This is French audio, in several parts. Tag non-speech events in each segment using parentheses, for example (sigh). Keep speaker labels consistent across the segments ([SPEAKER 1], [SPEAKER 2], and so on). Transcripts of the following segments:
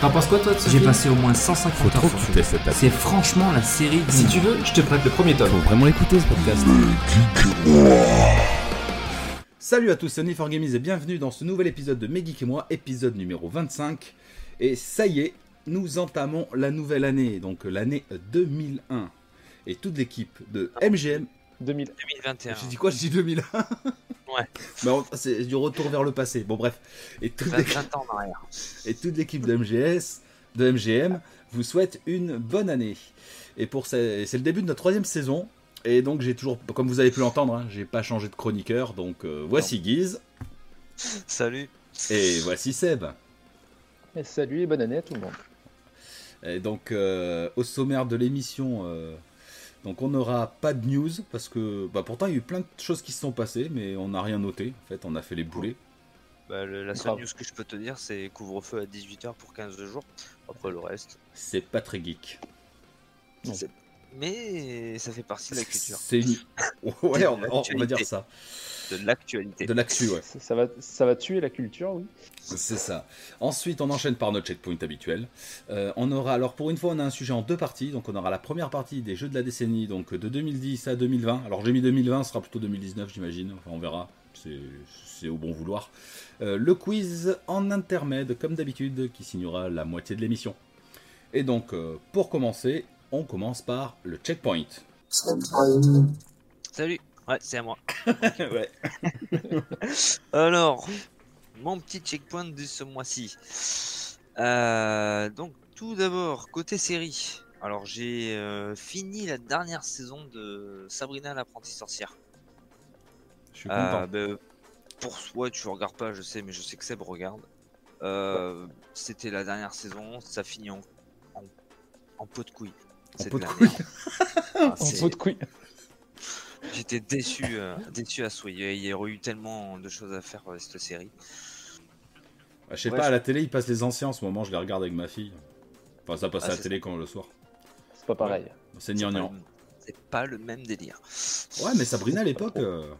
[SPEAKER 1] T'en penses quoi toi de ce
[SPEAKER 2] J'ai
[SPEAKER 1] film
[SPEAKER 2] passé au moins 150 heures. sur-
[SPEAKER 3] écouter cette
[SPEAKER 2] C'est franchement la série. du
[SPEAKER 1] Si
[SPEAKER 2] moment.
[SPEAKER 1] tu veux, je te prête le premier tome.
[SPEAKER 3] Faut vraiment l'écouter ce podcast.
[SPEAKER 4] Salut à tous, c'est Uniforgamies et bienvenue dans ce nouvel épisode de Megeek et moi, épisode numéro 25. Et ça y est, nous entamons la nouvelle année, donc l'année 2001. Et toute l'équipe de MGM,
[SPEAKER 5] 2000.
[SPEAKER 6] 2021.
[SPEAKER 4] j'ai dit quoi J'ai dit 2001 (laughs)
[SPEAKER 6] Ouais.
[SPEAKER 4] Mais en- Bah, c'est du retour vers le passé, bon bref. Et toute
[SPEAKER 6] Vingt-
[SPEAKER 4] l'équipe-
[SPEAKER 6] 20 ans en arrière.
[SPEAKER 4] et toute l'équipe de MGS, de MGM, vous souhaite une bonne année. Et pour ce- c'est le début de notre troisième saison. Et donc j'ai toujours, comme vous avez pu l'entendre, hein, j'ai pas changé de chroniqueur. Donc euh, voici Guise
[SPEAKER 6] Salut.
[SPEAKER 4] et voici Seb.
[SPEAKER 5] Et Eh, salut et bonne année à tout le monde.
[SPEAKER 4] Et donc euh, au sommaire de l'émission, euh, donc on n'aura pas de news parce que bah, pourtant il y a eu plein de choses qui se sont passées, mais on n'a rien noté. En fait, on a fait les boulets.
[SPEAKER 6] Bah, le- la seule
[SPEAKER 5] Grave.
[SPEAKER 6] news que je peux te dire, c'est couvre-feu à 18h pour 15 jours. Après le reste.
[SPEAKER 4] C'est pas très geek.
[SPEAKER 5] Non.
[SPEAKER 6] c'est- Mais ça fait partie de
[SPEAKER 5] (laughs)
[SPEAKER 6] la culture,
[SPEAKER 4] C'est
[SPEAKER 6] (laughs)
[SPEAKER 4] une... ouais, on, va- on va dire
[SPEAKER 6] L'actualité.
[SPEAKER 4] ça.
[SPEAKER 6] de l'actualité.
[SPEAKER 4] De l'actu, ouais.
[SPEAKER 5] Ça, ça va, ça va tuer la culture, oui.
[SPEAKER 4] C'est ça. Ensuite, on enchaîne par notre checkpoint habituel. Euh, on aura, alors pour une fois, on a un sujet en deux parties. Donc, on aura la première partie des jeux de la décennie, donc de 2010 à 2020. Alors, j'ai mis 2020, ce sera plutôt 2019, j'imagine. Enfin, on verra. C'est- C'est au bon vouloir. Euh, le quiz en intermède, comme d'habitude, qui signera la moitié de l'émission. Et donc, euh, pour commencer, on commence par le checkpoint.
[SPEAKER 6] Salut. Ouais, c'est
[SPEAKER 5] (laughs)
[SPEAKER 6] à moi.
[SPEAKER 4] ouais.
[SPEAKER 6] (laughs) Alors, mon petit checkpoint de ce mois-ci. Euh, donc, tout d'abord, côté série. Alors, j'ai euh, fini la dernière saison de Sabrina l'apprentie sorcière.
[SPEAKER 4] Je suis
[SPEAKER 6] Ah,
[SPEAKER 4] content.
[SPEAKER 6] ben, pour soi, tu regardes pas, je sais, mais je sais que Seb regarde. Euh, C'était la dernière saison, ça finit en, en, en pot de couille.
[SPEAKER 4] En
[SPEAKER 6] C'est
[SPEAKER 4] pot
[SPEAKER 6] de
[SPEAKER 4] de
[SPEAKER 6] la
[SPEAKER 4] couille. (laughs)
[SPEAKER 6] merde. Ah,
[SPEAKER 5] En
[SPEAKER 6] c'est-
[SPEAKER 5] pot de couille.
[SPEAKER 6] J'étais déçu, euh, déçu à souhait. Il y a- il y aurait eu tellement de choses à faire euh, cette série.
[SPEAKER 4] Ah, je sais
[SPEAKER 5] ouais,
[SPEAKER 4] pas, à
[SPEAKER 5] je-
[SPEAKER 4] la télé, ils passent les anciens en ce moment. Je les regarde avec ma fille. Enfin, ça passe
[SPEAKER 6] Ah,
[SPEAKER 4] à la
[SPEAKER 6] c'est-
[SPEAKER 4] télé quand le soir.
[SPEAKER 5] C'est pas pareil.
[SPEAKER 4] C'est
[SPEAKER 6] C'est pas
[SPEAKER 4] gnangnan.
[SPEAKER 6] le- C'est pas le même délire.
[SPEAKER 4] Ouais, mais Sabrina à l'époque, euh,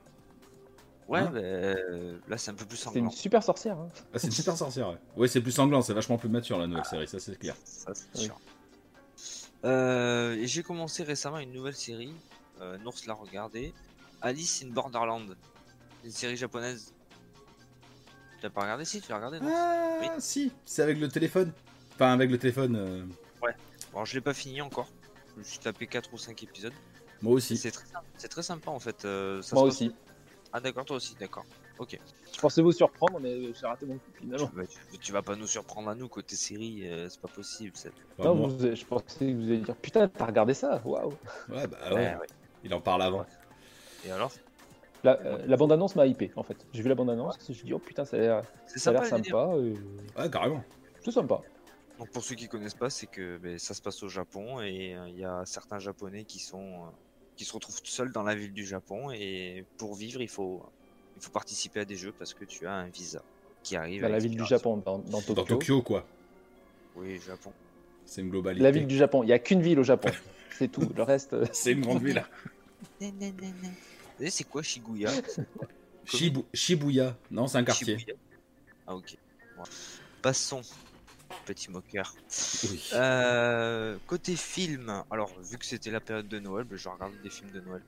[SPEAKER 6] Ouais,
[SPEAKER 4] Hein
[SPEAKER 6] ben, euh, là c'est un peu plus
[SPEAKER 5] C'était
[SPEAKER 6] sanglant.
[SPEAKER 5] une super sorcière. hein.
[SPEAKER 4] ah, c'est une super sorcière. Ouais, ouais c'est plus sanglant, c'est vachement plus mature la nouvelle série, ça c'est clair.
[SPEAKER 6] Ça, c'est
[SPEAKER 5] Oui.
[SPEAKER 6] sûr. Euh, et j'ai commencé récemment une nouvelle série. Euh, Nours l'a regardée. Alice in Borderland. Une série japonaise. Tu l'as pas regardé Si, tu l'as regardé. non
[SPEAKER 4] Ah,
[SPEAKER 6] Oui.
[SPEAKER 4] si, c'est avec le téléphone. Enfin, avec le téléphone, euh,
[SPEAKER 6] Bon, je l'ai pas fini encore. Je me suis tapé 4 ou 5 épisodes.
[SPEAKER 4] moi aussi.
[SPEAKER 6] C'est très, sympa- c'est très sympa en fait. euh, ça
[SPEAKER 5] Moi
[SPEAKER 6] se passe-
[SPEAKER 5] aussi.
[SPEAKER 6] Ah d'accord, toi aussi, d'accord.
[SPEAKER 5] Je pensais vous surprendre, mais j'ai raté mon coup finalement.
[SPEAKER 6] Bah, tu, tu vas pas nous surprendre à nous côté série, euh, c'est pas possible. c'est-
[SPEAKER 4] Enfin,
[SPEAKER 5] non,
[SPEAKER 4] moi-
[SPEAKER 5] vous- je pensais que vous alliez dire putain, t'as regardé ça Waouh
[SPEAKER 4] Ouais,
[SPEAKER 5] Ah
[SPEAKER 4] bah ouais,
[SPEAKER 6] Ouais, ouais.
[SPEAKER 4] il en parle avant.
[SPEAKER 6] Et alors
[SPEAKER 5] la, euh, la bande-annonce m'a hypé en fait. J'ai vu la bande-annonce, je me suis dit oh putain, ça a l'air
[SPEAKER 6] C'est
[SPEAKER 5] ça a
[SPEAKER 6] sympa.
[SPEAKER 5] l'air
[SPEAKER 6] le délire.
[SPEAKER 5] sympa. euh,
[SPEAKER 4] Ouais, carrément.
[SPEAKER 5] C'est sympa.
[SPEAKER 6] Donc pour ceux qui connaissent pas, c'est que ben, ça se passe au Japon et euh, il y a certains Japonais qui sont euh, qui se retrouvent tout seuls dans la ville du Japon et pour vivre il faut il faut participer à des jeux parce que tu as un visa qui arrive.
[SPEAKER 5] Dans
[SPEAKER 6] à
[SPEAKER 5] la ville du
[SPEAKER 6] l'expiration.
[SPEAKER 5] Japon, dans, dans Tokyo.
[SPEAKER 4] Dans Tokyo, quoi.
[SPEAKER 6] Oui, Japon.
[SPEAKER 4] C'est une globalité.
[SPEAKER 5] La ville du Japon. Il y a qu'une ville au Japon. C'est tout. Le reste. euh,
[SPEAKER 4] (laughs) C'est une grande ville.
[SPEAKER 6] Né, né, né, né. Vous savez, c'est quoi Shibuya
[SPEAKER 4] Shibu- Shibuya. Non, c'est un quartier.
[SPEAKER 6] Shibuya. Ah ok. Bon. Passons, petit moqueur.
[SPEAKER 4] Oui.
[SPEAKER 6] Ah, Euh, côté film, alors vu que c'était la période de Noël, ben, je regarde des films de Noël.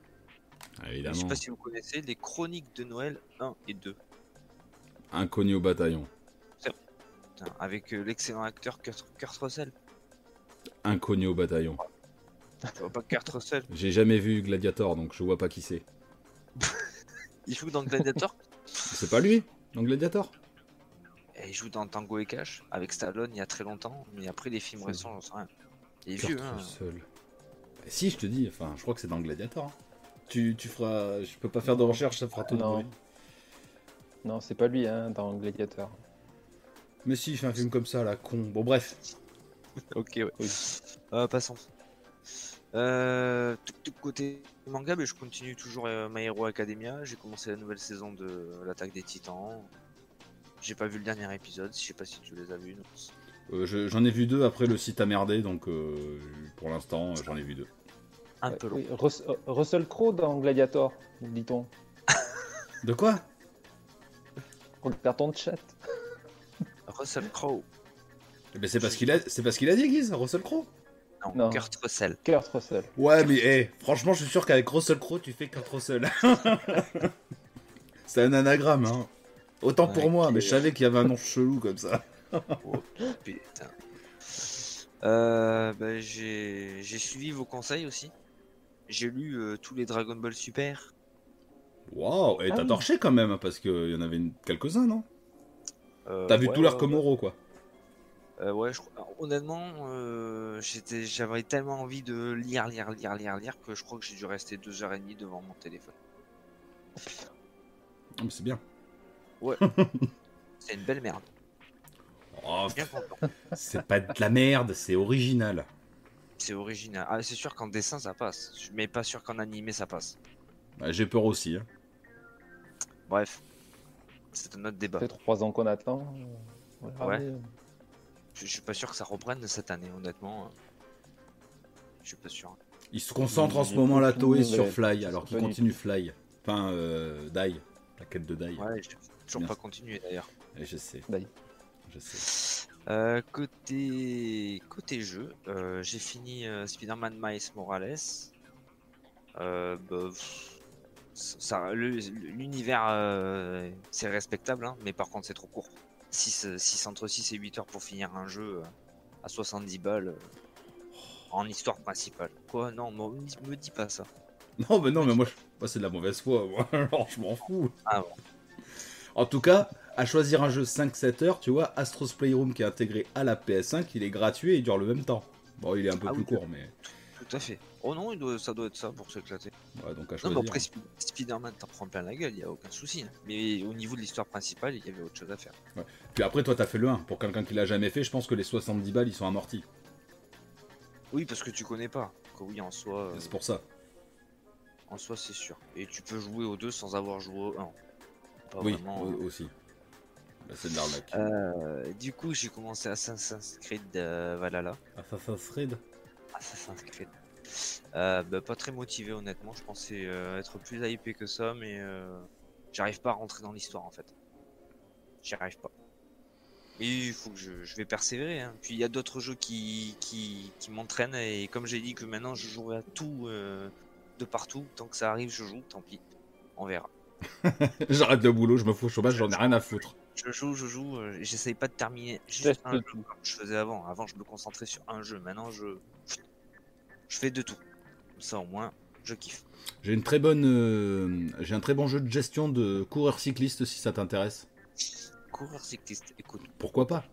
[SPEAKER 6] Je sais
[SPEAKER 4] Évidemment.
[SPEAKER 6] pas si vous connaissez les Chroniques de Noël 1 et 2.
[SPEAKER 4] Inconnu au bataillon.
[SPEAKER 6] Putain, avec euh, l'excellent acteur Kurt, Kurt Russell.
[SPEAKER 4] Inconnu au bataillon.
[SPEAKER 6] Tu vois pas Kurt Russell
[SPEAKER 4] J'ai jamais vu Gladiator, donc je vois pas qui c'est.
[SPEAKER 6] Il joue dans Gladiator
[SPEAKER 4] C'est pas lui, dans Gladiator
[SPEAKER 6] et Eh, il joue dans Tango et Cash avec Stallone il y a très longtemps, mais après les films
[SPEAKER 4] C'est-
[SPEAKER 6] récents, j'en sais rien. Il est
[SPEAKER 4] Kurt
[SPEAKER 6] vieux, hein.
[SPEAKER 4] Russell. Bah, si, je te dis, enfin, je crois que c'est dans Gladiator. hein. Tu, tu feras. Je peux pas faire de recherche, ça fera tout de
[SPEAKER 5] Non.
[SPEAKER 4] bruit.
[SPEAKER 5] Non, c'est pas lui, hein, dans Gladiator.
[SPEAKER 4] Mais si, il fait un film comme ça, la con. Bon, bref.
[SPEAKER 6] Ok, ouais. Euh, passons. Euh, tout, tout côté manga, mais je continue toujours euh, My Hero Academia. J'ai commencé la nouvelle saison de euh, l'attaque des titans. J'ai pas vu le dernier épisode, je sais pas si tu les as vus. non.
[SPEAKER 4] Euh, je- j'en ai vu deux après le site a merdé, donc euh, pour l'instant, euh, j'en ai vu deux.
[SPEAKER 6] Un
[SPEAKER 5] Ouais,
[SPEAKER 6] peu long.
[SPEAKER 5] oui, Rus- euh, Russell Crowe dans Gladiator, nous dit-on.
[SPEAKER 4] De quoi
[SPEAKER 5] Regarde ton chat.
[SPEAKER 6] Russell Crowe.
[SPEAKER 4] Mais Eh ben, c'est parce qu'il a, c'est parce qu'il a dit Guise, Russell Crowe.
[SPEAKER 6] Non,
[SPEAKER 5] Non.
[SPEAKER 6] Kurt Russell.
[SPEAKER 5] Kurt Russell.
[SPEAKER 4] Ouais, mais eh, franchement, je suis sûr qu'avec Russell Crowe, tu fais Kurt Russell. (laughs) c'est un anagramme, hein. Autant pour
[SPEAKER 6] Ouais,
[SPEAKER 4] moi,
[SPEAKER 6] qui
[SPEAKER 4] mais
[SPEAKER 6] est-
[SPEAKER 4] je savais qu'il y avait un nom chelou comme ça.
[SPEAKER 6] Oh putain. Euh, bah, j'ai j'ai suivi vos conseils aussi. J'ai lu euh, tous les Dragon Ball Super.
[SPEAKER 4] Waouh, et
[SPEAKER 5] Ah
[SPEAKER 4] t'as
[SPEAKER 5] oui.
[SPEAKER 4] torché quand même, hein, parce qu'il y en avait une- quelques-uns, non
[SPEAKER 6] Euh,
[SPEAKER 4] T'as vu
[SPEAKER 6] ouais,
[SPEAKER 4] tout leur
[SPEAKER 6] ouais,
[SPEAKER 4] Komoro, quoi.
[SPEAKER 6] Euh, ouais, je crois- honnêtement, euh, j'étais, j'avais tellement envie de lire, lire, lire, lire, lire que je crois que j'ai dû rester deux heures et demie devant mon téléphone.
[SPEAKER 4] Ah, mais c'est bien.
[SPEAKER 6] C'est une belle merde.
[SPEAKER 4] Oh,
[SPEAKER 6] Bien content.
[SPEAKER 4] c'est pas de la merde, c'est original.
[SPEAKER 6] C'est original. Ah, c'est sûr qu'en dessin ça passe, Je- mais pas sûr qu'en animé ça passe.
[SPEAKER 4] Ah, J'ai peur aussi. hein.
[SPEAKER 6] Bref, c'est un autre débat.
[SPEAKER 5] Ça fait trois ans qu'on attend. Euh, On verra,
[SPEAKER 6] Bah. Ouais.
[SPEAKER 5] mais, euh,
[SPEAKER 6] Je, je suis pas sûr que ça reprenne cette année, honnêtement. Je suis pas sûr.
[SPEAKER 4] Il se concentre en
[SPEAKER 5] Il
[SPEAKER 4] ce
[SPEAKER 5] est
[SPEAKER 4] moment là,
[SPEAKER 5] beaucoup
[SPEAKER 4] Toei,
[SPEAKER 5] mauvais.
[SPEAKER 4] sur Fly,
[SPEAKER 5] Ça,
[SPEAKER 4] alors
[SPEAKER 5] c'est
[SPEAKER 4] qu'il
[SPEAKER 5] pas
[SPEAKER 4] continue Fly. Enfin, euh, Die, la quête de Die.
[SPEAKER 6] Ouais, j'ai toujours
[SPEAKER 4] Bien.
[SPEAKER 6] pas continué d'ailleurs.
[SPEAKER 4] Et je sais.
[SPEAKER 5] Die.
[SPEAKER 4] Je sais.
[SPEAKER 6] Euh, côté côté jeu, euh, j'ai fini euh, Spider-Man Miles Morales. Euh, bah, pff, ça, le- l'univers euh, c'est respectable, hein, mais par contre c'est trop court. 6, entre 6 et 8 heures pour finir un jeu euh, à 70 balles euh, en histoire principale. Quoi Non, me, me dis pas ça.
[SPEAKER 4] Non, mais non, mais moi, je- moi, c'est de la mauvaise foi. (laughs) moi. Alors, je m'en fous.
[SPEAKER 6] Ah bon.
[SPEAKER 4] En tout cas, à choisir un jeu 5-7 heures, tu vois, Astro's Playroom qui est intégré à la PS5, il est gratuit et il dure le même temps. Bon, il est un peu
[SPEAKER 6] Ah
[SPEAKER 4] plus
[SPEAKER 6] oui.
[SPEAKER 4] court, mais.
[SPEAKER 6] Tout à fait. Oh non, il doit- ça doit être ça pour s'éclater.
[SPEAKER 4] Ouais, donc à
[SPEAKER 6] Non,
[SPEAKER 4] choisir.
[SPEAKER 6] mais après Spi- Spider-Man t'en prends plein la gueule, il a aucun souci. hein. Mais au niveau de l'histoire principale, il y avait autre chose à faire.
[SPEAKER 4] Puis après, toi, t'as fait le 1. Pour quelqu'un qui l'a jamais fait, je pense que les 70 balles, ils sont amortis.
[SPEAKER 6] Oui, parce que tu connais pas. Que oui, en soi, euh,
[SPEAKER 4] C'est pour ça.
[SPEAKER 6] en soi, c'est sûr. Et tu peux jouer aux deux sans avoir joué au 1. Pas
[SPEAKER 4] oui,
[SPEAKER 6] vraiment,
[SPEAKER 4] au-
[SPEAKER 6] euh.
[SPEAKER 4] aussi. Bah, c'est de l'arnaque.
[SPEAKER 6] Euh, du coup, j'ai commencé Assassin's Creed euh, Valhalla.
[SPEAKER 4] Assassin's Creed
[SPEAKER 6] Assassin's Creed. Euh, bah, pas très motivé, honnêtement. Je pensais euh, être plus hypé que ça, mais euh, j'arrive pas à rentrer dans l'histoire, en fait. J'y arrive pas. Mais il faut que je, je vais persévérer. hein. Puis il y a d'autres jeux qui, qui, qui m'entraînent, et comme j'ai dit que maintenant je jouerai à tout euh, de partout, tant que ça arrive, je joue, tant pis. On verra.
[SPEAKER 4] (laughs) J'arrête le boulot, je me fous au chômage, j'en ai rien à foutre.
[SPEAKER 6] Je joue, je joue, euh, j'essaye pas de terminer juste
[SPEAKER 5] Teste
[SPEAKER 6] un jeu
[SPEAKER 5] tout.
[SPEAKER 6] comme je faisais avant. Avant, je me concentrais sur un jeu. Maintenant, je, je fais de tout. Comme ça, au moins, je kiffe.
[SPEAKER 4] J'ai une très bonne, euh, j'ai un très bon jeu de gestion de coureur cycliste si ça t'intéresse.
[SPEAKER 6] Coureur cycliste, écoute.
[SPEAKER 4] Pourquoi pas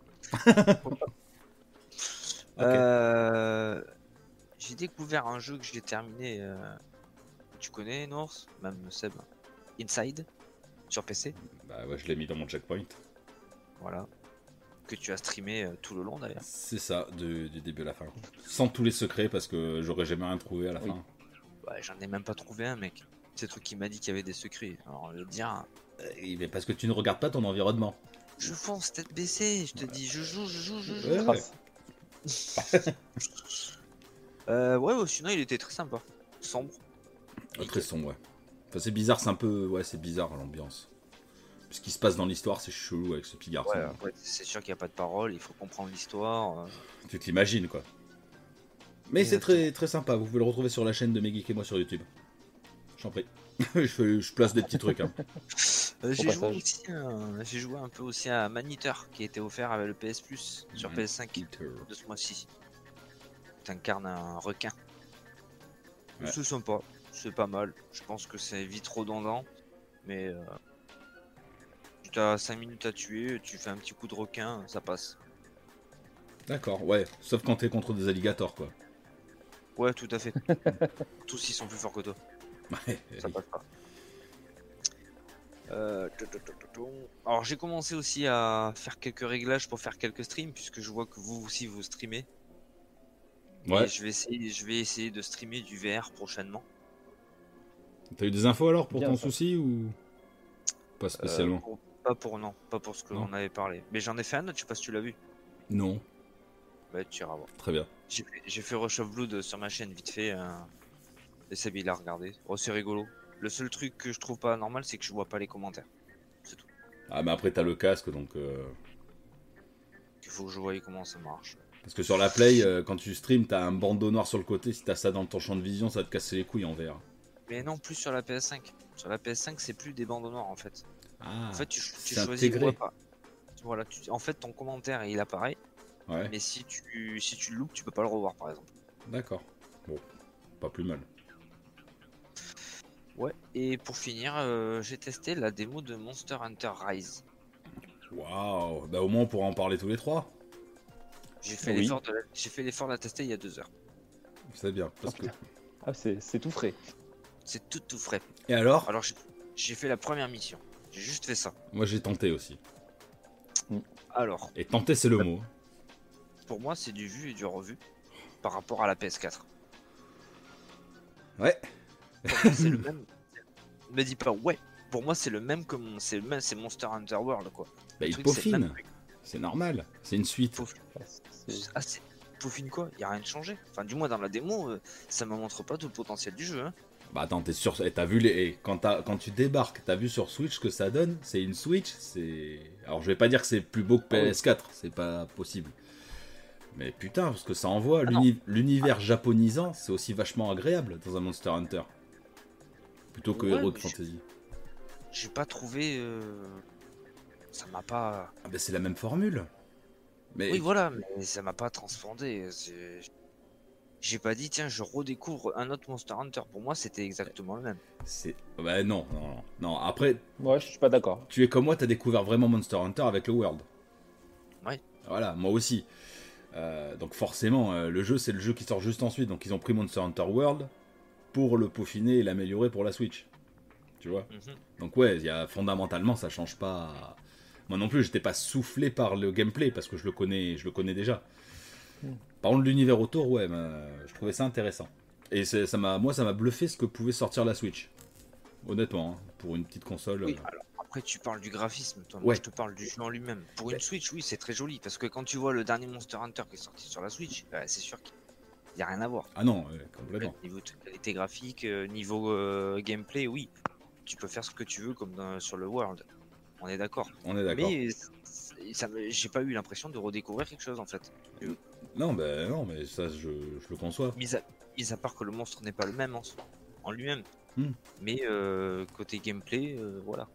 [SPEAKER 4] Ok.
[SPEAKER 6] Euh, j'ai découvert un jeu que j'ai terminé. euh, Tu connais, Norse Même Seb. Inside, sur PC.
[SPEAKER 4] Bah ouais, je l'ai mis dans mon checkpoint.
[SPEAKER 6] Voilà. Que tu as streamé euh, tout le long, d'ailleurs.
[SPEAKER 4] C'est ça, du, du début à la fin. Sans tous les secrets parce que j'aurais jamais rien trouvé à la
[SPEAKER 5] Oui.
[SPEAKER 4] fin.
[SPEAKER 6] Ouais, J'en ai même pas trouvé un, mec. C'est le truc qui m'a dit qu'il y avait des secrets. Alors, je veux dire.
[SPEAKER 4] Euh, Mais parce que tu ne regardes pas ton environnement.
[SPEAKER 6] Je fonce tête baissée, je te dis, je joue, je joue, je joue.
[SPEAKER 4] Ouais.
[SPEAKER 5] Trace.
[SPEAKER 6] Euh, ouais, ouais, sinon il était très sympa. Sombre.
[SPEAKER 4] Ah, très sombre. ouais. Enfin, c'est bizarre, c'est un peu, ouais, c'est bizarre l'ambiance. Ce qui se passe dans l'histoire, c'est chelou avec ce petit garçon.
[SPEAKER 6] Ouais, après, c'est sûr qu'il n'y a pas de parole, il faut comprendre l'histoire. euh.
[SPEAKER 4] Tu te l'imagines quoi. Mais c'est
[SPEAKER 6] Exactement.
[SPEAKER 4] très très sympa, vous pouvez le retrouver sur la chaîne de Megeek et moi sur YouTube. J'en prie. (laughs) je, fais- je place des petits trucs.
[SPEAKER 6] (laughs)
[SPEAKER 4] hein.
[SPEAKER 6] Euh, j'ai joué
[SPEAKER 5] passage.
[SPEAKER 6] aussi, à- j'ai joué un peu aussi à Maniteur qui a été offert avec le PS Plus sur
[SPEAKER 4] Mhm.
[SPEAKER 6] PS5 de ce mois-ci. T'incarnes un requin.
[SPEAKER 4] Ouais.
[SPEAKER 6] C'est sympa, c'est pas mal. Je pense que c'est vite redondant, mais euh, tu as 5 minutes à tuer, tu fais un petit coup de requin, ça passe.
[SPEAKER 4] D'accord, ouais. Sauf quand t'es contre des alligators quoi. (laughs)
[SPEAKER 6] Ouais, tout à fait. Tous ils sont plus forts que toi.
[SPEAKER 4] Ouais,
[SPEAKER 6] Ça passe pas. Euh, tout, tout, tout, tout, tout. Alors j'ai commencé aussi à faire quelques réglages pour faire quelques streams puisque je vois que vous aussi vous streamez. Et
[SPEAKER 4] ouais.
[SPEAKER 6] je vais essayer, je vais essayer de streamer du VR prochainement.
[SPEAKER 4] T'as eu des infos alors pour
[SPEAKER 5] Bien,
[SPEAKER 4] ton
[SPEAKER 5] ça.
[SPEAKER 4] souci ou pas
[SPEAKER 6] Euh,
[SPEAKER 4] spécialement
[SPEAKER 6] pour- pas pour non, pas pour ce que
[SPEAKER 4] Non.
[SPEAKER 6] l'on avait parlé. Mais j'en ai fait un autre. Je sais pas si tu l'as vu.
[SPEAKER 4] Non,
[SPEAKER 6] Bah tu iras voir.
[SPEAKER 4] très bien.
[SPEAKER 6] J'ai fait- j'ai fait Rush of Blood sur ma chaîne vite fait. euh, Et c'est bien, il a regardé. Oh c'est rigolo. Le seul truc que je trouve pas normal c'est que je vois pas les commentaires.
[SPEAKER 4] Ah mais après t'as le casque donc. euh,
[SPEAKER 6] Tu faut que je voie comment ça marche.
[SPEAKER 4] Parce que sur la Play, euh, quand tu stream, t'as un bandeau noir sur le côté. Si t'as ça dans ton champ de vision, ça va te casser les couilles en vert.
[SPEAKER 6] Mais non, plus sur la PS5. Sur la PS5, c'est plus des bandes noires en fait.
[SPEAKER 4] Ah,
[SPEAKER 6] En fait, tu, tu
[SPEAKER 4] c'est
[SPEAKER 6] choisis
[SPEAKER 4] intégré.
[SPEAKER 6] ou pas. Voilà, tu- en fait, ton commentaire il apparaît,
[SPEAKER 4] ouais,
[SPEAKER 6] mais si tu si tu le loupes, tu peux pas le revoir par exemple.
[SPEAKER 4] d'accord. Bon, pas plus mal.
[SPEAKER 6] Ouais. Et pour finir, euh, j'ai testé la démo de Monster Hunter Rise.
[SPEAKER 4] Waouh, bah au moins on pourra en parler tous les trois.
[SPEAKER 6] J'ai fait
[SPEAKER 4] Oui.
[SPEAKER 6] l'effort de la... j'ai fait l'effort de la tester il y a deux heures.
[SPEAKER 4] C'est bien. Parce que...
[SPEAKER 5] Ah, c'est c'est tout frais.
[SPEAKER 6] C'est tout tout frais.
[SPEAKER 4] Et alors
[SPEAKER 6] Alors j'ai- j'ai fait la première mission. J'ai juste fait ça.
[SPEAKER 4] Moi j'ai tenté aussi.
[SPEAKER 6] Alors,
[SPEAKER 4] Et tenter c'est le mot.
[SPEAKER 6] pour moi, c'est du vu et du revu par rapport à la PS4.
[SPEAKER 4] Ouais.
[SPEAKER 6] Pour
[SPEAKER 4] (laughs)
[SPEAKER 6] moi, c'est le même. Me dis pas ouais. Pour moi, c'est le même que mon- c'est le même, c'est Monster Hunter World quoi.
[SPEAKER 4] Bah
[SPEAKER 6] Le
[SPEAKER 4] il
[SPEAKER 6] truc, c'est le
[SPEAKER 4] peaufine.
[SPEAKER 6] même truc.
[SPEAKER 4] C'est normal. C'est une suite.
[SPEAKER 6] Peaufine.
[SPEAKER 5] Ah, c'est-
[SPEAKER 6] Ah, c'est- peaufine quoi Il y a rien de changé. Enfin, du moins dans la démo, euh, ça me montre pas tout le potentiel du jeu. hein.
[SPEAKER 4] Bah attends, t'es sûr. eh, T'as vu les. eh, Quand, t'as- quand tu débarques, t'as vu sur Switch ce que ça donne C'est une Switch. C'est. Alors je vais pas dire que c'est plus beau
[SPEAKER 6] Ah
[SPEAKER 4] que PS4. C'est pas possible. Mais putain, parce que ça envoie.
[SPEAKER 6] non.
[SPEAKER 4] l'uni- L'univers japonisant, c'est aussi vachement agréable dans un Monster Hunter. Plutôt que
[SPEAKER 6] Ouais,
[SPEAKER 4] Hero
[SPEAKER 6] mais je-
[SPEAKER 4] Fantasy.
[SPEAKER 6] J'ai pas trouvé. euh, Ça m'a pas.
[SPEAKER 4] Ah bah c'est la même formule. Mais
[SPEAKER 6] Oui, voilà, mais ça m'a pas transcendé. c'est- J'ai pas dit, tiens, je redécouvre un autre Monster Hunter. Pour moi, c'était exactement le même.
[SPEAKER 4] c'est. Bah non, non, non. Non, après,
[SPEAKER 5] Ouais, je suis pas d'accord.
[SPEAKER 4] tu es comme moi, t'as découvert vraiment Monster Hunter avec le World.
[SPEAKER 6] Ouais.
[SPEAKER 4] Voilà, moi aussi. Euh, donc forcément, euh, le jeu, c'est le jeu qui sort juste ensuite. Donc ils ont pris Monster Hunter World pour le peaufiner et l'améliorer pour la Switch. Tu vois
[SPEAKER 6] Mhm.
[SPEAKER 4] Donc ouais, il y a, fondamentalement, ça change pas. Moi non plus, j'étais pas soufflé par le gameplay parce que je le connais, je le connais déjà.
[SPEAKER 5] Mm.
[SPEAKER 4] Par contre, l'univers autour, ouais, ben, je trouvais ça intéressant. Et c'est- ça m'a, moi, ça m'a bluffé ce que pouvait sortir la Switch. Honnêtement, hein, pour une petite console.
[SPEAKER 6] Oui,
[SPEAKER 4] euh,
[SPEAKER 6] alors après, tu parles du graphisme. Toi,
[SPEAKER 4] Ouais.
[SPEAKER 6] moi, je te parle du jeu en lui-même. Pour une
[SPEAKER 4] Mais-
[SPEAKER 6] Switch, oui, c'est très joli. Parce que quand tu vois le dernier Monster Hunter qui est sorti sur la Switch, euh, c'est sûr qu'il y a rien à voir.
[SPEAKER 4] Ah non, ouais, complètement.
[SPEAKER 6] Niveau de qualité graphique, euh, niveau euh, gameplay, oui. Tu peux faire ce que tu veux comme dans- sur le World. On est d'accord.
[SPEAKER 4] On est d'accord.
[SPEAKER 6] Mais c'est- ça me- j'ai pas eu l'impression de redécouvrir quelque chose en fait.
[SPEAKER 4] Non, ben non, mais ça, je, je le conçois.
[SPEAKER 6] Mis à, mis à part que le monstre n'est pas le même en, soi- en lui-même.
[SPEAKER 4] Hmm.
[SPEAKER 6] Mais euh, côté gameplay, euh, voilà.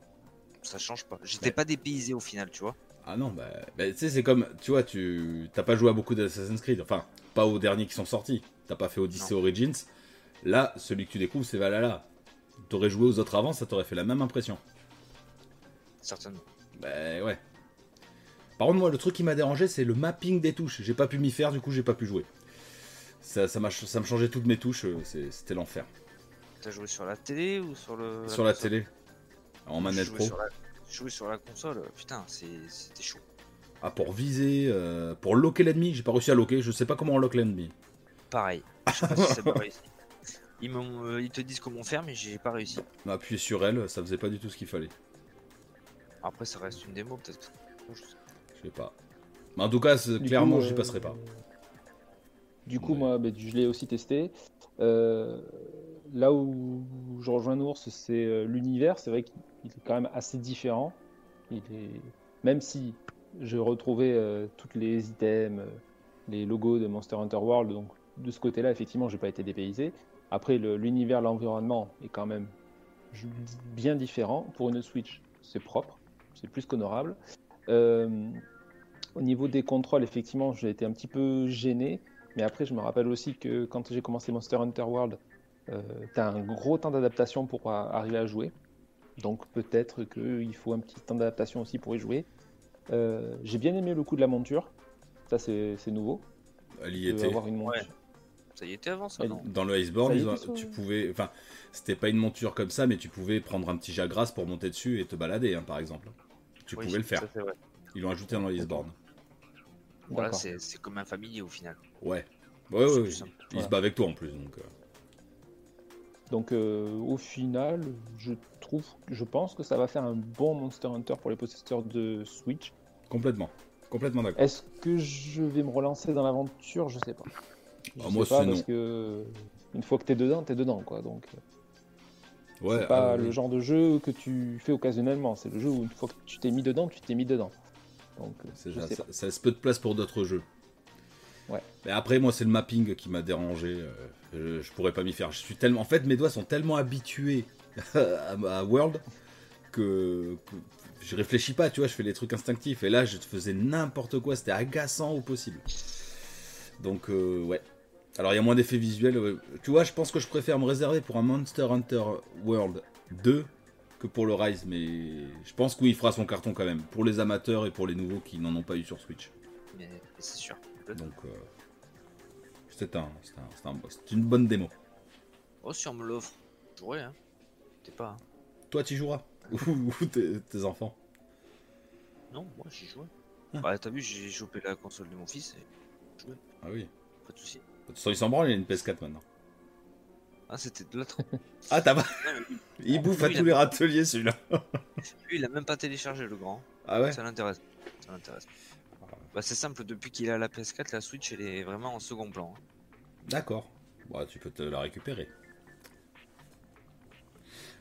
[SPEAKER 6] Ça change pas. J'étais
[SPEAKER 4] Ouais.
[SPEAKER 6] pas dépaysé au final, tu vois.
[SPEAKER 4] Ah non, bah, bah, tu sais, c'est comme, tu vois, tu t'as pas joué à beaucoup d'Assassin's Creed, enfin, pas aux derniers qui sont sortis. T'as pas fait Odyssey Origins. Là, celui que tu découvres, c'est Valhalla. T'aurais joué aux autres avant, ça t'aurait fait la même impression.
[SPEAKER 6] Certainement.
[SPEAKER 4] Bah ouais. Par contre, moi, le truc qui m'a dérangé, c'est le mapping des touches. J'ai pas pu m'y faire, du coup, j'ai pas pu jouer. Ça, ça, m'a ch- ça me changeait toutes mes touches, euh, c'est- c'était l'enfer.
[SPEAKER 6] T'as joué sur la télé ou sur le.
[SPEAKER 4] Sur la
[SPEAKER 6] console
[SPEAKER 4] télé, en
[SPEAKER 6] Moi, j'ai
[SPEAKER 4] manette
[SPEAKER 6] joué
[SPEAKER 4] pro.
[SPEAKER 6] sur la- j'ai joué sur la console, euh, putain, c'est- c'était chaud.
[SPEAKER 4] Ah, pour viser, euh, pour loquer l'ennemi, j'ai pas réussi à loquer, je sais pas comment on loque l'ennemi.
[SPEAKER 6] Pareil. Je sais pas si
[SPEAKER 4] (laughs)
[SPEAKER 6] ça m'a réussi. Ils, m'ont- euh, ils te disent comment faire, mais j'ai pas réussi.
[SPEAKER 4] Appuyer sur elle, ça faisait pas du tout ce qu'il fallait.
[SPEAKER 6] Après, ça reste une démo, peut-être.
[SPEAKER 4] Je sais pas. Mais en tout cas, c'est-
[SPEAKER 5] Du
[SPEAKER 4] clairement,
[SPEAKER 5] coup,
[SPEAKER 4] j'y
[SPEAKER 5] euh,
[SPEAKER 4] passerai pas.
[SPEAKER 5] Du coup,
[SPEAKER 4] Ouais.
[SPEAKER 5] moi, ben, je l'ai aussi testé. Euh, là où je rejoins Nours, c'est euh, l'univers. C'est vrai qu'il est quand même assez différent. Il est... Même si j'ai retrouvé euh, toutes les items, euh, les logos de Monster Hunter World, donc de ce côté-là, effectivement, j'ai pas été dépaysé. Après, le- l'univers, l'environnement est quand même je- bien différent. Pour une Switch, c'est propre, c'est plus qu'honorable. Euh, au niveau des contrôles, effectivement, j'ai été un petit peu gêné. Mais après, je me rappelle aussi que quand j'ai commencé Monster Hunter World, euh, t'as un gros temps d'adaptation pour a- arriver à jouer. Donc peut-être qu'il faut un petit temps d'adaptation aussi pour y jouer. Euh, j'ai bien aimé le coup de la monture. Ça, c'est c'est nouveau.
[SPEAKER 4] Elle y
[SPEAKER 5] de
[SPEAKER 4] était.
[SPEAKER 5] avoir une monture.
[SPEAKER 6] Ouais. Ça y était avant ça,
[SPEAKER 5] Ouais,
[SPEAKER 6] non
[SPEAKER 4] Dans le Iceborne,
[SPEAKER 5] Ça y
[SPEAKER 4] ils ont-
[SPEAKER 5] était, ça,
[SPEAKER 4] tu
[SPEAKER 5] ouais.
[SPEAKER 4] pouvais. Enfin, c'était pas une monture comme ça, mais tu pouvais prendre un petit jagras pour monter dessus et te balader, hein, par exemple. Tu
[SPEAKER 6] Oui,
[SPEAKER 4] pouvais le faire.
[SPEAKER 6] ça, c'est vrai.
[SPEAKER 4] Ils l'ont ajouté dans le Iceborne.
[SPEAKER 6] Voilà,
[SPEAKER 5] D'accord.
[SPEAKER 6] c'est c'est comme un familier au final.
[SPEAKER 4] Ouais. Ouais, ouais,
[SPEAKER 6] C'est
[SPEAKER 4] ouais.
[SPEAKER 6] plus simple.
[SPEAKER 4] Il se
[SPEAKER 5] Voilà.
[SPEAKER 4] bat avec toi en plus, donc. euh,
[SPEAKER 5] Donc euh, au final, je trouve, je pense que ça va faire un bon Monster Hunter pour les possesseurs de Switch.
[SPEAKER 4] complètement. Complètement d'accord.
[SPEAKER 5] Est-ce que je vais me relancer dans l'aventure Je sais pas. Je
[SPEAKER 4] Ah, moi,
[SPEAKER 5] sais pas
[SPEAKER 4] c'est
[SPEAKER 5] parce
[SPEAKER 4] non.
[SPEAKER 5] que une fois que t'es dedans, t'es dedans quoi. Donc euh,
[SPEAKER 4] Ouais.
[SPEAKER 5] c'est pas
[SPEAKER 4] ah,
[SPEAKER 5] le
[SPEAKER 4] oui.
[SPEAKER 5] genre de jeu que tu fais occasionnellement. C'est le jeu où une fois que tu t'es mis dedans, tu t'es mis dedans. Donc, euh,
[SPEAKER 4] C'est
[SPEAKER 5] je
[SPEAKER 4] déjà-
[SPEAKER 5] sais
[SPEAKER 4] ça,
[SPEAKER 5] pas.
[SPEAKER 4] ça laisse peu de place pour d'autres jeux.
[SPEAKER 5] Ouais.
[SPEAKER 4] Mais après, moi, c'est le mapping qui m'a dérangé. euh, je, je pourrais pas m'y faire. Je suis tellement, en fait, mes doigts sont tellement habitués (laughs) à, à World que, que je réfléchis pas. Tu vois, je fais les trucs instinctifs. Et là, je faisais n'importe quoi. C'était agaçant au possible. Donc, euh, ouais. Alors, il y a moins d'effets visuels. ouais. Tu vois, je pense que je préfère me réserver pour un Monster Hunter World 2 que pour le Rise, mais je pense que oui, il fera son carton quand même, pour les amateurs et pour les nouveaux qui n'en ont pas eu sur Switch.
[SPEAKER 6] mais, mais c'est sûr.
[SPEAKER 4] Donc, euh, c'est un, c'est un- c'est un- c'est une bonne démo.
[SPEAKER 6] Oh, si on me l'offre, j'aurais, hein. T'es pas.
[SPEAKER 4] Toi, tu joueras (laughs) Ou ou tes, tes enfants
[SPEAKER 6] Non, moi j'y jouais.
[SPEAKER 4] Ah.
[SPEAKER 6] Bah, t'as vu, j'ai chopé la console de mon fils, et
[SPEAKER 4] Ah oui.
[SPEAKER 6] pas de soucis.
[SPEAKER 4] De toute façon, il s'en branle, il a une PS4 maintenant.
[SPEAKER 6] Ah, c'était de l'autre.
[SPEAKER 4] Ah, t'as pas
[SPEAKER 6] Non, mais
[SPEAKER 4] (laughs) Il bouffe à
[SPEAKER 6] Oui,
[SPEAKER 4] tous
[SPEAKER 6] il
[SPEAKER 4] les râteliers, celui-là.
[SPEAKER 6] lui, il a même pas téléchargé le grand.
[SPEAKER 4] Ah ouais
[SPEAKER 6] Ça l'intéresse. Ça l'intéresse. Bah, c'est simple, depuis qu'il a la PS4, la Switch, elle est vraiment en second plan. hein.
[SPEAKER 4] D'accord. Bah, tu peux te la récupérer.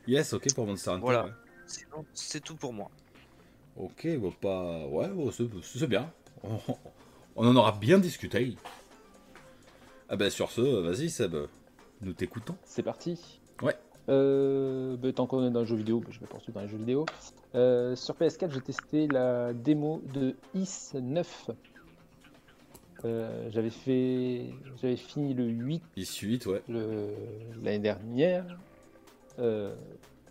[SPEAKER 4] Yes, ok pour Monster Hunter.
[SPEAKER 6] Voilà.
[SPEAKER 4] ouais.
[SPEAKER 6] Sinon, c'est tout pour moi.
[SPEAKER 4] Ok, bah, pas. Ouais, bon, c'est c'est bien. On, on en aura bien discuté. Ah bah sur ce, vas-y Seb, nous t'écoutons.
[SPEAKER 5] C'est parti.
[SPEAKER 4] Ouais.
[SPEAKER 5] Euh, bah, tant qu'on est dans le jeu vidéo, bah, je vais poursuivre dans les jeux vidéo. Euh, sur PS4, j'ai testé la démo de Is 9. Euh, j'avais fait, j'avais fini le 8
[SPEAKER 4] Ici 8, ouais.
[SPEAKER 5] le- l'année dernière. Euh,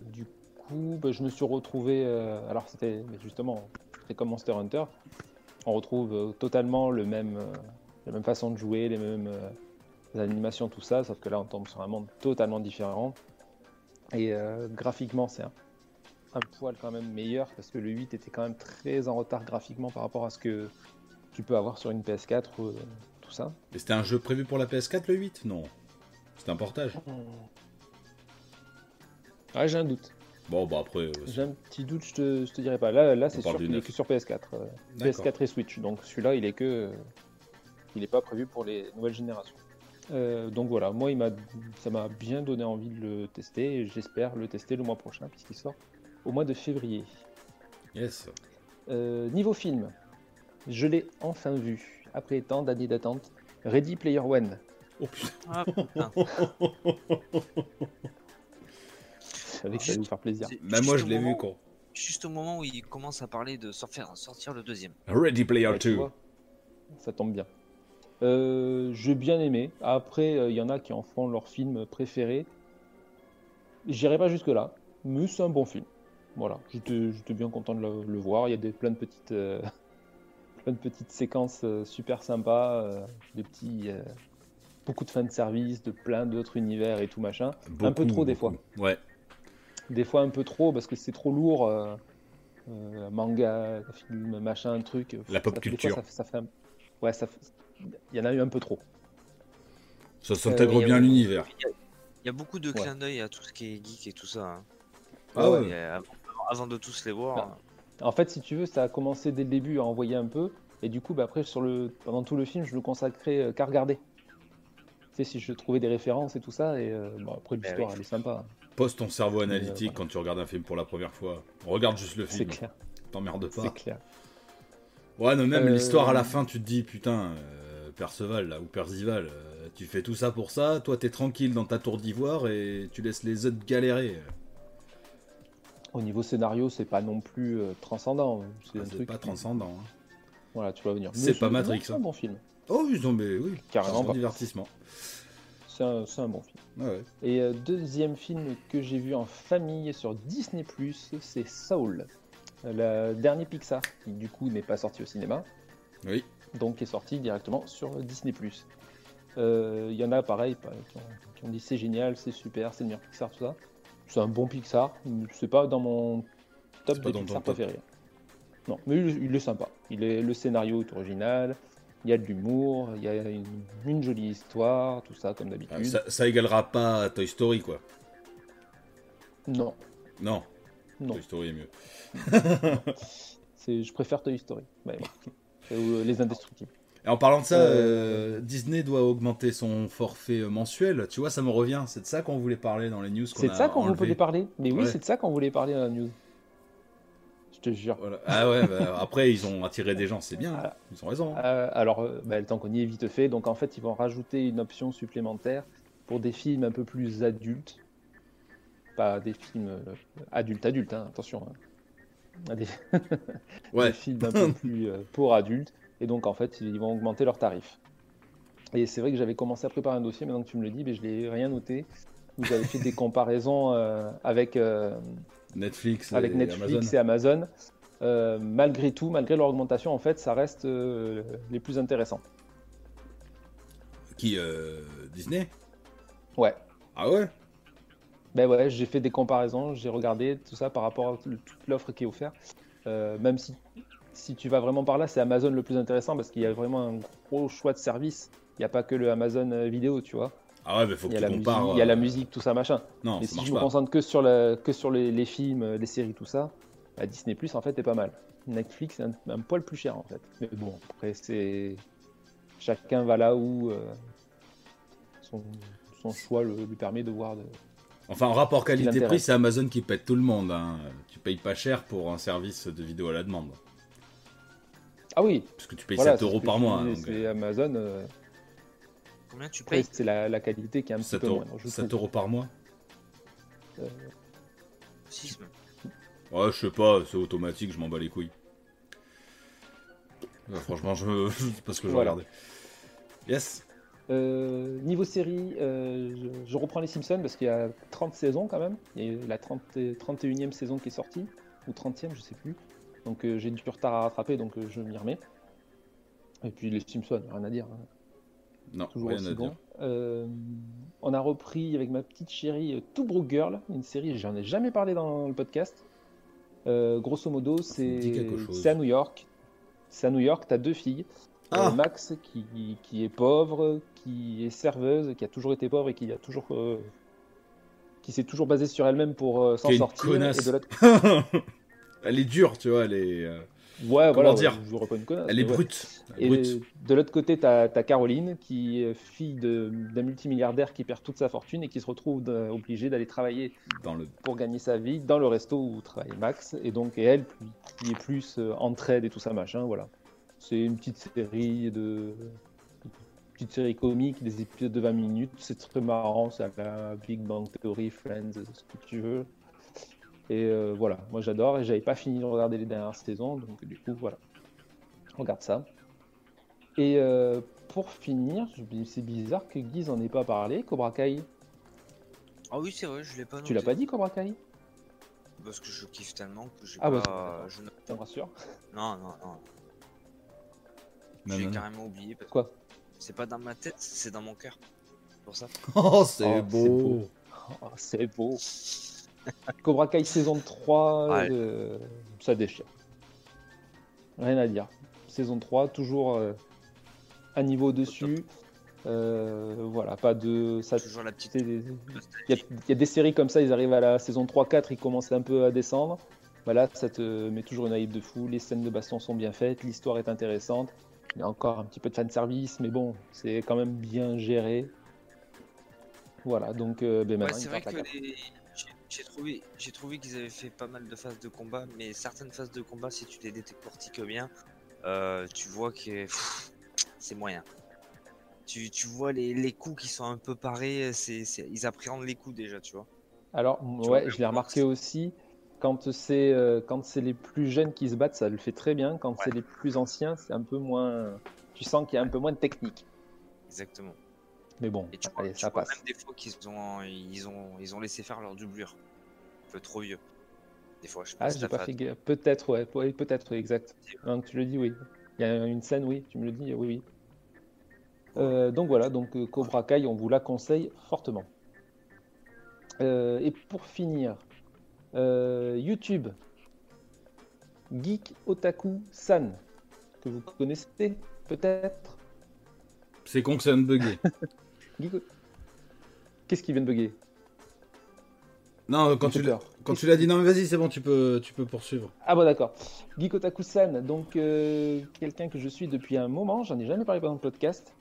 [SPEAKER 5] du coup, bah, je me suis retrouvé. euh, alors, c'était mais justement, c'est comme Monster Hunter. On retrouve euh, totalement le même, euh, la même façon de jouer, les mêmes euh, animations, tout ça. Sauf que là, on tombe sur un monde totalement différent. Et euh, graphiquement, c'est un, un poil quand même meilleur parce que le 8 était quand même très en retard graphiquement par rapport à ce que tu peux avoir sur une PS4 ou euh, tout ça.
[SPEAKER 4] Mais c'était un jeu prévu pour la PS4 le 8 Non. C'était un portage.
[SPEAKER 5] Ouais, j'ai un doute.
[SPEAKER 4] Bon bah après. euh,
[SPEAKER 5] J'ai un petit doute, je te, je te dirai pas. Là, là c'est
[SPEAKER 4] parle
[SPEAKER 5] sûr
[SPEAKER 4] du
[SPEAKER 5] qu'il est
[SPEAKER 4] neuf.
[SPEAKER 5] que sur PS4. euh,
[SPEAKER 4] d'accord.
[SPEAKER 5] PS4 et Switch. Donc celui-là, il est que. euh, Il n'est pas prévu pour les nouvelles générations. Euh, donc voilà, moi, il m'a, ça m'a bien donné envie de le tester et j'espère le tester le mois prochain, puisqu'il sort au mois de février.
[SPEAKER 4] Yes.
[SPEAKER 5] Euh, niveau film, je l'ai enfin vu, après tant d'années d'attente. Ready Player One. (laughs)
[SPEAKER 4] Oh putain.
[SPEAKER 6] Ah,
[SPEAKER 4] (laughs)
[SPEAKER 6] putain.
[SPEAKER 5] Je savais que ça allait vous faire plaisir.
[SPEAKER 6] C'est
[SPEAKER 4] Même Bah, moi
[SPEAKER 6] juste
[SPEAKER 4] je
[SPEAKER 6] au
[SPEAKER 4] l'ai vu
[SPEAKER 6] moment-
[SPEAKER 4] quoi.
[SPEAKER 6] Juste au moment où il commence à parler de sor- faire sortir le deuxième.
[SPEAKER 4] Ready Player
[SPEAKER 5] Ouais, tu
[SPEAKER 4] 2.
[SPEAKER 5] vois, Ça tombe bien. Euh, J'ai bien aimé. Après, euh, il y en a qui en font leur film préféré. J'irai pas jusque-là, mais c'est un bon film. Voilà, j'étais j'étais bien content de le, le voir. Il y a des, plein, de petites, euh, (laughs) plein de petites séquences euh, super sympas, euh, des petits, euh, beaucoup de fans de service, de plein d'autres univers et tout machin. un peu trop des fois.
[SPEAKER 4] Ouais.
[SPEAKER 5] Des fois un peu trop parce que c'est trop lourd. euh, euh, manga, film, machin, truc.
[SPEAKER 4] La pop
[SPEAKER 5] Ça fait- des
[SPEAKER 4] culture.
[SPEAKER 5] fois, ça, ça fait un- Ouais, ça. fait- Il y en a eu un peu trop.
[SPEAKER 4] Ça s'intègre
[SPEAKER 5] Euh,
[SPEAKER 4] bien
[SPEAKER 5] ouais.
[SPEAKER 4] l'univers.
[SPEAKER 6] Il y a beaucoup de
[SPEAKER 5] Ouais.
[SPEAKER 6] clins d'œil à tout ce qui est geek et tout ça. hein.
[SPEAKER 4] Ah
[SPEAKER 6] Et
[SPEAKER 4] ouais. Bah,
[SPEAKER 6] avant, avant de tous les voir, euh,
[SPEAKER 5] Ah. En fait, si tu veux, ça a commencé dès le début à envoyer un peu, et du coup, bah, après, sur le... pendant tout le film, je le consacrais euh, qu'à regarder. Tu sais, si je trouvais des références et tout ça, et euh, bon, après,
[SPEAKER 6] Bah
[SPEAKER 5] l'histoire,
[SPEAKER 6] oui.
[SPEAKER 5] elle est sympa, hein.
[SPEAKER 4] Pose ton cerveau
[SPEAKER 5] Mais, euh,
[SPEAKER 4] analytique
[SPEAKER 5] voilà.
[SPEAKER 4] quand tu regardes un film pour la première fois. Regarde juste le
[SPEAKER 5] c'est
[SPEAKER 4] film.
[SPEAKER 5] clair,
[SPEAKER 4] T'emmerde pas.
[SPEAKER 5] c'est clair.
[SPEAKER 4] Ouais, non, même
[SPEAKER 5] Euh,
[SPEAKER 4] l'histoire à la fin, tu te dis, putain, euh, Perceval, là, ou Percival, euh, tu fais tout ça pour ça, toi t'es tranquille dans ta tour d'ivoire et tu laisses les autres galérer.
[SPEAKER 5] Au niveau scénario, c'est pas non plus euh, transcendant. C'est
[SPEAKER 4] Ah,
[SPEAKER 5] un
[SPEAKER 4] C'est
[SPEAKER 5] truc.
[SPEAKER 4] pas transcendant. hein.
[SPEAKER 5] Voilà, tu vas venir.
[SPEAKER 4] C'est
[SPEAKER 5] Mais
[SPEAKER 4] pas
[SPEAKER 5] non,
[SPEAKER 4] Matrix,
[SPEAKER 5] C'est
[SPEAKER 4] hein.
[SPEAKER 5] un bon film.
[SPEAKER 4] Oh, ils ont, mais oui,
[SPEAKER 5] Carrément
[SPEAKER 4] c'est un
[SPEAKER 5] pas.
[SPEAKER 4] divertissement.
[SPEAKER 5] C'est un, c'est un bon film.
[SPEAKER 4] Ouais, ouais.
[SPEAKER 5] Et euh, deuxième film que j'ai vu en famille sur Disney c'est Soul, Euh, le dernier Pixar, qui du coup n'est pas sorti au cinéma.
[SPEAKER 4] Oui,
[SPEAKER 5] donc qui est sorti directement sur Disney+. Euh, Il y en a pareil pas- qui ont, qui ont dit c'est génial, c'est super, c'est le meilleur Pixar, tout ça. C'est un bon Pixar, mais c'est pas dans mon top
[SPEAKER 4] C'est pas dans
[SPEAKER 5] des
[SPEAKER 4] ton
[SPEAKER 5] Pixar
[SPEAKER 4] top.
[SPEAKER 5] préférés. Non, mais il, il est sympa. Il est, le scénario est original, il y a de l'humour, il y a une, une jolie histoire, tout ça comme
[SPEAKER 4] Ah,
[SPEAKER 5] d'habitude.
[SPEAKER 4] ça, ça égalera pas à Toy Story, quoi.
[SPEAKER 5] Non,
[SPEAKER 4] Non,
[SPEAKER 5] non,
[SPEAKER 4] Toy Story est mieux.
[SPEAKER 5] c'est, je préfère Toy Story. Bah, Ouais, ouais. Ou euh, Les Indestructibles.
[SPEAKER 4] Et en parlant de ça,
[SPEAKER 5] Euh,
[SPEAKER 4] euh, Disney doit augmenter son forfait euh, mensuel. Tu vois, ça me revient. C'est de ça qu'on voulait parler dans les news. qu'on
[SPEAKER 5] C'est de
[SPEAKER 4] a
[SPEAKER 5] ça qu'on
[SPEAKER 4] enlevé.
[SPEAKER 5] voulait parler Mais oui,
[SPEAKER 4] Ouais.
[SPEAKER 5] c'est de ça qu'on voulait parler dans la news. Je je te jure.
[SPEAKER 4] Voilà. Ah ouais, bah, après ils ont attiré des gens, c'est bien,
[SPEAKER 5] Voilà.
[SPEAKER 4] ils ont raison. hein.
[SPEAKER 5] Euh, alors, euh, bah, le temps qu'on y est vite fait, donc en fait, ils vont rajouter une option supplémentaire pour des films un peu plus adultes. Pas des films euh, adultes-adultes, hein, attention. hein. Des,
[SPEAKER 4] Ouais,
[SPEAKER 5] des films un peu plus euh, pour adultes. Et donc, en fait, ils vont augmenter leurs tarifs. Et c'est vrai que j'avais commencé à préparer un dossier, maintenant que tu me le dis, mais je l'ai rien noté. Vous avez fait des comparaisons euh, avec, euh,
[SPEAKER 4] Netflix,
[SPEAKER 5] avec
[SPEAKER 4] et
[SPEAKER 5] Netflix
[SPEAKER 4] Amazon.
[SPEAKER 5] et Amazon. Euh, malgré tout, malgré leur augmentation, en fait, ça reste euh, les plus intéressants.
[SPEAKER 4] Qui euh, Disney
[SPEAKER 5] Ouais.
[SPEAKER 4] Ah ouais
[SPEAKER 5] Ben ouais, j'ai fait des comparaisons, j'ai regardé tout ça par rapport à tout- toute l'offre qui est offerte. Euh, même si, si tu vas vraiment par là, c'est Amazon le plus intéressant parce qu'il y a vraiment un gros choix de services. Il n'y a pas que le Amazon euh, vidéo, tu vois.
[SPEAKER 4] Ah ouais, mais faut que
[SPEAKER 5] Il y, a
[SPEAKER 4] tu
[SPEAKER 5] la musique,
[SPEAKER 4] compares.
[SPEAKER 5] il y a la
[SPEAKER 4] euh,
[SPEAKER 5] musique, tout ça, machin.
[SPEAKER 4] Non,
[SPEAKER 5] Mais
[SPEAKER 4] ça
[SPEAKER 5] si je
[SPEAKER 4] marche
[SPEAKER 5] me
[SPEAKER 4] pas.
[SPEAKER 5] concentre que sur, la, que sur les, les films, euh, les séries, tout ça, bah, Disney Plus en fait est pas mal. Netflix est un, un poil plus cher en fait. Mais bon, après c'est chacun va là où euh, son, son choix le- lui permet de voir. de-
[SPEAKER 4] Enfin, en rapport qualité-prix,
[SPEAKER 5] l'intéresse.
[SPEAKER 4] c'est Amazon qui pète tout le monde. hein. Tu payes pas cher pour un service de vidéo à la demande.
[SPEAKER 5] Ah oui,
[SPEAKER 4] Parce que tu payes
[SPEAKER 5] voilà,
[SPEAKER 4] 7 euros
[SPEAKER 5] c'est-
[SPEAKER 4] par mois. hein,
[SPEAKER 5] c'est-
[SPEAKER 4] donc,
[SPEAKER 5] c'est
[SPEAKER 4] euh,
[SPEAKER 5] Amazon. euh,
[SPEAKER 6] Combien tu
[SPEAKER 5] après,
[SPEAKER 6] payes
[SPEAKER 5] c'est la, la qualité qui est un petit
[SPEAKER 4] 7
[SPEAKER 5] peu
[SPEAKER 4] euros,
[SPEAKER 5] moindre. je
[SPEAKER 4] 7
[SPEAKER 5] trouve.
[SPEAKER 4] euros par mois
[SPEAKER 5] Euh,
[SPEAKER 6] 6 même.
[SPEAKER 4] Ouais, je sais pas, c'est automatique, je m'en bats les couilles. Ouais, franchement, je. (laughs) c'est parce que je
[SPEAKER 5] Voilà.
[SPEAKER 4] regardais. Yes
[SPEAKER 5] Euh, niveau série, euh, je, je reprends les Simpsons parce qu'il y a 30 saisons quand même. Il y a eu la 30 et- 31e saison qui est sortie, ou 30e, je sais plus. Donc euh, j'ai du retard à rattraper, donc euh, je m'y remets. Et puis les Simpsons, rien à dire. hein.
[SPEAKER 4] Non,
[SPEAKER 5] Toujours
[SPEAKER 4] rien
[SPEAKER 5] aussi
[SPEAKER 4] à
[SPEAKER 5] bon.
[SPEAKER 4] dire.
[SPEAKER 5] Euh, on a repris avec ma petite chérie euh, Two Broke Girl, une série, j'en ai jamais parlé dans le podcast. Euh, grosso modo,
[SPEAKER 4] me dit
[SPEAKER 5] c'est
[SPEAKER 4] quelque chose.
[SPEAKER 5] c'est à New York. C'est à New York, t'as deux filles. Euh,
[SPEAKER 4] Ah.
[SPEAKER 5] Max qui, qui est pauvre, qui est serveuse, qui a toujours été pauvre et qui a toujours euh, qui s'est toujours basée sur elle-même pour euh, s'en
[SPEAKER 4] Qui est une
[SPEAKER 5] sortir.
[SPEAKER 4] connasse.
[SPEAKER 5] Et de l'autre-
[SPEAKER 4] elle est dure, tu vois, elle est. euh,
[SPEAKER 5] Ouais, voilà,
[SPEAKER 4] dire
[SPEAKER 5] ouais, je dirais pas une connasse,
[SPEAKER 4] Elle est
[SPEAKER 5] mais ouais.
[SPEAKER 4] brute. Elle est
[SPEAKER 5] Ah, Et
[SPEAKER 4] brute.
[SPEAKER 5] de l'autre côté, tu as, Caroline, qui est fille de- d'un multimilliardaire qui perd toute sa fortune et qui se retrouve euh, obligée d'aller travailler
[SPEAKER 4] Dans le...
[SPEAKER 5] pour gagner sa vie dans le resto où travaille Max. Et donc, et elle, plus- qui est plus euh, entraide et tout ça, machin, voilà. C'est une petite série de une petite série comique, des épisodes de 20 minutes, c'est très marrant, ça va, Big Bang Theory, Friends, ce que tu veux. Et euh, voilà, moi j'adore et j'avais pas fini de regarder les dernières saisons, donc du coup voilà, je regarde ça. Et euh, pour finir, je- c'est bizarre que Guise en ait pas parlé, Cobra Kai.
[SPEAKER 6] Ah oui, c'est vrai, je l'ai pas noté.
[SPEAKER 5] Tu l'as pas dit Cobra Kai
[SPEAKER 6] Parce que je kiffe tellement que j'ai
[SPEAKER 5] Ah bah,
[SPEAKER 6] pas. je ne-
[SPEAKER 5] Ça me rassure.
[SPEAKER 6] Non, non, non.
[SPEAKER 4] Non,
[SPEAKER 6] J'ai
[SPEAKER 4] non, non.
[SPEAKER 6] carrément oublié. parce que
[SPEAKER 5] Quoi
[SPEAKER 6] C'est pas dans ma tête, c'est dans mon cœur. C'est Pour ça.
[SPEAKER 4] Oh, c'est
[SPEAKER 5] (laughs) Oh, c'est
[SPEAKER 4] beau.
[SPEAKER 5] beau. Oh, c'est beau. Cobra Kai saison 3,
[SPEAKER 6] Ouais.
[SPEAKER 5] euh, ça déchire. Rien à dire. Saison 3, toujours euh, un niveau au-dessus. Euh, voilà, pas de. Ça,
[SPEAKER 6] Toujours
[SPEAKER 5] (laughs)
[SPEAKER 6] la petite.
[SPEAKER 5] c'est des- il y, a- il y a des séries comme ça, ils arrivent à la saison 3-4, ils commencent un peu à descendre. Voilà, ça te met toujours une hype de fou. Les scènes de baston sont bien faites, l'histoire est intéressante. Il y a encore un petit peu de fanservice, mais bon, c'est quand même bien géré. Voilà, donc euh, ben
[SPEAKER 6] Ouais,
[SPEAKER 5] maintenant,
[SPEAKER 6] c'est
[SPEAKER 5] ils
[SPEAKER 6] vrai
[SPEAKER 5] partent à
[SPEAKER 6] que
[SPEAKER 5] quatre.
[SPEAKER 6] les- j'ai- j'ai trouvé, j'ai trouvé qu'ils avaient fait pas mal de phases de combat, mais certaines phases de combat, si tu les décortiques bien, euh, tu vois que pff, c'est moyen. Tu, tu vois les, les coups qui sont un peu parés, c'est, c'est- ils appréhendent les coups déjà, tu vois.
[SPEAKER 5] Alors,
[SPEAKER 6] vois,
[SPEAKER 5] ouais,
[SPEAKER 6] le
[SPEAKER 5] je l'ai
[SPEAKER 6] plan,
[SPEAKER 5] remarqué
[SPEAKER 6] c'est-
[SPEAKER 5] aussi. Quand c'est euh, quand c'est les plus jeunes qui se battent, ça le fait très bien. Quand c'est les plus anciens, c'est un peu moins. Tu sens qu'il y a un peu moins de technique.
[SPEAKER 6] Exactement.
[SPEAKER 5] Mais bon,
[SPEAKER 6] Et tu vois,
[SPEAKER 5] allez,
[SPEAKER 6] tu
[SPEAKER 5] ça
[SPEAKER 6] vois
[SPEAKER 5] passe.
[SPEAKER 6] même des fois qu'ils ont, ils ont, ils ont laissé faire leur doublure. Un peu trop vieux. Des fois, je sais
[SPEAKER 5] Ah,
[SPEAKER 6] si
[SPEAKER 5] j'ai
[SPEAKER 6] t'as
[SPEAKER 5] pas
[SPEAKER 6] fait
[SPEAKER 5] fait gaffe. Peut-être, ouais, ouais, peut-être, oui, exact. Hein, tu le dis, oui. Il y a une scène, oui, tu me le dis, oui, oui. Euh, donc voilà, donc euh, Cobra Kai, on vous la conseille fortement. Euh, et pour finir, euh, YouTube, Geek Otaku San, que vous connaissez peut-être.
[SPEAKER 4] C'est con que ça me buguait.
[SPEAKER 5] Geek... Qu'est-ce qui vient de bugger (laughs)
[SPEAKER 4] non, quand
[SPEAKER 5] Ça
[SPEAKER 4] tu
[SPEAKER 5] fait
[SPEAKER 4] l'as-
[SPEAKER 5] peur.
[SPEAKER 4] quand tu l'as dit, non, mais vas-y, c'est bon, tu peux, tu peux poursuivre.
[SPEAKER 5] Ah bon d'accord. Gikotaku-san, donc euh, quelqu'un que je suis depuis un moment, j'en ai jamais parlé pendant le podcast.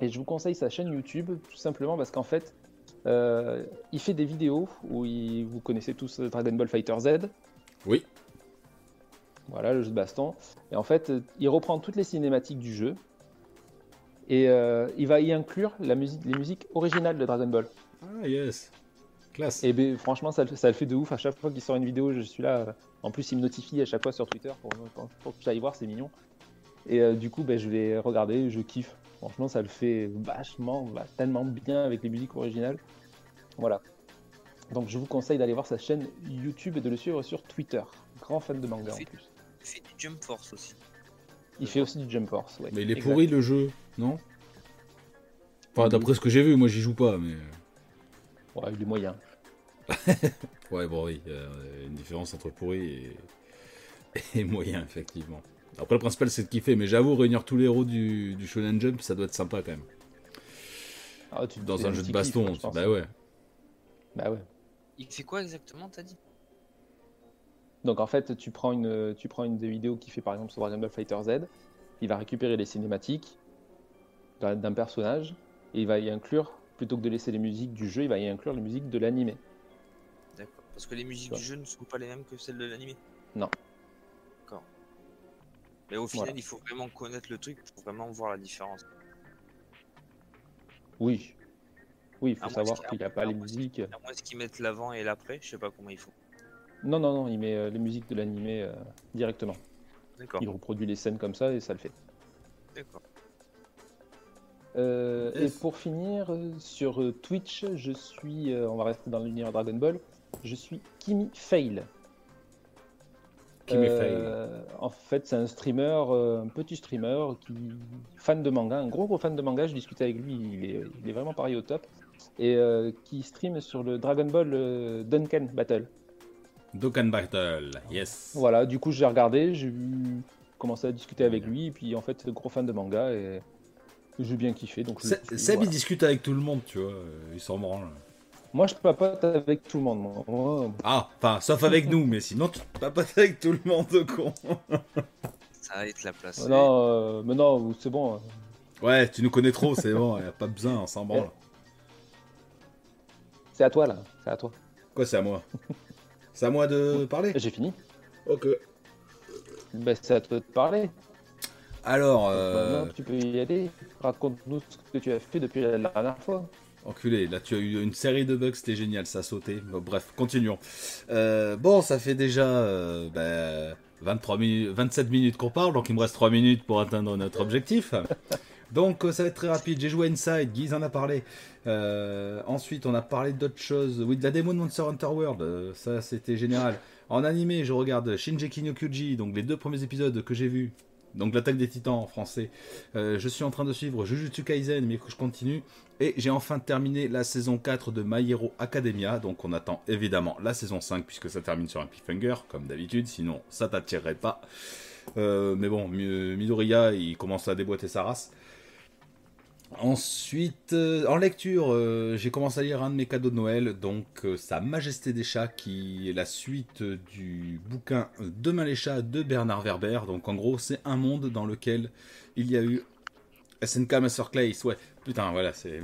[SPEAKER 5] Et je vous conseille sa chaîne YouTube, tout simplement parce qu'en fait, euh, il fait des vidéos où il, vous connaissez tous euh, Dragon Ball Fighter Z.
[SPEAKER 4] Oui.
[SPEAKER 5] Voilà, le jeu de baston. Et en fait, il reprend toutes les cinématiques du jeu. Et euh, il va y inclure la musique, les musiques originales de Dragon Ball.
[SPEAKER 4] Ah, yes. Classe.
[SPEAKER 5] Et ben, franchement, ça, le- ça le fait de ouf. À chaque fois qu'il sort une vidéo, je suis là. euh, En plus, il me notifie à chaque fois sur Twitter pour, pour- pour que j'aille voir, c'est mignon. Et euh, du coup, ben, je vais regarder, je kiffe. Franchement, ça le fait vachement, va- tellement bien avec les musiques originales. Voilà. Donc, je vous conseille d'aller voir sa chaîne YouTube et de le suivre sur Twitter. Grand fan de manga en plus.
[SPEAKER 6] Il fait du Jump Force aussi.
[SPEAKER 5] Il fait aussi du Jump Force. ouais.
[SPEAKER 4] Mais il est
[SPEAKER 5] Exact.
[SPEAKER 4] pourri le jeu, non Enfin, d'après ce que j'ai vu, moi j'y joue pas, mais.
[SPEAKER 5] Ouais, il est moyen.
[SPEAKER 4] Ouais, bon, oui, euh, il y a une différence entre pourri (laughs) et, et moyen, effectivement. Après, le principal, c'est de kiffer, mais j'avoue, réunir tous les héros du, du Shonen Jump, ça doit être sympa quand même.
[SPEAKER 5] Ah, tu-
[SPEAKER 4] Dans
[SPEAKER 5] c'est
[SPEAKER 4] un jeu de
[SPEAKER 5] petit
[SPEAKER 4] baston,
[SPEAKER 5] kiff, je pense.
[SPEAKER 4] bah ouais.
[SPEAKER 5] Bah ouais.
[SPEAKER 6] Il fait quoi exactement, t'as dit
[SPEAKER 5] Donc en fait, tu prends une, tu prends une des vidéos qui fait par exemple sur Dragon Ball Fighter Z, il va récupérer les cinématiques d'un d'un personnage et il va y inclure, plutôt que de laisser les musiques du jeu, il va y inclure les musiques de l'animé.
[SPEAKER 6] D'accord. Parce que les musiques
[SPEAKER 5] Ouais.
[SPEAKER 6] du jeu ne sont pas les mêmes que celles de l'animé.
[SPEAKER 5] Non.
[SPEAKER 6] D'accord. Mais au final,
[SPEAKER 5] Voilà.
[SPEAKER 6] il faut vraiment connaître le truc pour vraiment voir la différence.
[SPEAKER 5] Oui, oui, il
[SPEAKER 6] À
[SPEAKER 5] faut
[SPEAKER 6] moins
[SPEAKER 5] savoir
[SPEAKER 6] qu'il y a-
[SPEAKER 5] qu'il n'y a
[SPEAKER 6] à
[SPEAKER 5] pas les
[SPEAKER 6] moins qu'il
[SPEAKER 5] musiques.
[SPEAKER 6] À moins qu'ils mettent l'avant et l'après, je sais pas comment ils font.
[SPEAKER 5] Non, non, non, il met euh, les musiques de l'animé euh, directement.
[SPEAKER 6] D'accord.
[SPEAKER 5] Il reproduit les scènes comme ça et ça le fait.
[SPEAKER 6] D'accord.
[SPEAKER 5] Euh,
[SPEAKER 4] Yes.
[SPEAKER 5] Et pour finir, euh, sur euh, Twitch, je suis, euh, on va rester dans l'univers Dragon Ball, je suis Kimi Fail.
[SPEAKER 4] Kimi
[SPEAKER 5] Euh, En fait, c'est un streamer, euh, un petit streamer, qui... fan de manga, un gros gros fan de manga. Je discutais avec lui, il est, il est vraiment pareil au top. Et euh, qui stream sur le Dragon Ball euh, Duncan Battle.
[SPEAKER 4] Dokkan Battle, yes.
[SPEAKER 5] Voilà, du coup, j'ai regardé, j'ai eu- commencé à discuter avec lui, et puis en fait, gros fan de manga, et j'ai bien kiffé. Donc je le
[SPEAKER 4] Sa-
[SPEAKER 5] suis,
[SPEAKER 4] Seb, il
[SPEAKER 5] voilà.
[SPEAKER 4] discute avec tout le monde, tu vois, euh, il s'en branle.
[SPEAKER 5] Moi, je papote avec tout le monde. moi. Oh, Moi,
[SPEAKER 4] Ah, enfin, sauf avec nous, mais sinon, tu te papotes avec tout le monde, con.
[SPEAKER 6] Ça va être la place.
[SPEAKER 5] euh, non, euh, mais non, c'est bon.
[SPEAKER 4] Ouais, tu nous connais trop, c'est bon, y a pas besoin, on s'en branle.
[SPEAKER 5] C'est à toi, là. C'est à toi.
[SPEAKER 4] Quoi, c'est à moi C'est à moi de
[SPEAKER 5] (laughs)
[SPEAKER 4] parler
[SPEAKER 5] J'ai fini.
[SPEAKER 4] Ok.
[SPEAKER 5] Ben, c'est à toi de parler.
[SPEAKER 4] Alors,
[SPEAKER 5] Maintenant,
[SPEAKER 4] euh,
[SPEAKER 5] tu peux y aller. Raconte-nous ce que tu as fait depuis la dernière fois.
[SPEAKER 4] Enculé, là tu as eu une série de bugs, c'était génial, ça a sauté. Bon, bref, continuons. Euh, bon, ça fait déjà euh, bah, 23 minutes, 27 minutes qu'on parle, donc il me reste 3 minutes pour atteindre notre objectif. Donc euh, ça va être très rapide, j'ai joué à Inside, Guise en a parlé. Euh, ensuite on a parlé d'autres choses. Oui, de la démo de Monster Hunter World, euh, ça c'était général. En animé, je regarde Shinji no Kyuji, donc les deux premiers épisodes que j'ai vus. Donc l'attaque des titans en français. Euh, je suis en train de suivre Jujutsu Kaisen, mais que je continue. Et j'ai enfin terminé la saison 4 de My Hero Academia, donc on attend évidemment la saison 5 puisque ça termine sur un cliffhanger, comme d'habitude, sinon ça t'attirerait pas. Euh, mais bon, Mi- Midoriya, il commence à déboîter sa race. Ensuite, euh, en lecture, euh, j'ai commencé à lire un de mes cadeaux de Noël, donc euh, Sa Majesté des Chats, qui est la suite euh, du bouquin euh, Demain les Chats de Bernard Werber. Donc en gros, c'est un monde dans lequel il y a eu SNK Masterclass, ouais, putain, voilà, c'est.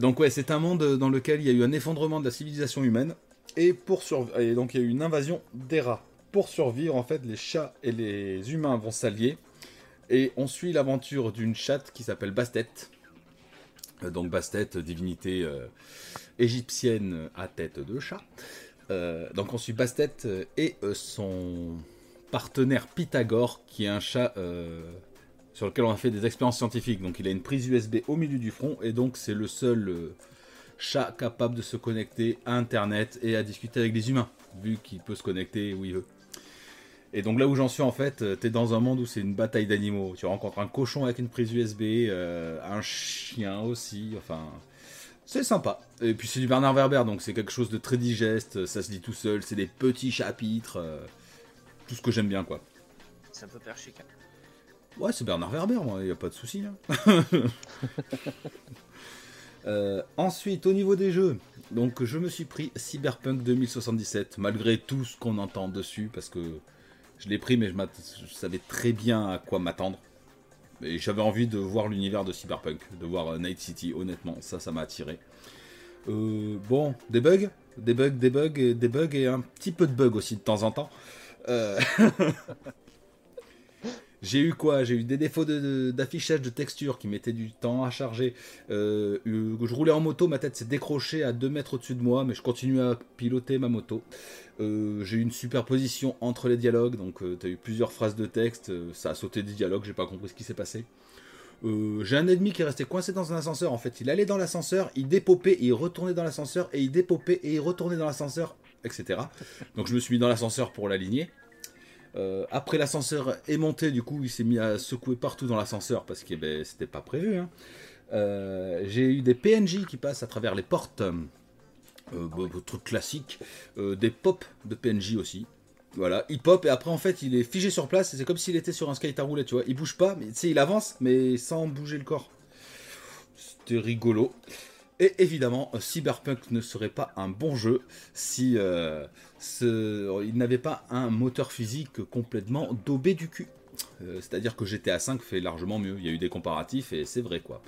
[SPEAKER 4] Donc ouais, c'est un monde dans lequel il y a eu un effondrement de la civilisation humaine et pour surv- et donc il y a eu une invasion des rats. Pour survivre, en fait, les chats et les humains vont s'allier et on suit l'aventure d'une chatte qui s'appelle Bastet. Euh, Donc Bastet, divinité euh, égyptienne à tête de chat. Euh, donc on suit Bastet euh, et euh, son partenaire Pythagore, qui est un chat euh, sur lequel on a fait des expériences scientifiques. Donc il a une prise USB au milieu du front et donc c'est le seul euh, chat capable de se connecter à Internet et à discuter avec les humains, vu qu'il peut se connecter où il veut. Et donc là où j'en suis en fait, euh, t'es dans un monde où c'est une bataille d'animaux. Tu rencontres un cochon avec une prise USB, euh, un chien aussi, enfin... C'est sympa. Et puis c'est du Bernard Werber, donc c'est quelque chose de très digeste, ça se lit tout seul, c'est des petits chapitres, euh, tout ce que j'aime bien quoi.
[SPEAKER 6] C'est un peu perché quand même.
[SPEAKER 4] Ouais, c'est Bernard Werber, moi, il a pas de souci. hein. (laughs) Euh, ensuite, au niveau des jeux, donc je me suis pris Cyberpunk 2077, malgré tout ce qu'on entend dessus, parce que je l'ai pris, mais je, m'att- je savais très bien à quoi m'attendre. Et j'avais envie de voir l'univers de Cyberpunk, de voir euh, Night City, honnêtement, ça, ça m'a attiré. Euh, bon, des bugs, des bugs, des bugs, et des bugs, et un petit peu de bugs aussi de temps en temps. Euh, J'ai eu quoi J'ai eu des défauts de- de- d'affichage de, texture qui mettaient du temps à charger. Euh, euh, je roulais en moto, ma tête s'est décrochée à 2 mètres au-dessus de moi, mais je continue à piloter ma moto. Euh, j'ai eu une superposition entre les dialogues, donc tu t'as eu plusieurs phrases de texte, euh, ça a sauté des dialogues, j'ai pas compris ce qui s'est passé. Euh, j'ai un ennemi qui est resté coincé dans un ascenseur. En fait, il allait dans l'ascenseur, il dépopait, et il retournait dans l'ascenseur, et il dépopait, et il retournait dans l'ascenseur, etc. Donc je me suis mis dans l'ascenseur pour l'aligner. Euh, après l'ascenseur est monté, du coup, il s'est mis à secouer partout dans l'ascenseur parce que eh ben, c'était pas prévu. hein. Euh, j'ai eu des PNJ qui passent à travers les portes, euh, bah, bah, truc classique, Euh, des pop de PNJ aussi. Voilà, il pop et après en fait il est figé sur place et c'est comme s'il était sur un skate à rouler, tu vois. Il bouge pas, mais tu sais, il avance mais sans bouger le corps. C'était rigolo. Et évidemment, euh, Cyberpunk ne serait pas un bon jeu si euh, ce- il n'avait pas un moteur physique complètement daubé du cul. Euh, C'est-à-dire que GTA V fait largement mieux. Il y a eu des comparatifs et c'est vrai quoi.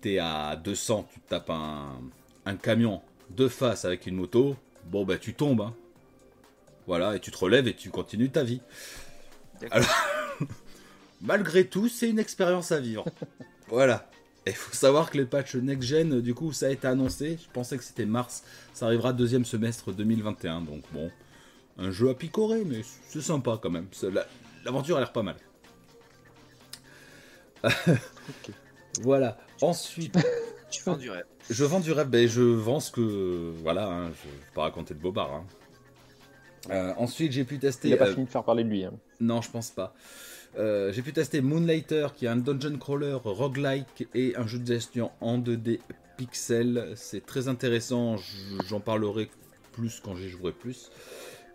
[SPEAKER 4] T'es à 200, tu tapes un, un camion de face avec une moto, bon bah tu tombes. hein. Voilà, et tu te relèves et tu continues ta vie.
[SPEAKER 6] D'accord.
[SPEAKER 4] Alors, (laughs) malgré tout, c'est une expérience à vivre. voilà. Et faut savoir que les patchs next-gen, du coup, ça a été annoncé. Je pensais que c'était mars. Ça arrivera deuxième semestre 2021. Donc bon, un jeu à picorer, mais c'est sympa quand même. C'est- la- L'aventure a l'air pas mal. (laughs) Voilà. Ensuite,
[SPEAKER 6] Tu
[SPEAKER 5] (laughs)
[SPEAKER 6] vends du rêve.
[SPEAKER 4] je vends du rêve, ben, je vends ce que. Voilà, hein, je vais pas raconter de bobards. hein. Euh, ensuite, j'ai pu
[SPEAKER 5] Il
[SPEAKER 4] tester.
[SPEAKER 5] n'a pas
[SPEAKER 4] euh,
[SPEAKER 5] fini de faire parler de lui. hein.
[SPEAKER 4] non, je pense pas. Euh, j'ai pu tester Moonlighter, qui est un dungeon crawler roguelike et un jeu de gestion en 2D pixel. C'est très intéressant, je- j'en parlerai plus quand j'y jouerai plus.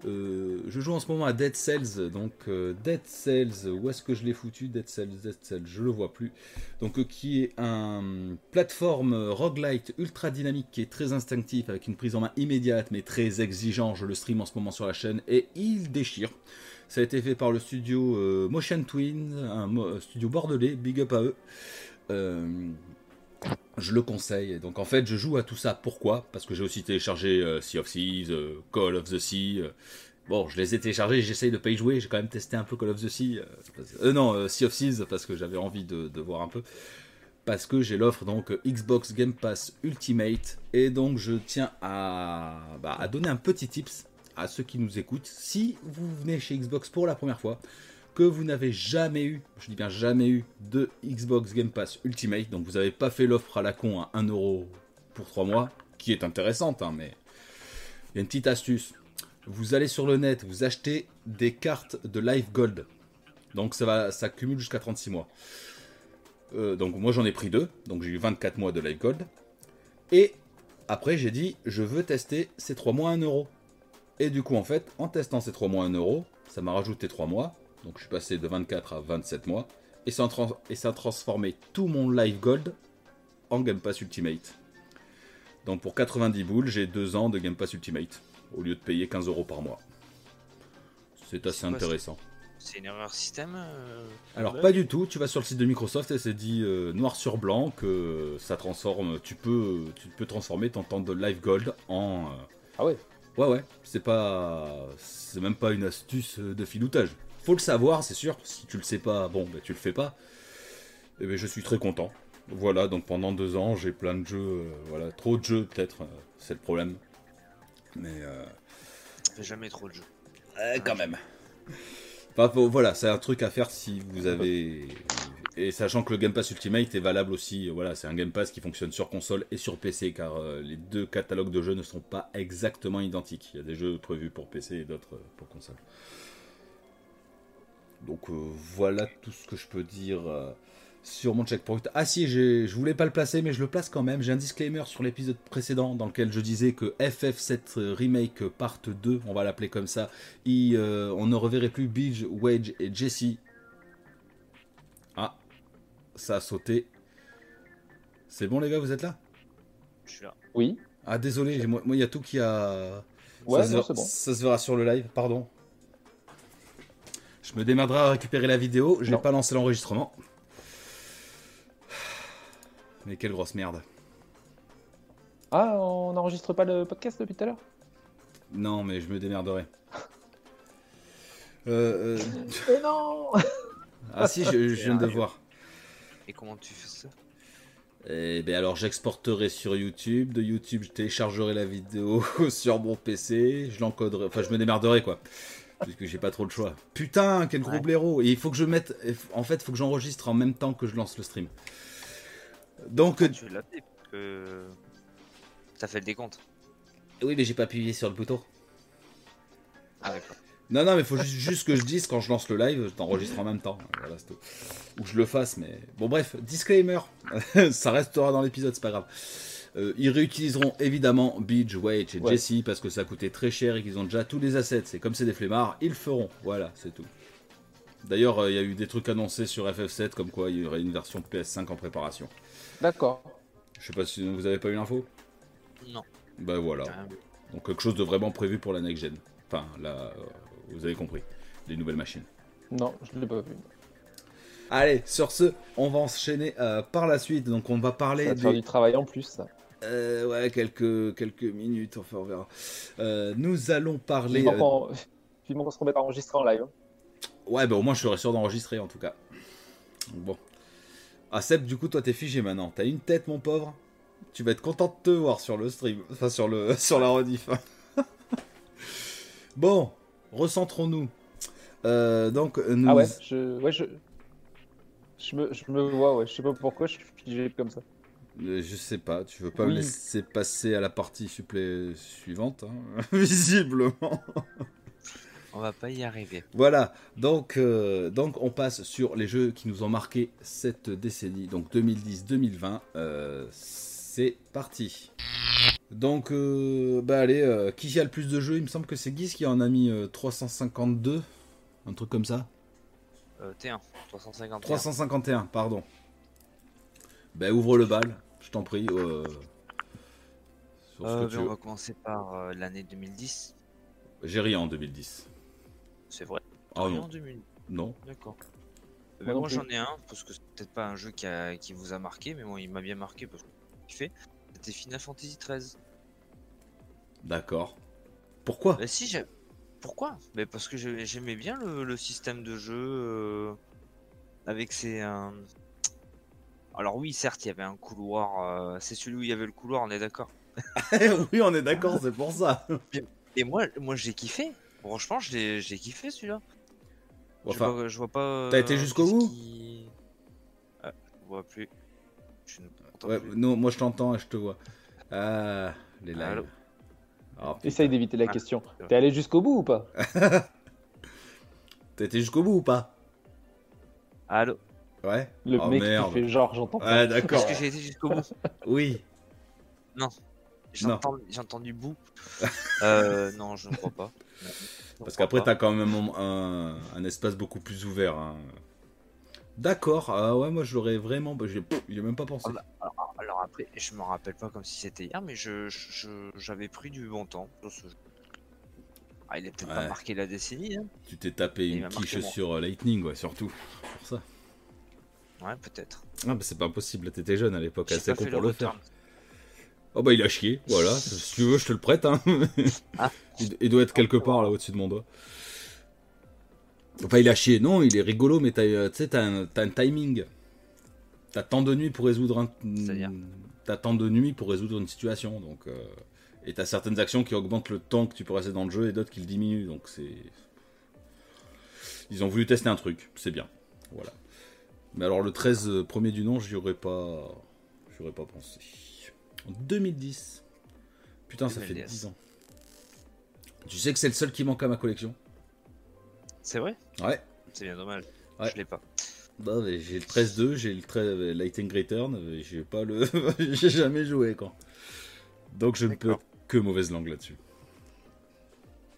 [SPEAKER 4] Euh, je joue en ce moment à Dead Cells, donc euh, Dead Cells, où est-ce que je l'ai foutu Dead Cells, Dead Cells, je le vois plus. Donc euh, qui est un plateforme euh, roguelite ultra dynamique qui est très instinctif avec une prise en main immédiate mais très exigeant. Je le stream en ce moment sur la chaîne et il déchire. Ça a été fait par le studio euh, Motion Twin, un mo- euh, studio bordelais, big up à eux. Euh, je le conseille. Donc en fait, je joue à tout ça. Pourquoi Parce que j'ai aussi téléchargé euh, Sea of Thieves, euh, Call of the Sea. euh. Bon, je les ai téléchargés, j'essaye de pas y jouer. J'ai quand même testé un peu Call of the Sea. euh, parce- euh, non, euh, Sea of Thieves, parce que j'avais envie de, de voir un peu. Parce que j'ai l'offre donc euh, Xbox Game Pass Ultimate. Et donc je tiens à, bah, à donner un petit tips à ceux qui nous écoutent, si vous venez chez Xbox pour la première fois, que vous n'avez jamais eu, je dis bien jamais eu, de Xbox Game Pass Ultimate, donc vous n'avez pas fait l'offre à la con à 1€ pour 3 mois, qui est intéressante, hein, mais il y a une petite astuce. Vous allez sur le net, vous achetez des cartes de Live Gold. Donc ça, va, ça cumule jusqu'à 36 mois. Euh, donc moi j'en ai pris deux, donc j'ai eu 24 mois de Live Gold. Et après j'ai dit, je veux tester ces 3 mois à 1 euro. Et du coup, en fait, en testant ces 3 mois à 1 euro, ça m'a rajouté 3 mois. Donc je suis passé de 24 à 27 mois. Et ça, a trans- et ça a transformé tout mon Live Gold en Game Pass Ultimate. Donc pour 90 boules, j'ai 2 ans de Game Pass Ultimate. Au lieu de payer 15 euros par mois. C'est assez
[SPEAKER 6] C'est quoi ça
[SPEAKER 4] intéressant.
[SPEAKER 6] C'est une erreur système. euh,
[SPEAKER 4] Alors
[SPEAKER 6] Ouais.
[SPEAKER 4] pas du tout, tu vas sur le site de Microsoft et c'est dit euh, noir sur blanc que euh, ça transforme, tu peux, tu peux transformer ton temps de live gold en... euh,
[SPEAKER 5] Ah ouais
[SPEAKER 4] Ouais ouais, c'est pas... C'est même pas une astuce euh, de filoutage. Faut le savoir, c'est sûr, si tu le sais pas, bon, bah, tu le fais pas. Et ben je suis très content. Voilà, donc pendant deux ans, j'ai plein de jeux, euh, voilà, trop de jeux peut-être, euh, c'est le problème. Mais... euh,
[SPEAKER 6] ça fait jamais trop de jeu.
[SPEAKER 4] euh, quand même. Enfin, faut- voilà, c'est un truc à faire si vous avez. Et sachant que le Game Pass Ultimate est valable aussi, euh, voilà, c'est un Game Pass qui fonctionne sur console et sur PC, car euh, les deux catalogues de jeux ne sont pas exactement identiques. Il y a des jeux prévus pour PC et d'autres euh, pour console. Donc euh, voilà tout ce que je peux dire euh, sur mon checkpoint. Ah si, j'ai- je voulais pas le placer, mais je le place quand même. J'ai un disclaimer sur l'épisode précédent dans lequel je disais que FF7 euh, Remake Part 2, on va l'appeler comme ça, il, euh, on ne reverrait plus Bilge, Wage et Jesse. Ah, ça a sauté. C'est bon les gars, vous êtes là
[SPEAKER 6] Je suis là.
[SPEAKER 5] Oui.
[SPEAKER 4] Ah désolé, j'ai- moi moi, il y a tout qui a...
[SPEAKER 5] Ouais,
[SPEAKER 4] ça, se
[SPEAKER 5] non,
[SPEAKER 4] verra,
[SPEAKER 5] c'est bon.
[SPEAKER 4] ça se verra sur le live, pardon. Je me démerderai à récupérer la vidéo, je n'ai
[SPEAKER 5] Non.
[SPEAKER 4] pas lancé l'enregistrement. Mais quelle grosse merde.
[SPEAKER 5] Ah, on n'enregistre pas le podcast depuis tout à l'heure
[SPEAKER 4] Non, mais je me démerderai.
[SPEAKER 5] (laughs)
[SPEAKER 4] Euh, euh,
[SPEAKER 5] Et non
[SPEAKER 4] Ah si, je, je viens de voir.
[SPEAKER 6] Et comment tu fais ça
[SPEAKER 4] Eh bien alors j'exporterai sur YouTube, de YouTube je téléchargerai la vidéo (laughs) sur mon PC, je l'encoderai, enfin je me démerderai quoi. Parce que j'ai pas trop le choix. Putain, quel gros
[SPEAKER 6] Ouais.
[SPEAKER 4] blaireau Et il faut que je mette... En fait, il faut que j'enregistre en même temps que je lance le stream. Donc... euh,
[SPEAKER 6] Tu l'as fait parce que t'as fait le décompte.
[SPEAKER 4] Oui, mais j'ai pas appuyé sur le bouton.
[SPEAKER 6] Ah d'accord.
[SPEAKER 4] Non, non, mais faut juste, juste que je dise quand je lance le live, je t'enregistre en même temps. Voilà, c'est tout. Ou que je le fasse, mais. Bon, bref, disclaimer. (laughs) Ça restera dans l'épisode, c'est pas grave. Euh, ils réutiliseront évidemment Beach, Wage et
[SPEAKER 5] Ouais.
[SPEAKER 4] Jesse parce que ça coûtait très cher et qu'ils ont déjà tous les assets. C'est comme c'est des flemmards, ils le feront. Voilà, c'est tout. D'ailleurs, euh, il y a eu des trucs annoncés sur FF7 comme quoi il y aurait une version PS5 en préparation.
[SPEAKER 5] D'accord.
[SPEAKER 4] Je sais pas si vous avez pas eu l'info
[SPEAKER 6] Non.
[SPEAKER 4] Bah voilà.
[SPEAKER 6] t'as rien vu.
[SPEAKER 4] Donc quelque chose de vraiment prévu pour la next gen. Enfin, là, euh, vous avez compris. Les nouvelles machines.
[SPEAKER 5] Non, je ne l'ai pas vu.
[SPEAKER 4] Allez, sur ce, on va enchaîner euh, par la suite. Donc on va
[SPEAKER 5] Ça
[SPEAKER 4] parler
[SPEAKER 5] va te faire
[SPEAKER 4] des,
[SPEAKER 5] du travail en plus, ça.
[SPEAKER 4] euh, ouais, quelques, quelques minutes, enfin on verra. Euh, nous allons parler...
[SPEAKER 5] Vivement qu'on- vivement qu'on se remette à enregistrer en live. hein.
[SPEAKER 4] euh, Ouais, bah au moins je serai sûr d'enregistrer en tout cas. Donc, bon. Ah Seb, du coup toi t'es figé maintenant. T'as une tête mon pauvre. Tu vas être content de te voir sur le stream. Enfin sur, le, (laughs) sur la rediff. bon, recentrons-nous. Euh, donc nous...
[SPEAKER 5] Ah ouais, je, ouais, je, je, me, je me vois, ouais. Je sais pas pourquoi, je suis figé comme ça.
[SPEAKER 4] Euh, Je sais pas, tu veux pas me
[SPEAKER 5] Oui.
[SPEAKER 4] laisser passer à la partie supplé... suivante, hein, (laughs) visiblement.
[SPEAKER 6] On va pas y arriver.
[SPEAKER 4] Voilà, donc, euh, donc on passe sur les jeux qui nous ont marqué cette décennie, donc 2010-2020. euh, c'est parti. Donc, euh, bah allez, euh, qui a le plus de jeux Il me semble que c'est Guise qui en a mis euh, 352, un truc comme ça.
[SPEAKER 6] Euh, T1, 351.
[SPEAKER 4] 351, pardon. Ben ouvre le bal, je t'en prie. euh, sur ce
[SPEAKER 6] Euh,
[SPEAKER 4] que tu
[SPEAKER 6] ben,
[SPEAKER 4] veux.
[SPEAKER 6] on va commencer par euh, l'année 2010.
[SPEAKER 4] J'ai rien en 2010.
[SPEAKER 6] C'est vrai.
[SPEAKER 4] Ah
[SPEAKER 6] Rien
[SPEAKER 4] non,
[SPEAKER 6] en 2000.
[SPEAKER 4] non.
[SPEAKER 6] D'accord. Eh
[SPEAKER 5] Moi
[SPEAKER 6] ben,
[SPEAKER 5] non
[SPEAKER 6] Moi
[SPEAKER 5] plus.
[SPEAKER 6] j'en ai un, parce que c'est peut-être pas un jeu qui, a- qui vous a marqué, mais moi il m'a bien marqué parce que j'ai kiffé. C'était Final Fantasy 13.
[SPEAKER 4] D'accord. Pourquoi
[SPEAKER 6] Bah si, j'ai. Pourquoi Mais parce que j'ai- j'aimais bien le, le système de jeu euh, avec ses. euh, Alors oui, certes, il y avait un couloir. euh, C'est celui où il y avait le couloir, on est d'accord.
[SPEAKER 4] (laughs) Oui, on est d'accord, c'est pour ça.
[SPEAKER 6] Et moi, moi j'ai kiffé. Franchement, je l'ai- j'ai kiffé celui-là. je,
[SPEAKER 4] Enfin,
[SPEAKER 6] vois, je vois pas.
[SPEAKER 4] t'as été
[SPEAKER 6] euh,
[SPEAKER 4] jusqu'au
[SPEAKER 6] qu'est-ce
[SPEAKER 4] bout
[SPEAKER 6] qui- Ah, je vois plus. Je ne t'entends
[SPEAKER 4] ouais,
[SPEAKER 6] plus.
[SPEAKER 4] non, moi je t'entends et je te vois. Ah, les lives.
[SPEAKER 6] Allô
[SPEAKER 4] Ah, putain.
[SPEAKER 5] Essaye d'éviter la
[SPEAKER 6] Ah,
[SPEAKER 5] question.
[SPEAKER 6] vrai.
[SPEAKER 5] T'es allé jusqu'au bout ou pas
[SPEAKER 4] T'as été jusqu'au bout ou pas
[SPEAKER 6] Allô
[SPEAKER 4] Ouais.
[SPEAKER 5] Le
[SPEAKER 4] Oh,
[SPEAKER 5] mec
[SPEAKER 4] merde.
[SPEAKER 5] qui fait genre, j'entends pas.
[SPEAKER 4] Ouais, d'accord.
[SPEAKER 6] Est-ce que j'ai été
[SPEAKER 4] (laughs)
[SPEAKER 6] jusqu'au bout
[SPEAKER 4] Oui.
[SPEAKER 6] J'entends- J'ai
[SPEAKER 4] (laughs)
[SPEAKER 6] entendu bout. euh, non, je ne crois pas. Non, je ne
[SPEAKER 4] Parce
[SPEAKER 6] crois
[SPEAKER 4] qu'après,
[SPEAKER 6] pas.
[SPEAKER 4] t'as quand même un, un- un espace beaucoup plus ouvert. hein. D'accord. Ah ouais, moi je l'aurais vraiment. bah, j'ai pff, j'y ai même pas pensé.
[SPEAKER 6] Ah bah, alors, alors après, je me rappelle pas comme si c'était hier, mais je je- j'avais pris du bon temps sur ce jeu. Ah, il a peut-être
[SPEAKER 4] Ouais.
[SPEAKER 6] pas marqué la décennie, hein
[SPEAKER 4] Tu t'es tapé
[SPEAKER 6] Il
[SPEAKER 4] une
[SPEAKER 6] m'a marqué,
[SPEAKER 4] quiche
[SPEAKER 6] moi.
[SPEAKER 4] sur euh, Lightning, ouais, surtout. Pour ça.
[SPEAKER 6] Ouais, peut-être.
[SPEAKER 4] Ah, bah c'est pas impossible, t'étais jeune à l'époque,
[SPEAKER 6] J'ai
[SPEAKER 4] assez
[SPEAKER 6] pas
[SPEAKER 4] con
[SPEAKER 6] fait
[SPEAKER 4] pour le faire.
[SPEAKER 6] return.
[SPEAKER 4] Oh bah il a chié, voilà, si tu veux je te le prête hein.
[SPEAKER 6] Ah.
[SPEAKER 4] Il, il doit être quelque part là au-dessus de mon doigt. Enfin il a chié, non il est rigolo mais t'as, euh, tu sais, t'as un, t'as un timing. T'as tant de nuits pour résoudre un...
[SPEAKER 6] C'est-à-dire
[SPEAKER 4] T'as tant de nuits pour résoudre une situation donc... euh, Et t'as certaines actions qui augmentent le temps que tu peux rester dans le jeu et d'autres qui le diminuent donc c'est... Ils ont voulu tester un truc, c'est bien. Voilà. Mais alors le 13 euh, premier du nom j'y aurais pas... J'y aurais pas pensé. En 2010. Putain, ça fait
[SPEAKER 6] 2010.
[SPEAKER 4] 10 ans. Tu sais que c'est le seul qui manque à ma collection
[SPEAKER 6] C'est vrai
[SPEAKER 4] Ouais.
[SPEAKER 6] C'est bien dommage.
[SPEAKER 4] Ouais.
[SPEAKER 6] Je l'ai pas.
[SPEAKER 4] Bah, mais j'ai le 13-2, j'ai le euh, 13 Lightning Return, mais j'ai pas le. (laughs) j'ai jamais joué quoi. Donc je ne peux
[SPEAKER 6] D'accord.
[SPEAKER 4] que mauvaise langue là-dessus.
[SPEAKER 6] (laughs)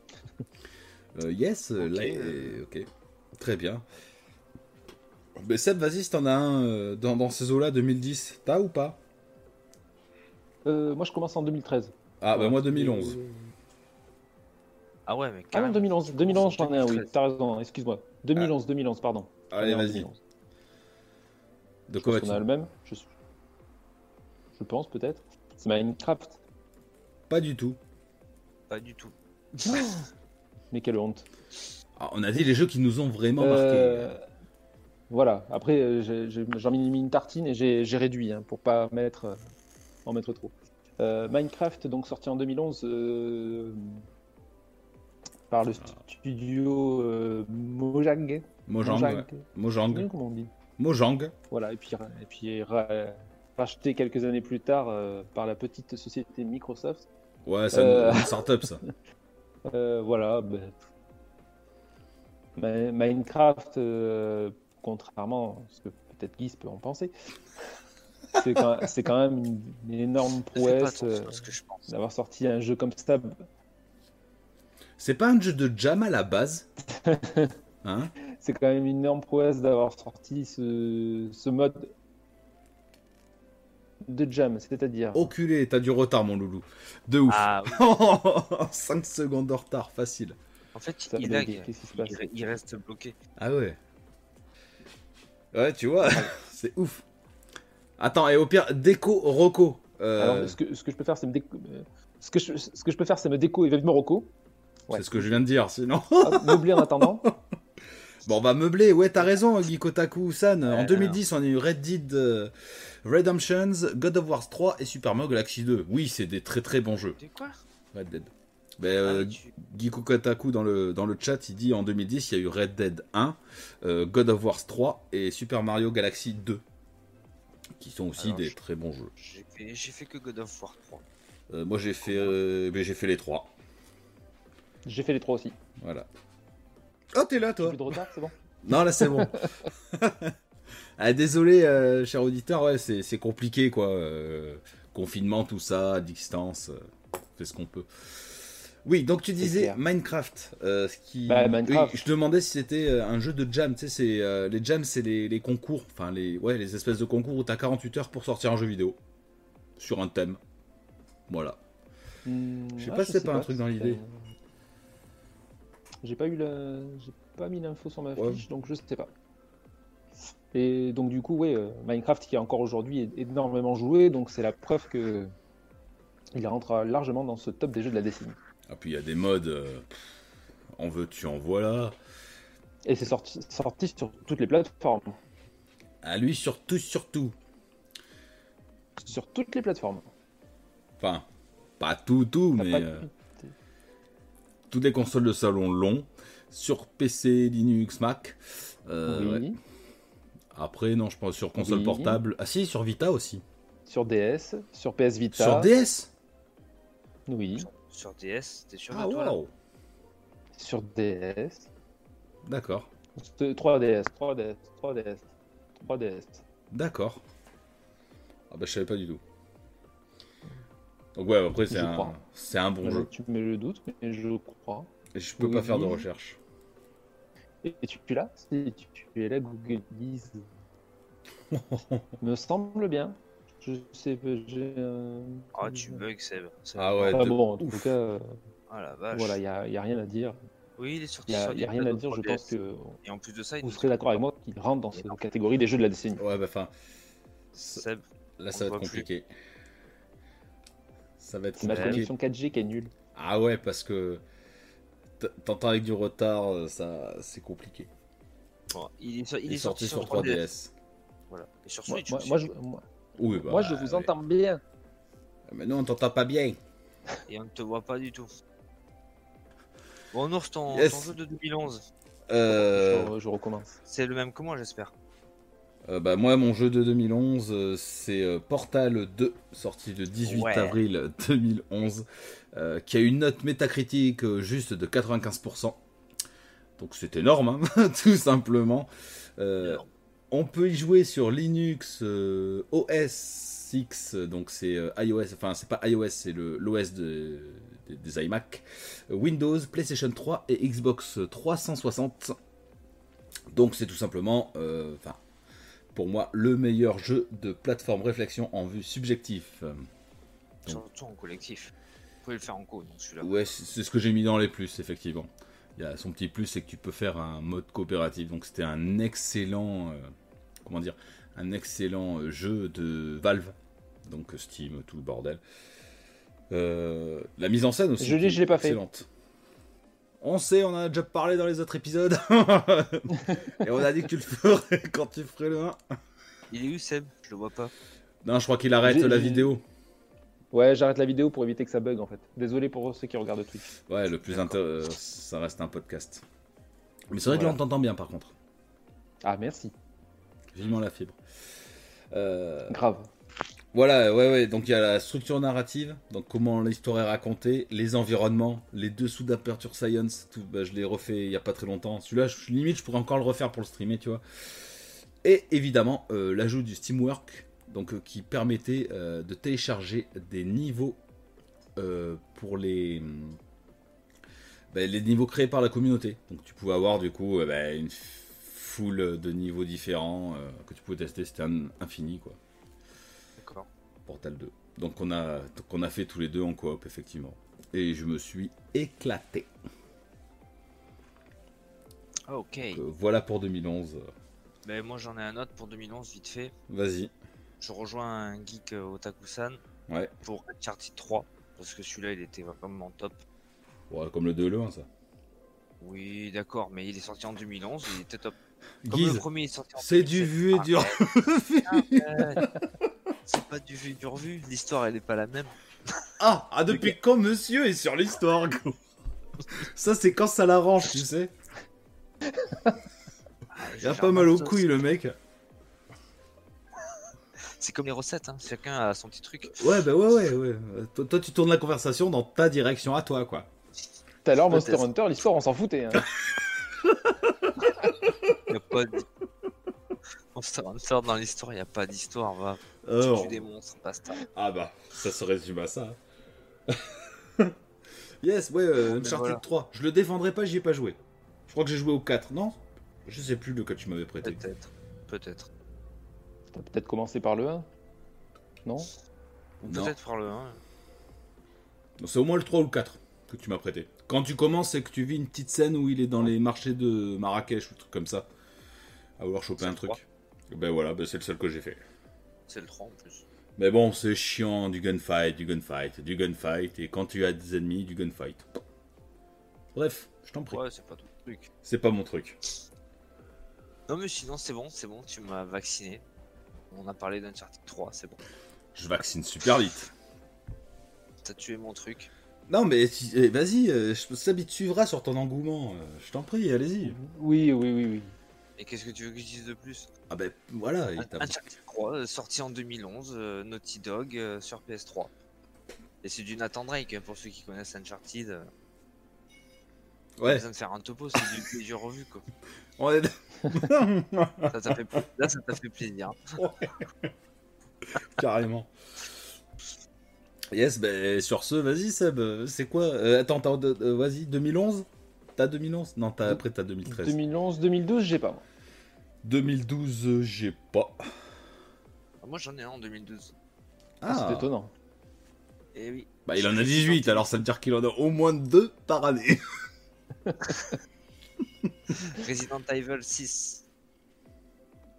[SPEAKER 4] Euh, yes, euh,
[SPEAKER 6] Ok.
[SPEAKER 4] Light- euh, ok. Très bien. Mais Seb, vas-y, si t'en as un euh, dans, dans ces eaux-là, 2010, t'as ou pas
[SPEAKER 5] Euh, moi, je commence en 2013.
[SPEAKER 4] Ah, bah moi 2011.
[SPEAKER 6] Ah ouais,
[SPEAKER 5] Ah
[SPEAKER 6] mais
[SPEAKER 5] non,
[SPEAKER 6] carrément.
[SPEAKER 5] 2011. 2011, j'en ai un, oui.
[SPEAKER 6] 2013.
[SPEAKER 5] T'as raison, excuse-moi. 2011, 2011, pardon.
[SPEAKER 4] Ah. Allez,
[SPEAKER 5] J'en ai un
[SPEAKER 4] vas-y.
[SPEAKER 5] en 2011.
[SPEAKER 4] De
[SPEAKER 5] Je
[SPEAKER 4] quoi
[SPEAKER 5] pense
[SPEAKER 4] vas-tu
[SPEAKER 5] qu'on a le même. Je, suis- je pense, peut-être.
[SPEAKER 4] (laughs)
[SPEAKER 5] C'est Minecraft.
[SPEAKER 4] Pas du tout.
[SPEAKER 6] Pas du tout.
[SPEAKER 5] Mais quelle honte.
[SPEAKER 4] Ah, on a dit les jeux qui nous ont vraiment
[SPEAKER 5] Euh,
[SPEAKER 4] marqué.
[SPEAKER 5] Voilà, après euh, j'ai- j'ai- j'en ai mis une tartine et j'ai j'ai réduit hein, pour pas mettre, euh, en mettre trop. Euh, Minecraft, donc sorti en 2011 euh, par
[SPEAKER 4] Ah.
[SPEAKER 5] le studio euh, Mojang.
[SPEAKER 4] Mojang. ouais.
[SPEAKER 5] Je sais
[SPEAKER 4] Mojang.
[SPEAKER 5] même comment on dit.
[SPEAKER 4] Mojang.
[SPEAKER 5] Voilà, et puis, ra- et puis ra- racheté quelques années plus tard euh, par la petite société Microsoft.
[SPEAKER 4] Ouais, ça
[SPEAKER 5] Euh.
[SPEAKER 4] une startup ça.
[SPEAKER 5] Euh, voilà. bah, Ma- Minecraft, euh, contrairement à ce que peut-être Guise peut en penser, (laughs) c'est quand, c'est quand même une, une énorme
[SPEAKER 6] Ne fais pas
[SPEAKER 5] prouesse
[SPEAKER 6] attention
[SPEAKER 5] euh,
[SPEAKER 6] à ce que je pense.
[SPEAKER 5] d'avoir sorti un jeu comme ça.
[SPEAKER 4] C'est pas un jeu de jam à la base. Hein
[SPEAKER 5] C'est quand même une énorme prouesse d'avoir sorti ce, ce mode de jam, c'est-à-dire.
[SPEAKER 4] Oculé, t'as du retard mon loulou. De ouf.
[SPEAKER 6] Ah, oui.
[SPEAKER 4] (laughs) 5 secondes de retard, facile.
[SPEAKER 6] en fait,
[SPEAKER 5] Ça
[SPEAKER 6] il
[SPEAKER 5] me
[SPEAKER 6] lag.
[SPEAKER 5] dit,
[SPEAKER 6] Il,
[SPEAKER 5] qu'est-ce qui se passe
[SPEAKER 6] re- il reste bloqué.
[SPEAKER 4] Ah ouais. Ouais, tu vois, (laughs) c'est ouf. Attends, et au pire, déco roco. Euh,
[SPEAKER 5] Alors, ce que, ce que je peux faire, c'est me déco- euh, ce que je, ce que je peux faire, c'est me déco et vêtements Rocco. ouais.
[SPEAKER 4] C'est ce que je viens de dire, sinon.
[SPEAKER 5] Ah, Meubler en
[SPEAKER 4] (laughs)
[SPEAKER 5] attendant.
[SPEAKER 4] Bon, on va meubler. Ouais, t'as raison, Guy Kotaku San.
[SPEAKER 6] Ouais,
[SPEAKER 4] en 2010, on a eu Red Dead euh, Redemptions, God of War 3 et Super Mario Galaxy 2. Oui, c'est des très très bons jeux.
[SPEAKER 6] Tu quoi
[SPEAKER 4] Red Dead. Mais, euh,
[SPEAKER 6] Ah, tu-
[SPEAKER 4] Guy Kotaku dans le, dans le chat, il dit en 2010, il y a eu Red Dead 1, euh, God of War 3 et Super Mario Galaxy 2. Qui sont aussi
[SPEAKER 6] Alors,
[SPEAKER 4] des
[SPEAKER 6] je-
[SPEAKER 4] très bons jeux.
[SPEAKER 6] J'ai fait, j'ai fait que God of War 3.
[SPEAKER 4] Euh, moi, j'ai fait, euh, mais j'ai fait les trois.
[SPEAKER 5] J'ai fait les trois aussi.
[SPEAKER 4] Voilà.
[SPEAKER 6] Ah,
[SPEAKER 4] Oh, t'es là,
[SPEAKER 5] J'ai
[SPEAKER 4] toi
[SPEAKER 5] plus de retard, c'est bon.
[SPEAKER 4] Non, là, c'est bon. ah, désolé, euh, cher auditeur, ouais, c'est c'est compliqué, quoi. euh, confinement, tout ça, à distance, euh, on fait ce qu'on peut. Oui, donc tu disais
[SPEAKER 5] clair.
[SPEAKER 4] Minecraft. euh, ce qui...
[SPEAKER 5] Bah, Minecraft.
[SPEAKER 4] Oui, je demandais si c'était euh, un jeu de jam. Tu sais, c'est, euh, les jams, c'est les, les concours, enfin, les, ouais, les espèces de concours où t'as 48 heures pour sortir un jeu vidéo sur un thème. Voilà.
[SPEAKER 5] Hmm,
[SPEAKER 4] Je sais pas si c'est pas un truc dans
[SPEAKER 5] si
[SPEAKER 4] l'idée.
[SPEAKER 5] c'est- J'ai pas eu la... j'ai pas mis l'info sur ma
[SPEAKER 4] Ouais.
[SPEAKER 5] fiche, donc je sais pas. Et donc du coup, ouais, euh, Minecraft qui est encore aujourd'hui est énormément joué, donc c'est la preuve que il rentre largement dans ce top des jeux de la décennie.
[SPEAKER 4] Ah, puis il y a des modes. euh, pff, en veux, tu en voilà.
[SPEAKER 5] Et c'est sorti, sorti sur toutes les plateformes,
[SPEAKER 4] À lui, surtout, surtout.
[SPEAKER 5] sur toutes les plateformes.
[SPEAKER 4] Enfin, pas tout, tout,
[SPEAKER 5] T'as
[SPEAKER 4] mais
[SPEAKER 5] pas-
[SPEAKER 4] euh, toutes les consoles de salon l'ont. Sur PC, Linux, Mac. Euh,
[SPEAKER 5] Oui,
[SPEAKER 4] ouais. Après, non, je pense sur console
[SPEAKER 5] Oui.
[SPEAKER 4] portable. Ah si, sur Vita aussi.
[SPEAKER 5] Sur DS, sur PS Vita.
[SPEAKER 4] Sur DS
[SPEAKER 5] Oui,
[SPEAKER 6] Sur DS, t'es sûr
[SPEAKER 4] Hmm Ah,
[SPEAKER 6] de toi là
[SPEAKER 4] waouh
[SPEAKER 5] sur DS.
[SPEAKER 4] D'accord,
[SPEAKER 5] C'est 3DS, 3DS, 3DS, 3DS.
[SPEAKER 4] d'accord. Ah bah, je savais pas du tout. Donc ouais, après, c'est
[SPEAKER 5] Je
[SPEAKER 4] un,
[SPEAKER 5] crois.
[SPEAKER 4] c'est un bon jeu.
[SPEAKER 5] Tu me le doutes, mais je crois.
[SPEAKER 4] Et je peux
[SPEAKER 5] Oui,
[SPEAKER 4] pas faire de
[SPEAKER 5] oui.
[SPEAKER 4] recherche.
[SPEAKER 5] Et tu es là Si tu tu es là, Google
[SPEAKER 4] (laughs)
[SPEAKER 5] Lise. me semble bien. Je sais pas, j'ai un...
[SPEAKER 6] Ah, tu bugs, Seb. Seb.
[SPEAKER 4] Ah ouais,
[SPEAKER 5] Ah
[SPEAKER 4] de-
[SPEAKER 5] bon, en tout
[SPEAKER 4] ouf.
[SPEAKER 5] cas, euh,
[SPEAKER 6] Ah la vache.
[SPEAKER 5] voilà, il n'y a, y a rien à dire.
[SPEAKER 6] Oui, il est sorti
[SPEAKER 5] Il n'y a,
[SPEAKER 6] sur
[SPEAKER 5] y a
[SPEAKER 6] des
[SPEAKER 5] rien à
[SPEAKER 6] plateaux
[SPEAKER 5] dire, je
[SPEAKER 6] 3DS.
[SPEAKER 5] pense que
[SPEAKER 6] Et en plus de ça, il
[SPEAKER 5] vous
[SPEAKER 6] nous
[SPEAKER 5] serez d'accord avec moi qu'il rentre dans cette catégorie des jeux de la décennie.
[SPEAKER 4] Ouais, bah enfin,
[SPEAKER 6] Seb,
[SPEAKER 4] là,
[SPEAKER 6] On
[SPEAKER 4] ça va être
[SPEAKER 6] voit plus.
[SPEAKER 4] compliqué. Ça va être
[SPEAKER 5] C'est ma
[SPEAKER 4] compliqué.
[SPEAKER 5] connexion 4G qui est nulle.
[SPEAKER 4] Ah ouais, parce que t- t'entends avec du retard, euh, ça c'est compliqué.
[SPEAKER 6] bon, il est, so- il
[SPEAKER 4] Il
[SPEAKER 6] est
[SPEAKER 4] est sorti sur
[SPEAKER 6] 3DS.
[SPEAKER 4] 3DS.
[SPEAKER 6] Voilà. Et sur
[SPEAKER 5] Moi,
[SPEAKER 6] Switch.
[SPEAKER 5] moi,
[SPEAKER 6] aussi.
[SPEAKER 5] moi, je, moi,
[SPEAKER 4] Oui, bah,
[SPEAKER 5] moi, je vous
[SPEAKER 4] oui.
[SPEAKER 5] entends bien.
[SPEAKER 4] Mais nous on t'entend pas bien.
[SPEAKER 6] Et on ne te voit pas du tout. Bon, Nours, ton,
[SPEAKER 4] Yes.
[SPEAKER 6] ton jeu de 2011,
[SPEAKER 4] Euh,
[SPEAKER 5] Je, je recommence.
[SPEAKER 6] c'est le même que moi, j'espère.
[SPEAKER 4] euh, bah moi mon jeu de 2011 euh, c'est euh, Portal 2 sorti le 18
[SPEAKER 6] Ouais.
[SPEAKER 4] avril 2011 euh, qui a une note métacritique euh, juste de 95%. Donc c'est énorme hein, (laughs) tout simplement. Euh,
[SPEAKER 6] Énorme.
[SPEAKER 4] on peut y jouer sur Linux euh, OS X, donc c'est euh, iOS, enfin c'est pas iOS, c'est le- l'OS de, des, des iMac, euh, Windows, PlayStation 3 et Xbox 360. Donc c'est tout simplement, euh, enfin, pour moi, le meilleur jeu de plateforme réflexion en vue subjective. Euh,
[SPEAKER 6] Surtout en collectif. Vous pouvez le faire en co, donc celui-là.
[SPEAKER 4] Ouais, c'est c'est ce que j'ai mis dans les plus, effectivement. Il y a son petit plus, c'est que tu peux faire un mode coopératif. Donc c'était un excellent, euh, comment dire, un excellent euh, jeu de Valve, donc euh, Steam, tout le bordel. Euh, la mise en scène aussi.
[SPEAKER 5] Je l'ai-
[SPEAKER 4] qui
[SPEAKER 5] je
[SPEAKER 4] est
[SPEAKER 5] l'ai pas fait.
[SPEAKER 4] excellente. On sait, on en a déjà parlé dans les autres épisodes. (laughs) Et on a dit que tu le ferais quand tu ferais le 1.
[SPEAKER 6] Il est où Seb Je le vois pas.
[SPEAKER 4] Non, je crois qu'il arrête
[SPEAKER 5] J'ai-
[SPEAKER 4] la
[SPEAKER 5] j'ai-
[SPEAKER 4] vidéo.
[SPEAKER 5] Ouais, j'arrête la vidéo pour éviter que ça bug en fait. Désolé pour ceux qui regardent Twitch.
[SPEAKER 4] Ouais, le plus intér- euh, ça reste un podcast. Mais c'est vrai
[SPEAKER 5] Voilà.
[SPEAKER 4] que là, on t'entend bien par contre.
[SPEAKER 5] Ah merci,
[SPEAKER 4] Vivement la fibre. Euh,
[SPEAKER 5] grave.
[SPEAKER 4] Voilà, ouais, ouais. Donc il y a la structure narrative, donc comment l'histoire est racontée, les environnements, les dessous d'Aperture Science. Tout, bah, je l'ai refait il y a pas très longtemps. Celui-là, je, limite, je pourrais encore le refaire pour le streamer, tu vois. Et évidemment, euh, l'ajout du Steamwork, donc euh, qui permettait euh, de télécharger des niveaux euh, pour les hmm, bah, les niveaux créés par la communauté. Donc tu pouvais avoir du coup euh, bah, une foule de niveaux différents euh, que tu pouvais tester. C'était un- infini, quoi.
[SPEAKER 6] D'accord.
[SPEAKER 4] Portal 2. Donc on a, qu'on a fait tous les deux en coop, effectivement. Et je me suis éclaté.
[SPEAKER 6] Ah, ok.
[SPEAKER 4] Euh, voilà pour 2011.
[SPEAKER 6] Mais Ben, moi j'en ai un autre pour 2011 vite fait.
[SPEAKER 4] Vas-y.
[SPEAKER 6] Je rejoins un geek euh, Otaku-san
[SPEAKER 4] Ouais.
[SPEAKER 6] pour Uncharted 3 parce que celui-là il était vraiment top.
[SPEAKER 4] Ouais, comme le 2 le 1, ça.
[SPEAKER 6] Oui, d'accord, mais il est sorti en 2011, il était top. Comme le
[SPEAKER 4] Guise,
[SPEAKER 6] premier il est sorti en
[SPEAKER 4] c'est du
[SPEAKER 6] 2007.
[SPEAKER 4] vu et du
[SPEAKER 6] Arrête, arrête. Ah, (laughs) C'est pas du vu et du revu, l'histoire elle est pas la même.
[SPEAKER 4] (laughs) Ah, ah, depuis quand monsieur est sur l'histoire,
[SPEAKER 6] (laughs)
[SPEAKER 4] gros Ça, c'est quand ça l'arrange, tu sais.
[SPEAKER 6] Ah,
[SPEAKER 4] Il a pas mal aux couilles, le mec.
[SPEAKER 6] C'est comme les recettes, hein. chacun a son petit truc.
[SPEAKER 4] Ouais, bah ouais, ouais, ouais. Euh, Toi, toi, tu tournes la conversation dans ta direction à toi, quoi.
[SPEAKER 5] Tout à l'heure,
[SPEAKER 6] Je
[SPEAKER 5] Monster
[SPEAKER 6] déteste.
[SPEAKER 5] Hunter, l'histoire, on s'en foutait. hein.
[SPEAKER 6] Y a pas de- (laughs) On se rentre dans l'histoire, y a pas d'histoire, va.
[SPEAKER 4] Alors,
[SPEAKER 6] Tu tues des monstres, basta.
[SPEAKER 4] Ah bah, ça se résume à ça. hein. (laughs) yes, ouais, euh,
[SPEAKER 6] Ah, Mais
[SPEAKER 4] Uncharted
[SPEAKER 6] voilà.
[SPEAKER 4] 3. Je le défendrai pas, j'y ai pas joué. Je crois que j'ai joué au 4, non Je sais plus lequel tu m'avais prêté.
[SPEAKER 6] Peut-être, peut-être.
[SPEAKER 5] T'as peut-être commencé par le 1 Non
[SPEAKER 6] Ou
[SPEAKER 4] Non.
[SPEAKER 6] peut-être par le 1.
[SPEAKER 4] Non, C'est au moins le 3 ou le 4 que tu m'as prêté. Quand tu commences et que tu vis une petite scène où il est dans les marchés de Marrakech ou un truc comme ça, à vouloir choper
[SPEAKER 6] C'est
[SPEAKER 4] un
[SPEAKER 6] le
[SPEAKER 4] truc.
[SPEAKER 6] 3.
[SPEAKER 4] Ben voilà, ben c'est le seul que j'ai fait.
[SPEAKER 6] C'est le 3 en plus.
[SPEAKER 4] Mais bon, c'est chiant, du gunfight, du gunfight, du gunfight, et quand tu as des ennemis, du gunfight. Bref, je t'en prie.
[SPEAKER 6] Ouais, c'est pas tout le truc.
[SPEAKER 4] C'est pas mon truc.
[SPEAKER 6] Non, mais sinon, c'est bon, c'est bon, tu m'as vacciné. On a parlé d'Uncharted 3, c'est bon.
[SPEAKER 4] Je vaccine super vite.
[SPEAKER 6] T'as tué mon truc.
[SPEAKER 4] Non, mais si- eh, vas-y, euh, je- Seb, il te suivra sur ton engouement. euh, Je t'en prie, allez-y.
[SPEAKER 5] Oui, oui, oui, oui.
[SPEAKER 6] Et qu'est-ce que tu veux que je dise de plus
[SPEAKER 4] Ah ben voilà, il t'a-
[SPEAKER 6] Uncharted 3, euh, sorti en 2011, euh, Naughty Dog, euh, sur PS3. Et c'est du Nathan Drake, hein, pour ceux qui connaissent Uncharted. euh, Pas
[SPEAKER 4] Ouais,
[SPEAKER 6] besoin de faire un topo, c'est du plaisir revu, quoi.
[SPEAKER 4] on est-
[SPEAKER 6] Ça t'a fait... pla- Là, ça t'a fait plaisir.
[SPEAKER 4] (laughs) carrément. Yes, ben sur ce, vas-y Seb, euh, c'est quoi Euh, Attends, t'as- euh, vas-y, 2011 T'as 2011 Non, t'as, après t'as 2013.
[SPEAKER 5] 2011, 2012, j'ai pas. moi.
[SPEAKER 4] 2012, euh, j'ai pas.
[SPEAKER 6] Ah, Moi, j'en ai un en 2012.
[SPEAKER 5] Ah, C'est étonnant.
[SPEAKER 6] Et Eh oui.
[SPEAKER 4] Ah, bah, il en a 18, alors ça veut dire qu'il en a au moins deux par
[SPEAKER 6] (laughs)
[SPEAKER 4] année.
[SPEAKER 6] Resident Evil 6.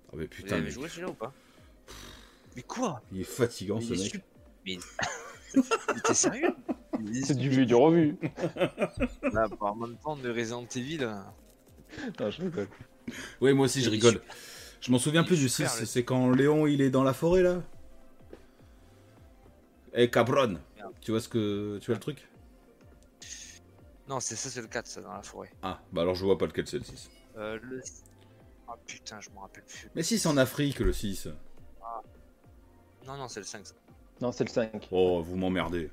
[SPEAKER 4] Ah mais
[SPEAKER 6] Vous
[SPEAKER 4] putain,
[SPEAKER 6] avez
[SPEAKER 4] mais
[SPEAKER 6] joué celui-là ou pas Mais quoi
[SPEAKER 4] il est fatigant
[SPEAKER 6] Mais
[SPEAKER 4] ce
[SPEAKER 6] il est
[SPEAKER 4] mec.
[SPEAKER 6] sup- Mais, Mais t'es sérieux Il est
[SPEAKER 5] C'est du vu et du revu.
[SPEAKER 6] Là, en même temps, de Resident Evil.
[SPEAKER 5] Non, je rigole.
[SPEAKER 4] Ouais, moi aussi je
[SPEAKER 6] Il est
[SPEAKER 4] rigole.
[SPEAKER 6] super.
[SPEAKER 4] Je m'en souviens
[SPEAKER 6] Il est
[SPEAKER 4] plus du
[SPEAKER 6] super,
[SPEAKER 4] 6,
[SPEAKER 6] le-
[SPEAKER 4] c'est quand Léon il est dans la forêt là. Eh cabron Tu vois ce que. Tu vois le truc
[SPEAKER 6] Non, c'est ça, c'est le 4, ça, dans la forêt.
[SPEAKER 4] Ah, bah alors je vois pas lequel c'est le 6.
[SPEAKER 6] Euh, le. Ah putain, je me rappelle plus.
[SPEAKER 4] Mais si c'est en Afrique le 6.
[SPEAKER 6] Non, non, c'est le 5. ça.
[SPEAKER 5] Non, c'est le 5.
[SPEAKER 4] Oh, vous m'emmerdez.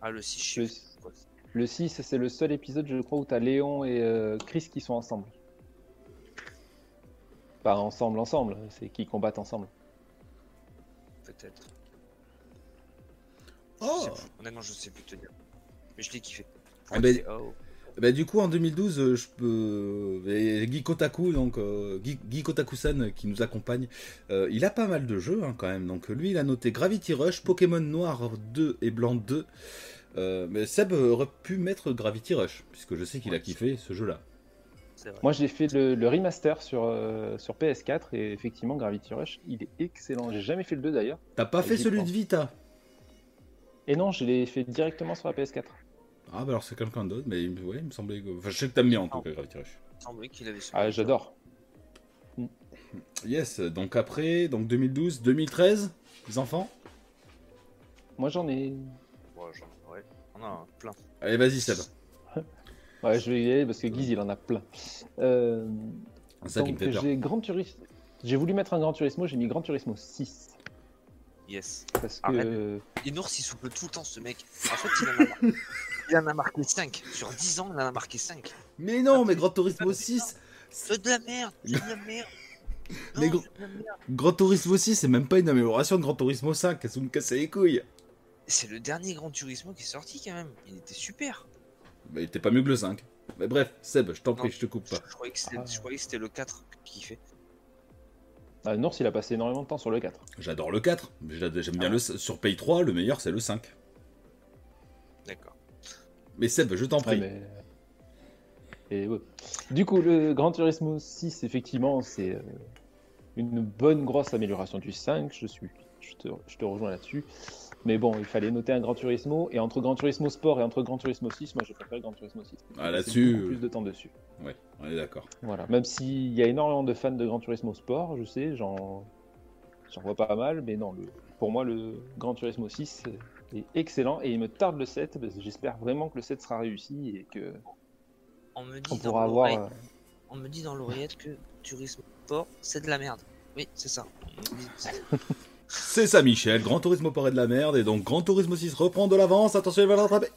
[SPEAKER 6] Ah, le 6, je sais
[SPEAKER 5] Le,
[SPEAKER 6] plus quoi.
[SPEAKER 5] le 6, c'est le seul épisode, je crois, où t'as Léon et euh, Chris qui sont ensemble. Pas ensemble, ensemble, c'est qui combattent ensemble.
[SPEAKER 6] Peut-être. Je
[SPEAKER 4] Oh
[SPEAKER 6] sais plus. Honnêtement, je sais plus te dire. Mais je l'ai kiffé.
[SPEAKER 4] Ah ben-
[SPEAKER 6] Oh.
[SPEAKER 4] Bah du coup en 2012, euh, je peux. euh, et Guy Kotaku, donc euh, Guy, Guy Kotaku-san euh, qui nous accompagne, euh, il a pas mal de jeux hein, quand même. Donc lui, il a noté Gravity Rush, Pokémon Noir 2 et Blanc 2. Euh, mais Seb aurait pu mettre Gravity Rush, puisque je sais qu'il a
[SPEAKER 6] Ouais.
[SPEAKER 4] kiffé ce jeu-là.
[SPEAKER 6] C'est vrai.
[SPEAKER 5] Moi, j'ai fait le, le remaster sur, euh, sur PS4 et effectivement, Gravity Rush, il est excellent. J'ai jamais fait le 2 d'ailleurs.
[SPEAKER 4] T'as pas
[SPEAKER 5] Et
[SPEAKER 4] fait
[SPEAKER 5] j'y
[SPEAKER 4] celui
[SPEAKER 5] pense.
[SPEAKER 4] de Vita
[SPEAKER 5] Et non, je l'ai fait directement sur la PS4.
[SPEAKER 4] Ah, bah alors c'est quelqu'un d'autre, mais il- ouais, il me semblait que. Enfin, je sais que t'aimes bien en tout
[SPEAKER 6] Non.
[SPEAKER 4] cas Gravity Rush.
[SPEAKER 6] Il semblait qu'il avait.
[SPEAKER 5] Ah, j'adore.
[SPEAKER 4] Yes, donc après, donc 2012, 2013, les enfants.
[SPEAKER 5] Moi, j'en ai.
[SPEAKER 6] Ouais, j'en- ouais, on en a plein.
[SPEAKER 4] Allez, vas-y, Seb.
[SPEAKER 5] Ouais, je vais y aller parce que Guise, il en a plein. Euh,
[SPEAKER 4] C'est ça qui me
[SPEAKER 5] donc,
[SPEAKER 4] fait peur.
[SPEAKER 5] j'ai Grand Turismo. J'ai voulu mettre un Grand Turismo, j'ai mis Grand Turismo 6.
[SPEAKER 6] Yes.
[SPEAKER 5] Parce que. euh,
[SPEAKER 6] Et Nours, il souffle tout le temps, ce mec. En fait, il en a, mar- il en a marqué 5. Sur 10 ans, il en a marqué 5.
[SPEAKER 4] Mais non, mais Grand Turismo 6,
[SPEAKER 6] C'est de la merde, c'est de la
[SPEAKER 4] (laughs)
[SPEAKER 6] merde.
[SPEAKER 4] Les
[SPEAKER 6] Non,
[SPEAKER 4] gros-
[SPEAKER 6] c'est de la merde.
[SPEAKER 4] Grand Turismo 6, c'est même pas une amélioration de Grand Turismo 5, elles sont me casser les couilles.
[SPEAKER 6] C'est le dernier Grand Turismo qui est sorti quand même. Il était super.
[SPEAKER 4] Bah, il était pas mieux que le 5. Mais bref, Seb, je t'en prie,
[SPEAKER 6] Non.
[SPEAKER 4] je te coupe
[SPEAKER 6] Je,
[SPEAKER 4] pas.
[SPEAKER 6] je croyais que c'était- je croyais que c'était le 4 qui fait.
[SPEAKER 5] Ah, Nours, il a passé énormément de temps sur le 4.
[SPEAKER 4] J'adore le 4, mais j'ad- j'aime
[SPEAKER 5] Ah.
[SPEAKER 4] bien le. Sur Pay 3, le meilleur c'est le 5.
[SPEAKER 6] D'accord.
[SPEAKER 4] Mais Seb, je t'en
[SPEAKER 5] Ouais,
[SPEAKER 4] prie.
[SPEAKER 5] mais- euh, Et ouais. Du coup, le Gran Turismo 6, effectivement, c'est euh, une bonne grosse amélioration du 5. Je, suis, je, te, je te rejoins là-dessus. Mais bon, il fallait noter un Gran Turismo. Et entre Gran Turismo Sport et entre Gran Turismo 6, moi, je préfère Gran Turismo 6.
[SPEAKER 4] Ah,
[SPEAKER 5] J'ai
[SPEAKER 4] là-dessus,
[SPEAKER 5] beaucoup
[SPEAKER 4] euh,
[SPEAKER 5] plus de temps dessus.
[SPEAKER 4] ouais, on est d'accord.
[SPEAKER 5] Voilà. Même s'il y a énormément de fans de Gran Turismo Sport, je sais, j'en j'en vois pas mal. Mais non, le- pour moi, le Gran Turismo 6 est excellent. Et il me tarde le 7. parce que J'espère vraiment que le 7 sera réussi et que
[SPEAKER 6] On me dit
[SPEAKER 5] on
[SPEAKER 6] dans
[SPEAKER 5] pourra avoir.
[SPEAKER 6] l'oreille-
[SPEAKER 5] euh,
[SPEAKER 6] on me dit dans l'oreillette que Turismo Sport, c'est de la merde. Oui, c'est ça. On me dit-
[SPEAKER 4] C'est ça, Michel. Grand Turismo paraît de la merde, et donc Grand Turismo 6 reprend de l'avance. Attention, il va le rattraper.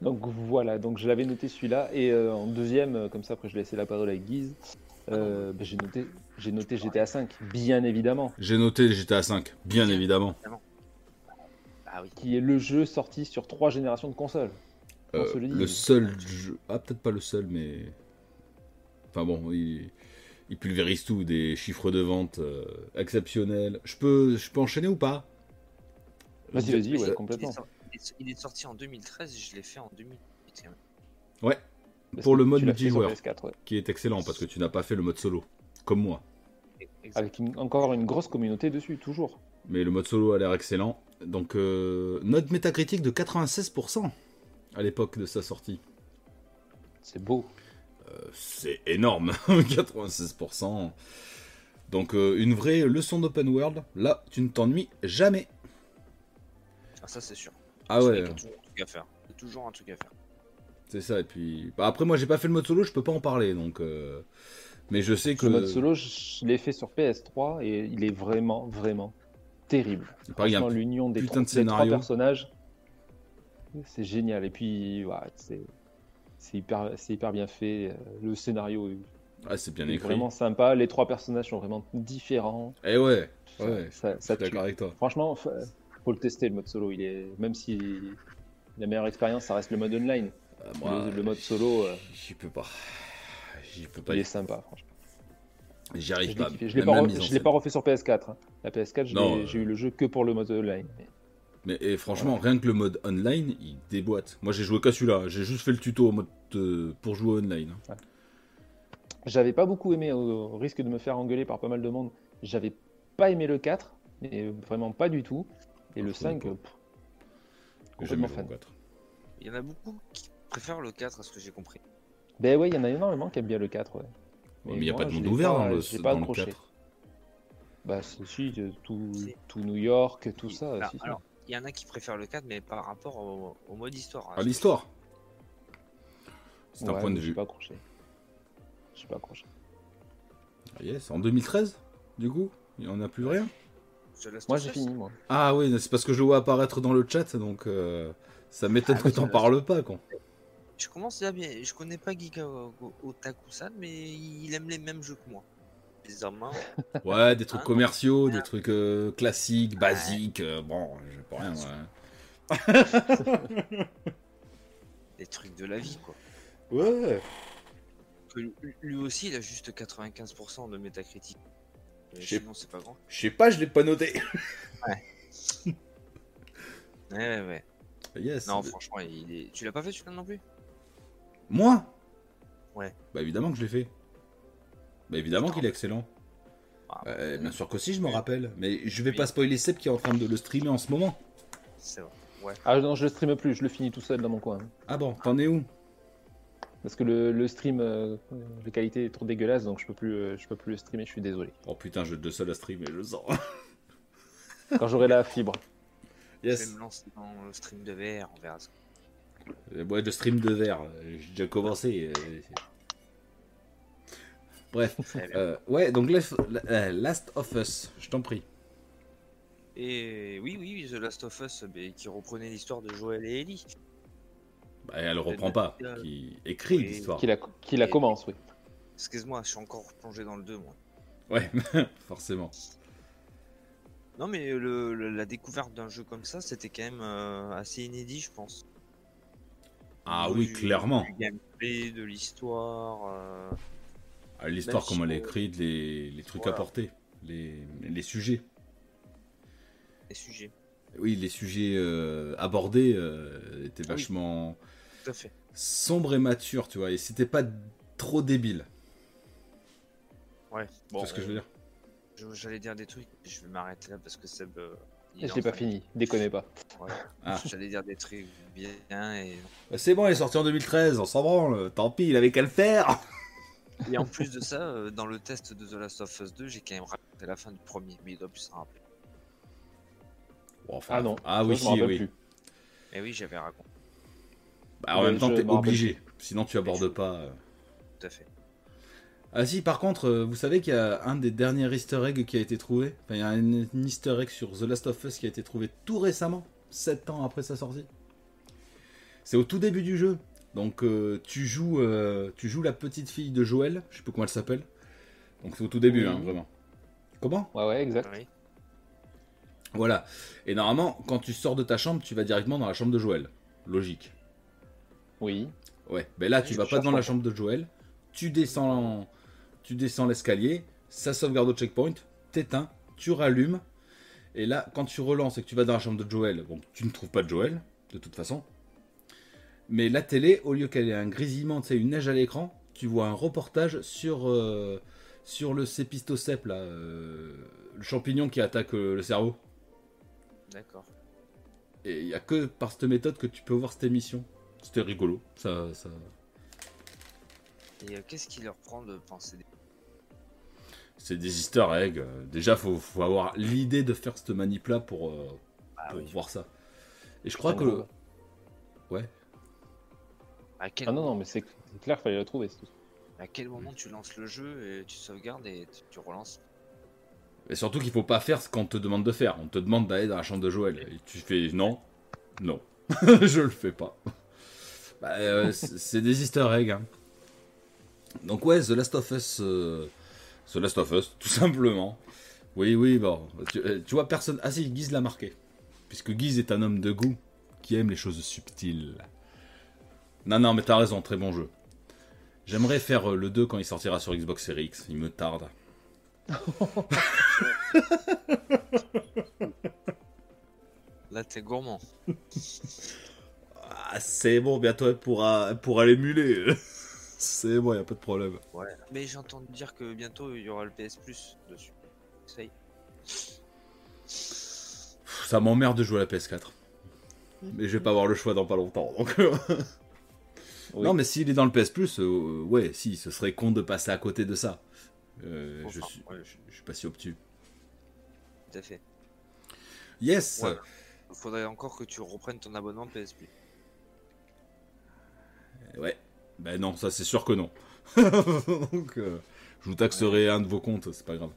[SPEAKER 5] Donc voilà, donc je l'avais noté celui-là. Et euh, en deuxième, euh, comme ça après je laissais la parole à Guise, euh, bah, j'ai noté, j'ai noté GTA 5, bien évidemment,
[SPEAKER 4] J'ai noté GTA 5, bien évidemment.
[SPEAKER 6] Ah oui.
[SPEAKER 5] qui est le jeu sorti sur trois générations de consoles. On
[SPEAKER 4] Euh,
[SPEAKER 5] se le dit.
[SPEAKER 4] le seul jeu... Ah, peut-être pas le seul, mais... Enfin bon, il, il pulvérise tout, des chiffres de vente euh, exceptionnels. Je peux, je peux enchaîner ou pas
[SPEAKER 5] Vas-y, vas-y, ouais,
[SPEAKER 6] Euh,
[SPEAKER 5] complètement.
[SPEAKER 6] Il est, sor- il est- il est sorti en 2013 et je l'ai fait en 2008. quand même.
[SPEAKER 4] Ouais,
[SPEAKER 5] Parce
[SPEAKER 4] pour
[SPEAKER 5] que
[SPEAKER 4] le mode
[SPEAKER 5] tu l'as fait sur
[SPEAKER 4] multijoueur.
[SPEAKER 5] PS4, ouais.
[SPEAKER 4] qui est excellent, parce que tu n'as pas fait le mode solo, comme moi.
[SPEAKER 6] Exact.
[SPEAKER 5] Avec une- encore une grosse communauté dessus, toujours.
[SPEAKER 4] Mais le mode solo a l'air excellent. Donc, euh, note métacritique de 96% à l'époque de sa sortie.
[SPEAKER 5] C'est beau.
[SPEAKER 4] Euh, C'est énorme, (laughs) 96%. Donc, euh, une vraie leçon d'open world. Là, tu ne t'ennuies jamais.
[SPEAKER 6] Ah, ça, c'est sûr.
[SPEAKER 4] Ah
[SPEAKER 6] Ce
[SPEAKER 4] ouais.
[SPEAKER 6] mec a toujours un truc à faire. Il a toujours un truc à faire.
[SPEAKER 4] C'est ça, et puis. bah, après, moi, j'ai pas fait le mode solo, je peux pas en parler, donc. euh, Mais je sais que.
[SPEAKER 5] Le mode solo, je, je l'ai fait sur PS3 et il est vraiment, vraiment terrible.
[SPEAKER 4] Il paraît qu'il y a un
[SPEAKER 5] Franchement, l'union des,
[SPEAKER 4] putain
[SPEAKER 5] trois-
[SPEAKER 4] de
[SPEAKER 5] des trois
[SPEAKER 4] scénario.
[SPEAKER 5] personnages, c'est génial. Et puis, ouais, c'est c'est hyper, c'est hyper bien fait. Euh, Le scénario est
[SPEAKER 4] Ah, c'est bien
[SPEAKER 5] est
[SPEAKER 4] écrit.
[SPEAKER 5] vraiment sympa. Les trois personnages sont vraiment différents.
[SPEAKER 4] Eh ouais,
[SPEAKER 5] Ça-
[SPEAKER 4] ouais.
[SPEAKER 5] ça-
[SPEAKER 4] Je
[SPEAKER 5] ça
[SPEAKER 4] suis
[SPEAKER 5] tue.
[SPEAKER 4] d'accord avec toi.
[SPEAKER 5] Franchement, fa- faut le tester le mode solo. Il est même si la meilleure expérience, ça reste le mode online.
[SPEAKER 4] Ah, moi,
[SPEAKER 5] le, le mode solo, euh,
[SPEAKER 4] J'y peux pas. J'y peux pas.
[SPEAKER 5] il est sympa. Franchement,
[SPEAKER 4] J'y
[SPEAKER 5] je
[SPEAKER 4] arrive
[SPEAKER 5] l'ai
[SPEAKER 4] pas.
[SPEAKER 5] kiffé. Je l'ai
[SPEAKER 4] Même
[SPEAKER 5] pas,
[SPEAKER 4] la
[SPEAKER 5] re-
[SPEAKER 4] mise en
[SPEAKER 5] je l'ai
[SPEAKER 4] scène.
[SPEAKER 5] pas refait sur PS4. hein. La PS4, je
[SPEAKER 4] Non,
[SPEAKER 5] l'ai-
[SPEAKER 4] euh,
[SPEAKER 5] j'ai eu le jeu que pour le mode online.
[SPEAKER 4] Mais et franchement, rien que le mode online, il déboîte. Moi, j'ai joué qu'à celui-là. J'ai juste fait le tuto en mode euh, pour jouer online. hein.
[SPEAKER 5] J'avais pas beaucoup aimé, hein, au au risque de me faire engueuler par pas mal de monde, j'avais pas aimé le 4, mais vraiment pas du tout. Et
[SPEAKER 4] Ah,
[SPEAKER 5] le
[SPEAKER 4] je connais
[SPEAKER 5] 5,
[SPEAKER 4] pas.
[SPEAKER 5] euh, pff,
[SPEAKER 4] J'ai jamais joué
[SPEAKER 5] complètement
[SPEAKER 4] au
[SPEAKER 5] fan.
[SPEAKER 4] quatre.
[SPEAKER 6] Il y en a beaucoup qui préfèrent le 4 à ce que j'ai compris.
[SPEAKER 5] Ben ouais, il y en a énormément qui aiment bien le 4, ouais.
[SPEAKER 4] Ouais, mais il y a
[SPEAKER 5] moi,
[SPEAKER 4] pas de
[SPEAKER 5] je
[SPEAKER 4] monde
[SPEAKER 5] l'ai
[SPEAKER 4] ouvert
[SPEAKER 5] pas-
[SPEAKER 4] dans
[SPEAKER 5] je
[SPEAKER 4] le,
[SPEAKER 5] l'ai pas
[SPEAKER 4] dans le
[SPEAKER 5] accroché.
[SPEAKER 4] 4.
[SPEAKER 5] Bah si, si, euh, tout,
[SPEAKER 6] Si.
[SPEAKER 5] tout New York, tout ça.
[SPEAKER 6] Ah,
[SPEAKER 5] si, si.
[SPEAKER 6] alors, il y en a qui préfèrent le 4, mais par rapport au, au mode histoire. hein.
[SPEAKER 4] Ah, l'histoire. C'est un
[SPEAKER 5] Ouais,
[SPEAKER 4] point de
[SPEAKER 5] mais J'ai
[SPEAKER 4] vue.
[SPEAKER 5] pas accroché. J'ai pas accroché.
[SPEAKER 4] Ah, Yes, en 2013, du coup, il y en a plus rien.
[SPEAKER 6] Je laisse
[SPEAKER 5] Moi
[SPEAKER 6] tout
[SPEAKER 5] j'ai
[SPEAKER 6] ça,
[SPEAKER 5] fini, moi.
[SPEAKER 4] Ah oui, c'est parce que je le vois apparaître dans le chat, donc euh, ça m'étonne
[SPEAKER 6] Ah,
[SPEAKER 4] que
[SPEAKER 6] oui,
[SPEAKER 4] t'en
[SPEAKER 6] je-
[SPEAKER 4] parles pas, quoi.
[SPEAKER 6] Je commence à bien. Je connais pas Giga O- O- Otaku-san, mais il aime les mêmes jeux que moi. Les hommes, hein,
[SPEAKER 4] Ouais, des trucs
[SPEAKER 6] Ah, non.
[SPEAKER 4] commerciaux, des trucs euh, classiques, basiques, euh, bon, je peux rien, ouais.
[SPEAKER 6] les trucs de la vie, quoi.
[SPEAKER 4] Ouais
[SPEAKER 6] Que lui- lui aussi, il a juste 95% de métacritique. Mais
[SPEAKER 4] Je sais-
[SPEAKER 6] sinon, c'est pas grand.
[SPEAKER 4] Je sais pas, je l'ai pas noté.
[SPEAKER 6] Ouais, ouais, ouais.
[SPEAKER 4] Yes.
[SPEAKER 6] Non, franchement, il est... tu l'as pas fait celui-là non plus
[SPEAKER 4] Moi
[SPEAKER 6] Ouais.
[SPEAKER 4] Bah évidemment que je l'ai fait. Bah évidemment qu'il est excellent.
[SPEAKER 6] Ah,
[SPEAKER 4] Euh,
[SPEAKER 6] ouais,
[SPEAKER 4] bien sûr que si, je m'en rappelle. Mais je vais
[SPEAKER 6] Oui.
[SPEAKER 4] pas spoiler Seb qui est en train de le streamer en ce moment.
[SPEAKER 6] C'est vrai. Ouais.
[SPEAKER 5] Ah non, je le stream plus, je le finis tout seul dans mon coin.
[SPEAKER 4] Ah bon, t'en es où
[SPEAKER 5] Parce que le, le stream, euh, la qualité est trop dégueulasse, donc je peux plus, euh, je peux plus le streamer, je suis désolé.
[SPEAKER 4] Oh putain, je suis de seul à streamer, je le sens. (laughs)
[SPEAKER 5] Quand j'aurai la fibre.
[SPEAKER 6] Je vais me lancer dans le stream de VR, on verra ça.
[SPEAKER 4] Euh, Ouais, de stream de verre. J'ai déjà commencé. euh, Bref.
[SPEAKER 6] (laughs) Très bien.
[SPEAKER 4] Euh, ouais, donc Lef- euh, Last of Us, je t'en prie.
[SPEAKER 6] Et oui, oui, The Last of Us, euh, mais qui reprenait l'histoire de Joel et Ellie.
[SPEAKER 4] Bah, elle reprend pas. Qui écrit
[SPEAKER 6] Oui,
[SPEAKER 4] l'histoire.
[SPEAKER 5] Qui la, qui la commence, oui.
[SPEAKER 6] Excuse-moi, je suis encore plongé dans le 2, moi.
[SPEAKER 4] Ouais, (laughs) forcément.
[SPEAKER 6] Non, mais le, le- la découverte d'un jeu comme ça, c'était quand même euh, assez inédit, je pense.
[SPEAKER 4] Ah
[SPEAKER 6] Au
[SPEAKER 4] oui,
[SPEAKER 6] niveau du-
[SPEAKER 4] clairement.
[SPEAKER 6] Du gameplay, de l'histoire. euh,
[SPEAKER 4] Ah, L'histoire,
[SPEAKER 6] Même
[SPEAKER 4] comment elle est
[SPEAKER 6] si-
[SPEAKER 4] écrite, les, les trucs
[SPEAKER 6] Voilà.
[SPEAKER 4] apportés, les, les sujets.
[SPEAKER 6] les sujets.
[SPEAKER 4] Oui, les sujets euh, abordés euh, étaient
[SPEAKER 6] Ah oui.
[SPEAKER 4] vachement
[SPEAKER 6] Tout à fait.
[SPEAKER 4] sombres et matures, tu vois. Et c'était pas trop débile.
[SPEAKER 6] Ouais.
[SPEAKER 4] C'est ce que je veux dire.
[SPEAKER 6] euh, je- J'allais dire des trucs, mais je vais m'arrêter là parce que Seb. euh, il est
[SPEAKER 5] Je
[SPEAKER 6] en
[SPEAKER 5] l'ai pas
[SPEAKER 6] train-
[SPEAKER 5] fini, déconnez pas.
[SPEAKER 6] Ouais.
[SPEAKER 4] Ah.
[SPEAKER 6] J'allais dire des trucs bien et,
[SPEAKER 4] Bah, C'est bon, il est sorti en 2013, on s'en branle. Tant pis, il avait qu'à le faire.
[SPEAKER 6] et en plus de ça, euh, dans le test de The Last of Us 2, j'ai quand même raconté la fin du premier, mais il doit plus s'en rappeler.
[SPEAKER 4] Bon, enfin,
[SPEAKER 5] Ah non,
[SPEAKER 4] Ah
[SPEAKER 5] ça,
[SPEAKER 4] oui,
[SPEAKER 5] je m'en
[SPEAKER 4] si,
[SPEAKER 5] rappelle
[SPEAKER 4] oui.
[SPEAKER 5] plus.
[SPEAKER 6] Et Eh oui, j'avais raconté,
[SPEAKER 4] Bah, en
[SPEAKER 5] Le
[SPEAKER 4] même temps,
[SPEAKER 5] jeu,
[SPEAKER 4] t'es
[SPEAKER 5] je m'en rappelle
[SPEAKER 4] obligé. Sinon, tu abordes pas. euh.
[SPEAKER 6] tout à fait.
[SPEAKER 4] Ah si, par contre, euh, vous savez qu'il y a un des derniers easter eggs qui a été trouvé. Enfin, il y a un, un easter egg sur The Last of Us qui a été trouvé tout récemment, 7 ans après sa sortie. C'est au tout début du jeu. Donc euh, tu joues euh, tu joues la petite fille de Joël, je sais plus comment elle s'appelle. Donc c'est au tout début,
[SPEAKER 5] Oui.
[SPEAKER 4] hein, vraiment. Comment
[SPEAKER 5] Ouais, ouais, exact.
[SPEAKER 6] Oui.
[SPEAKER 4] Voilà. Et normalement, quand tu sors de ta chambre, tu vas directement dans la chambre de Joël. Logique.
[SPEAKER 5] Oui.
[SPEAKER 4] Ouais, ben là tu
[SPEAKER 6] Je
[SPEAKER 4] vas pas
[SPEAKER 6] cherche
[SPEAKER 4] dans la
[SPEAKER 6] pas.
[SPEAKER 4] chambre de Joël, tu descends, en- tu descends l'escalier, ça sauvegarde au checkpoint, t'éteins, tu rallumes, et là quand tu relances et que tu vas dans la chambre de Joël, bon tu ne trouves pas de Joël, de toute façon, mais la télé, au lieu qu'elle ait un grésillement, tu sais, une neige à l'écran, tu vois un reportage sur, euh, sur le cépistocèpe, là, euh, le champignon qui attaque euh, le cerveau.
[SPEAKER 6] D'accord.
[SPEAKER 4] Et il n'y a que par cette méthode que tu peux voir cette émission. C'était rigolo, ça... ça...
[SPEAKER 6] Et euh, qu'est-ce qui leur prend de penser des...
[SPEAKER 4] C'est des easter eggs. Euh, Déjà, faut, faut avoir l'idée de faire cette manip là pour, euh,
[SPEAKER 6] Ah
[SPEAKER 4] pour
[SPEAKER 6] oui.
[SPEAKER 4] voir ça. Et je crois
[SPEAKER 5] Ah,
[SPEAKER 4] que.
[SPEAKER 5] non.
[SPEAKER 6] À quel,
[SPEAKER 5] Ah non, non, mais c'est c'est clair, fallait la trouver. c'est tout.
[SPEAKER 6] à quel moment tu lances le jeu et tu sauvegardes et tu, tu relances
[SPEAKER 4] Et surtout qu'il faut pas faire ce qu'on te demande de faire. On te demande d'aller dans la chambre de Joël. Et tu fais non, non, (laughs) je le fais pas. Bah, euh, c'est c'est des easter eggs. hein. Donc, ouais, The Last of Us. euh, The Last of Us, tout simplement. Oui, oui, bon. Tu, euh, tu vois, personne. Ah si, Guise l'a marqué. Puisque Guise est un homme de goût qui aime les choses subtiles. Non, non, mais t'as raison, très bon jeu. J'aimerais faire euh, le 2 quand il sortira sur Xbox Series X. Il me tarde.
[SPEAKER 6] Là, t'es gourmand.
[SPEAKER 4] Ah, c'est bon, bientôt elle pourra, elle pourra l'émuler. (laughs) c'est bon, y a pas de problème.
[SPEAKER 6] Mais j'ai entendu dire que bientôt il y aura le PS Plus dessus. Ça y est.
[SPEAKER 4] Pff, ça m'emmerde de jouer à la PS4. Mais je vais pas avoir le choix dans pas longtemps. Donc... (laughs)
[SPEAKER 5] Oui.
[SPEAKER 4] Non, mais s'il est dans le PS Plus, euh, ouais, si, ce serait con de passer à côté de ça. Euh, je,
[SPEAKER 6] Enfin,
[SPEAKER 4] suis,
[SPEAKER 6] ouais.
[SPEAKER 4] je, je suis pas si obtus.
[SPEAKER 6] Tout à fait.
[SPEAKER 4] Yes
[SPEAKER 6] Ouais. Faudrait encore que tu reprennes ton abonnement PS Plus.
[SPEAKER 4] Euh, Ouais. Ben non, ça c'est sûr que (laughs) non. donc, euh, je vous taxerai un de vos comptes, c'est pas grave.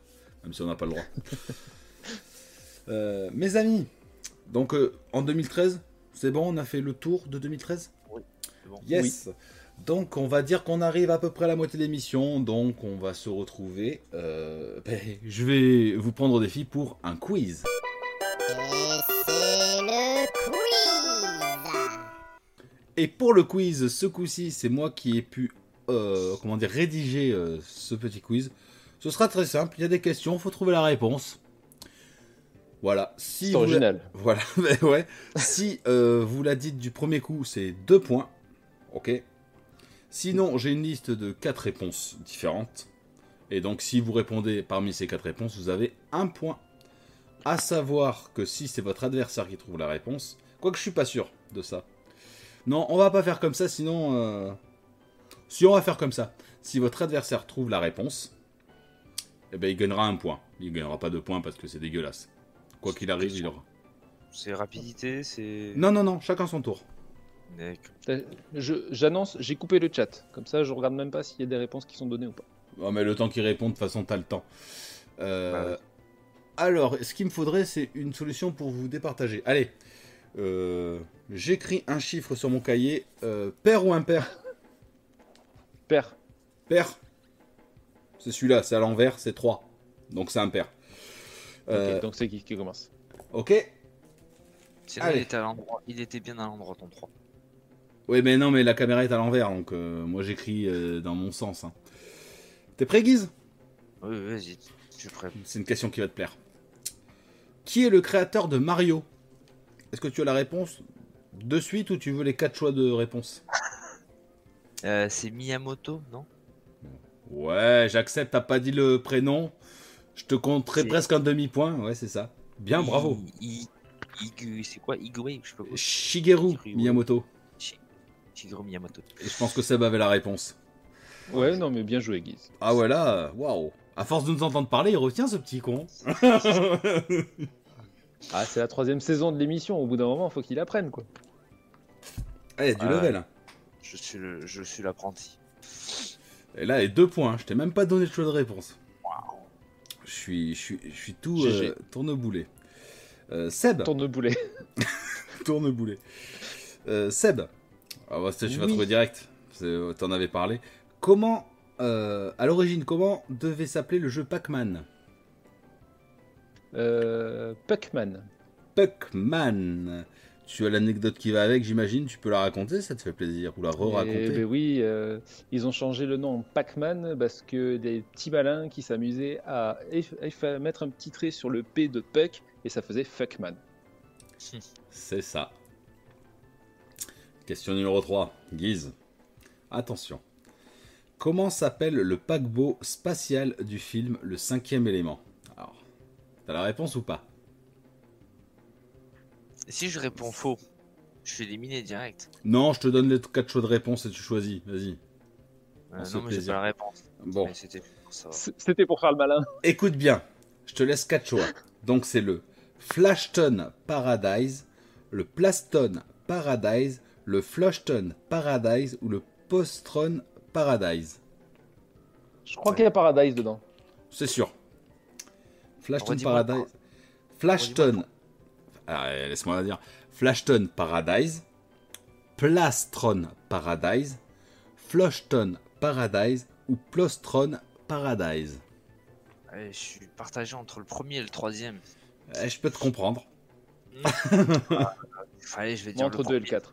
[SPEAKER 4] Même si on n'a pas le (laughs) droit. Euh, mes amis, donc euh, en 2013, c'est bon, on a fait le tour de 2013
[SPEAKER 6] Oui, c'est bon.
[SPEAKER 4] Yes. Donc on va dire qu'on arrive à peu près à la moitié de l'émission, donc on va se retrouver. euh, (laughs) ben, je vais vous prendre au défi pour un quiz.
[SPEAKER 1] Et c'est le quiz
[SPEAKER 4] Et pour le quiz, ce coup-ci, c'est moi qui ai pu euh, comment dire, rédiger euh, ce petit quiz. Ce sera très simple, il y a des questions, faut trouver la réponse. Voilà, si
[SPEAKER 5] C'est
[SPEAKER 4] vous la...
[SPEAKER 5] original.
[SPEAKER 4] voilà, (laughs) mais ouais, si euh, vous la dites du premier coup, c'est deux points. OK. Sinon, j'ai une liste de quatre réponses différentes. Et donc si vous répondez parmi ces quatre réponses, vous avez un point. À savoir que si c'est votre adversaire qui trouve la réponse, Quoique je suis pas sûr de ça. Non, on va pas faire comme ça, sinon. euh, Si on va faire comme ça, si votre adversaire trouve la réponse, eh ben, il gagnera un point. Il gagnera pas deux points parce que c'est dégueulasse. Quoi qu'il arrive, il aura.
[SPEAKER 6] C'est rapidité, c'est.
[SPEAKER 4] Non, non, non, chacun son tour.
[SPEAKER 6] D'accord.
[SPEAKER 5] T'as- je- J'annonce, j'ai coupé le chat. Comme ça, je regarde même pas s'il y a des réponses qui sont données ou pas.
[SPEAKER 4] Oh, mais le temps qu'il répond, de toute façon, t'as le temps. Euh,
[SPEAKER 6] Bah
[SPEAKER 4] Alors, ce qu'il me faudrait, c'est une solution pour vous départager. Allez, euh, j'écris un chiffre sur mon cahier. Euh, pair ou impair
[SPEAKER 5] Père,
[SPEAKER 4] Pair. C'est celui-là, c'est à l'envers, c'est 3. Donc c'est impair.
[SPEAKER 5] Ok,
[SPEAKER 4] Euh,
[SPEAKER 5] donc c'est qui qui commence
[SPEAKER 4] ok
[SPEAKER 6] Sinon,
[SPEAKER 4] Allez.
[SPEAKER 6] il était, à l'endroit- il était bien à l'endroit, ton 3.
[SPEAKER 4] Oui, mais non, mais la caméra est à l'envers, donc euh, moi j'écris euh, dans mon sens. hein. T'es prêt, Guise
[SPEAKER 6] Oui, oui, vas-y, je suis prêt.
[SPEAKER 4] C'est une question qui va te plaire. Qui est le créateur de Mario Est-ce que tu as la réponse de suite ou tu veux les quatre choix de réponse
[SPEAKER 6] Euh, c'est Miyamoto, non
[SPEAKER 4] Ouais, j'accepte, t'as pas dit le prénom. Je te compterai
[SPEAKER 6] C'est-
[SPEAKER 4] presque un demi-point, ouais, c'est ça. Bien, bravo.
[SPEAKER 6] I- I- Igu- C'est quoi Igui Je sais pas quoi.
[SPEAKER 4] Shigeru Miyamoto.
[SPEAKER 6] Shigeru Miyamoto.
[SPEAKER 4] Et je pense que Seb avait la réponse.
[SPEAKER 5] Ouais, non, mais bien joué, Guise.
[SPEAKER 4] Ah ouais, là, waouh. À force de nous entendre parler, il retient ce petit
[SPEAKER 6] (laughs)
[SPEAKER 4] con.
[SPEAKER 5] Ah, c'est la troisième saison de l'émission. Au bout d'un moment, faut qu'il apprenne, quoi.
[SPEAKER 4] Eh, du
[SPEAKER 6] Ah ouais.
[SPEAKER 4] level.
[SPEAKER 6] Je suis le- je suis l'apprenti.
[SPEAKER 4] Et là, et deux points. Je t'ai même pas donné le choix de réponse. Je suis, je suis, je suis tout
[SPEAKER 5] GG.
[SPEAKER 4] euh, tourneboulet. Euh, Seb,
[SPEAKER 5] Tourne le boulet.
[SPEAKER 4] tourneboulet. Euh, Seb, ah bah, c'est- je vais
[SPEAKER 5] Oui.
[SPEAKER 4] trouver direct. C'est- euh, T'en avais parlé. Comment, euh, à l'origine, comment devait s'appeler le jeu Pac-Man
[SPEAKER 5] Euh, Puckman.
[SPEAKER 4] Pac-Man. Tu as l'anecdote qui va avec, j'imagine. Tu peux la raconter, ça te fait plaisir, ou la
[SPEAKER 5] Eh
[SPEAKER 4] re-raconter.
[SPEAKER 5] ben oui, euh, ils ont changé le nom en Pac-Man parce que des petits malins qui s'amusaient à eff- eff- mettre un petit trait sur le P de Puck et ça faisait Fuckman.
[SPEAKER 4] C'est ça. Question numéro 3. Guise. Attention. Comment s'appelle le paquebot spatial du film Le cinquième élément Alors, t'as la réponse ou pas
[SPEAKER 6] Si je réponds faux, je suis éliminé direct.
[SPEAKER 4] Non, je te donne les quatre choix de réponse et tu choisis. Vas-y.
[SPEAKER 6] Euh,
[SPEAKER 4] On se
[SPEAKER 6] non, mais j'ai
[SPEAKER 4] plaisir.
[SPEAKER 6] pas la réponse.
[SPEAKER 4] Bon,
[SPEAKER 6] Mais c'était pour ça.
[SPEAKER 5] C- C'était pour faire le malin.
[SPEAKER 4] écoute bien. Je te laisse quatre choix. Donc, c'est le Flashton Paradise, le Plaston Paradise, le Flushton Paradise ou le Postron Paradise.
[SPEAKER 5] Je crois qu'il y a Paradise dedans.
[SPEAKER 4] C'est sûr. Flashton
[SPEAKER 6] Redis-moi
[SPEAKER 4] Paradise.
[SPEAKER 6] pourquoi.
[SPEAKER 4] Flashton. Ah, euh, Laisse-moi la dire. Flashton Paradise. Plastron Paradise. Flushton Paradise. Ou Plostron Paradise.
[SPEAKER 6] Ouais, je suis partagé entre le premier et le troisième.
[SPEAKER 4] Eh, je peux te comprendre.
[SPEAKER 6] Allez, je vais
[SPEAKER 5] Bon,
[SPEAKER 6] dire
[SPEAKER 5] entre 2
[SPEAKER 6] le
[SPEAKER 5] et le
[SPEAKER 6] premier.
[SPEAKER 5] 4.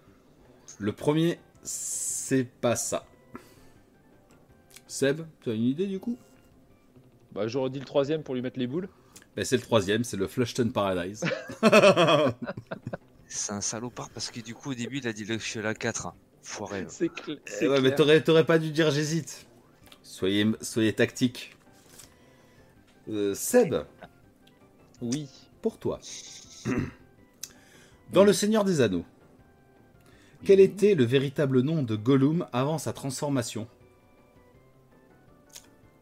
[SPEAKER 4] Le premier, c'est pas ça. Seb, tu as une idée du coup
[SPEAKER 5] Bah, j'aurais dit le troisième pour lui mettre les boules.
[SPEAKER 4] Ben, C'est le troisième, c'est le Flushton (laughs) Paradise.
[SPEAKER 6] C'est un salopard parce que du coup, au début, il a dit le, je suis à la 4. hein. Foiré. là.
[SPEAKER 5] C'est cl-
[SPEAKER 4] Eh
[SPEAKER 5] c'est
[SPEAKER 4] ouais, mais
[SPEAKER 5] clair.
[SPEAKER 4] t'aurais, t'aurais pas dû dire j'hésite. Soyez, soyez tactique. Euh, Seb,
[SPEAKER 5] Oui.
[SPEAKER 4] pour toi. (clears throat) Dans Le Seigneur des Anneaux, quel était le véritable nom de Gollum avant sa transformation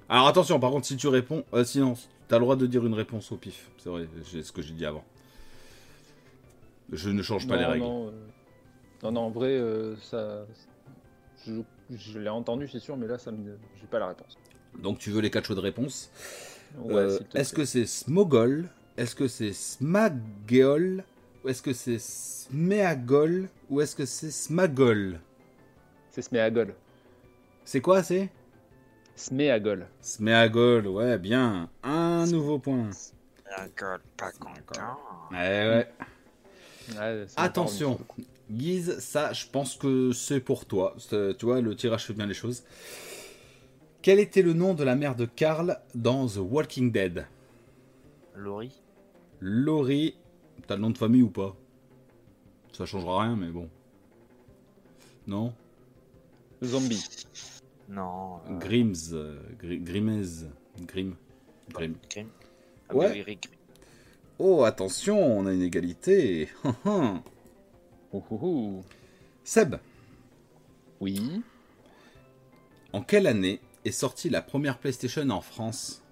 [SPEAKER 4] Alors attention, par contre, si tu réponds. euh, sinon, t'as le droit de dire une réponse au pif. C'est vrai, c'est ce que j'ai dit avant. Je ne change pas
[SPEAKER 5] non,
[SPEAKER 4] les règles.
[SPEAKER 5] Non, euh, non, non, en vrai, euh, ça. Je, je l'ai entendu, c'est sûr, mais là, ça me... j'ai pas la réponse.
[SPEAKER 4] Donc tu veux les quatre choix de réponse
[SPEAKER 5] Ouais,
[SPEAKER 4] Euh,
[SPEAKER 5] s'il te
[SPEAKER 4] Est-ce
[SPEAKER 5] plaît.
[SPEAKER 4] que c'est Smogol Est-ce que c'est Smageol Ou est-ce que c'est Smeagol Ou est-ce que c'est Smagol
[SPEAKER 5] C'est Sméagol.
[SPEAKER 4] C'est quoi c'est
[SPEAKER 5] Sméagol.
[SPEAKER 4] Smeagol, ouais, bien. Un nouveau point.
[SPEAKER 6] La gueule, pas content.
[SPEAKER 4] Ouais, ouais.
[SPEAKER 5] Ouais, Hmm, c'est
[SPEAKER 4] Attention,
[SPEAKER 5] encore
[SPEAKER 4] Guise, ça, je pense que c'est pour toi. C'est- Tu vois, le tirage fait bien les choses. Quel était le nom de la mère de Karl dans The Walking Dead
[SPEAKER 6] Laurie
[SPEAKER 4] Laurie. T'as le nom de famille ou pas Ça changera rien, mais bon. Non
[SPEAKER 5] une. Zombie.
[SPEAKER 6] Non. euh,
[SPEAKER 4] Grimm's. euh, Gri- Grimmez. Grimm. Grimm.
[SPEAKER 6] Grimm. Ah,
[SPEAKER 4] Ouais.
[SPEAKER 6] mais oui, Rick Grimm.
[SPEAKER 4] Oh, attention, on a une égalité.
[SPEAKER 5] Oh, oh, oh.
[SPEAKER 4] (laughs) Seb,
[SPEAKER 5] Oui.
[SPEAKER 4] en quelle année est sortie la première PlayStation en France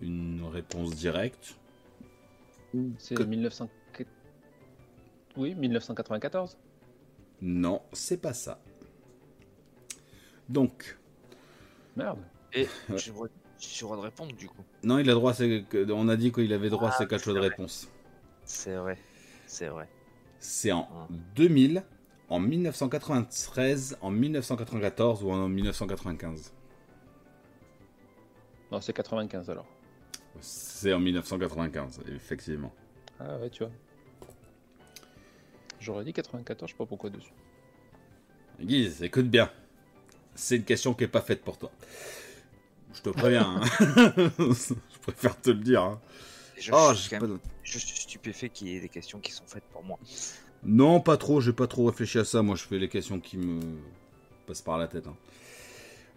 [SPEAKER 4] Une réponse directe.
[SPEAKER 5] C'est
[SPEAKER 4] Que-
[SPEAKER 5] 1900... Oui, 1994.
[SPEAKER 4] Non, c'est pas ça. Donc,
[SPEAKER 5] Merde.
[SPEAKER 4] Ouais.
[SPEAKER 6] J'ai le droit- j'ai le droit de répondre du coup.
[SPEAKER 4] non, il a droit à ses- que- on a dit qu'il avait droit à ses quatre choix de
[SPEAKER 6] Ah, vrai.
[SPEAKER 4] réponse.
[SPEAKER 6] C'est vrai. C'est vrai.
[SPEAKER 4] C'est en
[SPEAKER 6] Ah.
[SPEAKER 4] 2000, en 1993, en 1994 ou en 1995
[SPEAKER 5] Non, c'est 95 alors.
[SPEAKER 4] C'est en 1995, effectivement.
[SPEAKER 5] Ah ouais, tu vois. J'aurais dit 94, je sais pas pourquoi dessus.
[SPEAKER 4] Guise, écoute bien. C'est une question qui n'est pas faite pour toi. Je te préviens. hein. (laughs) je préfère te le dire. hein.
[SPEAKER 6] Et Je,
[SPEAKER 4] Oh,
[SPEAKER 6] je suis
[SPEAKER 4] j'ai
[SPEAKER 6] quand
[SPEAKER 4] pas
[SPEAKER 6] même-
[SPEAKER 4] de-
[SPEAKER 6] je suis stupéfait qu'il y ait des questions qui sont faites pour moi.
[SPEAKER 4] Non, pas trop. J'ai pas trop réfléchi à ça. Moi, je fais les questions qui me passent par la tête. hein.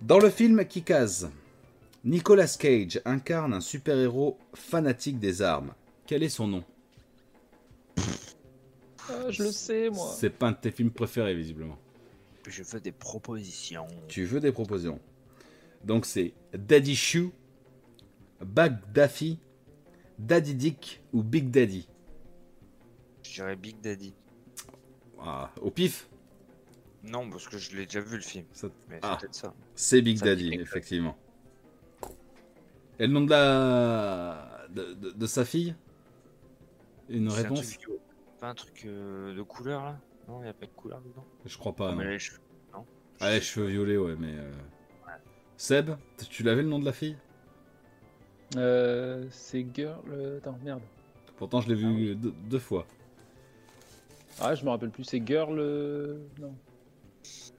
[SPEAKER 4] Dans le film Kikaz, Nicolas Cage incarne un super-héros fanatique des armes. Quel est son nom
[SPEAKER 5] Ah, je le sais, moi.
[SPEAKER 4] C'est pas un de tes films préférés, visiblement.
[SPEAKER 6] Je veux des propositions.
[SPEAKER 4] Tu veux des propositions Donc c'est Daddy Shoe, Bagdafi, Daddy Dick ou Big Daddy.
[SPEAKER 6] Je dirais Big Daddy.
[SPEAKER 4] Ah, au pif,
[SPEAKER 6] Non, parce que je l'ai déjà vu le film.
[SPEAKER 4] Ça-
[SPEAKER 6] Mais
[SPEAKER 4] Ah.
[SPEAKER 6] c'est peut-être ça.
[SPEAKER 4] c'est Big
[SPEAKER 6] Ça me dit
[SPEAKER 4] Daddy,
[SPEAKER 6] quelque chose.
[SPEAKER 4] effectivement. Et le nom de la de, de- de sa fille Une
[SPEAKER 6] C'est un
[SPEAKER 4] réponse
[SPEAKER 6] truc bio. Pas un truc euh, de couleur là Non, il n'y a pas de couleur dedans.
[SPEAKER 4] Je crois pas.
[SPEAKER 6] mais
[SPEAKER 4] non.
[SPEAKER 6] les cheveux- non.
[SPEAKER 4] Ah, les cheveux violets, ouais, mais. euh, Seb, t- tu l'avais le nom de la fille
[SPEAKER 5] Euh, c'est Girl. euh, Attends, merde.
[SPEAKER 4] Pourtant, je l'ai vu
[SPEAKER 5] Ah oui.
[SPEAKER 4] euh, deux, deux fois.
[SPEAKER 5] Ah, je me rappelle plus, c'est Girl. euh, Non.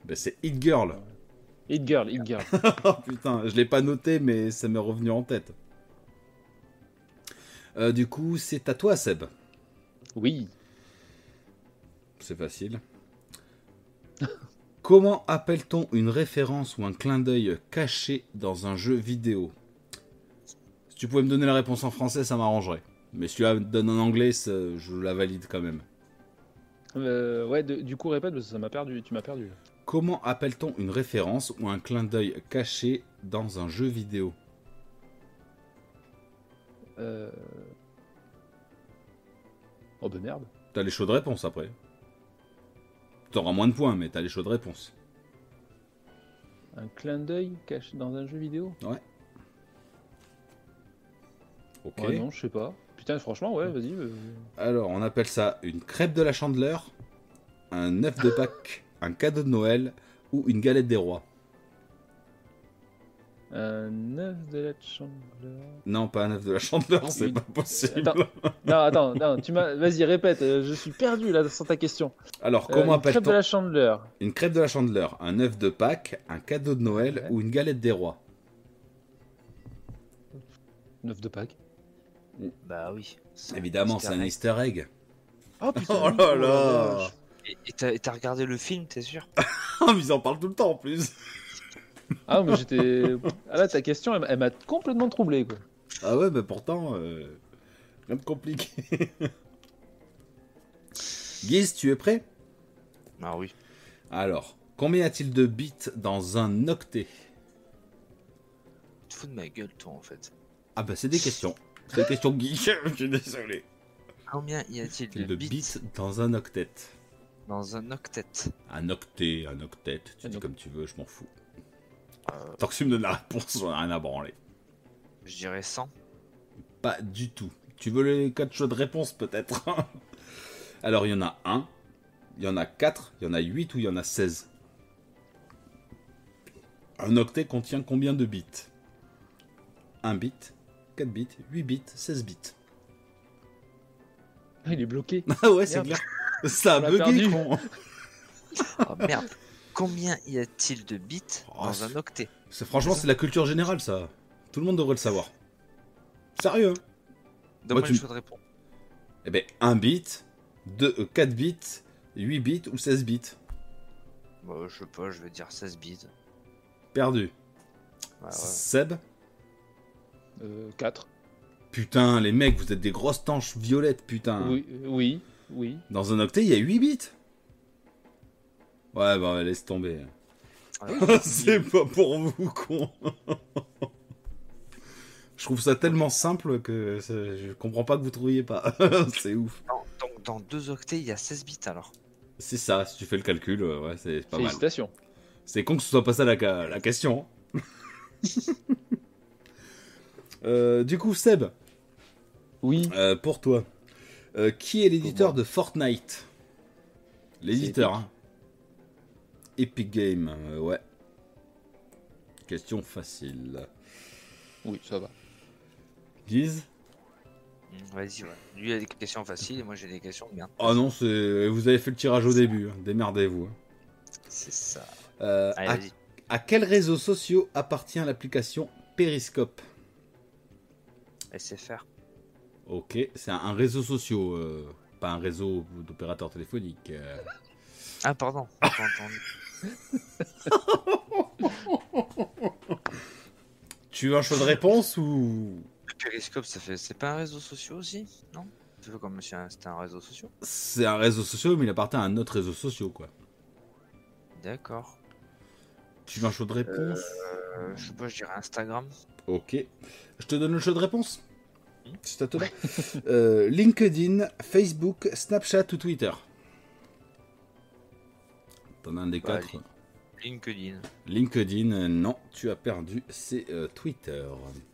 [SPEAKER 4] Ben, c'est Hit Girl.
[SPEAKER 5] Hit Girl, Hit Girl.
[SPEAKER 4] (laughs) Oh putain, je l'ai pas noté, mais ça m'est revenu en tête. Euh, du coup, c'est à toi, Seb.
[SPEAKER 5] oui.
[SPEAKER 4] C'est facile. Comment appelle-t-on une référence ou un clin d'œil caché dans un jeu vidéo Si tu pouvais me donner la réponse en français, ça m'arrangerait. Mais si tu la donnes en anglais, ça- je la valide quand même.
[SPEAKER 5] Euh, ouais, de- du coup, répète parce que ça m'a perdu. Tu m'as perdu.
[SPEAKER 4] Comment appelle-t-on une référence ou un clin d'œil caché dans un jeu vidéo
[SPEAKER 5] Euh... Oh, de merde.
[SPEAKER 4] T'as les chaudes réponses après. T'auras moins de points, mais t'as les chaudes réponses.
[SPEAKER 5] Un clin d'œil caché dans un jeu vidéo
[SPEAKER 4] Ok.
[SPEAKER 5] Ouais, non, je sais pas. Putain, franchement, ouais, vas-y. euh,
[SPEAKER 4] Alors, on appelle ça une crêpe de la chandeleur, un œuf de Pâques, un cadeau de Noël ou une galette des rois.
[SPEAKER 5] Un œuf de la chambre.
[SPEAKER 4] Non, pas un œuf de la chandeleur, c'est
[SPEAKER 5] Une-
[SPEAKER 4] pas possible.
[SPEAKER 5] Attends. Non, attends, non, tu m'as. Vas-y, répète, euh, je suis perdu là sur ta question.
[SPEAKER 4] Alors,
[SPEAKER 5] Euh,
[SPEAKER 4] comment
[SPEAKER 5] une crêpe
[SPEAKER 4] appelle-t-on
[SPEAKER 5] de la chandeleur
[SPEAKER 4] une crêpe de la chandeleur, un œuf de Pâques, un cadeau de Noël
[SPEAKER 5] Ouais.
[SPEAKER 4] ou une galette des rois
[SPEAKER 5] Neuf de Pâques.
[SPEAKER 6] Bah oui.
[SPEAKER 4] Évidemment, c'est un
[SPEAKER 6] Easter
[SPEAKER 4] easter (laughs) egg.
[SPEAKER 5] Oh putain
[SPEAKER 4] (laughs) Oh
[SPEAKER 5] oui,
[SPEAKER 4] là
[SPEAKER 5] la
[SPEAKER 4] là.
[SPEAKER 5] vache.
[SPEAKER 6] egg. Et- Et t'as- et t'as regardé le film, t'es sûr
[SPEAKER 4] Ah, Ils en parlent tout le temps en plus.
[SPEAKER 5] Ah, mais j'étais. Ah là, ta question, elle, m'a- elle m'a complètement troublé quoi.
[SPEAKER 4] Ah ouais, mais pourtant, euh, rien de (laughs) compliqué. Guise, tu es prêt Ah
[SPEAKER 6] Bah oui.
[SPEAKER 4] Alors, combien y a-t-il de bits dans un octet
[SPEAKER 6] Tu te fous de ma gueule, toi, en fait.
[SPEAKER 4] Ah bah c'est des questions. C'est des questions guiches, (laughs) je suis désolé.
[SPEAKER 6] Combien y a-t-il de,
[SPEAKER 4] Le
[SPEAKER 6] bits,
[SPEAKER 4] bits dans un octet.
[SPEAKER 6] dans un octet
[SPEAKER 4] Un octet, un octet, tu
[SPEAKER 5] Un
[SPEAKER 4] dis
[SPEAKER 5] oct-
[SPEAKER 4] comme tu veux, je m'en fous.
[SPEAKER 6] Euh,
[SPEAKER 4] Tant que tu me donnes la réponse, j'en ai rien à branler.
[SPEAKER 6] Je dirais 100.
[SPEAKER 4] Pas du tout. Tu veux les quatre choix de réponse peut-être (laughs) Alors il y en a un, il y en a quatre, il y en a huit ou il y en a 16 Un octet contient combien de bits 1 bit, 4 bits, 8 bits, 16 bits. (laughs)
[SPEAKER 5] Ah, Il est bloqué.
[SPEAKER 4] Ah ouais, c'est
[SPEAKER 5] Merde.
[SPEAKER 4] clair. Ça a
[SPEAKER 5] On l'a
[SPEAKER 4] bugué,
[SPEAKER 5] perdu.
[SPEAKER 4] con.
[SPEAKER 6] Oh
[SPEAKER 4] (laughs)
[SPEAKER 6] merde. Combien y a-t-il de bits
[SPEAKER 4] Oh,
[SPEAKER 6] dans
[SPEAKER 4] c'est-
[SPEAKER 6] un octet
[SPEAKER 4] C'est- franchement, c'est la culture générale, ça. Tout le monde devrait le savoir. Sérieux hein
[SPEAKER 6] Donne-moi
[SPEAKER 4] tu-
[SPEAKER 6] les choix de réponse.
[SPEAKER 4] Eh ben, 1 bit, 2, 4 bits, 8 bits ou 16 bits.
[SPEAKER 6] Bah, je sais pas, je vais dire 16 bits. Bah,
[SPEAKER 4] Perdu.
[SPEAKER 6] Ah Ouais, ouais.
[SPEAKER 4] Seb
[SPEAKER 5] 4. Euh,
[SPEAKER 4] Putain, les mecs, vous êtes des grosses tanches violettes, putain.
[SPEAKER 5] Oui. euh, oui. Oui.
[SPEAKER 4] Dans un octet, il y a 8 bits. Ouais, bah laisse (laughs) tomber.
[SPEAKER 6] Ouais.
[SPEAKER 4] c'est pas pour vous, con. (laughs) je trouve ça tellement simple que ça- je comprends pas que vous trouviez pas. (laughs) c'est ouf.
[SPEAKER 6] Dans- Donc dans 2 octets, il y a 16 bits alors.
[SPEAKER 4] C'est ça, si tu fais le calcul, euh, ouais, c'est pas mal.
[SPEAKER 5] Félicitations.
[SPEAKER 4] C'est con que ce soit pas ça la, ca- la question. hein. (laughs) Euh, du coup, Seb,
[SPEAKER 5] Oui.
[SPEAKER 4] euh, pour toi, euh, qui est l'éditeur de Fortnite L'éditeur, hein. Epic Game, ouais. Question facile.
[SPEAKER 5] Oui, ça va.
[SPEAKER 4] Guise
[SPEAKER 6] Mm, Vas-y, ouais. Lui il a des questions faciles et moi j'ai des questions de merde.
[SPEAKER 4] Oh non, c'est... vous avez fait le tirage au début, hein. démerdez-vous. hein.
[SPEAKER 6] C'est ça.
[SPEAKER 4] Euh,
[SPEAKER 6] Allez,
[SPEAKER 4] à,
[SPEAKER 6] vas-y.
[SPEAKER 4] à quels réseaux sociaux appartient l'application Periscope
[SPEAKER 6] SFR.
[SPEAKER 4] Ok, c'est un, un réseau social, euh, pas un réseau d'opérateurs téléphoniques. euh.
[SPEAKER 6] Ah pardon.
[SPEAKER 4] (laughs)
[SPEAKER 6] j'ai pas entendu.
[SPEAKER 4] Tu veux un choix de réponse ou
[SPEAKER 6] Le Periscope, ça fait. C'est pas un réseau social aussi Non C'est pas comme si un- c'était un réseau social.
[SPEAKER 4] C'est un réseau social, mais il appartient à un autre réseau social, quoi.
[SPEAKER 6] D'accord.
[SPEAKER 4] Tu veux un choix de réponse
[SPEAKER 6] Euh, je sais pas, je dirais Instagram.
[SPEAKER 4] Ok. Je te donne le choix de réponse Si ça te va. (laughs) Euh, LinkedIn, Facebook, Snapchat ou Twitter T'en as un des
[SPEAKER 6] Bah,
[SPEAKER 4] quatre
[SPEAKER 6] LinkedIn.
[SPEAKER 4] LinkedIn, euh, non, tu as perdu, c'est euh, Twitter.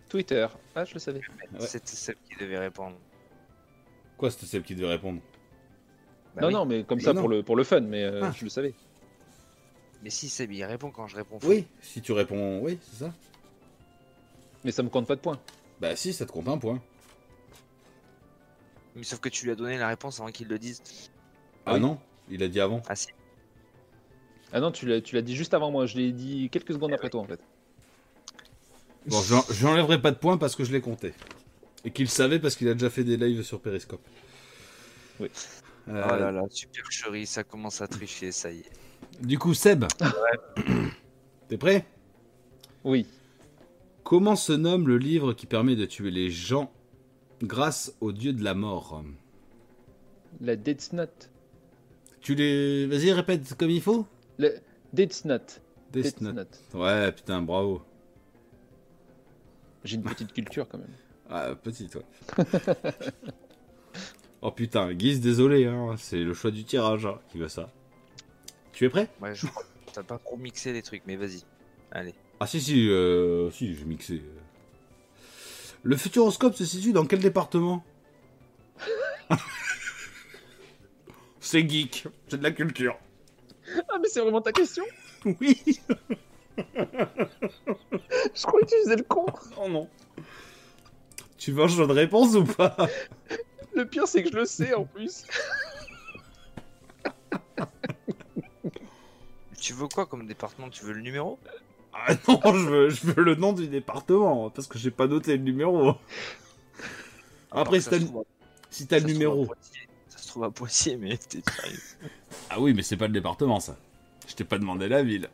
[SPEAKER 5] Twitter. Ah, je le savais.
[SPEAKER 4] Ouais.
[SPEAKER 6] C'était celle qui devait répondre.
[SPEAKER 4] Quoi, c'est celle qui devait répondre
[SPEAKER 6] Bah
[SPEAKER 5] non,
[SPEAKER 6] oui.
[SPEAKER 5] non, mais comme
[SPEAKER 4] Mais
[SPEAKER 5] ça
[SPEAKER 4] non.
[SPEAKER 5] pour le, pour le fun, mais euh,
[SPEAKER 4] Ah.
[SPEAKER 5] je le savais.
[SPEAKER 6] Mais si, c'est il répond quand je réponds.
[SPEAKER 4] Oui, si tu réponds oui, c'est ça.
[SPEAKER 5] Mais ça me compte pas de points.
[SPEAKER 4] Bah si, ça te compte un point.
[SPEAKER 6] Mais sauf que tu lui as donné la réponse avant qu'il le dise.
[SPEAKER 4] Ah
[SPEAKER 5] Oui.
[SPEAKER 4] non, il a dit avant.
[SPEAKER 6] Ah si.
[SPEAKER 5] Ah non, tu l'as tu l'as dit juste avant moi. Je l'ai dit quelques secondes après toi, en fait.
[SPEAKER 4] Bon, j'en- j'enlèverai pas de points parce que je l'ai compté. Et qu'il savait parce qu'il a déjà fait des lives sur Periscope.
[SPEAKER 5] Oui.
[SPEAKER 4] Euh,
[SPEAKER 6] Oh là là, supercherie, ça commence à tricher, ça y est.
[SPEAKER 4] Du coup, Seb. (clears throat) T'es prêt
[SPEAKER 5] Oui.
[SPEAKER 4] Comment se nomme le livre qui permet de tuer les gens grâce au dieu de la mort
[SPEAKER 5] La Death Note.
[SPEAKER 4] Tu les. Vas-y, répète comme il faut
[SPEAKER 5] La Death Note.
[SPEAKER 4] Death
[SPEAKER 5] Death
[SPEAKER 4] Note.
[SPEAKER 5] Note.
[SPEAKER 4] Ouais, putain, bravo.
[SPEAKER 5] J'ai une petite culture quand même.
[SPEAKER 4] Ah, petit, toi. oh putain, Guise, désolé, hein, c'est le choix du tirage hein, qui veut ça. Tu es prêt
[SPEAKER 6] Ouais, je crois que t'as pas trop mixé les trucs, mais vas-y. Allez.
[SPEAKER 4] Ah si, si, euh, si, j'ai mixé. Le futuroscope se situe dans quel département (laughs) C'est geek, c'est de la culture.
[SPEAKER 5] Ah, mais c'est vraiment ta question
[SPEAKER 4] Oui
[SPEAKER 5] Je croyais que tu faisais le con.
[SPEAKER 4] Oh non Tu veux un choix de réponse ou pas
[SPEAKER 5] Le pire, c'est que je le sais en plus.
[SPEAKER 6] Tu veux quoi comme département Tu veux le numéro
[SPEAKER 4] Ah non, je veux, je veux le nom du département, parce que j'ai pas noté le numéro. Après, si
[SPEAKER 6] ça
[SPEAKER 4] t'as
[SPEAKER 6] se
[SPEAKER 4] le-
[SPEAKER 6] trouve à-
[SPEAKER 4] si t'as
[SPEAKER 6] ça
[SPEAKER 4] le
[SPEAKER 6] se trouve à
[SPEAKER 4] numéro...
[SPEAKER 6] Poitiers. Ça se trouve à Poitiers, mais t'es sérieux.
[SPEAKER 4] Ah oui, mais c'est pas le département, ça. Je t'ai pas demandé la ville.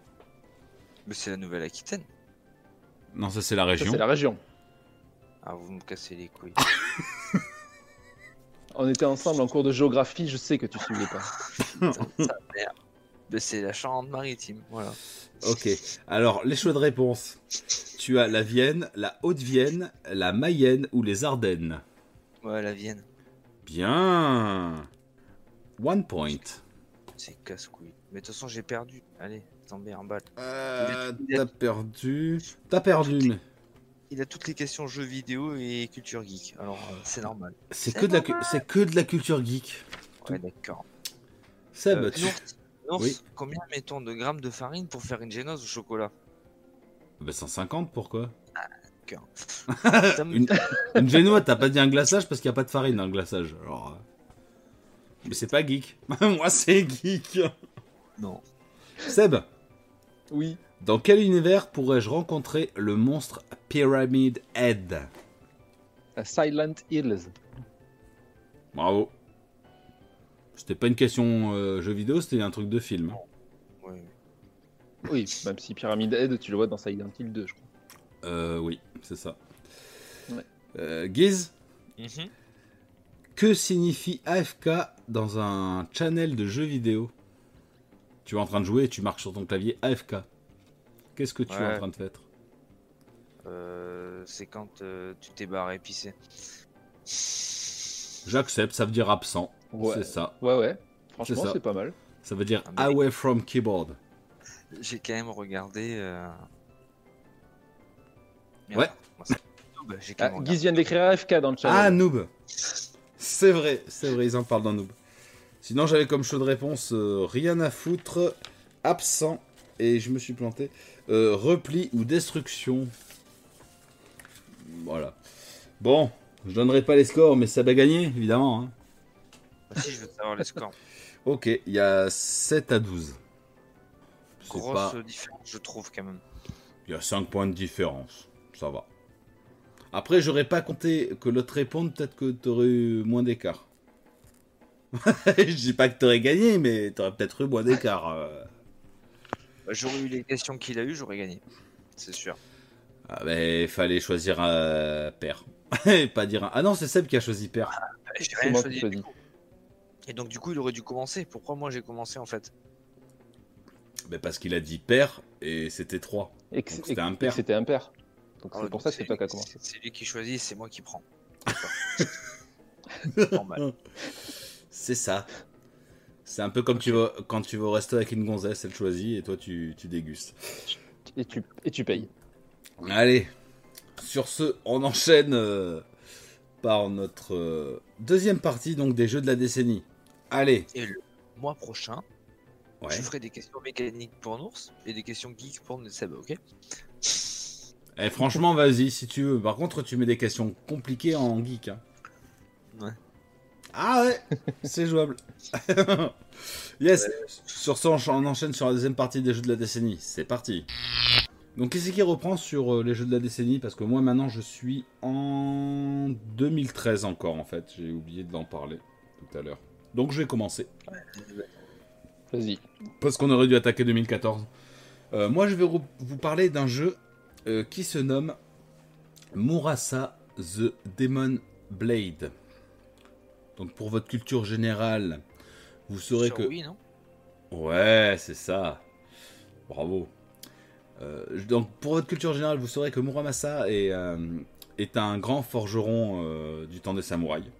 [SPEAKER 6] Mais c'est la Nouvelle-Aquitaine.
[SPEAKER 4] Non, ça c'est la
[SPEAKER 5] Ça,
[SPEAKER 4] région.
[SPEAKER 5] c'est la région.
[SPEAKER 6] Ah, vous me cassez les couilles.
[SPEAKER 5] On était ensemble en cours de géographie, je sais que tu suivais pas.
[SPEAKER 6] Putain, sa mère. Mais Bah, c'est la Charente-Maritime, voilà.
[SPEAKER 4] Ok, alors les choix de réponse. Tu as la Vienne, la Haute-Vienne, la Mayenne ou les Ardennes.
[SPEAKER 6] Ouais, la Vienne.
[SPEAKER 4] Bien. One point.
[SPEAKER 6] C'est casse-couille. Mais de toute façon, j'ai perdu. Allez, tombé en balle.
[SPEAKER 4] Euh, t'as perdu. T'as perdu. mais
[SPEAKER 6] Il a toutes les questions jeux vidéo et culture geek. Alors, euh, c'est normal.
[SPEAKER 4] C'est que de la, cu- c'est que de la culture geek.
[SPEAKER 6] Ouais, d'accord.
[SPEAKER 4] Seb,
[SPEAKER 6] Euh,
[SPEAKER 4] Eh ben, tu-
[SPEAKER 6] Nours, Nours,
[SPEAKER 4] Oui.
[SPEAKER 6] combien mettons de grammes de farine pour faire une génose au chocolat
[SPEAKER 4] Bah, 150 pourquoi
[SPEAKER 6] Putain,
[SPEAKER 4] (laughs) Une, une génoise, t'as pas dit un glaçage parce qu'il y a pas de farine dans le glaçage. Alors. euh, Mais c'est pas geek. (laughs) Moi c'est geek.
[SPEAKER 6] Non.
[SPEAKER 4] Seb.
[SPEAKER 5] Oui.
[SPEAKER 4] Dans quel univers pourrais-je rencontrer le monstre Pyramid Head
[SPEAKER 5] À Silent Hills.
[SPEAKER 4] Bravo. C'était pas une question euh, jeu vidéo, c'était un truc de film.
[SPEAKER 6] Ouais.
[SPEAKER 5] Oui, même si Pyramid Head, tu le vois dans Silent Hill 2, je crois.
[SPEAKER 4] Euh, oui, c'est ça.
[SPEAKER 5] Ouais.
[SPEAKER 4] Euh, Guise,
[SPEAKER 6] Mhm.
[SPEAKER 4] Que signifie AFK dans un channel de jeux vidéo Tu es en train de jouer et tu marches sur ton clavier AFK. Qu'est-ce que tu es
[SPEAKER 6] Ouais.
[SPEAKER 4] en train de faire
[SPEAKER 6] Euh, c'est quand euh, tu t'es barré pisser.
[SPEAKER 4] J'accepte, ça veut dire absent.
[SPEAKER 5] Ouais.
[SPEAKER 4] C'est ça.
[SPEAKER 5] Ouais, ouais.
[SPEAKER 4] C'est
[SPEAKER 5] Franchement,
[SPEAKER 4] ça.
[SPEAKER 5] c'est pas mal.
[SPEAKER 4] Ça veut dire
[SPEAKER 6] Ah, mais-
[SPEAKER 4] away from keyboard.
[SPEAKER 6] J'ai quand même regardé. euh,
[SPEAKER 4] Ouais.
[SPEAKER 6] comment ça- Non, bah, J'ai
[SPEAKER 5] Ah,
[SPEAKER 6] quand même regardé.
[SPEAKER 5] Guise vient d'écrire FK dans le chat.
[SPEAKER 4] Ah, noob C'est vrai, c'est vrai, ils en parlent d'un noob. Sinon, j'avais comme choix de réponse euh, rien à foutre, absent, et je me suis planté. euh, repli ou destruction. Voilà. Bon, je donnerai pas les scores, mais ça va gagner, évidemment. hein.
[SPEAKER 6] Bah, si, je veux
[SPEAKER 4] (laughs)
[SPEAKER 6] savoir les scores.
[SPEAKER 4] Ok, il y a 7 à 12. C'est
[SPEAKER 6] Grosse
[SPEAKER 4] pas-
[SPEAKER 6] différence, je trouve quand même.
[SPEAKER 4] Il y a 5 points de différence. Ça va. Après, j'aurais pas compté que l'autre réponde, peut-être que t'aurais eu moins d'écart. (laughs) Je dis pas que t'aurais gagné, mais t'aurais peut-être eu moins d'écart. euh.
[SPEAKER 6] Bah, j'aurais eu les questions qu'il a eu, j'aurais gagné. C'est sûr.
[SPEAKER 4] Ah, mais fallait choisir euh, un père. Et (laughs) pas dire un... Ah non, c'est Seb qui a choisi père.
[SPEAKER 6] Bah, j'ai
[SPEAKER 5] C'est
[SPEAKER 6] rien
[SPEAKER 5] moi
[SPEAKER 6] choisi.
[SPEAKER 5] qui choisis.
[SPEAKER 6] Et donc, du coup, il aurait dû commencer. Pourquoi moi j'ai commencé en fait
[SPEAKER 4] Mais parce qu'il a dit père, et c'était 3.
[SPEAKER 5] Et que-
[SPEAKER 4] Donc,
[SPEAKER 5] et
[SPEAKER 4] c'était
[SPEAKER 5] que-
[SPEAKER 4] impair.
[SPEAKER 5] et que C'était impair. Donc
[SPEAKER 6] Ah,
[SPEAKER 5] c'est
[SPEAKER 6] donc
[SPEAKER 5] pour ça que c'est toi qui as
[SPEAKER 6] lui-
[SPEAKER 5] commencé.
[SPEAKER 6] C'est lui qui choisit, c'est moi qui
[SPEAKER 5] (laughs)
[SPEAKER 6] prends. D'accord. Normal.
[SPEAKER 4] C'est ça. C'est un peu comme tu vas, quand tu vas au resto avec une gonzesse, elle choisit, et toi tu, tu dégustes.
[SPEAKER 5] Et tu, et tu payes.
[SPEAKER 4] Allez, sur ce, on enchaîne euh, par notre euh, deuxième partie donc des jeux de la décennie. Allez,
[SPEAKER 6] Mois prochain,
[SPEAKER 4] ouais.
[SPEAKER 6] je ferai des questions mécaniques pour Nours et des questions geeks pour Seb, ok
[SPEAKER 4] Eh, franchement, vas-y si tu veux. Par contre, tu mets des questions compliquées en geek. hein.
[SPEAKER 6] Ouais.
[SPEAKER 4] Ah ouais, c'est jouable. (laughs) yes. Sur ce, on encha- on enchaîne sur la deuxième partie des jeux de la décennie. C'est parti. Donc, qu'est-ce qui reprend sur euh, les jeux de la décennie Parce que moi, maintenant, je suis en 2013 encore, en fait. J'ai oublié d'en parler tout à l'heure. Donc, je vais commencer.
[SPEAKER 5] Vas-y.
[SPEAKER 4] Parce qu'on aurait dû attaquer 2014. Euh, moi, je vais rou- vous parler d'un jeu euh, qui se nomme Murasa the Demon Blade. Donc, pour votre culture générale, vous saurez
[SPEAKER 6] Sur
[SPEAKER 4] que.
[SPEAKER 6] Wii, non
[SPEAKER 4] Ouais, c'est ça. Bravo. Euh, je- donc, pour votre culture générale, vous saurez que Muramasa est, euh, est un grand forgeron euh, du temps des samouraïs.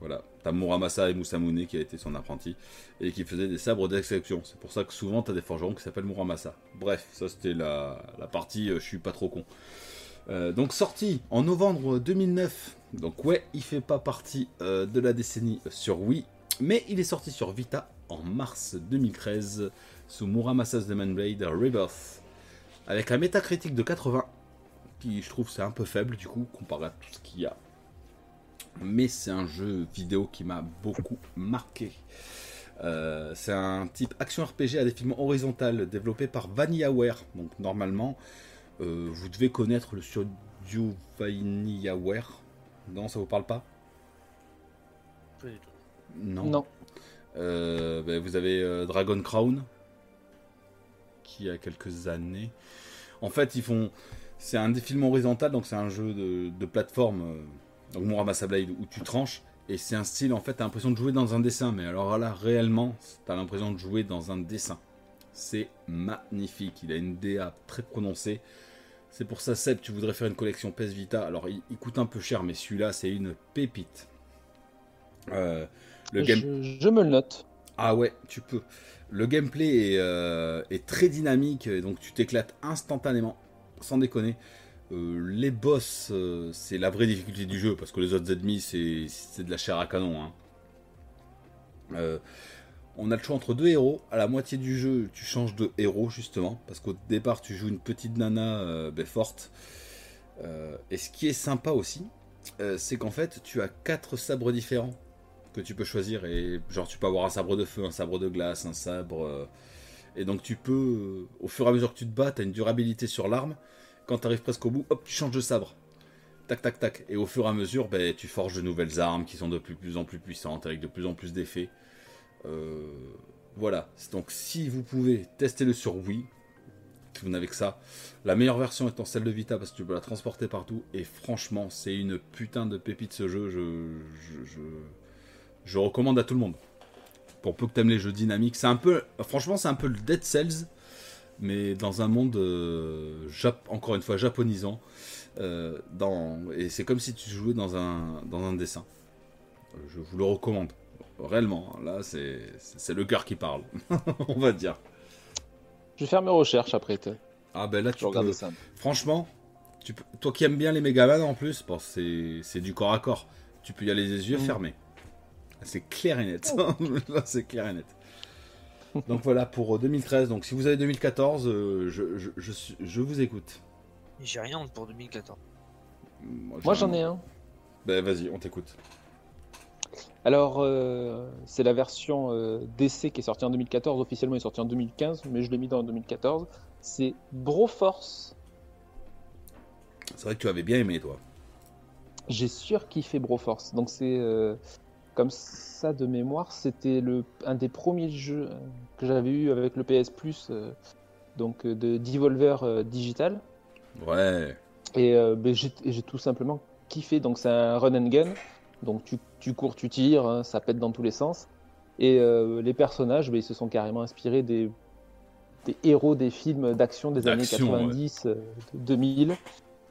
[SPEAKER 4] Voilà. T'as Muramasa et Musamune qui a été son apprenti et qui faisait des sabres d'exception. C'est pour ça que souvent t'as des forgerons qui s'appellent Muramasa. Bref, ça c'était la, la partie euh, je suis pas trop con. Euh, donc sorti en novembre 2009. Donc ouais, il fait pas partie euh, de la décennie sur Wii, mais il est sorti sur Vita en mars 2013 sous Muramasa's Demon Blade Rebirth avec un métacritique de 80 qui je trouve c'est un peu faible du coup comparé à tout ce qu'il y a. Mais c'est un jeu vidéo qui m'a beaucoup marqué. Euh, c'est un type action RPG à défilement horizontal développé par VanillaWare. Donc normalement, euh, vous devez connaître le studio VanillaWare. Non, ça vous parle pas
[SPEAKER 6] Pas du tout.
[SPEAKER 5] Non.
[SPEAKER 4] euh, ben, vous avez euh, Dragon Crown, qui a quelques années. En fait, ils font. C'est un défilement horizontal, donc c'est un jeu de, de plateforme, euh, donc Muramasa Blade, où tu tranches. Et c'est un style, en fait, t'as l'impression de jouer dans un dessin. Mais alors là, réellement, t'as l'impression de jouer dans un dessin. C'est magnifique. Il a une DA très prononcée. C'est pour ça, Seb, tu voudrais faire une collection PS Vita. Alors, il, il coûte un peu cher, mais celui-là, c'est une pépite. Euh, le game...
[SPEAKER 5] Je, je me le note.
[SPEAKER 4] Ah ouais, tu peux. Le gameplay est, euh, est très dynamique, et donc tu t'éclates instantanément, sans déconner. Euh, les boss, euh, c'est la vraie difficulté du jeu, parce que les autres ennemis, c'est c'est de la chair à canon. hein. Euh, on a le choix entre deux héros. À la moitié du jeu, tu changes de héros, justement, parce qu'au départ, tu joues une petite nana euh, ben, forte. Euh, et ce qui est sympa aussi, euh, c'est qu'en fait, tu as quatre sabres différents que tu peux choisir et genre tu peux avoir un sabre de feu, un sabre de glace, un sabre euh, et donc tu peux euh, au fur et à mesure que tu te bats, tu as une durabilité sur l'arme. Quand tu arrives presque au bout, hop, tu changes de sabre. Tac tac tac et au fur et à mesure, ben, tu forges de nouvelles armes qui sont de plus, plus en plus puissantes avec de plus en plus d'effets. Euh, voilà, donc si vous pouvez, testez-le sur Wii. Si vous n'avez que ça, la meilleure version étant celle de Vita parce que tu peux la transporter partout. Et franchement, c'est une putain de pépite ce jeu. Je, je, je- Je recommande à tout le monde. Pour peu que t'aimes les jeux dynamiques, c'est un peu, franchement, c'est un peu le Dead Cells, mais dans un monde euh, jap- encore une fois japonisant. euh, dans, et c'est comme si tu jouais dans un dans un dessin. Euh, Je vous le recommande réellement. hein, Là, c'est c'est c'est le cœur qui parle, (laughs) on va dire.
[SPEAKER 5] Je vais faire mes recherches après. t'es.
[SPEAKER 4] Ah ben là, tu
[SPEAKER 5] Je regarde
[SPEAKER 4] peux-
[SPEAKER 5] ça.
[SPEAKER 4] Franchement, tu peux- toi qui aimes bien les Megaman en plus, bon, c'est c'est du corps à corps. Tu peux y aller les yeux
[SPEAKER 5] Mm. Oh.
[SPEAKER 4] fermés. C'est clair et net. (laughs) Là, c'est clair et net. Donc voilà pour euh, 2013. Donc si vous avez 2014, euh, je, je, je, suis- je vous écoute.
[SPEAKER 6] J'ai rien pour 2014.
[SPEAKER 5] Moi j'en ai un.
[SPEAKER 4] Ben vas-y, on t'écoute.
[SPEAKER 5] Alors, euh, c'est la version euh, DC qui est sortie en 2014. Officiellement, elle est sortie en 2015, mais je l'ai mis dans 2014. C'est Broforce.
[SPEAKER 4] C'est vrai que tu avais bien aimé toi.
[SPEAKER 5] J'ai surkiffé Broforce. Donc, c'est euh, comme ça de mémoire. C'était le, un des premiers jeux euh, que j'avais eu avec le PS Plus, euh, donc euh, de Devolver euh, Digital.
[SPEAKER 4] Ouais.
[SPEAKER 5] Et euh, ben, j'ai et j'ai tout simplement kiffé. Donc c'est un run and gun. Donc tu, tu cours, tu tires, hein, ça pète dans tous les sens. Et euh, les personnages, ben, ils se sont carrément inspirés des, des héros des films d'action des années
[SPEAKER 4] D'action,
[SPEAKER 5] 90, euh, de- 2000.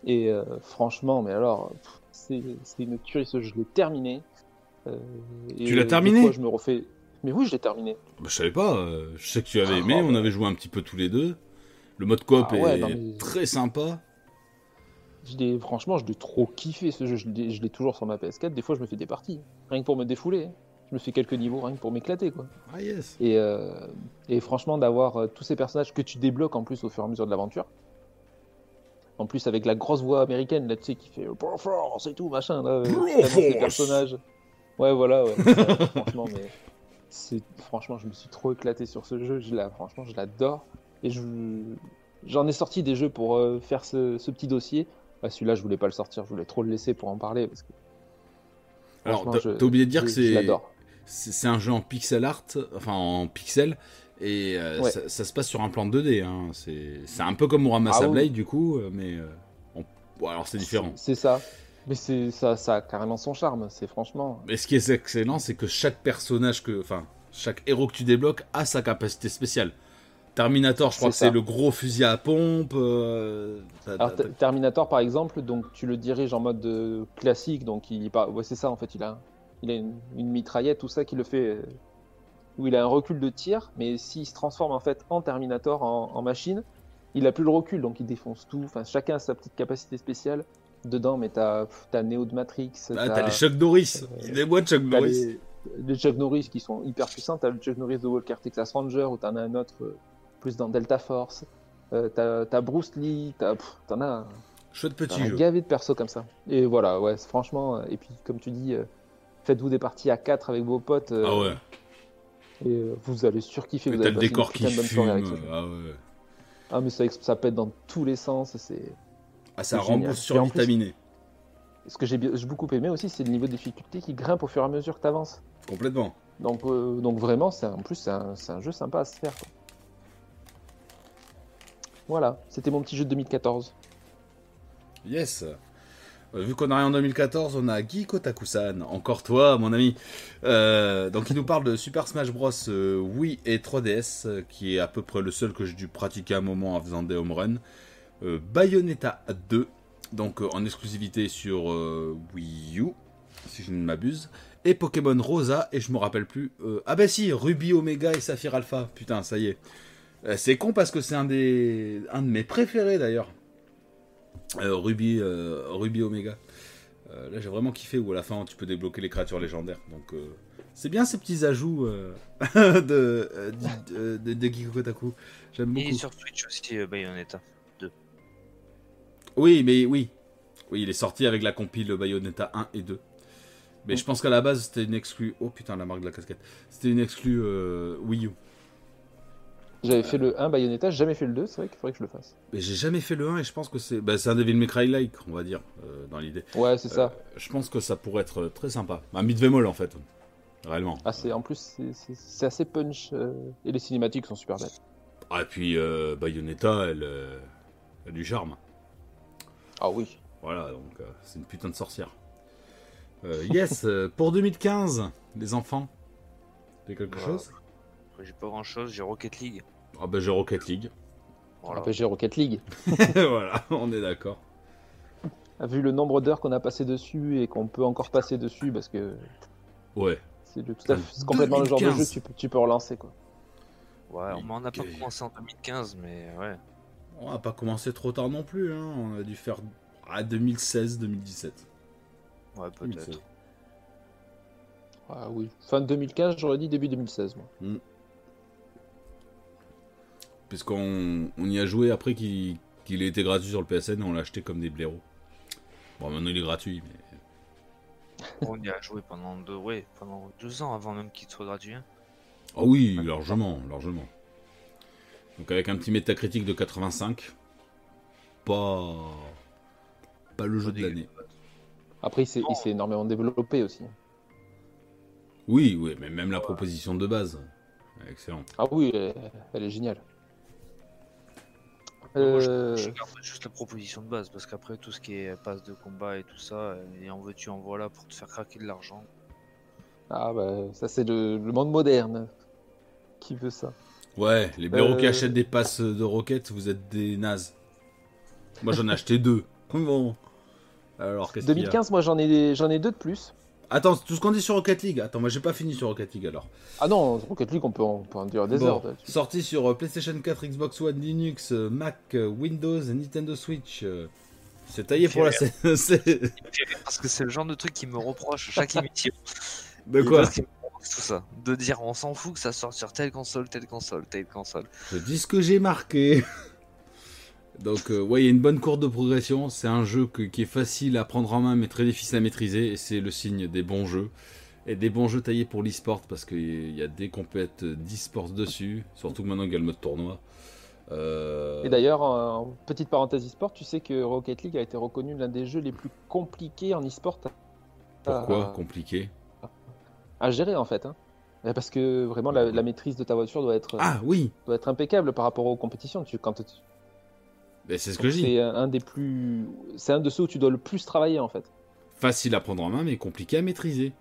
[SPEAKER 5] Et euh, franchement, mais alors, pff, c'est c'est une tuerie ce jeu. Je l'ai terminé. Euh, et
[SPEAKER 4] Tu l'as
[SPEAKER 5] des
[SPEAKER 4] terminé
[SPEAKER 5] fois, Je me refais. Mais oui, je l'ai terminé.
[SPEAKER 4] Bah, je savais pas. euh, je sais que tu avais
[SPEAKER 5] Ah,
[SPEAKER 4] aimé.
[SPEAKER 5] bah.
[SPEAKER 4] on avait joué un petit peu tous les deux. Le mode coop
[SPEAKER 5] Ah ouais,
[SPEAKER 4] est
[SPEAKER 5] non, mais-
[SPEAKER 4] très sympa.
[SPEAKER 5] Je l'ai- franchement, je l'ai trop kiffé ce jeu. Je l'ai je l'ai toujours sur ma PS4. Des fois, je me fais des parties. Rien que pour me défouler. hein. Je me fais quelques niveaux rien que pour m'éclater. quoi.
[SPEAKER 4] Ah yes.
[SPEAKER 5] Et, euh, et franchement, d'avoir euh, tous ces personnages que tu débloques en plus au fur et à mesure de l'aventure. En plus, avec la grosse voix américaine, là, tu sais, qui fait « Pro Force » et tout, machin, là. euh, qui
[SPEAKER 4] Pro
[SPEAKER 5] annonce les
[SPEAKER 4] Force.
[SPEAKER 5] personnages. Ouais, voilà, ouais. Euh, franchement, mais... c'est- Franchement, je me suis trop éclaté sur ce jeu. Je l'a- franchement, je l'adore. Et je... J'en ai sorti des jeux pour euh, faire ce, ce petit dossier. Bah, Celui-là, je voulais pas le sortir. Je voulais trop le laisser pour en parler. Parce que,
[SPEAKER 4] Alors
[SPEAKER 5] franchement,
[SPEAKER 4] t'as
[SPEAKER 5] je-
[SPEAKER 4] t'as oublié de dire
[SPEAKER 5] je-
[SPEAKER 4] que
[SPEAKER 5] Je
[SPEAKER 4] c'est
[SPEAKER 5] l'adore.
[SPEAKER 4] c'est c'est un jeu en pixel art, enfin en pixel, et euh,
[SPEAKER 5] Ouais.
[SPEAKER 4] ça, ça se passe sur un plan 2D. hein. C'est c'est un peu comme Muramasa
[SPEAKER 5] Ah oui.
[SPEAKER 4] Blade, du coup, euh, mais euh, on- bon, alors c'est différent.
[SPEAKER 5] C'est ça. Mais c'est ça, ça a carrément son charme. C'est franchement...
[SPEAKER 4] Mais ce qui est excellent, c'est que chaque personnage que, enfin, chaque héros que tu débloques a sa capacité spéciale. Terminator, je crois
[SPEAKER 5] C'est
[SPEAKER 4] que c'est
[SPEAKER 5] ça.
[SPEAKER 4] le gros fusil à pompe. euh, t'as-
[SPEAKER 5] Alors
[SPEAKER 4] t'as-
[SPEAKER 5] T- Terminator par exemple, donc tu le diriges en mode euh, classique, donc il est pas. Ouais, c'est ça en fait, il a, il a une, une mitraillette, tout ça qui le fait. euh, où il a un recul de tir, mais s'il se transforme en fait en Terminator, en, en machine, il a plus le recul, donc il défonce tout. Enfin, chacun a sa petite capacité spéciale. Dedans, mais t'as as Neo de Matrix,
[SPEAKER 4] ah, t'as les Chuck Norris.
[SPEAKER 5] euh,
[SPEAKER 4] Il est moi Chuck
[SPEAKER 5] T'as
[SPEAKER 4] Norris.
[SPEAKER 5] les, les Chuck Norris qui sont hyper puissants. T'as le Chuck Norris de Walker Texas Ranger, ou t'en as un autre euh, plus dans Delta Force. Euh, t'as t'as Bruce Lee, t'as- pff, t'en as un-
[SPEAKER 4] Chouette
[SPEAKER 5] t'en
[SPEAKER 4] petit
[SPEAKER 5] as un
[SPEAKER 4] jeu.
[SPEAKER 5] gavé de persos comme ça. Et voilà, ouais, c'est- franchement. euh, Et puis, comme tu dis, euh, faites-vous des parties à 4 avec vos potes. euh,
[SPEAKER 4] Ah ouais.
[SPEAKER 5] Et euh, vous allez surkiffer. vous
[SPEAKER 4] T'as
[SPEAKER 5] allez
[SPEAKER 4] le
[SPEAKER 5] passer une
[SPEAKER 4] décor
[SPEAKER 5] putain
[SPEAKER 4] qui
[SPEAKER 5] de bonne soirée avec
[SPEAKER 4] fume.
[SPEAKER 5] ce jeu.
[SPEAKER 4] Ah ouais.
[SPEAKER 5] Ah, mais ça, ex- ça pète dans tous les sens. C'est.
[SPEAKER 4] Ah, ça
[SPEAKER 5] C'est génial.
[SPEAKER 4] rembourse
[SPEAKER 5] Et en plus-
[SPEAKER 4] survitaminé.
[SPEAKER 5] Ce que j'ai bien- j'ai beaucoup aimé aussi, c'est le niveau de difficulté qui grimpe au fur et à mesure que t'avances.
[SPEAKER 4] Complètement.
[SPEAKER 5] Donc, euh, donc vraiment, c'est un- en plus, c'est un, c'est un jeu sympa à se faire. quoi. Voilà, c'était mon petit jeu de 2014.
[SPEAKER 4] Yes. Euh, vu qu'on arrive en 2014, on a Guy Kotakusan, encore toi, mon ami. Euh, donc, il nous parle de Super Smash Bros. euh, Wii et 3DS, euh, qui est à peu près le seul que j'ai dû pratiquer à un moment en faisant des home runs. Euh, Bayonetta 2, donc euh, en exclusivité sur euh, Wii U, si je ne m'abuse. Et Pokémon Rosa, et je me rappelle plus. euh, ah, bah si, Ruby Omega et Saphir Alpha. Putain, ça y est. Euh, c'est con parce que c'est un, des... un de mes préférés d'ailleurs. Euh, Ruby, euh, Ruby Omega. Euh, là, j'ai vraiment kiffé où à la fin tu peux débloquer les créatures légendaires. Donc, euh, c'est bien ces petits ajouts euh, (laughs) de, euh, du- de, de, de Geeko Kotaku. J'aime
[SPEAKER 6] Et
[SPEAKER 4] beaucoup.
[SPEAKER 6] sur Twitch aussi, euh, Bayonetta.
[SPEAKER 4] Oui, mais oui. Oui, il est sorti avec la compile Bayonetta 1 et 2. Mais
[SPEAKER 5] Mm.
[SPEAKER 4] je pense qu'à la base, c'était une exclue. Oh putain, la marque de la casquette. C'était une exclue euh, Wii U.
[SPEAKER 5] J'avais fait le 1 Bayonetta, j'ai jamais fait le 2, c'est vrai qu'il faudrait que je le fasse.
[SPEAKER 4] Mais j'ai jamais fait le 1 et je pense que c'est bah, c'est un Devil May Cry like, on va dire, euh, dans l'idée.
[SPEAKER 5] Ouais, c'est ça.
[SPEAKER 4] Je pense que ça pourrait être euh, très sympa. Un mid-vémol en fait. Réellement.
[SPEAKER 5] Ah, c'est- en plus, c'est- c'est c'est assez punch euh, et les cinématiques sont super belles.
[SPEAKER 4] Ah, et puis euh, Bayonetta, elle, euh, elle a du charme.
[SPEAKER 5] Ah oui.
[SPEAKER 4] Voilà, donc euh, c'est une putain de sorcière. Euh, yes, euh, pour 2015, les enfants. C'est quelque
[SPEAKER 6] Voilà.
[SPEAKER 4] chose
[SPEAKER 6] Après, J'ai pas grand chose, j'ai Rocket League.
[SPEAKER 4] Ah bah j'ai Rocket League.
[SPEAKER 6] Voilà.
[SPEAKER 5] Après, j'ai Rocket League.
[SPEAKER 4] (laughs) voilà, on est d'accord.
[SPEAKER 5] Ah, Vu le nombre d'heures qu'on a passé dessus et qu'on peut encore passer dessus, parce que
[SPEAKER 4] Ouais.
[SPEAKER 5] c'est le- tout à fait- c'est complètement le genre de jeu
[SPEAKER 2] 2015.
[SPEAKER 5] que tu, peux- tu peux relancer. Quoi.
[SPEAKER 6] Ouais, on en a pas
[SPEAKER 4] Ok.
[SPEAKER 6] commencé en 2015, mais ouais.
[SPEAKER 4] On a pas commencé trop tard non plus, hein. on a dû faire à 2016-2017.
[SPEAKER 6] Ouais, peut-être.
[SPEAKER 5] Ah oui. Fin 2015, j'aurais dit début 2016. Moi.
[SPEAKER 4] Puisqu'on on y a joué après qu'il qu'il ait été gratuit sur le PSN et on l'a acheté comme des blaireaux. Bon, maintenant il est gratuit, mais.
[SPEAKER 6] On y a joué pendant deux, ouais, pendant deux ans avant même qu'il soit gratuit. hein.
[SPEAKER 4] Ah oui, largement, largement. Donc avec un petit métacritique de 85, pas. Pas le jeu de l'année.
[SPEAKER 5] Après, il s'est il s'est énormément développé aussi.
[SPEAKER 4] Oui, oui, mais même la proposition de base. Excellent.
[SPEAKER 5] Ah oui, elle, est- elle est géniale.
[SPEAKER 6] Moi,
[SPEAKER 5] Euh,
[SPEAKER 6] Je garde juste la proposition de base parce qu'après tout ce qui est passe de combat et tout ça, euh, et en veux-tu en voilà pour te faire craquer de l'argent.
[SPEAKER 5] Ah bah, ça c'est le, le monde moderne. Qui veut ça
[SPEAKER 4] Ouais, les blaireaux qui
[SPEAKER 5] Euh.
[SPEAKER 4] achètent des passes de roquettes, vous êtes des nazes. Moi j'en ai acheté deux.
[SPEAKER 5] (laughs)
[SPEAKER 4] Bon. Alors, qu'est-ce qu'il y a
[SPEAKER 5] 2015, moi j'en ai, j'en ai deux de plus.
[SPEAKER 4] Attends, tout ce qu'on dit sur Rocket League. Attends, moi j'ai pas fini sur Rocket League alors.
[SPEAKER 5] Ah non, Rocket League, on peut en, on peut en dire des
[SPEAKER 4] Bon,
[SPEAKER 5] heures. là-dessus.
[SPEAKER 4] sorti sur euh, PlayStation 4, Xbox One, Linux, euh, Mac, euh, Windows, et Nintendo Switch. euh, C'est taillé pour la. (laughs) c'est- c'est-
[SPEAKER 6] Parce que c'est le genre de truc qui me reproche à chaque émission.
[SPEAKER 4] De
[SPEAKER 6] Et
[SPEAKER 4] quoi
[SPEAKER 6] parce qu'il me reproche Tout ça. De dire on s'en fout que ça sorte sur telle console, telle console, telle console.
[SPEAKER 4] Je dis ce que j'ai marqué. (laughs) Donc, euh, ouais, il y a une bonne courbe de progression. C'est un jeu que- qui est facile à prendre en main, mais très difficile à maîtriser. Et c'est le signe des bons jeux. Et des bons jeux taillés pour l'e-sport, parce qu'il y a des compètes d'e-sport dessus. Surtout que maintenant, il y a le mode tournoi. Euh,
[SPEAKER 5] Et d'ailleurs, en petite parenthèse e-sport, tu sais que Rocket League a été reconnu l'un des jeux les plus compliqués en e-sport
[SPEAKER 4] pourquoi
[SPEAKER 5] à-
[SPEAKER 4] Compliqué.
[SPEAKER 5] à gérer en fait. hein. Eh, Parce que vraiment, la, la maîtrise de ta voiture doit être,
[SPEAKER 4] Ah oui
[SPEAKER 5] doit être impeccable par rapport aux compétitions. Tu, quand tu-
[SPEAKER 4] Mais C'est ce que je dis.
[SPEAKER 5] c'est un un des plus, c'est un de ceux où tu dois le plus travailler en fait.
[SPEAKER 4] facile à prendre en main mais compliqué à maîtriser.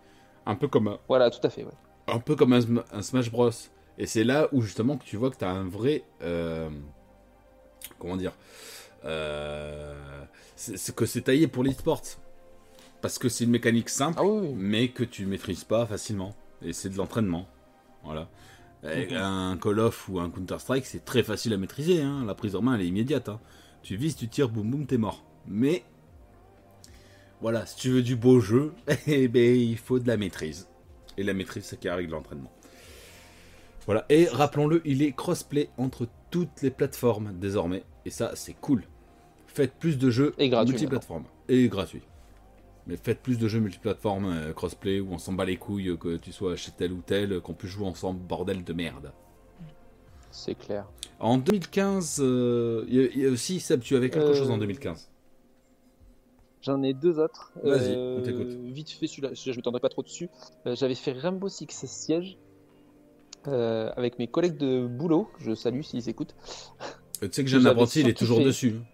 [SPEAKER 4] Un peu comme un,
[SPEAKER 5] Voilà, tout à fait. ouais.
[SPEAKER 4] un peu comme un, Sm- un Smash Bros. Et c'est là où justement que tu vois que tu as un vrai... euh, comment dire euh, c'est, c'est que c'est taillé pour l'e-sport. Parce que c'est une mécanique simple
[SPEAKER 5] Ah oui, oui.
[SPEAKER 4] mais que tu maîtrises pas facilement. Et c'est de l'entraînement. Voilà. Et
[SPEAKER 5] Mhm.
[SPEAKER 4] Un Call of ou un Counter-Strike, c'est très facile à maîtriser. hein. La prise en main, elle est immédiate. hein. Tu vises, tu tires, boum boum, t'es mort. Mais voilà, si tu veux du beau jeu, (laughs) eh ben, il faut de la maîtrise. Et la maîtrise, c'est qui arrive de l'entraînement. Voilà. Et rappelons-le, il est crossplay entre toutes les plateformes désormais. Et ça, c'est cool. Faites plus de jeux
[SPEAKER 5] Et gratuit,
[SPEAKER 4] multiplateformes. Et gratuit. Mais faites plus de jeux multiplateformes, euh, crossplay, où on s'en bat les couilles, euh, que tu sois chez tel ou tel, euh, qu'on puisse jouer ensemble, bordel de merde.
[SPEAKER 5] C'est clair.
[SPEAKER 4] En 2015, euh, il y a- il y, a aussi, Seb, tu avais quelque
[SPEAKER 5] Euh,
[SPEAKER 4] chose en 2015.
[SPEAKER 5] J'en ai deux autres. Euh,
[SPEAKER 4] Vas-y, on t'écoute.
[SPEAKER 5] Vite fait, celui-là, celui-là, je ne m'étendrai pas trop dessus. Euh, J'avais fait Rainbow Six Siege euh, avec mes collègues de boulot. que Je salue s'ils écoutent.
[SPEAKER 4] Euh, tu sais que j'ai un
[SPEAKER 5] j'avais
[SPEAKER 4] apprenti, il est
[SPEAKER 5] surkiffé.
[SPEAKER 4] toujours dessus, hein,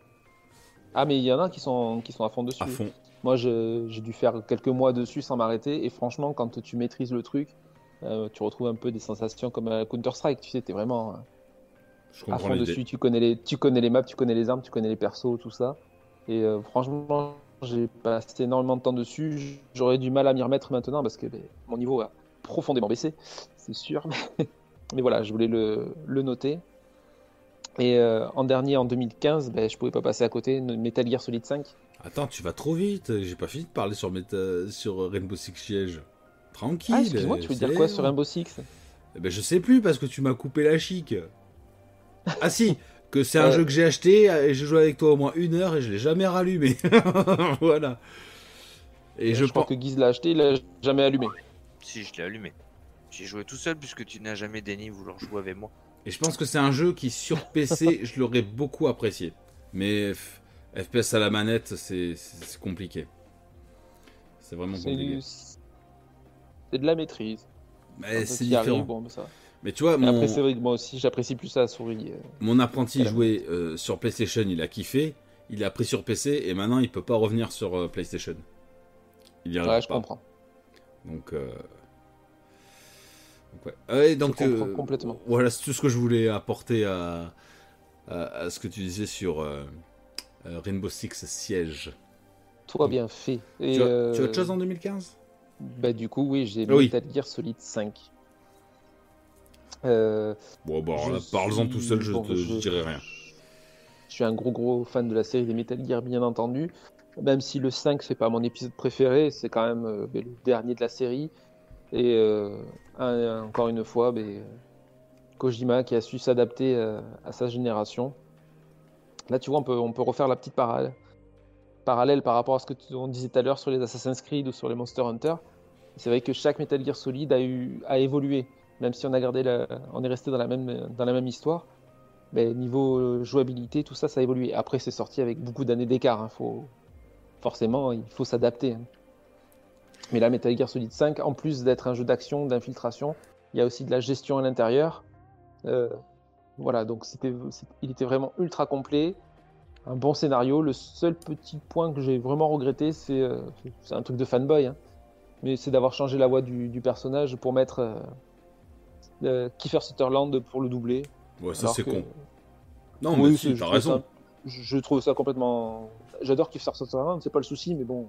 [SPEAKER 5] Ah, mais il y en a qui sont, qui sont à fond dessus.
[SPEAKER 4] à fond.
[SPEAKER 5] Moi, je- j'ai dû faire quelques mois dessus sans m'arrêter. Et franchement, quand tu maîtrises le truc, euh, tu retrouves un peu des sensations comme à Counter-Strike. Tu sais, t'es vraiment euh,
[SPEAKER 4] Je
[SPEAKER 5] à
[SPEAKER 4] comprends
[SPEAKER 5] fond
[SPEAKER 4] l'idée.
[SPEAKER 5] dessus. Tu connais, les, tu connais les maps, tu connais les armes, tu connais les persos, tout ça. Et euh, franchement, j'ai passé énormément de temps dessus. J- J'aurais du mal à m'y remettre maintenant parce que ben, mon niveau a profondément baissé, c'est sûr. (laughs) Mais, mais voilà, je voulais le, le noter. Et euh, en dernier, en 2015, ben, je pouvais pas passer à côté de Metal Gear Solid 5.
[SPEAKER 4] Attends, tu vas trop vite, j'ai pas fini de parler sur, Meta- sur Rainbow Six Siege. Tranquille.
[SPEAKER 5] Ah, excuse-moi, tu veux dire quoi sur
[SPEAKER 4] un
[SPEAKER 5] Rainbow Six
[SPEAKER 4] Eh ben, je sais plus parce que tu m'as coupé la chic. Ah si, que c'est un
[SPEAKER 5] (laughs) Ouais.
[SPEAKER 4] jeu que j'ai acheté euh, et j'ai joué avec toi au moins une heure et je l'ai jamais rallumé. (laughs) voilà. Et je,
[SPEAKER 5] je, crois
[SPEAKER 4] pense.
[SPEAKER 5] que Guise l'a acheté, il l'a jamais allumé.
[SPEAKER 6] Si je l'ai allumé. J'ai joué tout seul puisque tu n'as jamais daigné vouloir jouer avec moi.
[SPEAKER 4] Et je pense que c'est un jeu qui sur
[SPEAKER 5] (laughs)
[SPEAKER 4] PC je l'aurais beaucoup apprécié. Mais f- FPS à la manette c'est c'est- c'est compliqué. C'est vraiment
[SPEAKER 5] C'est
[SPEAKER 4] compliqué.
[SPEAKER 5] c'est de la maîtrise.
[SPEAKER 4] Mais
[SPEAKER 5] Un peu
[SPEAKER 4] Eh, c'est
[SPEAKER 5] qui arrive,
[SPEAKER 4] différent.
[SPEAKER 5] bon, ben, ça va.
[SPEAKER 4] Mais tu vois,
[SPEAKER 5] Mais
[SPEAKER 4] mon...
[SPEAKER 5] Après, c'est vrai que moi aussi, j'apprécie plus ça, la souris. euh.
[SPEAKER 4] Mon apprenti
[SPEAKER 5] Voilà.
[SPEAKER 4] jouait euh, sur PlayStation, il a kiffé, il a pris sur PC et maintenant il peut pas revenir sur euh, PlayStation. Il y arrive
[SPEAKER 5] Ouais, je
[SPEAKER 4] pas.
[SPEAKER 5] comprends.
[SPEAKER 4] Donc, euh, donc, ouais. Ah ouais, donc,
[SPEAKER 5] comprends
[SPEAKER 4] euh,
[SPEAKER 5] complètement.
[SPEAKER 4] Voilà, c'est tout ce que je voulais apporter à, à, à ce que tu disais sur euh, euh, Rainbow Six Siège.
[SPEAKER 5] Toi, bien fait. Et,
[SPEAKER 4] tu, as,
[SPEAKER 5] euh,
[SPEAKER 4] tu as autre chose en 2015
[SPEAKER 5] Bah du coup, oui, j'ai
[SPEAKER 4] Ah oui.
[SPEAKER 5] Metal Gear Solid 5. Euh,
[SPEAKER 4] Bon, bah,
[SPEAKER 5] je
[SPEAKER 4] alors là, parle-en
[SPEAKER 5] suis-
[SPEAKER 4] tout seul, je,
[SPEAKER 5] bon,
[SPEAKER 4] te- je dirai rien.
[SPEAKER 5] Je suis un gros gros fan de la série des Metal Gear, bien entendu. Même si le 5, c'est pas mon épisode préféré, c'est quand même euh, ben, le dernier de la série. Et euh, un- encore une fois, ben, euh, Kojima qui a su s'adapter euh, à sa génération. Là, tu vois, on peut, on peut refaire la petite parallèle, parallèle par rapport à ce que tu- on disait tout à l'heure sur les Assassin's Creed ou sur les Monster Hunter. C'est vrai que chaque Metal Gear Solid a, eu, a évolué, même si on a gardé, la- on est resté dans la même, dans la même histoire. Mais niveau euh, jouabilité, tout ça, ça a évolué. Après, c'est sorti avec beaucoup d'années d'écart. hein. Faut... Forcément, il faut s'adapter. hein. Mais là, Metal Gear Solid 5, en plus d'être un jeu d'action, d'infiltration, il y a aussi de la gestion à l'intérieur. Euh, voilà, donc c'était, c'est- il était vraiment ultra complet. Un bon scénario. Le seul petit point que j'ai vraiment regretté, c'est, euh, c'est un truc de fanboy, hein. mais c'est d'avoir changé la voix du, du personnage pour mettre euh, euh, Kiefer Sutherland pour le doubler.
[SPEAKER 4] Ouais, ça
[SPEAKER 5] alors
[SPEAKER 4] c'est
[SPEAKER 5] que-
[SPEAKER 4] con. Non,
[SPEAKER 5] oui,
[SPEAKER 4] mais si,
[SPEAKER 5] c'est-
[SPEAKER 4] t'as
[SPEAKER 5] je trouve
[SPEAKER 4] raison.
[SPEAKER 5] ça- je je trouve ça complètement. J'adore Kiefer Sutherland, c'est pas le souci, mais bon,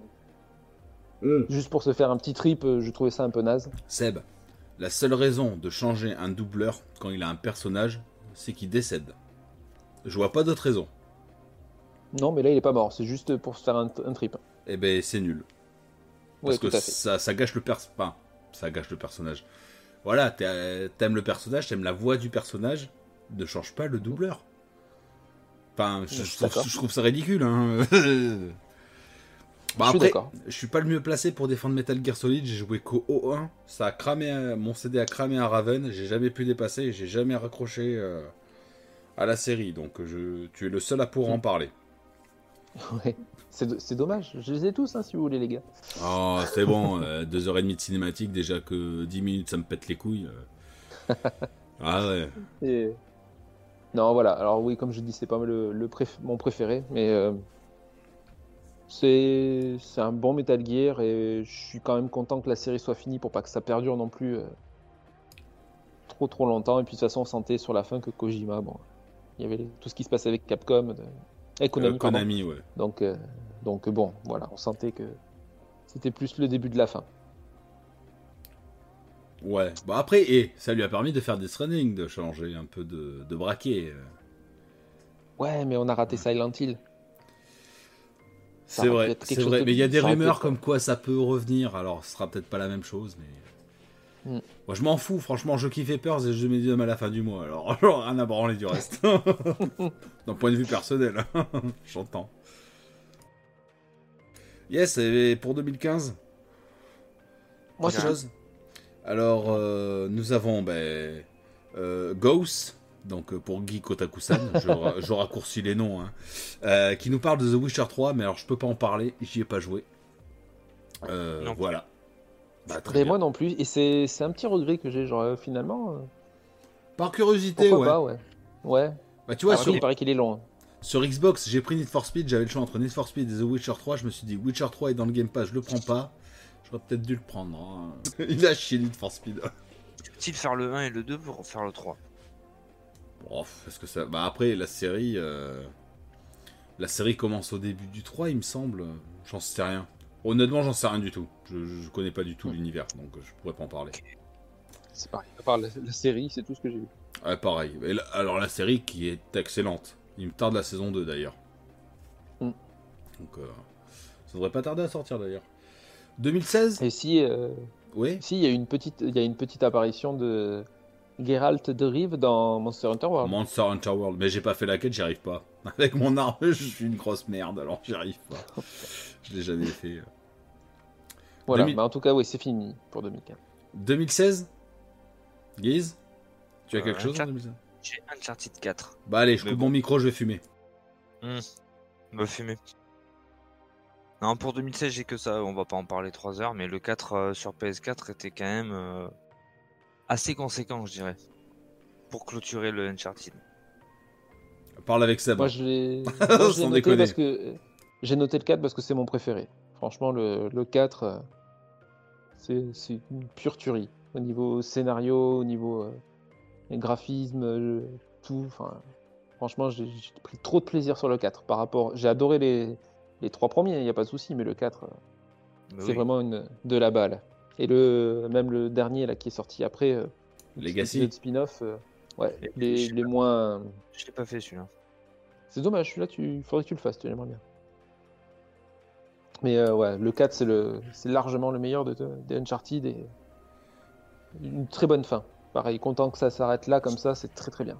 [SPEAKER 4] Mm.
[SPEAKER 5] juste pour se faire un petit trip, euh, je trouvais ça un peu naze.
[SPEAKER 4] Seb, la seule raison de changer un doubleur quand il a un personnage, c'est qu'il décède. Je vois pas d'autre raison.
[SPEAKER 5] Non, mais là, il est pas mort, c'est juste pour se faire un, un trip.
[SPEAKER 4] Eh ben, c'est nul.
[SPEAKER 5] Oui,
[SPEAKER 4] Parce
[SPEAKER 5] tout
[SPEAKER 4] que
[SPEAKER 5] à fait.
[SPEAKER 4] ça, ça gâche le pers enfin, ça gâche le personnage. Voilà, t'a- t'aimes le personnage, t'aimes la voix du personnage, ne change pas le doubleur. Enfin, je,
[SPEAKER 5] Je suis
[SPEAKER 4] je trouve,
[SPEAKER 5] d'accord.
[SPEAKER 4] je trouve ça ridicule. hein. (laughs) Bon, Bah,
[SPEAKER 5] je suis
[SPEAKER 4] après,
[SPEAKER 5] d'accord.
[SPEAKER 4] je suis pas le mieux placé pour défendre Metal Gear Solid. J'ai joué qu'au O1. Ça a cramé, euh, mon CD a cramé à Raven. J'ai jamais pu dépasser. et J'ai jamais raccroché euh, à la série. Donc, je, tu es le seul à pouvoir en parler.
[SPEAKER 5] Ouais. C'est do- c'est dommage, je les ai tous, hein, si vous voulez, les gars.
[SPEAKER 4] Oh, c'est bon, euh, deux heures et demie de cinématique, déjà que 10 minutes ça me pète les couilles. (laughs) euh. Ah ouais.
[SPEAKER 5] Et- Non, voilà, alors oui, comme je dis, c'est pas le, le préf- mon préféré, mais euh, c'est c'est un bon Metal Gear et je suis quand même content que la série soit finie pour pas que ça perdure non plus euh, trop trop longtemps. Et puis de toute façon, on sentait sur la fin que Kojima, bon, il y avait les- tout ce qui se passait avec Capcom, de- avec Konami,
[SPEAKER 4] Euh,
[SPEAKER 5] pardon.
[SPEAKER 4] Konami, ouais.
[SPEAKER 5] Donc, euh, donc bon, voilà, on sentait que c'était plus le début de la fin.
[SPEAKER 4] Ouais. Bon, après, et, ça lui a permis de faire des running, de changer un peu de, de braquet. euh.
[SPEAKER 5] Ouais, mais on a raté Silent Hill. Ça
[SPEAKER 4] C'est
[SPEAKER 5] aurait pu
[SPEAKER 4] vrai,
[SPEAKER 5] être quelque
[SPEAKER 4] c'est
[SPEAKER 5] chose
[SPEAKER 4] vrai.
[SPEAKER 5] de-
[SPEAKER 4] Mais il y a des
[SPEAKER 5] ça aurait pu
[SPEAKER 4] rumeurs
[SPEAKER 5] être-
[SPEAKER 4] comme quoi ça peut revenir. Alors, ce sera peut-être pas la même chose, mais.
[SPEAKER 5] Hmm.
[SPEAKER 4] Moi, je m'en fous, franchement, je kiffais Peurs et je médium à la fin du mois. Alors, (laughs) alors rien à branler du
[SPEAKER 5] (laughs)
[SPEAKER 4] reste. D'un point de vue personnel, (laughs) j'entends. Yes, et pour 2015
[SPEAKER 5] Moi,
[SPEAKER 4] Autre
[SPEAKER 5] c'est
[SPEAKER 4] chose. Alors, euh, nous avons ben, euh, Ghost, donc euh, pour Guy
[SPEAKER 5] (laughs)
[SPEAKER 4] Kotakusan, je, ra- je raccourcis les noms, hein, euh, qui nous parle de The Witcher 3, mais alors je peux pas en parler, j'y ai pas joué. Euh,
[SPEAKER 6] Non.
[SPEAKER 4] voilà. Bah, très
[SPEAKER 5] Mais
[SPEAKER 4] bien.
[SPEAKER 5] moi non plus, et c'est c'est un petit regret que j'ai, genre euh, finalement. euh,
[SPEAKER 4] Par curiosité,
[SPEAKER 5] pourquoi
[SPEAKER 4] ouais.
[SPEAKER 5] pas, ouais. Ouais,
[SPEAKER 4] Bah, tu vois,
[SPEAKER 5] Après,
[SPEAKER 4] sur,
[SPEAKER 5] il paraît qu'il est long. hein.
[SPEAKER 4] sur Xbox, j'ai pris Need for Speed, j'avais le choix entre Need for Speed et The Witcher 3, je me suis dit Witcher 3 est dans le Game Pass, je le prends pas. J'aurais peut-être dû le prendre. hein. (laughs) Il a chié Need for Speed.
[SPEAKER 6] Faut-il faire le 1 et le 2 pour faire le 3
[SPEAKER 4] Oh, est-ce que ça. Bah après, la série. euh, La série commence au début du 3, il me semble. J'en sais rien. Honnêtement, j'en sais rien du tout. Je, je connais pas du tout
[SPEAKER 5] Hmm.
[SPEAKER 4] l'univers, donc euh, je pourrais pas en parler.
[SPEAKER 5] C'est pareil. À part la, la série, c'est tout ce que j'ai vu.
[SPEAKER 4] Ouais, Ah, pareil. Et là- alors, la série qui est excellente. Il me tarde la saison 2 d'ailleurs.
[SPEAKER 5] Hmm.
[SPEAKER 4] Donc, euh, ça devrait pas tarder à sortir d'ailleurs. 2016
[SPEAKER 5] Et si, euh,
[SPEAKER 4] Oui
[SPEAKER 5] si il y a une petite, il y a une petite apparition de Geralt de Rive dans Monster Hunter World.
[SPEAKER 4] Monster Hunter World. Mais j'ai pas fait la quête, j'y arrive pas. (laughs) Avec mon arme, je suis une grosse merde, alors j'y arrive
[SPEAKER 5] (laughs)
[SPEAKER 4] pas. Je l'ai jamais fait.
[SPEAKER 5] voilà.
[SPEAKER 4] 2000.
[SPEAKER 5] Bah, en tout cas, oui, c'est fini pour 2015.
[SPEAKER 4] 2016 Guise Tu as
[SPEAKER 6] Euh,
[SPEAKER 4] quelque chose en
[SPEAKER 6] Uncharted.
[SPEAKER 4] 2016
[SPEAKER 6] J'ai Uncharted 4.
[SPEAKER 4] Bah allez, je
[SPEAKER 6] Mais
[SPEAKER 4] coupe
[SPEAKER 6] bon.
[SPEAKER 4] mon micro, je vais fumer.
[SPEAKER 6] Me fumer. Bah, Non, pour 2016, j'ai que ça, on va pas en parler 3 heures, mais le 4 euh, sur PS4 était quand même euh, assez conséquent, je dirais, pour clôturer le Uncharted. Bah
[SPEAKER 4] Parle avec Seb.
[SPEAKER 6] Ah
[SPEAKER 5] Moi, je l'ai moi, je l'ai
[SPEAKER 4] Sans
[SPEAKER 6] (laughs)
[SPEAKER 5] noté euh,
[SPEAKER 4] déconner.
[SPEAKER 5] parce que j'ai noté le 4 parce que c'est mon préféré. Franchement, le, le 4, euh, c'est c'est une pure tuerie. Au niveau scénario, au niveau euh, graphisme, euh, tout. Enfin, franchement, j'ai j'ai pris trop de plaisir sur le 4 par rapport. J'ai adoré les, les trois premiers, il n'y a pas de souci, mais le 4, euh,
[SPEAKER 6] Bah
[SPEAKER 5] c'est
[SPEAKER 6] oui.
[SPEAKER 5] vraiment une, de la balle. Et le, même le dernier là, qui est sorti après, euh, le
[SPEAKER 4] Legacy.
[SPEAKER 5] petit épisode spin-off, euh, ouais,
[SPEAKER 6] Et puis, je
[SPEAKER 5] les,
[SPEAKER 6] sais
[SPEAKER 5] les
[SPEAKER 6] pas.
[SPEAKER 5] moins.
[SPEAKER 6] Je l'ai pas fait celui-là.
[SPEAKER 5] C'est dommage, celui-là, tu faudrait que tu le fasses, tu l'aimerais bien. Mais euh, ouais, le 4, c'est le... c'est largement le meilleur de, des Uncharted et une très bonne fin. Pareil, content que ça s'arrête là, comme ça, c'est très très bien.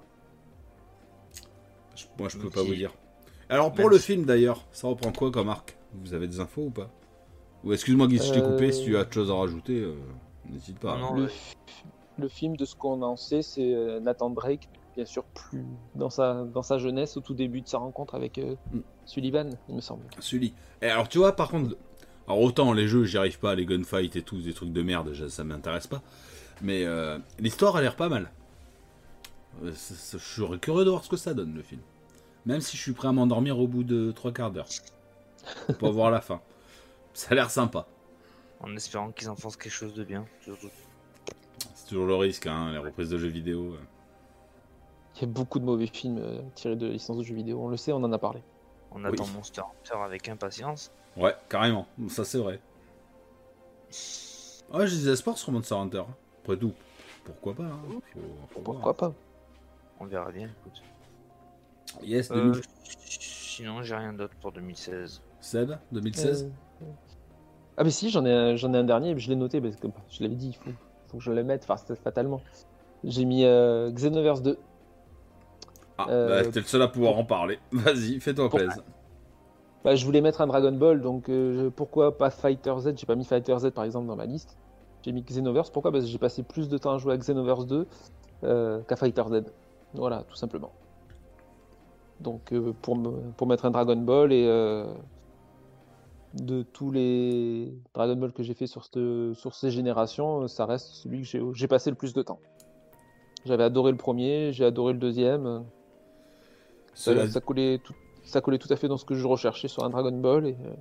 [SPEAKER 4] Je- Moi, je peux
[SPEAKER 6] Ok.
[SPEAKER 4] pas vous dire. Alors, pour
[SPEAKER 6] Même
[SPEAKER 4] le
[SPEAKER 6] si-
[SPEAKER 4] film d'ailleurs, ça reprend quoi comme arc Vous avez des infos ou pas Ou excuse-moi, Guy, si je t'ai
[SPEAKER 5] Euh,
[SPEAKER 4] coupé, si tu as autre chose à rajouter, euh, n'hésite pas.
[SPEAKER 6] Non, non.
[SPEAKER 5] le,
[SPEAKER 6] ouais.
[SPEAKER 5] fi- le film, de ce qu'on en sait, c'est euh, Nathan Drake, bien sûr, plus dans sa, dans sa jeunesse, au tout début de sa rencontre avec euh,
[SPEAKER 4] Mm.
[SPEAKER 5] Sullivan, il me semble.
[SPEAKER 4] Sully. Et alors, tu vois, par contre, alors autant les jeux, j'y arrive pas, les gunfights et tout, des trucs de merde, je- ça m'intéresse pas. Mais euh, l'histoire a l'air pas mal. Euh, c'est- c'est- Je serais curieux de voir ce que ça donne le film. Même si je suis prêt à m'endormir au bout de trois quarts d'heure. Pour voir la fin. Ça a l'air sympa.
[SPEAKER 6] En espérant qu'ils en fassent quelque chose de bien. surtout.
[SPEAKER 4] C'est toujours le risque, hein, les reprises de jeux vidéo. euh.
[SPEAKER 5] Il y a beaucoup de mauvais films euh, tirés de licences de jeux vidéo, on le sait, on en a parlé.
[SPEAKER 6] On attend Monster Hunter avec impatience.
[SPEAKER 4] Ouais, carrément, ça c'est vrai. Ouais, j'ai des espoirs sur Monster Hunter. hein. Après tout, pourquoi pas hein. Faut- faut voir.
[SPEAKER 5] Pourquoi pas
[SPEAKER 6] On verra bien, écoute.
[SPEAKER 4] Yes,
[SPEAKER 6] Euh,
[SPEAKER 4] 2000.
[SPEAKER 6] sinon, j'ai rien d'autre pour 2016.
[SPEAKER 4] Seb, 2016
[SPEAKER 5] Euh, Ah mais si, j'en ai, un- j'en ai un dernier, mais je l'ai noté parce que bah, je l'avais dit, il faut, faut que je le mette, enfin c'est fatalement. J'ai mis euh, Xenoverse 2.
[SPEAKER 4] Ah,
[SPEAKER 5] Euh,
[SPEAKER 4] bah, t'es le seul à pouvoir en parler. (laughs) Vas-y, fais-toi
[SPEAKER 5] pour-
[SPEAKER 4] plaisir.
[SPEAKER 5] Bah, je voulais mettre un Dragon Ball, donc euh, je- pourquoi pas Fighter Z J'ai pas mis Fighter Z par exemple dans ma liste. J'ai mis Xenoverse. Pourquoi Parce que j'ai passé plus de temps à jouer à Xenoverse 2 euh, qu'à Fighter Z. Voilà, tout simplement. Donc euh, pour, me- pour mettre un Dragon Ball et euh, de tous les Dragon Ball que j'ai fait sur, cette- sur ces générations, euh, ça reste celui que j'ai- j'ai passé le plus de temps. J'avais adoré le premier, j'ai adoré le deuxième. euh,
[SPEAKER 4] Cela-
[SPEAKER 5] ça, collait tout, ça collait tout à fait dans ce que je recherchais sur un Dragon Ball. Et, euh,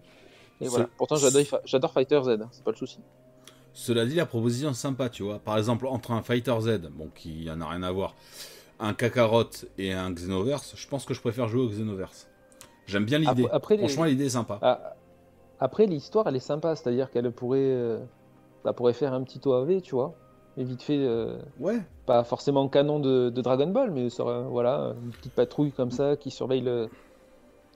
[SPEAKER 5] et
[SPEAKER 4] Ça-
[SPEAKER 5] voilà. Pourtant, j'adore, j'adore Fighter Z, hein, c'est pas le souci.
[SPEAKER 4] Cela dit, la proposition est sympa, tu vois. Par exemple, entre un Fighter Z, bon, qui en a rien à voir, un Kakarot et un Xenoverse, je pense que je préfère jouer au Xenoverse. J'aime bien l'idée.
[SPEAKER 5] Ah, Après- après les-
[SPEAKER 4] Franchement, l'idée est sympa.
[SPEAKER 5] Ah, après, l'histoire, elle est sympa, c'est-à-dire qu'elle pourrait, euh, ça pourrait faire un petit OAV, tu vois. Et vite fait, euh,
[SPEAKER 4] Ouais,
[SPEAKER 5] pas forcément canon de, de Dragon Ball, mais ça aurait, voilà, une petite patrouille comme ça qui surveille le.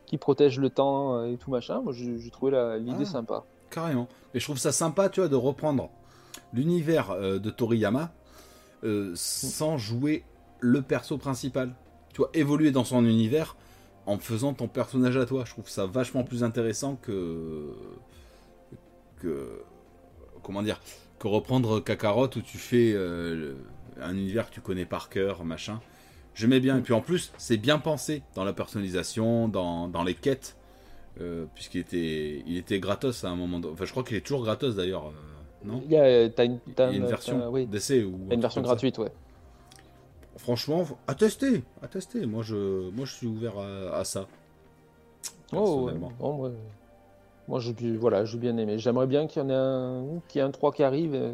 [SPEAKER 5] qui protège le temps euh, et tout machin. Moi, j'ai, j'ai trouvé la- l'idée
[SPEAKER 4] Ah.
[SPEAKER 5] sympa.
[SPEAKER 4] carrément. Mais je trouve ça sympa, tu vois, de reprendre l'univers euh, de Toriyama euh, sans jouer le perso principal. Tu vois, évoluer dans son univers en faisant ton personnage à toi. Je trouve ça vachement plus intéressant que. que. comment dire que reprendre Kakarot où tu fais euh, un univers que tu connais par cœur, machin. J'aimais bien. Et puis en plus, c'est bien pensé dans la personnalisation, dans, dans les quêtes, euh, puisqu'il était, il était gratos à un moment. donné. Enfin, je crois qu'il est toujours gratos d'ailleurs, euh, non
[SPEAKER 5] Il y a, euh, t'as une,
[SPEAKER 4] il y
[SPEAKER 5] t'as
[SPEAKER 4] a une
[SPEAKER 5] un-
[SPEAKER 4] version
[SPEAKER 5] t'as- oui,
[SPEAKER 4] d'essai ou
[SPEAKER 5] t'as une version
[SPEAKER 4] gratuite.
[SPEAKER 5] gratuite, ouais.
[SPEAKER 4] Franchement, faut- à tester, à tester. Moi, je, moi, je suis ouvert à, à ça.
[SPEAKER 5] Oh, ouais.
[SPEAKER 4] personnellement.
[SPEAKER 5] Non, moi, moi, j'ai bien- voilà, j'ai bien aimé. J'aimerais bien qu'il y en ait un, qu'il y ait un 3 qui arrive, euh,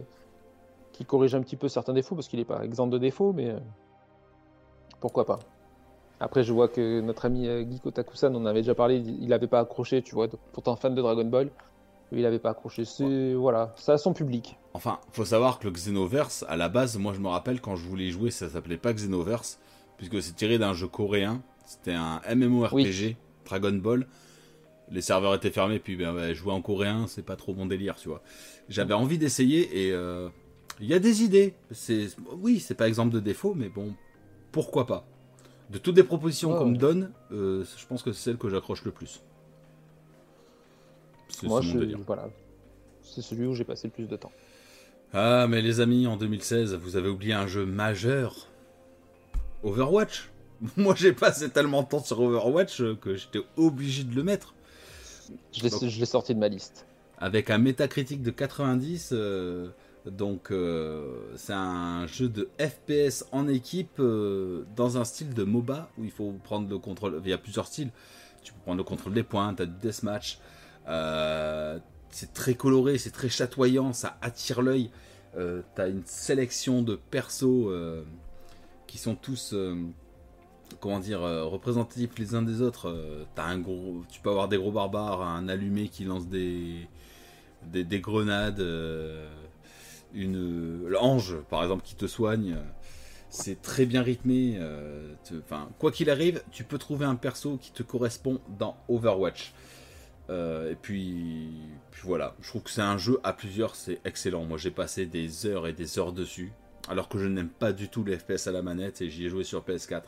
[SPEAKER 5] qui corrige un petit peu certains défauts, parce qu'il n'est pas exempt de défauts, mais euh, pourquoi pas. Après, je vois que notre ami euh, Guy Kotakusan, on en avait déjà parlé, il n'avait pas accroché, tu vois, de- pourtant fan de Dragon Ball, mais il n'avait pas accroché. C'est, Voilà, ça a son public.
[SPEAKER 4] Enfin, faut savoir que le Xenoverse, à la base, moi, je me rappelle quand je voulais y jouer, ça s'appelait pas Xenoverse, puisque c'est tiré d'un jeu coréen. C'était un MMORPG,
[SPEAKER 5] Oui.
[SPEAKER 4] Dragon Ball. Les serveurs étaient fermés, puis ben, ouais, jouer en coréen, c'est pas trop mon délire, tu vois. J'avais envie d'essayer et euh, il y a des idées. C'est, oui, c'est pas exemple de défaut, mais bon, pourquoi pas. De toutes les propositions
[SPEAKER 5] Ouais,
[SPEAKER 4] qu'on me
[SPEAKER 5] ouais.
[SPEAKER 4] donne, euh, je pense que c'est celle que j'accroche le plus. C'est
[SPEAKER 5] Moi,
[SPEAKER 4] c'est mon
[SPEAKER 5] je-
[SPEAKER 4] délire.
[SPEAKER 5] voilà, c'est celui où j'ai passé le plus de temps.
[SPEAKER 4] Ah, mais les amis, en 2016, vous avez oublié un jeu majeur. Overwatch. (laughs) Moi, j'ai passé tellement de temps sur Overwatch euh, que j'étais obligé de le mettre.
[SPEAKER 5] Je l'ai,
[SPEAKER 4] Donc-
[SPEAKER 5] je l'ai sorti de ma liste.
[SPEAKER 4] Avec un métacritique de 90. euh, donc, euh, c'est un jeu de FPS en équipe euh, dans un style de MOBA où il faut prendre le contrôle. Il y a plusieurs styles. Tu peux prendre le contrôle des points, t'as du deathmatch. Euh, c'est très coloré, c'est très chatoyant, ça attire l'œil. Euh, T'as une sélection de persos euh, qui sont tous, euh, comment dire, euh, représentatifs les uns des autres. Euh, T'as un gros, tu peux avoir des gros barbares, un allumé qui lance des des, des grenades, euh, une l'ange par exemple qui te soigne. C'est très bien rythmé. euh, te- Enfin, quoi qu'il arrive, tu peux trouver un perso qui te correspond dans Overwatch. Euh, et puis, puis voilà, je trouve que c'est un jeu à plusieurs, c'est excellent. Moi j'ai passé des heures et des heures dessus, alors que je n'aime pas du tout les FPS à la manette et j'y ai joué sur PS4.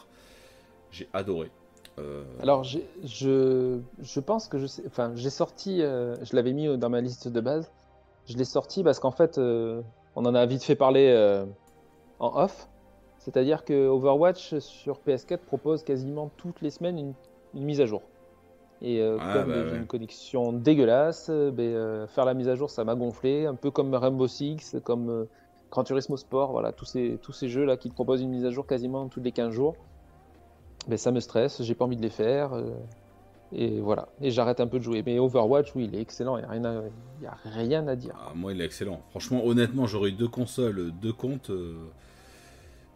[SPEAKER 4] J'ai adoré. Euh,
[SPEAKER 5] Alors, j'ai- je, je pense que je sais. Enfin, j'ai sorti. euh, je l'avais mis euh, dans ma liste de base. Je l'ai sorti parce qu'en fait, euh, on en a vite fait parler euh, en off. C'est-à-dire que Overwatch sur PS4 propose quasiment toutes les semaines une, une mise à jour. Et euh,
[SPEAKER 4] Ah,
[SPEAKER 5] comme
[SPEAKER 4] bah
[SPEAKER 5] j'ai
[SPEAKER 4] ouais.
[SPEAKER 5] une connexion dégueulasse, euh, ben, euh, faire la mise à jour, ça m'a gonflé. Un peu comme Rainbow Six, comme euh, Gran Turismo Sport, voilà, tous ces, tous ces jeux-là qui te proposent une mise à jour quasiment tous les 15 jours. Ben, ça me stresse, j'ai pas envie de les faire. euh, et voilà, et j'arrête un peu de jouer. Mais Overwatch, oui, il est excellent, il n'y a, rien à- il y a rien à dire.
[SPEAKER 4] ah, moi il est excellent. Franchement, honnêtement, j'aurais eu deux consoles, deux comptes. euh,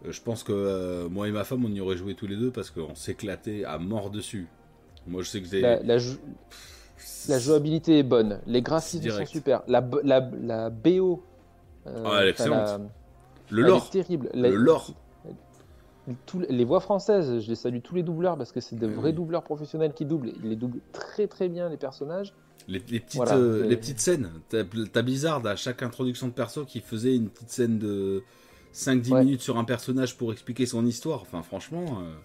[SPEAKER 4] euh, je pense que euh, moi et ma femme on y aurait joué tous les deux parce qu'on s'éclatait à mort dessus. Moi je sais que j'ai.
[SPEAKER 5] La, la jou- la jouabilité est bonne, les graphismes sont
[SPEAKER 4] Direct.
[SPEAKER 5] super, la, b- la, la BO. euh,
[SPEAKER 4] Ah, elle est
[SPEAKER 5] enfin, la-
[SPEAKER 4] excellente.
[SPEAKER 5] elle
[SPEAKER 4] le
[SPEAKER 5] est
[SPEAKER 4] lore,
[SPEAKER 5] terrible. La-
[SPEAKER 4] le lore.
[SPEAKER 5] tous les- les voix françaises, je les salue tous les doubleurs parce que c'est de
[SPEAKER 4] Mais
[SPEAKER 5] vrais
[SPEAKER 4] Eh oui.
[SPEAKER 5] doubleurs professionnels qui doublent. Ils les doublent très très bien les personnages.
[SPEAKER 4] Les, les petites,
[SPEAKER 5] Voilà,
[SPEAKER 4] euh,
[SPEAKER 5] mais-
[SPEAKER 4] les petites scènes. T'as t'as Blizzard à chaque introduction de perso qui faisait une petite scène de 5-10
[SPEAKER 5] Ouais.
[SPEAKER 4] minutes sur un personnage pour expliquer son histoire. Enfin, franchement, euh,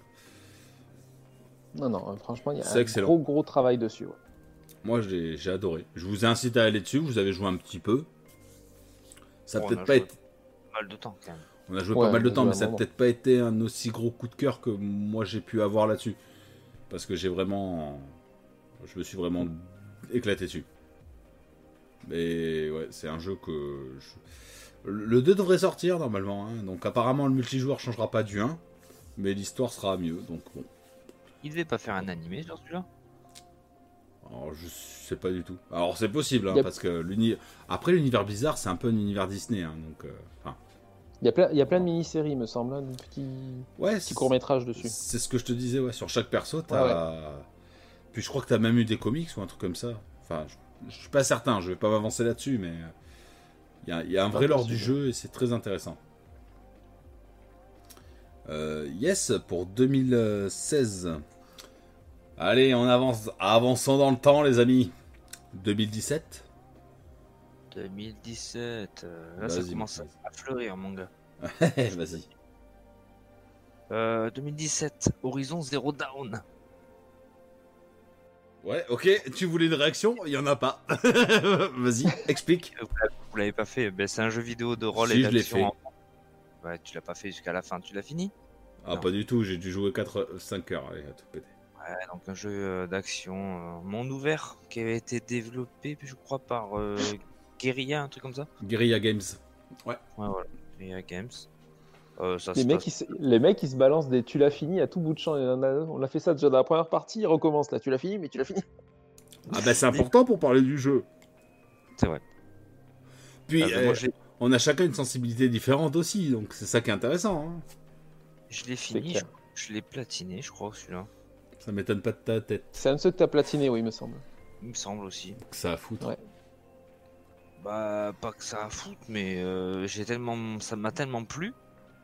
[SPEAKER 5] Non, non, hein, franchement, il y a
[SPEAKER 4] C'est
[SPEAKER 5] un
[SPEAKER 4] excellent.
[SPEAKER 5] gros gros travail dessus. ouais.
[SPEAKER 4] moi j'ai j'ai adoré. Je vous incite à aller dessus, vous avez joué un petit peu. Ça a
[SPEAKER 6] Oh, on
[SPEAKER 4] peut-être
[SPEAKER 6] a
[SPEAKER 4] pas
[SPEAKER 6] joué.
[SPEAKER 4] été.
[SPEAKER 6] Mal de temps quand même.
[SPEAKER 4] On a joué
[SPEAKER 5] Ouais,
[SPEAKER 4] pas mal
[SPEAKER 5] on
[SPEAKER 4] de
[SPEAKER 5] a
[SPEAKER 4] temps,
[SPEAKER 5] joué
[SPEAKER 4] mais
[SPEAKER 5] un
[SPEAKER 4] ça a
[SPEAKER 5] moment.
[SPEAKER 4] peut-être pas été un aussi gros coup de cœur que moi j'ai pu avoir là-dessus. Parce que j'ai vraiment. Je me suis vraiment éclaté dessus. Mais ouais, c'est un jeu que. je- Le 2 devrait sortir normalement, hein. donc apparemment le multijoueur changera pas du 1, mais l'histoire sera mieux, donc bon.
[SPEAKER 6] Il devait pas faire un animé sur celui-là
[SPEAKER 4] Alors je sais pas du tout. Alors c'est possible, hein,
[SPEAKER 5] Yep.
[SPEAKER 4] parce que l'univers. Après l'univers bizarre, c'est un peu un univers Disney, hein, donc. euh, enfin,
[SPEAKER 5] Il y a plein, il y a plein de mini-séries, me semble, hein, de petits,
[SPEAKER 4] ouais,
[SPEAKER 5] petits
[SPEAKER 4] c'est-
[SPEAKER 5] courts-métrages dessus.
[SPEAKER 4] C'est ce que je te disais, ouais. Sur chaque perso, t'as. Puis je crois que t'as même eu des comics ou un truc comme ça. Enfin, je, je suis pas certain, je vais pas m'avancer là-dessus, mais. Il y a, il y a un vrai lore du jeu et c'est très intéressant. Euh, yes, pour 2016. Allez, on avance. Avançons dans le temps, les amis. 2017.
[SPEAKER 6] 2017. euh, là, ça
[SPEAKER 4] Vas-y,
[SPEAKER 6] commence à
[SPEAKER 4] vas-y.
[SPEAKER 6] à fleurir, mon gars.
[SPEAKER 4] Vas-y.
[SPEAKER 6] Euh, 2017, Horizon Zero Down.
[SPEAKER 4] Ouais, ok, tu voulais une réaction Il y en a pas. (laughs) Vas-y, explique.
[SPEAKER 6] Euh, Vous l'avez pas fait ben, C'est un jeu vidéo de rôle
[SPEAKER 4] Si,
[SPEAKER 6] et
[SPEAKER 4] je l'ai
[SPEAKER 6] d'action
[SPEAKER 4] fait.
[SPEAKER 6] en- Ouais, tu l'as pas fait jusqu'à la fin, tu l'as fini
[SPEAKER 4] Ah,
[SPEAKER 6] Non.
[SPEAKER 4] pas du tout, j'ai dû jouer 4, 5 heures. Allez, à tout péter.
[SPEAKER 6] Ouais, donc un jeu euh, d'action euh, monde ouvert qui avait été développé, je crois, par euh, Guerilla, un truc comme ça.
[SPEAKER 4] Guerilla Games.
[SPEAKER 6] Ouais, voilà, Guerilla Games. Euh, ça
[SPEAKER 5] Les
[SPEAKER 6] se
[SPEAKER 5] mecs,
[SPEAKER 6] passe-
[SPEAKER 5] ils se, les mecs, ils se balancent des tu l'as fini à tout bout de champ. Et On a, on a fait ça déjà dans la première partie, ils recommencent là. Tu l'as fini, mais tu l'as fini.
[SPEAKER 4] Ah bah c'est important pour parler du jeu.
[SPEAKER 6] C'est vrai.
[SPEAKER 4] Puis
[SPEAKER 6] Ah, ben,
[SPEAKER 4] euh,
[SPEAKER 6] moi, je l'ai-
[SPEAKER 4] on a chacun une sensibilité différente aussi, donc c'est ça qui est intéressant. hein.
[SPEAKER 6] je l'ai fini, je,
[SPEAKER 5] clair.
[SPEAKER 6] je l'ai platiné, je crois, celui-là.
[SPEAKER 4] Ça m'étonne pas de ta tête.
[SPEAKER 5] C'est un de ceux que t'as platiné, oui, il me semble.
[SPEAKER 6] Il me semble aussi.
[SPEAKER 4] que Ça a foutre.
[SPEAKER 5] Ouais.
[SPEAKER 6] Bah, pas que ça à foutre, mais euh, j'ai tellement, ça m'a tellement plu.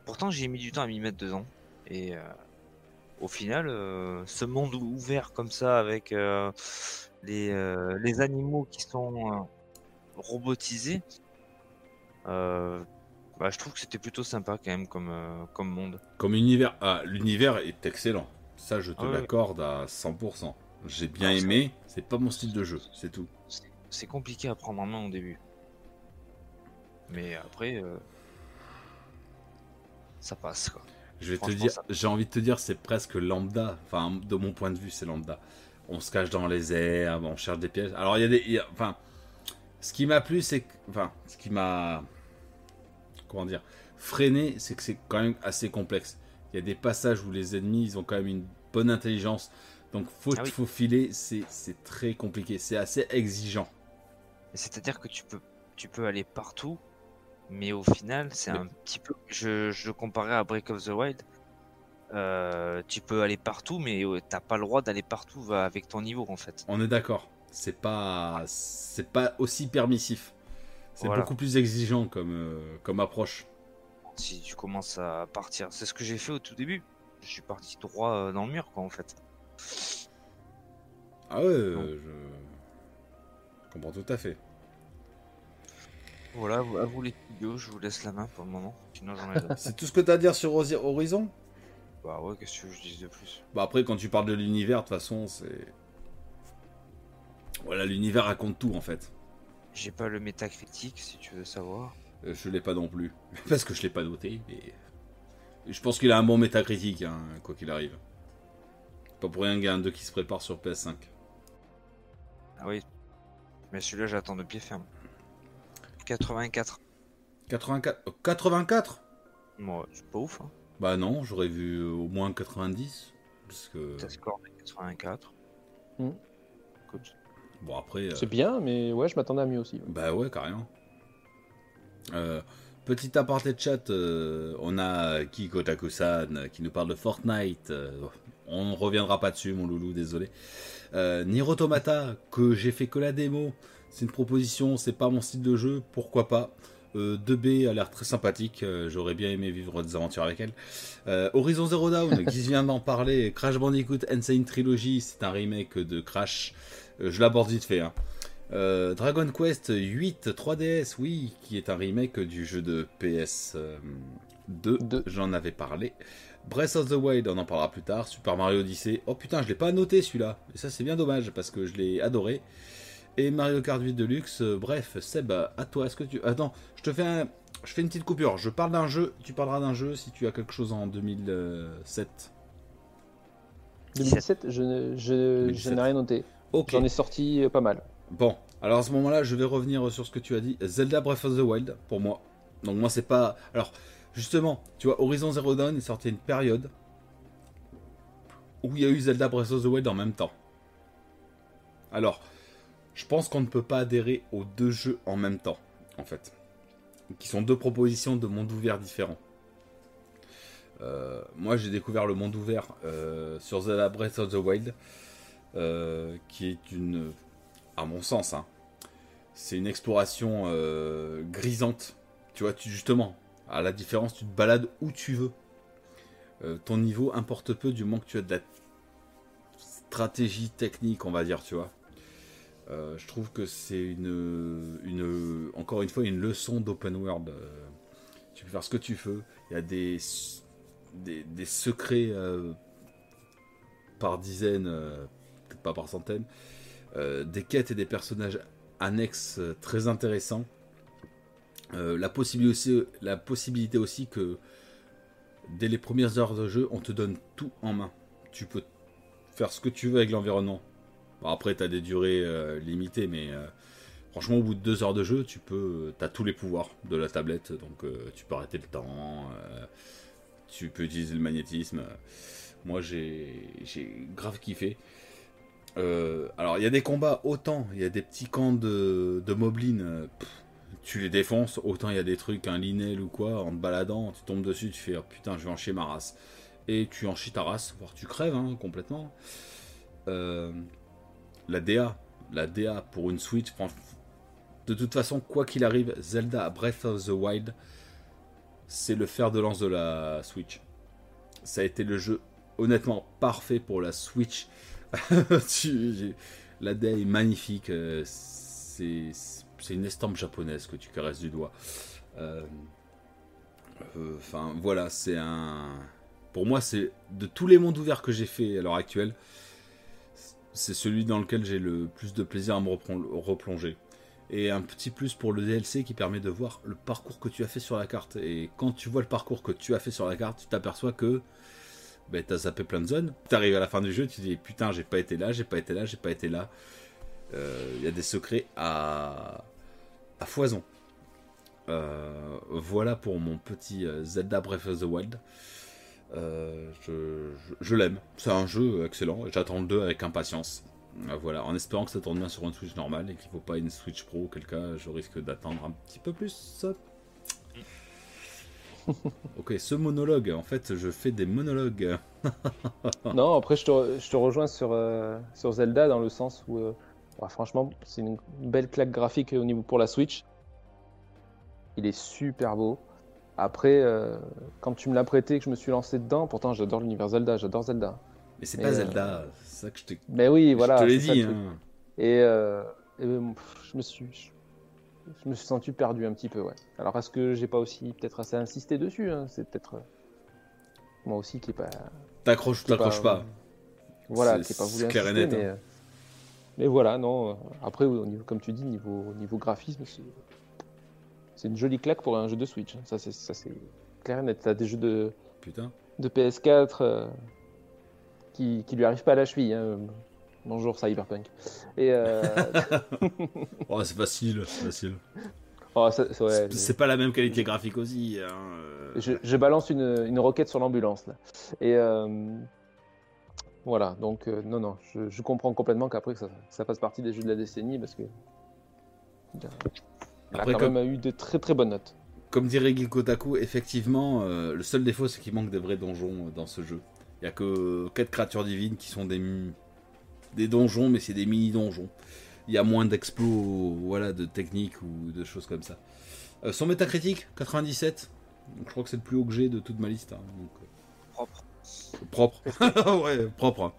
[SPEAKER 6] Pourtant, j'ai mis du temps à m'y mettre dedans. Et euh, au final, euh, ce monde ou- ouvert comme ça, avec euh, les, euh, les animaux qui sont euh, robotisés, euh, bah, je trouve que c'était plutôt sympa quand même comme, euh, comme monde.
[SPEAKER 4] Comme univers. Ah, l'univers est excellent. Ça, je te
[SPEAKER 6] Ah ouais.
[SPEAKER 4] l'accorde à 100%. J'ai bien
[SPEAKER 6] Ah, ça-
[SPEAKER 4] aimé. C'est pas mon style de jeu, c'est tout.
[SPEAKER 6] C'est compliqué à prendre en main au début. Mais après, euh, ça passe quoi.
[SPEAKER 4] Je vais te
[SPEAKER 6] Franchement,
[SPEAKER 4] dire,
[SPEAKER 6] ça-
[SPEAKER 4] j'ai envie de te dire, c'est presque lambda. Enfin, de mon point de vue, c'est lambda. On se cache dans les airs, on cherche des pièges. Alors, il y a des. il y a- enfin, ce qui m'a plu, c'est que. Enfin, ce qui m'a. Comment dire Freiné, c'est que c'est quand même assez complexe. Il y a des passages où les ennemis, ils ont quand même une bonne intelligence. Donc, faut
[SPEAKER 6] Ah
[SPEAKER 4] te
[SPEAKER 6] oui.
[SPEAKER 4] faufiler, c'est c'est très compliqué. C'est assez exigeant.
[SPEAKER 6] C'est-à-dire que tu peux, tu peux aller partout, mais au final, c'est
[SPEAKER 4] Mais-
[SPEAKER 6] un petit peu. Je, je le comparais à Breath of the Wild. Euh, tu peux aller partout, mais euh, t'as pas le droit d'aller partout va, avec ton niveau en fait.
[SPEAKER 4] On est d'accord. C'est pas, c'est pas aussi permissif. C'est
[SPEAKER 6] Voilà.
[SPEAKER 4] beaucoup plus exigeant comme, euh, comme approche.
[SPEAKER 6] Si tu commences à partir, c'est ce que j'ai fait au tout début. Je suis parti droit euh, dans le mur, quoi, en fait.
[SPEAKER 4] Ah ouais, euh, je... je comprends tout à fait.
[SPEAKER 6] Voilà, à vous- à vous les studios, je vous laisse la main pour le moment. Sinon, j'en
[SPEAKER 4] (laughs)
[SPEAKER 6] ai d'autres.
[SPEAKER 4] C'est tout ce que t'as à dire sur Hori- Horizon
[SPEAKER 6] Bah ouais, qu'est-ce que je dis de plus
[SPEAKER 4] Bah après, quand tu parles de l'univers, de toute façon, c'est... Voilà, l'univers raconte tout, en fait.
[SPEAKER 6] J'ai pas le métacritique, si tu veux savoir.
[SPEAKER 4] Euh, Je l'ai pas non plus. (laughs) Parce que je l'ai pas noté, mais... Je pense qu'il a un bon métacritique, hein, quoi qu'il arrive. Pas pour rien qu'il y a un 2 qui se prépare sur PS5.
[SPEAKER 6] Ah oui. Mais celui-là, j'attends de pied ferme. 84.
[SPEAKER 4] 84 euh, 84
[SPEAKER 6] Bon, c'est pas ouf, hein.
[SPEAKER 4] Bah non, j'aurais vu euh, au moins 90. Parce que...
[SPEAKER 6] T'as score de 84.
[SPEAKER 5] Hmm.
[SPEAKER 6] Écoute,
[SPEAKER 4] Bon après... euh,
[SPEAKER 5] C'est bien, mais ouais, je m'attendais à mieux aussi. ouais.
[SPEAKER 4] Bah ouais, carrément. Euh, petit aparté de chat, euh, on a Kiko Takusan qui nous parle de Fortnite. euh, on ne reviendra pas dessus, mon loulou, désolé. Euh, Nier Automata, que j'ai fait que la démo. C'est une proposition, c'est pas mon style de jeu, pourquoi pas. Euh, 2B a l'air très sympathique, euh, j'aurais bien aimé vivre des aventures avec elle. Euh, Horizon Zero Dawn, (laughs) qui vient d'en parler, Crash Bandicoot Insane Trilogy, c'est un remake de Crash. Euh, je l'aborde vite fait. hein. Euh, Dragon Quest 8 3DS, oui, qui est un remake du jeu de PS2,
[SPEAKER 5] Deux.
[SPEAKER 4] j'en avais parlé. Breath of the Wild, on en parlera plus tard. Super Mario Odyssey, oh putain, je l'ai pas noté celui-là. Et ça, c'est bien dommage parce que je l'ai adoré. Et Mario Kart 8 Deluxe, euh, bref, Seb, à toi, est-ce que tu. Attends, je te fais un. Je fais une petite coupure. Je parle d'un jeu, tu parleras d'un jeu si tu as quelque chose en 2007.
[SPEAKER 5] 2017, je, ne- je, je
[SPEAKER 4] 2017.
[SPEAKER 5] n'ai rien noté.
[SPEAKER 4] Ok.
[SPEAKER 5] J'en ai sorti euh, pas mal.
[SPEAKER 4] Bon, alors à ce moment-là, je vais revenir sur ce que tu as dit. Zelda Breath of the Wild, pour moi. Donc moi, c'est pas... Alors, justement, tu vois, Horizon Zero Dawn est sorti à une période où il y a eu Zelda Breath of the Wild en même temps. Alors, je pense qu'on ne peut pas adhérer aux deux jeux en même temps, en fait. Qui sont deux propositions de mondes ouverts différents. Euh, moi, j'ai découvert le monde ouvert euh, sur Zelda Breath of the Wild, euh, qui est une à mon sens, hein, c'est une exploration euh, grisante. Tu vois, tu, justement, à la différence, tu te balades où tu veux. Euh, ton niveau importe peu du moment que tu as de la stratégie technique, on va dire, tu vois. Euh, je trouve que c'est une, une, encore une fois, une leçon d'open world. Euh, tu peux faire ce que tu veux. Il y a des, des, des secrets euh, par dizaines, euh, peut-être pas par centaines euh, des quêtes et des personnages annexes euh, très intéressants. Euh, la, possibilité aussi, la possibilité aussi que dès les premières heures de jeu, on te donne tout en main. Tu peux faire ce que tu veux avec l'environnement. Bon, après, tu as des durées euh, limitées, mais euh, franchement, au bout de deux heures de jeu, tu peux, as tous les pouvoirs de la tablette. Donc, euh, tu peux arrêter le temps, euh, tu peux utiliser le magnétisme. Moi, j'ai j'ai grave kiffé. Euh, alors, il y a des combats, autant il y a des petits camps de, de moblines, euh, pff, tu les défonces, autant il y a des trucs, un linel ou quoi, en te baladant, tu tombes dessus, tu fais oh, putain, je vais en chier ma race. Et tu en chies ta race, voire tu crèves hein, complètement. Euh, la DA, la DA pour une Switch, franch- de toute façon, quoi qu'il arrive, Zelda Breath of the Wild, c'est le fer de lance de la Switch. Ça a été le jeu honnêtement parfait pour la Switch. (laughs) Tu- j'ai- la DA est magnifique. euh, C'est c'est une estampe japonaise que tu caresses du doigt. Euh, euh, Enfin, voilà, c'est un. Pour moi, c'est de tous les mondes ouverts que j'ai fait à l'heure actuelle, c'est celui dans lequel j'ai le plus de plaisir à me repron- replonger. Et un petit plus pour le DLC qui permet de voir le parcours que tu as fait sur la carte. Et quand tu vois le parcours que tu as fait sur la carte, tu t'aperçois que ben, t'as zappé plein de zones. T'arrives à la fin du jeu, tu dis putain, j'ai pas été là, j'ai pas été là, j'ai pas été là. Euh, Il y a des secrets à, à foison. Euh, voilà pour mon petit euh, Zelda Breath of the Wild. Euh, je je- je l'aime. C'est un jeu excellent. J'attends le 2 avec impatience. Ah, Voilà, en espérant que ça tourne bien sur une Switch normale et qu'il ne faut pas une Switch Pro, auquel cas je risque d'attendre un petit peu plus. ok, ce monologue, en fait je fais des monologues. Ah.
[SPEAKER 5] Non, après, je te, re- je te rejoins sur, euh, sur Zelda dans le sens où, euh, bah, franchement, c'est une belle claque graphique au niveau pour la Switch. Il est super beau. Après, euh, quand tu me l'as prêté et que je me suis lancé dedans, pourtant j'adore l'univers Zelda, j'adore Zelda.
[SPEAKER 4] Mais c'est
[SPEAKER 5] Mais,
[SPEAKER 4] pas
[SPEAKER 5] euh,
[SPEAKER 4] Zelda, c'est ça que je t'ai
[SPEAKER 5] Mais Ben oui,
[SPEAKER 4] je
[SPEAKER 5] voilà.
[SPEAKER 4] te l'ai
[SPEAKER 5] c'est ça
[SPEAKER 4] dit.
[SPEAKER 5] le truc.
[SPEAKER 4] hein.
[SPEAKER 5] Et, euh, et, euh, pff, je me suis, je, je me suis senti perdu un petit peu, ouais. Alors est-ce que j'ai pas aussi peut-être assez insisté dessus hein C'est peut-être euh, moi aussi qui est pas.
[SPEAKER 4] T'accroches ou
[SPEAKER 5] qui est
[SPEAKER 4] t'accroches pas.
[SPEAKER 5] Voilà,
[SPEAKER 4] C'est-
[SPEAKER 5] qui est pas voulu
[SPEAKER 4] c'est clair et
[SPEAKER 5] insister,
[SPEAKER 4] net, hein.
[SPEAKER 5] mais, euh, mais voilà, non. euh, Après, oui, au niveau, comme tu dis, niveau au niveau graphisme, c'est c'est une jolie claque pour un jeu de Switch. hein. Ça, c'est ça, c'est clair et net. T'as des jeux de
[SPEAKER 4] Putain.
[SPEAKER 5] de PS4 euh, qui, qui lui arrive pas à la cheville. hein. Bonjour Cyberpunk.
[SPEAKER 4] (laughs)
[SPEAKER 5] Et euh,
[SPEAKER 4] Oh, c'est facile, c'est facile.
[SPEAKER 5] oh, ça- ça- ouais,
[SPEAKER 4] C'est-
[SPEAKER 5] mais-
[SPEAKER 4] c'est pas la même qualité graphique aussi. hein, euh.
[SPEAKER 5] je, je balance une, une roquette sur l'ambulance là. Et euh, voilà, donc euh, non, non, je, je comprends complètement qu'après que ça, ça fasse partie des jeux de la décennie parce que il a
[SPEAKER 4] Après,
[SPEAKER 5] quand
[SPEAKER 4] comme,
[SPEAKER 5] même eu de très très bonnes notes.
[SPEAKER 4] comme dirait Gilkotaku, effectivement, euh, le seul défaut, c'est qu'il manque des vrais donjons euh, dans ce jeu. Il y a que quatre créatures divines qui sont des, mi- des donjons, mais c'est des mini-donjons. Il y a moins d'explos, voilà, de techniques ou de choses comme ça. Euh, son métacritique, 97. Donc, je crois que c'est le plus haut que j'ai de toute ma liste. hein, donc, euh,
[SPEAKER 6] Propre.
[SPEAKER 4] Propre. (laughs) ouais, propre. hein.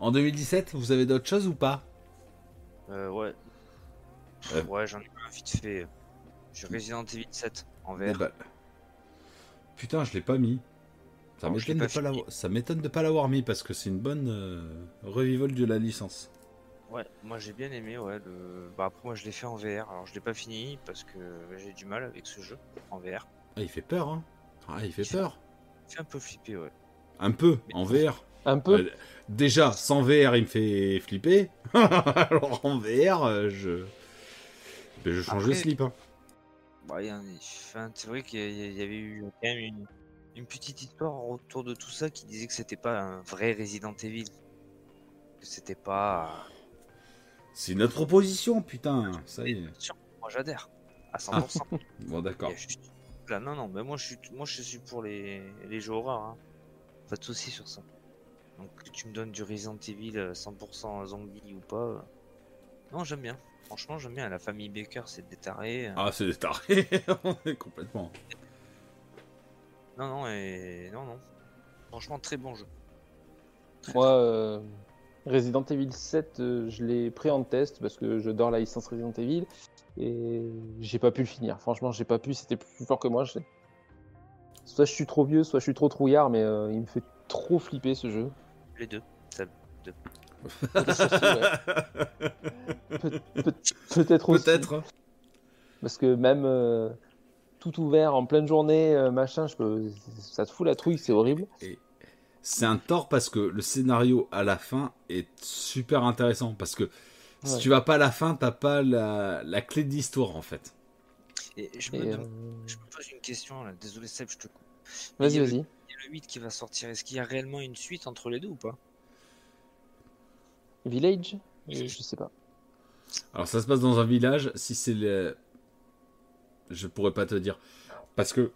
[SPEAKER 4] En 2017, vous avez d'autres choses ou pas
[SPEAKER 6] Euh, ouais.
[SPEAKER 4] Ouais.
[SPEAKER 6] Ouais, j'en ai un vite fait. J'ai Resident Evil 7 en
[SPEAKER 4] Eh
[SPEAKER 6] vert.
[SPEAKER 4] ben, Putain, je l'ai pas mis. Ça
[SPEAKER 6] Non, je
[SPEAKER 4] m'étonne
[SPEAKER 6] l'ai
[SPEAKER 4] de,
[SPEAKER 6] pas
[SPEAKER 4] pas
[SPEAKER 6] fini.
[SPEAKER 4] l'avoir- ça m'étonne de pas l'avoir mis parce que c'est une bonne euh, revivol de la licence.
[SPEAKER 6] Ouais, moi j'ai bien aimé, ouais. Le... Bah après moi je l'ai fait en VR, alors je l'ai pas fini parce que j'ai du mal avec ce jeu en VR.
[SPEAKER 4] Ah, il fait peur, hein Ah, il fait peur.
[SPEAKER 6] Il fait un peu flipper, ouais.
[SPEAKER 4] Un peu, en VR.
[SPEAKER 5] Un peu,
[SPEAKER 4] Euh, déjà, sans VR, il me fait flipper. (laughs) Alors en VR, euh, je. Ben, je change de
[SPEAKER 6] Après-
[SPEAKER 4] slip. hein.
[SPEAKER 6] Bah, il y a un- enfin, c'est vrai qu'il y a- il y avait eu quand même une, une petite histoire autour de tout ça qui disait que c'était pas un vrai Resident Evil. Que c'était pas. euh,
[SPEAKER 4] C'est notre proposition, putain. Ça y est.
[SPEAKER 6] Moi j'adhère à 100%.
[SPEAKER 4] Bon,
[SPEAKER 6] Il
[SPEAKER 4] d'accord.
[SPEAKER 6] y a juste- Là, non, non, mais moi je suis, moi, je suis pour les, les jeux horreurs. hein. Pas de soucis sur ça. Donc que tu me donnes du Resident Evil euh, 100% zombie ou pas. euh, Non, j'aime bien. Franchement, j'aime bien. La famille Baker, c'est des tarés. euh,
[SPEAKER 4] Ah, c'est des tarés. (laughs) On est complètement.
[SPEAKER 6] Non, non, et. Non, non. Franchement, très bon jeu.
[SPEAKER 5] moi, euh, Resident Evil 7, euh, je l'ai pris en test parce que j'adore la licence Resident Evil et j'ai pas pu le finir. Franchement, j'ai pas pu, c'était plus fort que moi. je- Soit je suis trop vieux, soit je suis trop trouillard, mais euh, il me fait trop flipper ce
[SPEAKER 6] (laughs)
[SPEAKER 5] jeu.
[SPEAKER 6] Les deux.
[SPEAKER 5] Peut- peut- Peut-être aussi.
[SPEAKER 4] Peut-être.
[SPEAKER 5] Parce que même euh, tout ouvert en pleine journée, euh, machin, je peux... ça te fout la trouille, c'est horrible.
[SPEAKER 4] Et c'est un tort parce que le scénario à la fin est super intéressant. Parce que si
[SPEAKER 5] Ouais.
[SPEAKER 4] tu vas pas à la fin, t'as pas la, la clé de l'histoire en fait.
[SPEAKER 6] Et je me,
[SPEAKER 5] Et,
[SPEAKER 6] dem-
[SPEAKER 5] euh,
[SPEAKER 6] je me pose une question là. Désolé, Seb, je te coupe. Mais
[SPEAKER 5] Vas-y,
[SPEAKER 6] il y a le-
[SPEAKER 5] vas-y.
[SPEAKER 6] Il y a le 8 qui va sortir. Est-ce qu'il y a réellement une suite entre les deux ou pas
[SPEAKER 5] Village je, je sais pas.
[SPEAKER 4] Alors ça se passe dans un village. Si c'est le. Je pourrais pas te dire. Parce que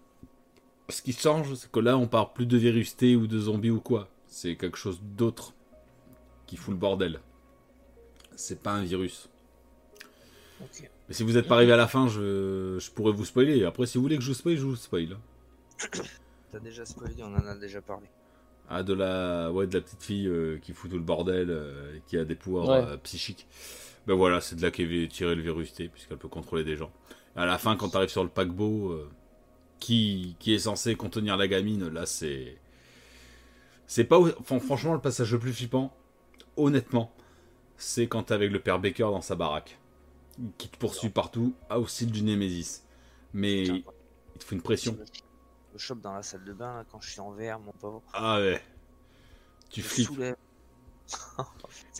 [SPEAKER 4] ce qui change, c'est que là, on parle plus de virus T ou de zombies ou quoi. C'est quelque chose d'autre qui fout le bordel. C'est pas un virus.
[SPEAKER 6] Ok.
[SPEAKER 4] Mais si vous n'êtes pas arrivé à la fin, je, je pourrais vous spoiler. Après, si vous voulez que je vous spoil, je vous spoil.
[SPEAKER 6] T'as déjà spoilé, on en a déjà parlé.
[SPEAKER 4] Ah, de la, ouais, de la petite fille euh, qui fout tout le bordel, euh, et qui a des pouvoirs
[SPEAKER 5] Ouais.
[SPEAKER 4] euh, psychiques. Ben voilà, c'est de là qu'est tiré le virus T, puisqu'elle peut contrôler des gens. À la fin, quand t'arrives sur le paquebot, euh, qui, qui est censé contenir la gamine, là, c'est. C'est pas. enfin, franchement, le passage le plus flippant, honnêtement, c'est quand t'es avec le père Baker dans sa baraque, qui te poursuit partout, à aussi du Némésis. Mais
[SPEAKER 6] Putain,
[SPEAKER 4] il te fout une pression.
[SPEAKER 6] Je me chope dans la salle de bain là, quand je suis en verre, mon pauvre.
[SPEAKER 4] Ah ouais. Tu
[SPEAKER 6] Je
[SPEAKER 4] flippes.
[SPEAKER 6] soulève.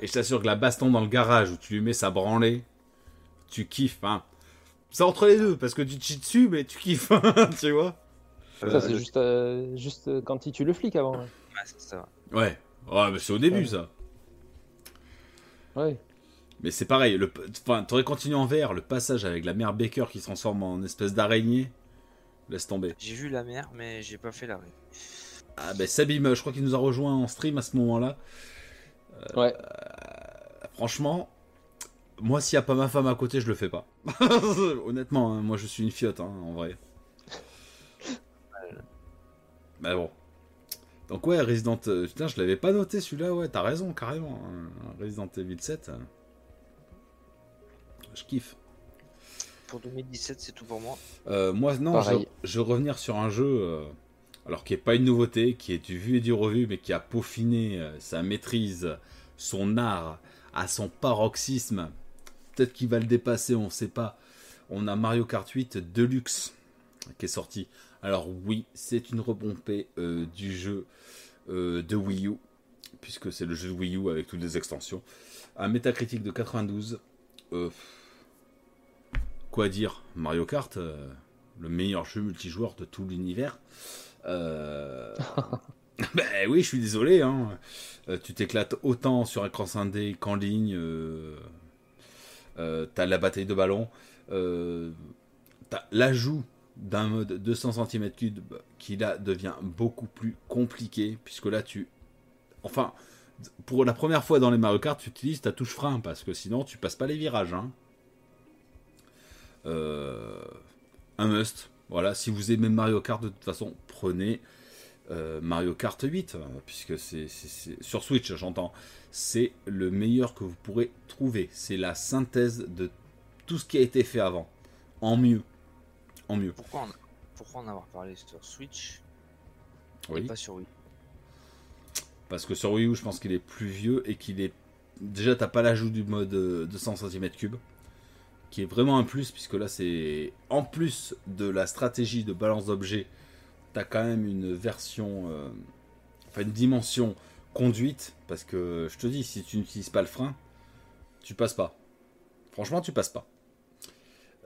[SPEAKER 4] Et je t'assure que la baston dans le garage où tu lui mets sa branlée, tu kiffes. Hein. C'est entre les deux, parce que tu te chies dessus, mais tu kiffes, hein, (laughs) tu vois.
[SPEAKER 5] ça, c'est juste, euh, juste euh, quand il tue le flic avant. ouais.
[SPEAKER 6] Ouais, c'est ça.
[SPEAKER 4] Ouais. Ouais, mais c'est au début,
[SPEAKER 5] Ouais.
[SPEAKER 4] ça.
[SPEAKER 5] Ouais.
[SPEAKER 4] Mais c'est pareil, le, enfin, t'aurais continué en vert, le passage avec la mère Baker qui se transforme en espèce d'araignée. Laisse tomber.
[SPEAKER 6] J'ai vu la mer, mais j'ai pas fait l'arrêt.
[SPEAKER 4] Ah ben Sabim, je crois qu'il nous a rejoint en stream à ce moment-là. Euh,
[SPEAKER 5] Ouais.
[SPEAKER 4] Franchement, moi s'il y a pas ma femme à côté, je le fais pas. (laughs) Honnêtement, hein, moi je suis une fiotte hein, en vrai. Mais bon. Donc ouais, Resident euh, putain, je l'avais pas noté celui-là, ouais, t'as raison carrément. hein. Resident Evil 7. euh, Je kiffe.
[SPEAKER 6] Pour 2017, c'est tout pour moi.
[SPEAKER 4] Euh, moi, non, je,
[SPEAKER 5] Pareil.
[SPEAKER 4] je veux revenir sur un jeu, euh, alors qui est pas une nouveauté, qui est du vu et du revu, mais qui a peaufiné euh, sa maîtrise, son art, à son paroxysme. Peut-être qu'il va le dépasser, on sait pas. On a Mario Kart 8 Deluxe qui est sorti. Alors oui, c'est une repompée euh, du jeu euh, de Wii U, puisque c'est le jeu de Wii U avec toutes les extensions. Un métacritique de 92. euh, quoi dire Mario Kart, euh, le meilleur jeu multijoueur de tout l'univers. Euh, (laughs) ben oui, je suis désolé. hein. Euh, tu t'éclates autant sur écran scindé qu'en ligne. euh, euh, T'as la bataille de ballon. euh, T'as l'ajout d'un mode 200 cm3 qui là devient beaucoup plus compliqué puisque là tu enfin pour la première fois dans les Mario Kart tu utilises ta touche frein parce que sinon tu passes pas les virages hein. Euh, un must voilà si vous aimez Mario Kart de toute façon prenez euh, Mario Kart 8 euh, puisque c'est c'est- c'est- sur Switch j'entends c'est le meilleur que vous pourrez trouver c'est la synthèse de tout ce qui a été fait avant en mieux en mieux
[SPEAKER 6] Pourquoi en, pourquoi en avoir parlé sur Switch et
[SPEAKER 4] Oui,
[SPEAKER 6] pas sur Wii
[SPEAKER 4] parce que sur Wii U, je pense qu'il est plus vieux et qu'il est. Déjà, t'as pas l'ajout du mode euh, 200 cm3, qui est vraiment un plus, puisque là, c'est. En plus de la stratégie de balance d'objets, t'as quand même une version. euh, Enfin, une dimension conduite, parce que je te dis, si tu n'utilises pas le frein, tu passes pas. Franchement, tu passes pas.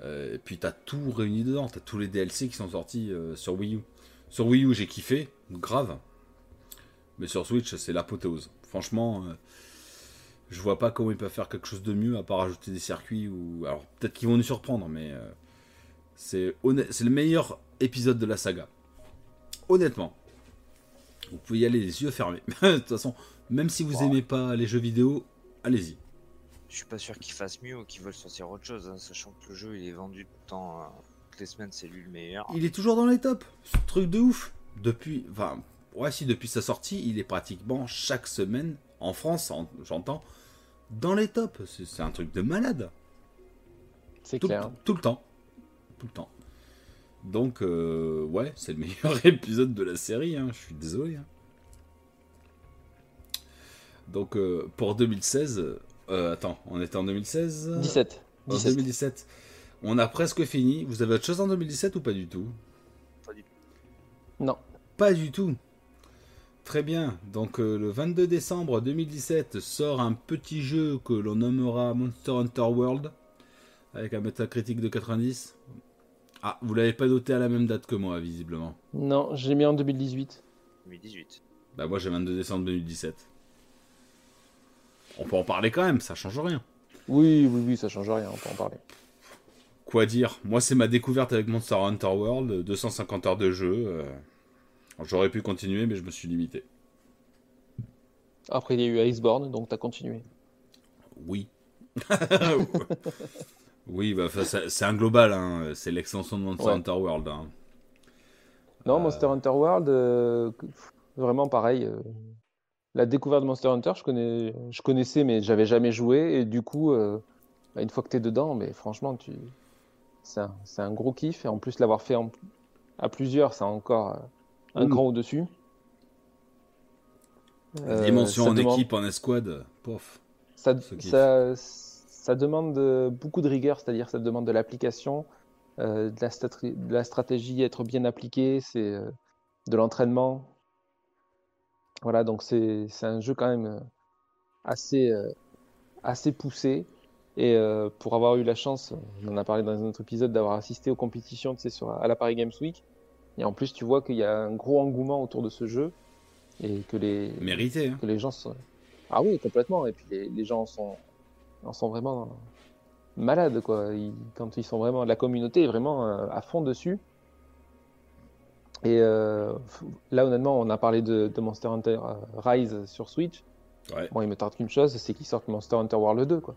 [SPEAKER 4] Euh, et puis, t'as tout réuni dedans, t'as tous les DLC qui sont sortis euh, sur Wii U. Sur Wii U, j'ai kiffé, grave. Mais sur Switch, c'est l'apothéose. Franchement, euh, je vois pas comment ils peuvent faire quelque chose de mieux à part ajouter des circuits ou. Alors peut-être qu'ils vont nous surprendre, mais euh, c'est honnête- c'est le meilleur épisode de la saga. Honnêtement, vous pouvez y aller les yeux fermés. (laughs) de toute façon, même si vous
[SPEAKER 6] Ouais.
[SPEAKER 4] aimez pas les jeux vidéo, allez-y.
[SPEAKER 6] Je suis pas sûr qu'ils fassent mieux ou qu'ils veulent sortir autre chose, hein, sachant que le jeu il est vendu tout le temps. euh, toutes les semaines, c'est lui le meilleur.
[SPEAKER 4] Il est toujours dans les tops. Ce truc de ouf. Depuis, enfin, ouais, si depuis sa sortie, il est pratiquement chaque semaine en France, en- j'entends, dans les tops. C'est- C'est un truc de malade.
[SPEAKER 5] C'est
[SPEAKER 4] tout,
[SPEAKER 5] clair.
[SPEAKER 4] tout le temps. Tout le temps. Donc, euh, ouais, c'est le (laughs) meilleur épisode de la série, hein, je suis désolé. hein. Donc, euh, pour 2016, euh, attends, on était en 2016 euh,
[SPEAKER 5] 17.
[SPEAKER 4] en
[SPEAKER 5] 17.
[SPEAKER 4] 2017. On a presque fini. Vous avez autre chose en 2017 ou pas du tout
[SPEAKER 6] Pas du tout.
[SPEAKER 5] Non.
[SPEAKER 4] Pas du tout. Très bien. Donc euh, le 22 décembre 2017 sort un petit jeu que l'on nommera Monster Hunter World avec un métacritique de 90. Ah, vous l'avez pas noté à la même date que moi visiblement.
[SPEAKER 5] Non, j'ai mis en 2018.
[SPEAKER 6] 2018.
[SPEAKER 4] Bah moi j'ai 22 décembre 2017. On peut en parler quand même, ça change rien.
[SPEAKER 5] Oui, oui, oui, ça change rien, on peut en parler.
[SPEAKER 4] Quoi dire Moi, c'est ma découverte avec Monster Hunter World, euh, 250 heures de jeu. euh, J'aurais pu continuer, mais je me suis limité.
[SPEAKER 5] Après, il y a eu Iceborne, donc t'as continué. (laughs)
[SPEAKER 4] Oui. oui, bah, enfin, c'est c'est un global, hein, c'est l'extension de Monster
[SPEAKER 5] Ouais.
[SPEAKER 4] Hunter World. hein.
[SPEAKER 5] Non,
[SPEAKER 4] Euh,
[SPEAKER 5] Monster Hunter World, euh, que- pff, vraiment pareil. euh, la découverte de Monster Hunter, je, connais, je connaissais, mais j'avais jamais joué. Et du coup, euh, bah, une fois que t'es dedans, mais franchement, tu... c'est un, c'est un gros kiff. Et en plus, l'avoir fait en- à plusieurs, c'est encore euh, un
[SPEAKER 4] Mm.
[SPEAKER 5] cran au-dessus.
[SPEAKER 4] La
[SPEAKER 5] Euh,
[SPEAKER 4] dimension
[SPEAKER 5] ça
[SPEAKER 4] en
[SPEAKER 5] demande-
[SPEAKER 4] équipe, en escouade, pof.
[SPEAKER 5] ça,
[SPEAKER 4] Ce kiff.
[SPEAKER 5] ça, ça demande euh, beaucoup de rigueur, c'est-à-dire ça demande de l'application, euh, de, la stratri- de la stratégie, être bien appliqué, c'est euh, de l'entraînement. Voilà, donc c'est c'est un jeu quand même euh, assez, euh, assez poussé. Et euh, pour avoir eu la chance, on en a parlé dans un autre épisode, d'avoir assisté aux compétitions tu sais, sur, à la Paris Games Week. Et en plus, tu vois qu'il y a un gros engouement autour de ce jeu et que les,
[SPEAKER 4] Mérité. hein.
[SPEAKER 5] que les gens sont. Ah oui, complètement. Et puis les, les gens sont, en sont vraiment malades, quoi. Ils- quand ils sont vraiment, la communauté est vraiment euh, à fond dessus. Et euh, f- là, honnêtement, on a parlé de, de Monster Hunter euh, Rise sur Switch.
[SPEAKER 4] Ouais.
[SPEAKER 5] Moi, il me tarde qu'une chose, c'est qu'ils sortent Monster Hunter World 2, quoi.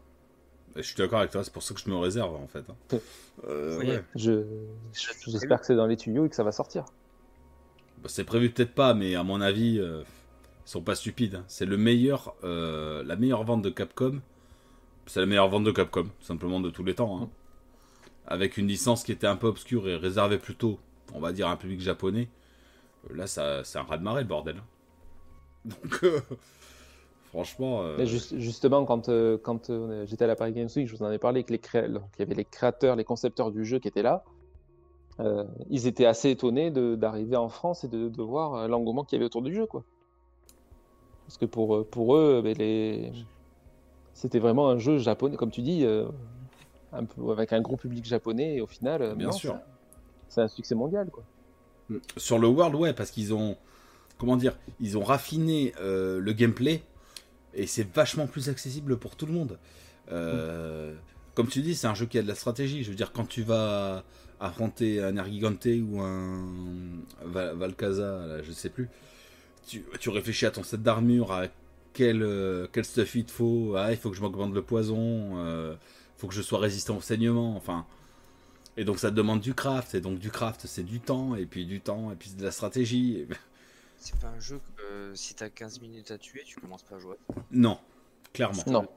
[SPEAKER 4] Je suis d'accord avec toi, c'est pour ça que je me réserve en fait. hein.
[SPEAKER 5] (laughs)
[SPEAKER 4] Euh,
[SPEAKER 6] Oui.
[SPEAKER 4] ouais.
[SPEAKER 5] Je, j'espère que c'est dans les tuyaux et que ça va sortir.
[SPEAKER 4] Bah, c'est prévu peut-être pas, mais à mon avis, euh, ils sont pas stupides. hein. C'est le meilleur, euh, la meilleure vente de Capcom. C'est la meilleure vente de Capcom, tout simplement de tous les temps. hein.
[SPEAKER 5] Mm.
[SPEAKER 4] Avec une licence qui était un peu obscure et réservée plutôt, on va dire, à un public japonais. Euh, Là, ça, c'est un raz-de-marée le bordel. hein. (laughs) Donc, euh, franchement, euh,
[SPEAKER 5] Mais juste- justement, quand, euh, quand euh, j'étais à la Paris Games Week, je vous en ai parlé, que les cré- donc, il y avait les créateurs, les concepteurs du jeu qui étaient là. Euh, ils étaient assez étonnés de- d'arriver en France et de, de voir euh, l'engouement qu'il y avait autour du jeu. Quoi. Parce que pour, euh, pour eux, euh, ben, les... c'était vraiment un jeu japonais, comme tu dis, euh, un peu, avec un gros public japonais. Et au final, euh,
[SPEAKER 4] bien
[SPEAKER 5] non,
[SPEAKER 4] sûr.
[SPEAKER 5] c'est- c'est un succès mondial. Quoi.
[SPEAKER 4] Sur le World, ouais, parce qu'ils ont. Comment dire Ils ont raffiné euh, le gameplay et c'est vachement plus accessible pour tout le monde. Euh, Comme tu dis, c'est un jeu qui a de la stratégie. Je veux dire, quand tu vas affronter un Ergigante ou un Val- Valkaza, là, je sais plus, tu, tu réfléchis à ton set d'armure, à quel, euh, quel stuff il te faut. Ah, il faut que je m'augmente le poison, euh, faut que je sois résistant au saignement, enfin. Et donc ça te demande du craft, et donc du craft c'est du temps, et puis du temps, et puis c'est de la stratégie. (laughs)
[SPEAKER 6] C'est pas un jeu que euh, si t'as 15 minutes à tuer, tu commences pas à jouer.
[SPEAKER 4] Non, clairement.
[SPEAKER 5] Non.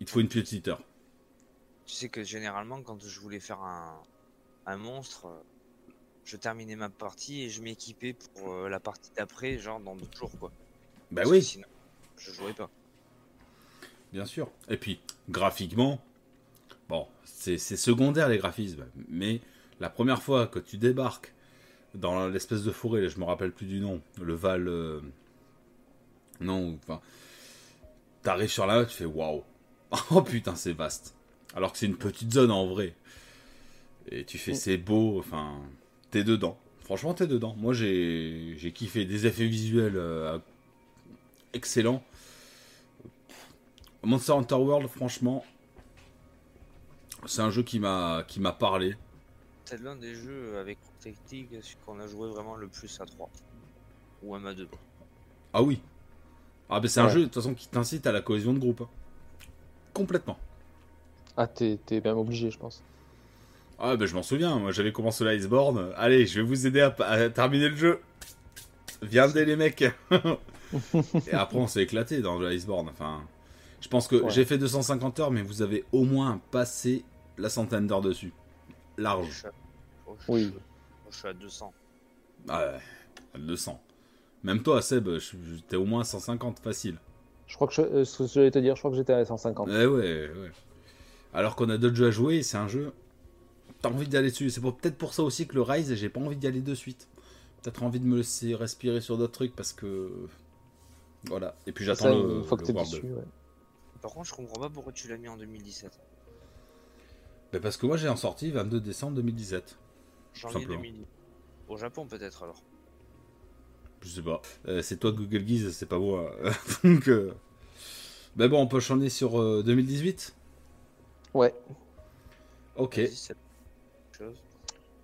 [SPEAKER 4] Il te faut une petite heure.
[SPEAKER 6] Tu sais que généralement, quand je voulais faire un, un monstre, euh, je terminais ma partie et je m'équipais pour euh, la partie d'après, genre dans deux jours quoi.
[SPEAKER 4] Bah
[SPEAKER 6] Parce que
[SPEAKER 4] oui,
[SPEAKER 6] Sinon, je jouais pas.
[SPEAKER 4] bien sûr. Et puis, graphiquement, bon, c'est c'est secondaire les graphismes, mais la première fois que tu débarques dans l'espèce de forêt, là, je me rappelle plus du nom, le Val... euh, Non, enfin... T'arrives sur la haute, tu fais waouh. (laughs) Oh putain, c'est vaste. Alors que c'est une petite zone en vrai. Et tu fais c'est beau, enfin... T'es dedans. Franchement, t'es dedans. Moi, j'ai j'ai kiffé des effets visuels euh, excellents. Monster Hunter World, franchement, c'est un jeu qui m'a qui m'a parlé.
[SPEAKER 6] C'est l'un des jeux avec Protecting qu'on a joué vraiment le plus à 3. Ou même à 2.
[SPEAKER 4] Ah oui. Ah ben c'est un
[SPEAKER 5] Ouais.
[SPEAKER 4] jeu de toute façon qui t'incite à la cohésion de groupe. hein. Complètement.
[SPEAKER 5] Ah, t'es t'es même obligé, je pense.
[SPEAKER 4] Ah ben je m'en souviens, moi j'avais commencé l'Iceborne. Allez, je vais vous aider à, à terminer le jeu. Viendez les
[SPEAKER 5] (laughs)
[SPEAKER 4] mecs. Et après on s'est éclaté dans l'Iceborne. Enfin, je pense que
[SPEAKER 5] Ouais.
[SPEAKER 4] j'ai fait 250 heures, mais vous avez au moins passé la centaine d'heures dessus. Large.
[SPEAKER 5] Oui.
[SPEAKER 6] oh, Je suis à 200.
[SPEAKER 4] Ah ouais, à 200. Même toi, Seb, je- je- t'es au moins à 150 facile.
[SPEAKER 5] Je crois que je, euh, ce que j'allais te dire, je crois que j'étais à 150.
[SPEAKER 4] Eh ouais, ouais. Alors qu'on a d'autres jeux à jouer, c'est un jeu. T'as envie d'aller dessus. C'est pour- peut-être pour ça aussi que le Rise, j'ai pas envie d'y aller de suite. Peut-être envie de me laisser respirer sur d'autres trucs parce que. Voilà. Et puis j'attends
[SPEAKER 5] Ça,
[SPEAKER 4] le,
[SPEAKER 5] une fois que
[SPEAKER 4] le
[SPEAKER 5] t'es
[SPEAKER 4] World.
[SPEAKER 5] dessus, ouais.
[SPEAKER 6] Par contre, je comprends pas pourquoi tu l'as mis en 2017.
[SPEAKER 4] Mais parce que moi, j'ai en sorti 22 décembre 2017.
[SPEAKER 6] Janvier
[SPEAKER 4] Simplement.
[SPEAKER 6] 2000. Au Japon peut-être alors.
[SPEAKER 4] Je sais pas. Euh, c'est toi Google Guise, c'est pas moi. (laughs) Donc. euh, Mais bon, on peut changer sur euh, 2018
[SPEAKER 5] Ouais.
[SPEAKER 4] Ok.
[SPEAKER 6] Vas-y, c'est la chose.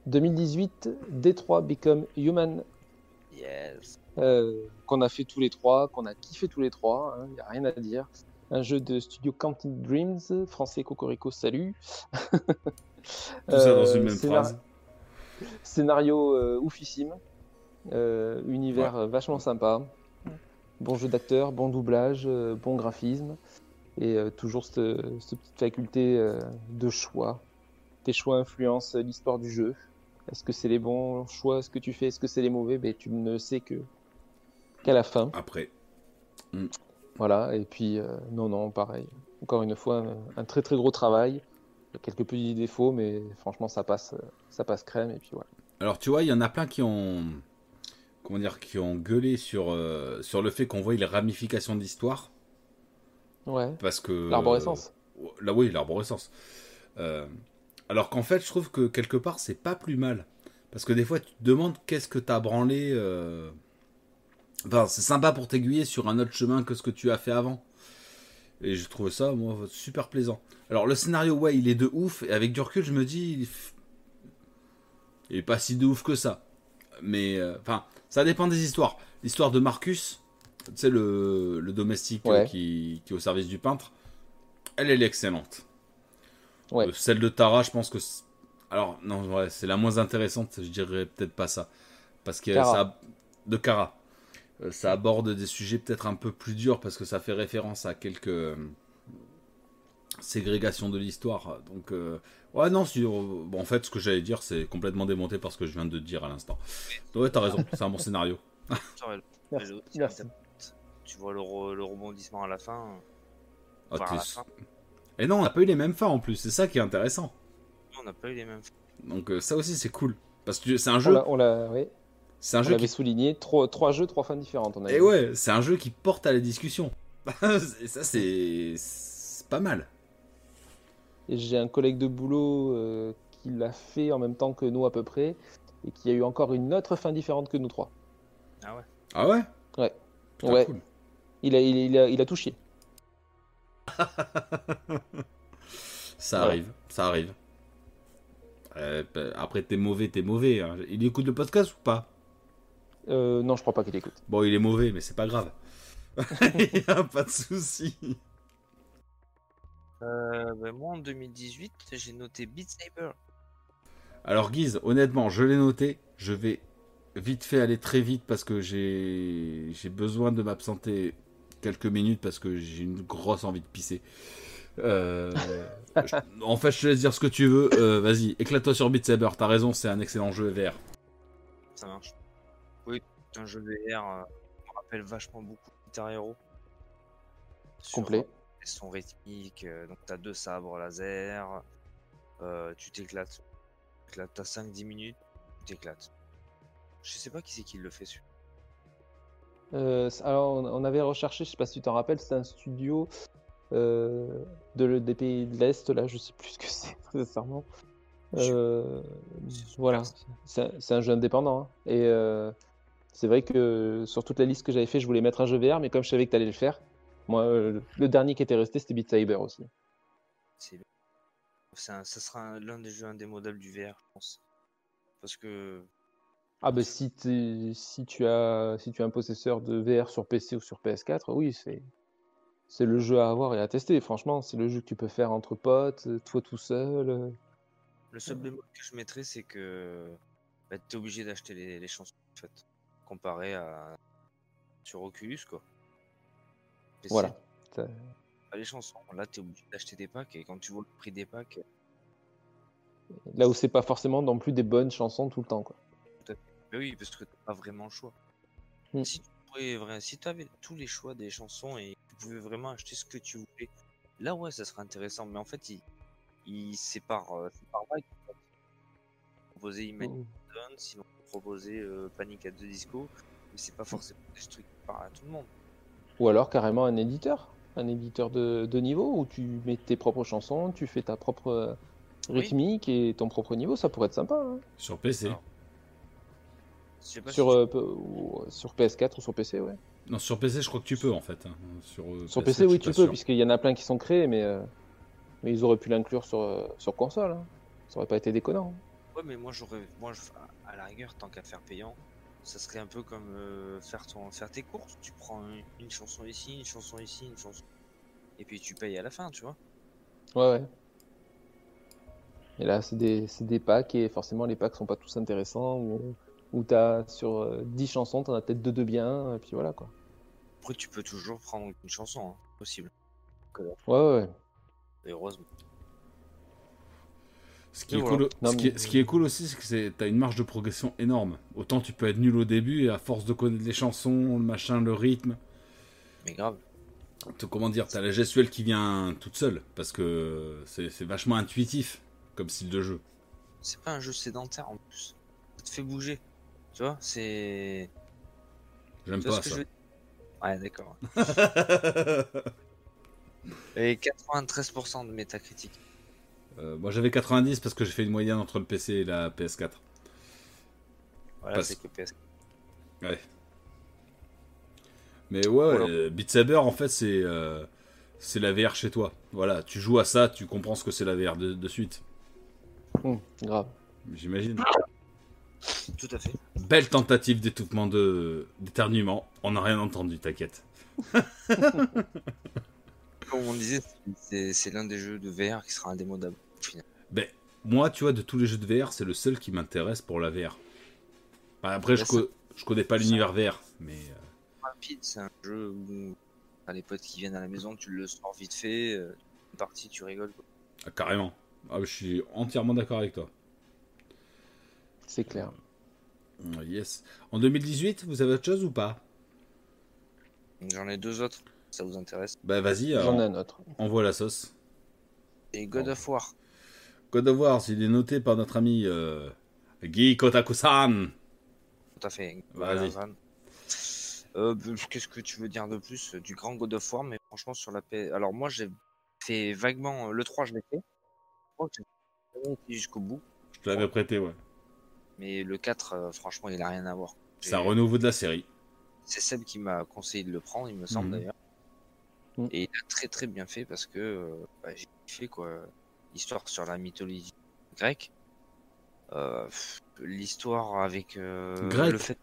[SPEAKER 5] 2018, Détroit Become Human,
[SPEAKER 6] Yes.
[SPEAKER 5] euh, qu'on a fait tous les trois, qu'on a kiffé tous les trois, il n'y a rien à dire. Un jeu de studio Quantic Dreams, français Cocorico, salut.
[SPEAKER 4] Tout ça dans
[SPEAKER 5] Euh,
[SPEAKER 4] une même
[SPEAKER 5] scénar-
[SPEAKER 4] phrase.
[SPEAKER 5] Scénario euh, oufissime, Euh, univers euh, vachement sympa, bon jeu d'acteur, bon doublage, euh, bon graphisme, et euh, toujours cette, cette petite faculté euh, de choix. Tes choix influencent l'histoire du jeu. Est-ce que c'est les bons choix ce que tu fais Est-ce que c'est les mauvais ben, Tu ne sais que qu'à la fin.
[SPEAKER 4] Après.
[SPEAKER 5] Voilà, et puis euh, non, non, pareil. Encore une fois, un, un très très gros travail. Quelques petits défauts, mais franchement, ça passe, euh, ça passe crème. Et puis voilà.
[SPEAKER 4] Alors tu vois, il y en a plein qui ont comment dire qui ont gueulé sur euh, sur le fait qu'on voit les ramifications de l'histoire
[SPEAKER 5] Ouais.
[SPEAKER 4] parce que
[SPEAKER 5] L'arborescence.
[SPEAKER 4] Là oui, l'arborescence. Euh, alors qu'en fait, je trouve que quelque part, c'est pas plus mal parce que des fois, tu te demandes qu'est-ce que t'as branlé. euh, Enfin, c'est sympa pour t'aiguiller sur un autre chemin que ce que tu as fait avant. Et je trouve ça, moi, super plaisant. Alors, le scénario, ouais, il est de ouf. Et avec du recul, je me dis, il f- il est pas si de ouf que ça. Mais, euh, enfin, ça dépend des histoires. L'histoire de Marcus, tu sais, le, le domestique euh,
[SPEAKER 5] Ouais.
[SPEAKER 4] qui, qui est au service du peintre, elle, elle est excellente.
[SPEAKER 5] Ouais.
[SPEAKER 4] Euh, celle de Tara, je pense que. c'est- Alors, non, ouais, c'est la moins intéressante, je dirais peut-être pas ça. Parce que
[SPEAKER 5] Kara.
[SPEAKER 4] ça. De Kara. Euh, Ça aborde des sujets peut-être un peu plus durs parce que ça fait référence à quelques euh, ségrégations de l'histoire. Donc, euh, ouais, non, si, euh, bon, en fait, ce que j'allais dire, c'est complètement démonté par ce que je viens de te dire à l'instant. Ouais, t'as raison, c'est un bon scénario.
[SPEAKER 6] Sorel.
[SPEAKER 5] Merci,
[SPEAKER 6] Et l'autre,
[SPEAKER 5] merci.
[SPEAKER 6] Tu vois le, re- le rebondissement à la fin.
[SPEAKER 4] Ah,
[SPEAKER 6] Voir
[SPEAKER 4] t'es-
[SPEAKER 6] la fin.
[SPEAKER 4] Et non, on n'a pas eu les mêmes fins en plus, c'est ça qui est intéressant.
[SPEAKER 6] On n'a pas eu les mêmes.
[SPEAKER 4] Donc, euh, ça aussi, c'est cool. Parce que c'est un
[SPEAKER 5] On
[SPEAKER 4] jeu,
[SPEAKER 5] l'a- on l'a oui,
[SPEAKER 4] c'est un
[SPEAKER 5] on
[SPEAKER 4] jeu
[SPEAKER 5] l'avait
[SPEAKER 4] qui
[SPEAKER 5] souligné, trois, trois jeux, trois fins différentes. On a
[SPEAKER 4] Et
[SPEAKER 5] dit.
[SPEAKER 4] ouais, c'est un jeu qui porte à la discussion. (laughs) Et ça, c'est c'est pas mal.
[SPEAKER 5] Et j'ai un collègue de boulot euh, qui l'a fait en même temps que nous à peu près, et qui a eu encore une autre fin différente que nous trois.
[SPEAKER 4] Ah ouais
[SPEAKER 5] Ouais.
[SPEAKER 4] Putain,
[SPEAKER 5] Ouais.
[SPEAKER 4] cool.
[SPEAKER 5] Il a, il, il a, il a touché.
[SPEAKER 4] Ça
[SPEAKER 5] Voilà.
[SPEAKER 4] arrive, ça arrive. Euh, bah, après, t'es mauvais, t'es mauvais. hein. Il écoute le podcast ou pas
[SPEAKER 5] Euh, non, je crois pas qu'il écoute.
[SPEAKER 4] Bon, il est mauvais, mais c'est pas grave. (laughs) Il y a pas de souci.
[SPEAKER 6] Euh, ben, moi en 2018, j'ai noté Beat Saber.
[SPEAKER 4] Alors Guise, honnêtement, je l'ai noté. Je vais vite fait aller très vite parce que j'ai j'ai besoin de m'absenter quelques minutes parce que j'ai une grosse envie de pisser. Euh,
[SPEAKER 5] (laughs)
[SPEAKER 4] je- en fait, je te laisse dire ce que tu veux. Euh, Vas-y, éclate-toi sur Beat Saber. T'as raison, c'est un excellent jeu vert.
[SPEAKER 6] Ça marche. Oui, c'est un jeu VR. euh, qui me rappelle vachement beaucoup Guitar Hero. Sur,
[SPEAKER 5] Complet.
[SPEAKER 6] euh, Elles sont rythmiques. euh, donc t'as deux sabres laser. euh, tu t'éclates. Tu t'éclates, T'as 5-10 minutes. Tu t'éclates. Je sais pas qui c'est qui le fait. celui-là.
[SPEAKER 5] Euh, c- alors, on, on avait recherché, je sais pas si tu t'en rappelles, c'est un studio euh, de, le- des pays de l'Est, là, je sais plus ce que (laughs) c'est, sincèrement. Euh, voilà, c'est un- c'est un jeu indépendant. hein. Et euh, c'est vrai que sur toute la liste que j'avais fait, je voulais mettre un jeu VR, mais comme je savais que tu allais le faire, moi, euh, le dernier qui était resté, c'était Beat Saber aussi.
[SPEAKER 6] C'est c'est un- ça sera un- l'un des jeux indémodables du VR, je pense. Parce que
[SPEAKER 5] Ah, bah, si, t'es- si, tu as, si tu as un possesseur de VR sur PC ou sur PS4, oui, c'est. C'est le jeu à avoir et à tester. Franchement, c'est le jeu que tu peux faire entre potes, euh, toi tout seul. euh,
[SPEAKER 6] le seul bémol que je mettrais, c'est que bah, t'es obligé d'acheter les, les chansons en fait, comparé à sur Oculus quoi. PC,
[SPEAKER 5] Voilà.
[SPEAKER 6] Pas les chansons. Là, t'es obligé d'acheter des packs et quand tu vois le prix des packs,
[SPEAKER 5] Là où c'est pas forcément non plus des bonnes chansons tout le temps. Quoi.
[SPEAKER 6] bah oui, parce que t'as pas vraiment le choix.
[SPEAKER 5] Mm.
[SPEAKER 6] Si tu pourrais vra- si t'avais tous les choix des chansons et que tu pouvais vraiment acheter ce que tu voulais, là ouais, ça serait intéressant. Mais en fait, il, il sépare, euh, c'est par vague. en fait. Proposer Imagine Dragons, ils vont proposer euh, Panic at the Disco, mais c'est pas forcément des trucs qui parlent à tout le monde.
[SPEAKER 5] Ou alors carrément un éditeur. Un éditeur de, de niveau où tu mets tes propres chansons, tu fais ta propre euh,
[SPEAKER 6] Oui.
[SPEAKER 5] rythmique et ton propre niveau. Ça pourrait être sympa. hein.
[SPEAKER 4] Sur PC.
[SPEAKER 6] Alors. Je sais pas
[SPEAKER 5] Sur,
[SPEAKER 6] Bah, si
[SPEAKER 5] euh, pe- ou- sur PS4 ou sur PC, ouais.
[SPEAKER 4] Non, sur PC, je crois que tu peux en fait. hein. Sur, euh,
[SPEAKER 5] Sur
[SPEAKER 4] PS4,
[SPEAKER 5] PC,
[SPEAKER 4] je
[SPEAKER 5] oui,
[SPEAKER 4] suis
[SPEAKER 5] tu
[SPEAKER 4] pas
[SPEAKER 5] peux,
[SPEAKER 4] sûr.
[SPEAKER 5] puisqu'il y en a plein qui sont créés, mais, euh, mais ils auraient pu l'inclure sur, euh, sur console. hein. Ça aurait pas été déconnant.
[SPEAKER 6] Ouais, mais moi j'aurais, moi je- à- à la rigueur, tant qu'à faire payant, ça serait un peu comme euh, faire ton, faire tes courses. Tu prends un- une, chanson ici, une chanson ici, une chanson, et puis tu payes à la fin, tu vois.
[SPEAKER 5] Ouais, ouais. Et là, c'est des, c'est des packs, et forcément, les packs sont pas tous intéressants. Ou, ou t'as sur euh, 10 chansons, t'en as peut-être deux de bien, et puis voilà quoi.
[SPEAKER 6] Après, tu peux toujours prendre une chanson, hein, possible.
[SPEAKER 5] Ouais, ouais, ouais.
[SPEAKER 6] Et heureusement.
[SPEAKER 4] Ce qui, est
[SPEAKER 6] Et voilà.
[SPEAKER 4] cool,
[SPEAKER 5] Non,
[SPEAKER 4] ce, qui,
[SPEAKER 5] mais-
[SPEAKER 4] ce qui est cool aussi, c'est que c'est- t'as une marge de progression énorme. Autant tu peux être nul au début et à force de connaître les chansons, le machin, le rythme,
[SPEAKER 6] Mais grave.
[SPEAKER 4] T- comment dire, t'as la gestuelle qui vient toute seule, parce que c'est c'est vachement intuitif comme style de jeu.
[SPEAKER 6] C'est pas un jeu sédentaire en plus. Ça te fait bouger. Tu vois, c'est.
[SPEAKER 4] J'aime
[SPEAKER 6] Tu vois
[SPEAKER 4] pas
[SPEAKER 6] ce
[SPEAKER 4] ça.
[SPEAKER 6] que je veux dire Ouais, d'accord. Et 93% de métacritique.
[SPEAKER 4] Euh, moi j'avais 90 parce que j'ai fait une moyenne entre le PC et la PS4.
[SPEAKER 6] Voilà,
[SPEAKER 4] Parce-
[SPEAKER 6] c'est que PS.
[SPEAKER 4] Mais ouais,
[SPEAKER 6] Voilà.
[SPEAKER 4] euh, Beat Saber en fait c'est euh, c'est c'est la VR chez toi. Voilà, tu joues à ça, tu comprends ce que c'est la VR de, de suite.
[SPEAKER 5] Hum, grave.
[SPEAKER 4] J'imagine.
[SPEAKER 6] Tout à fait.
[SPEAKER 4] Belle tentative d'étouffement de d'éternuement. On n'a rien entendu, t'inquiète.
[SPEAKER 6] Comme on disait, c'est- c'est l'un des jeux de VR qui sera indémodable. au final.
[SPEAKER 4] Ben, moi, tu vois, de tous les jeux de VR, c'est le seul qui m'intéresse pour la VR. Bah, après, je,
[SPEAKER 6] Ben, ça-
[SPEAKER 4] co- je connais pas l'univers VR, mais euh,
[SPEAKER 6] Rapide, c'est un jeu où t'as les potes qui viennent à la maison, tu le sors vite fait, euh, une partie, tu rigoles. quoi.
[SPEAKER 4] ah, carrément. Ah, je suis entièrement d'accord avec toi.
[SPEAKER 5] C'est clair.
[SPEAKER 4] Mm, Yes. En 2018, vous avez autre chose ou pas
[SPEAKER 6] J'en ai deux autres, ça vous intéresse.
[SPEAKER 4] Bah vas-y,
[SPEAKER 5] J'en ai
[SPEAKER 4] euh,
[SPEAKER 5] un autre.
[SPEAKER 4] envoie la sauce.
[SPEAKER 6] Et God of War.
[SPEAKER 4] God of War, il est noté par notre ami euh, Guy Kotaku-san.
[SPEAKER 6] Tout à fait.
[SPEAKER 4] Vas-y.
[SPEAKER 6] Voilà, Van. Euh, b- Qu'est-ce que tu veux dire de plus euh, du grand God of War Mais franchement, sur la paix. Alors, moi, j'ai fait vaguement. euh, Le 3, je l'ai fait. Je crois que j'ai vraiment été jusqu'au bout.
[SPEAKER 4] Je te l'avais prêté, ouais.
[SPEAKER 6] Mais le 4, euh, franchement, il a rien à voir.
[SPEAKER 4] C'est un renouveau de la série.
[SPEAKER 6] C'est Seb qui m'a conseillé de le prendre, il me semble
[SPEAKER 4] Mhm.
[SPEAKER 6] d'ailleurs.
[SPEAKER 5] Mhm.
[SPEAKER 6] Et il a très très bien fait parce que euh, bah, j'ai fait quoi. Histoire sur la mythologie grecque. Euh, pff, L'histoire avec euh,
[SPEAKER 4] Grecque
[SPEAKER 6] le fait.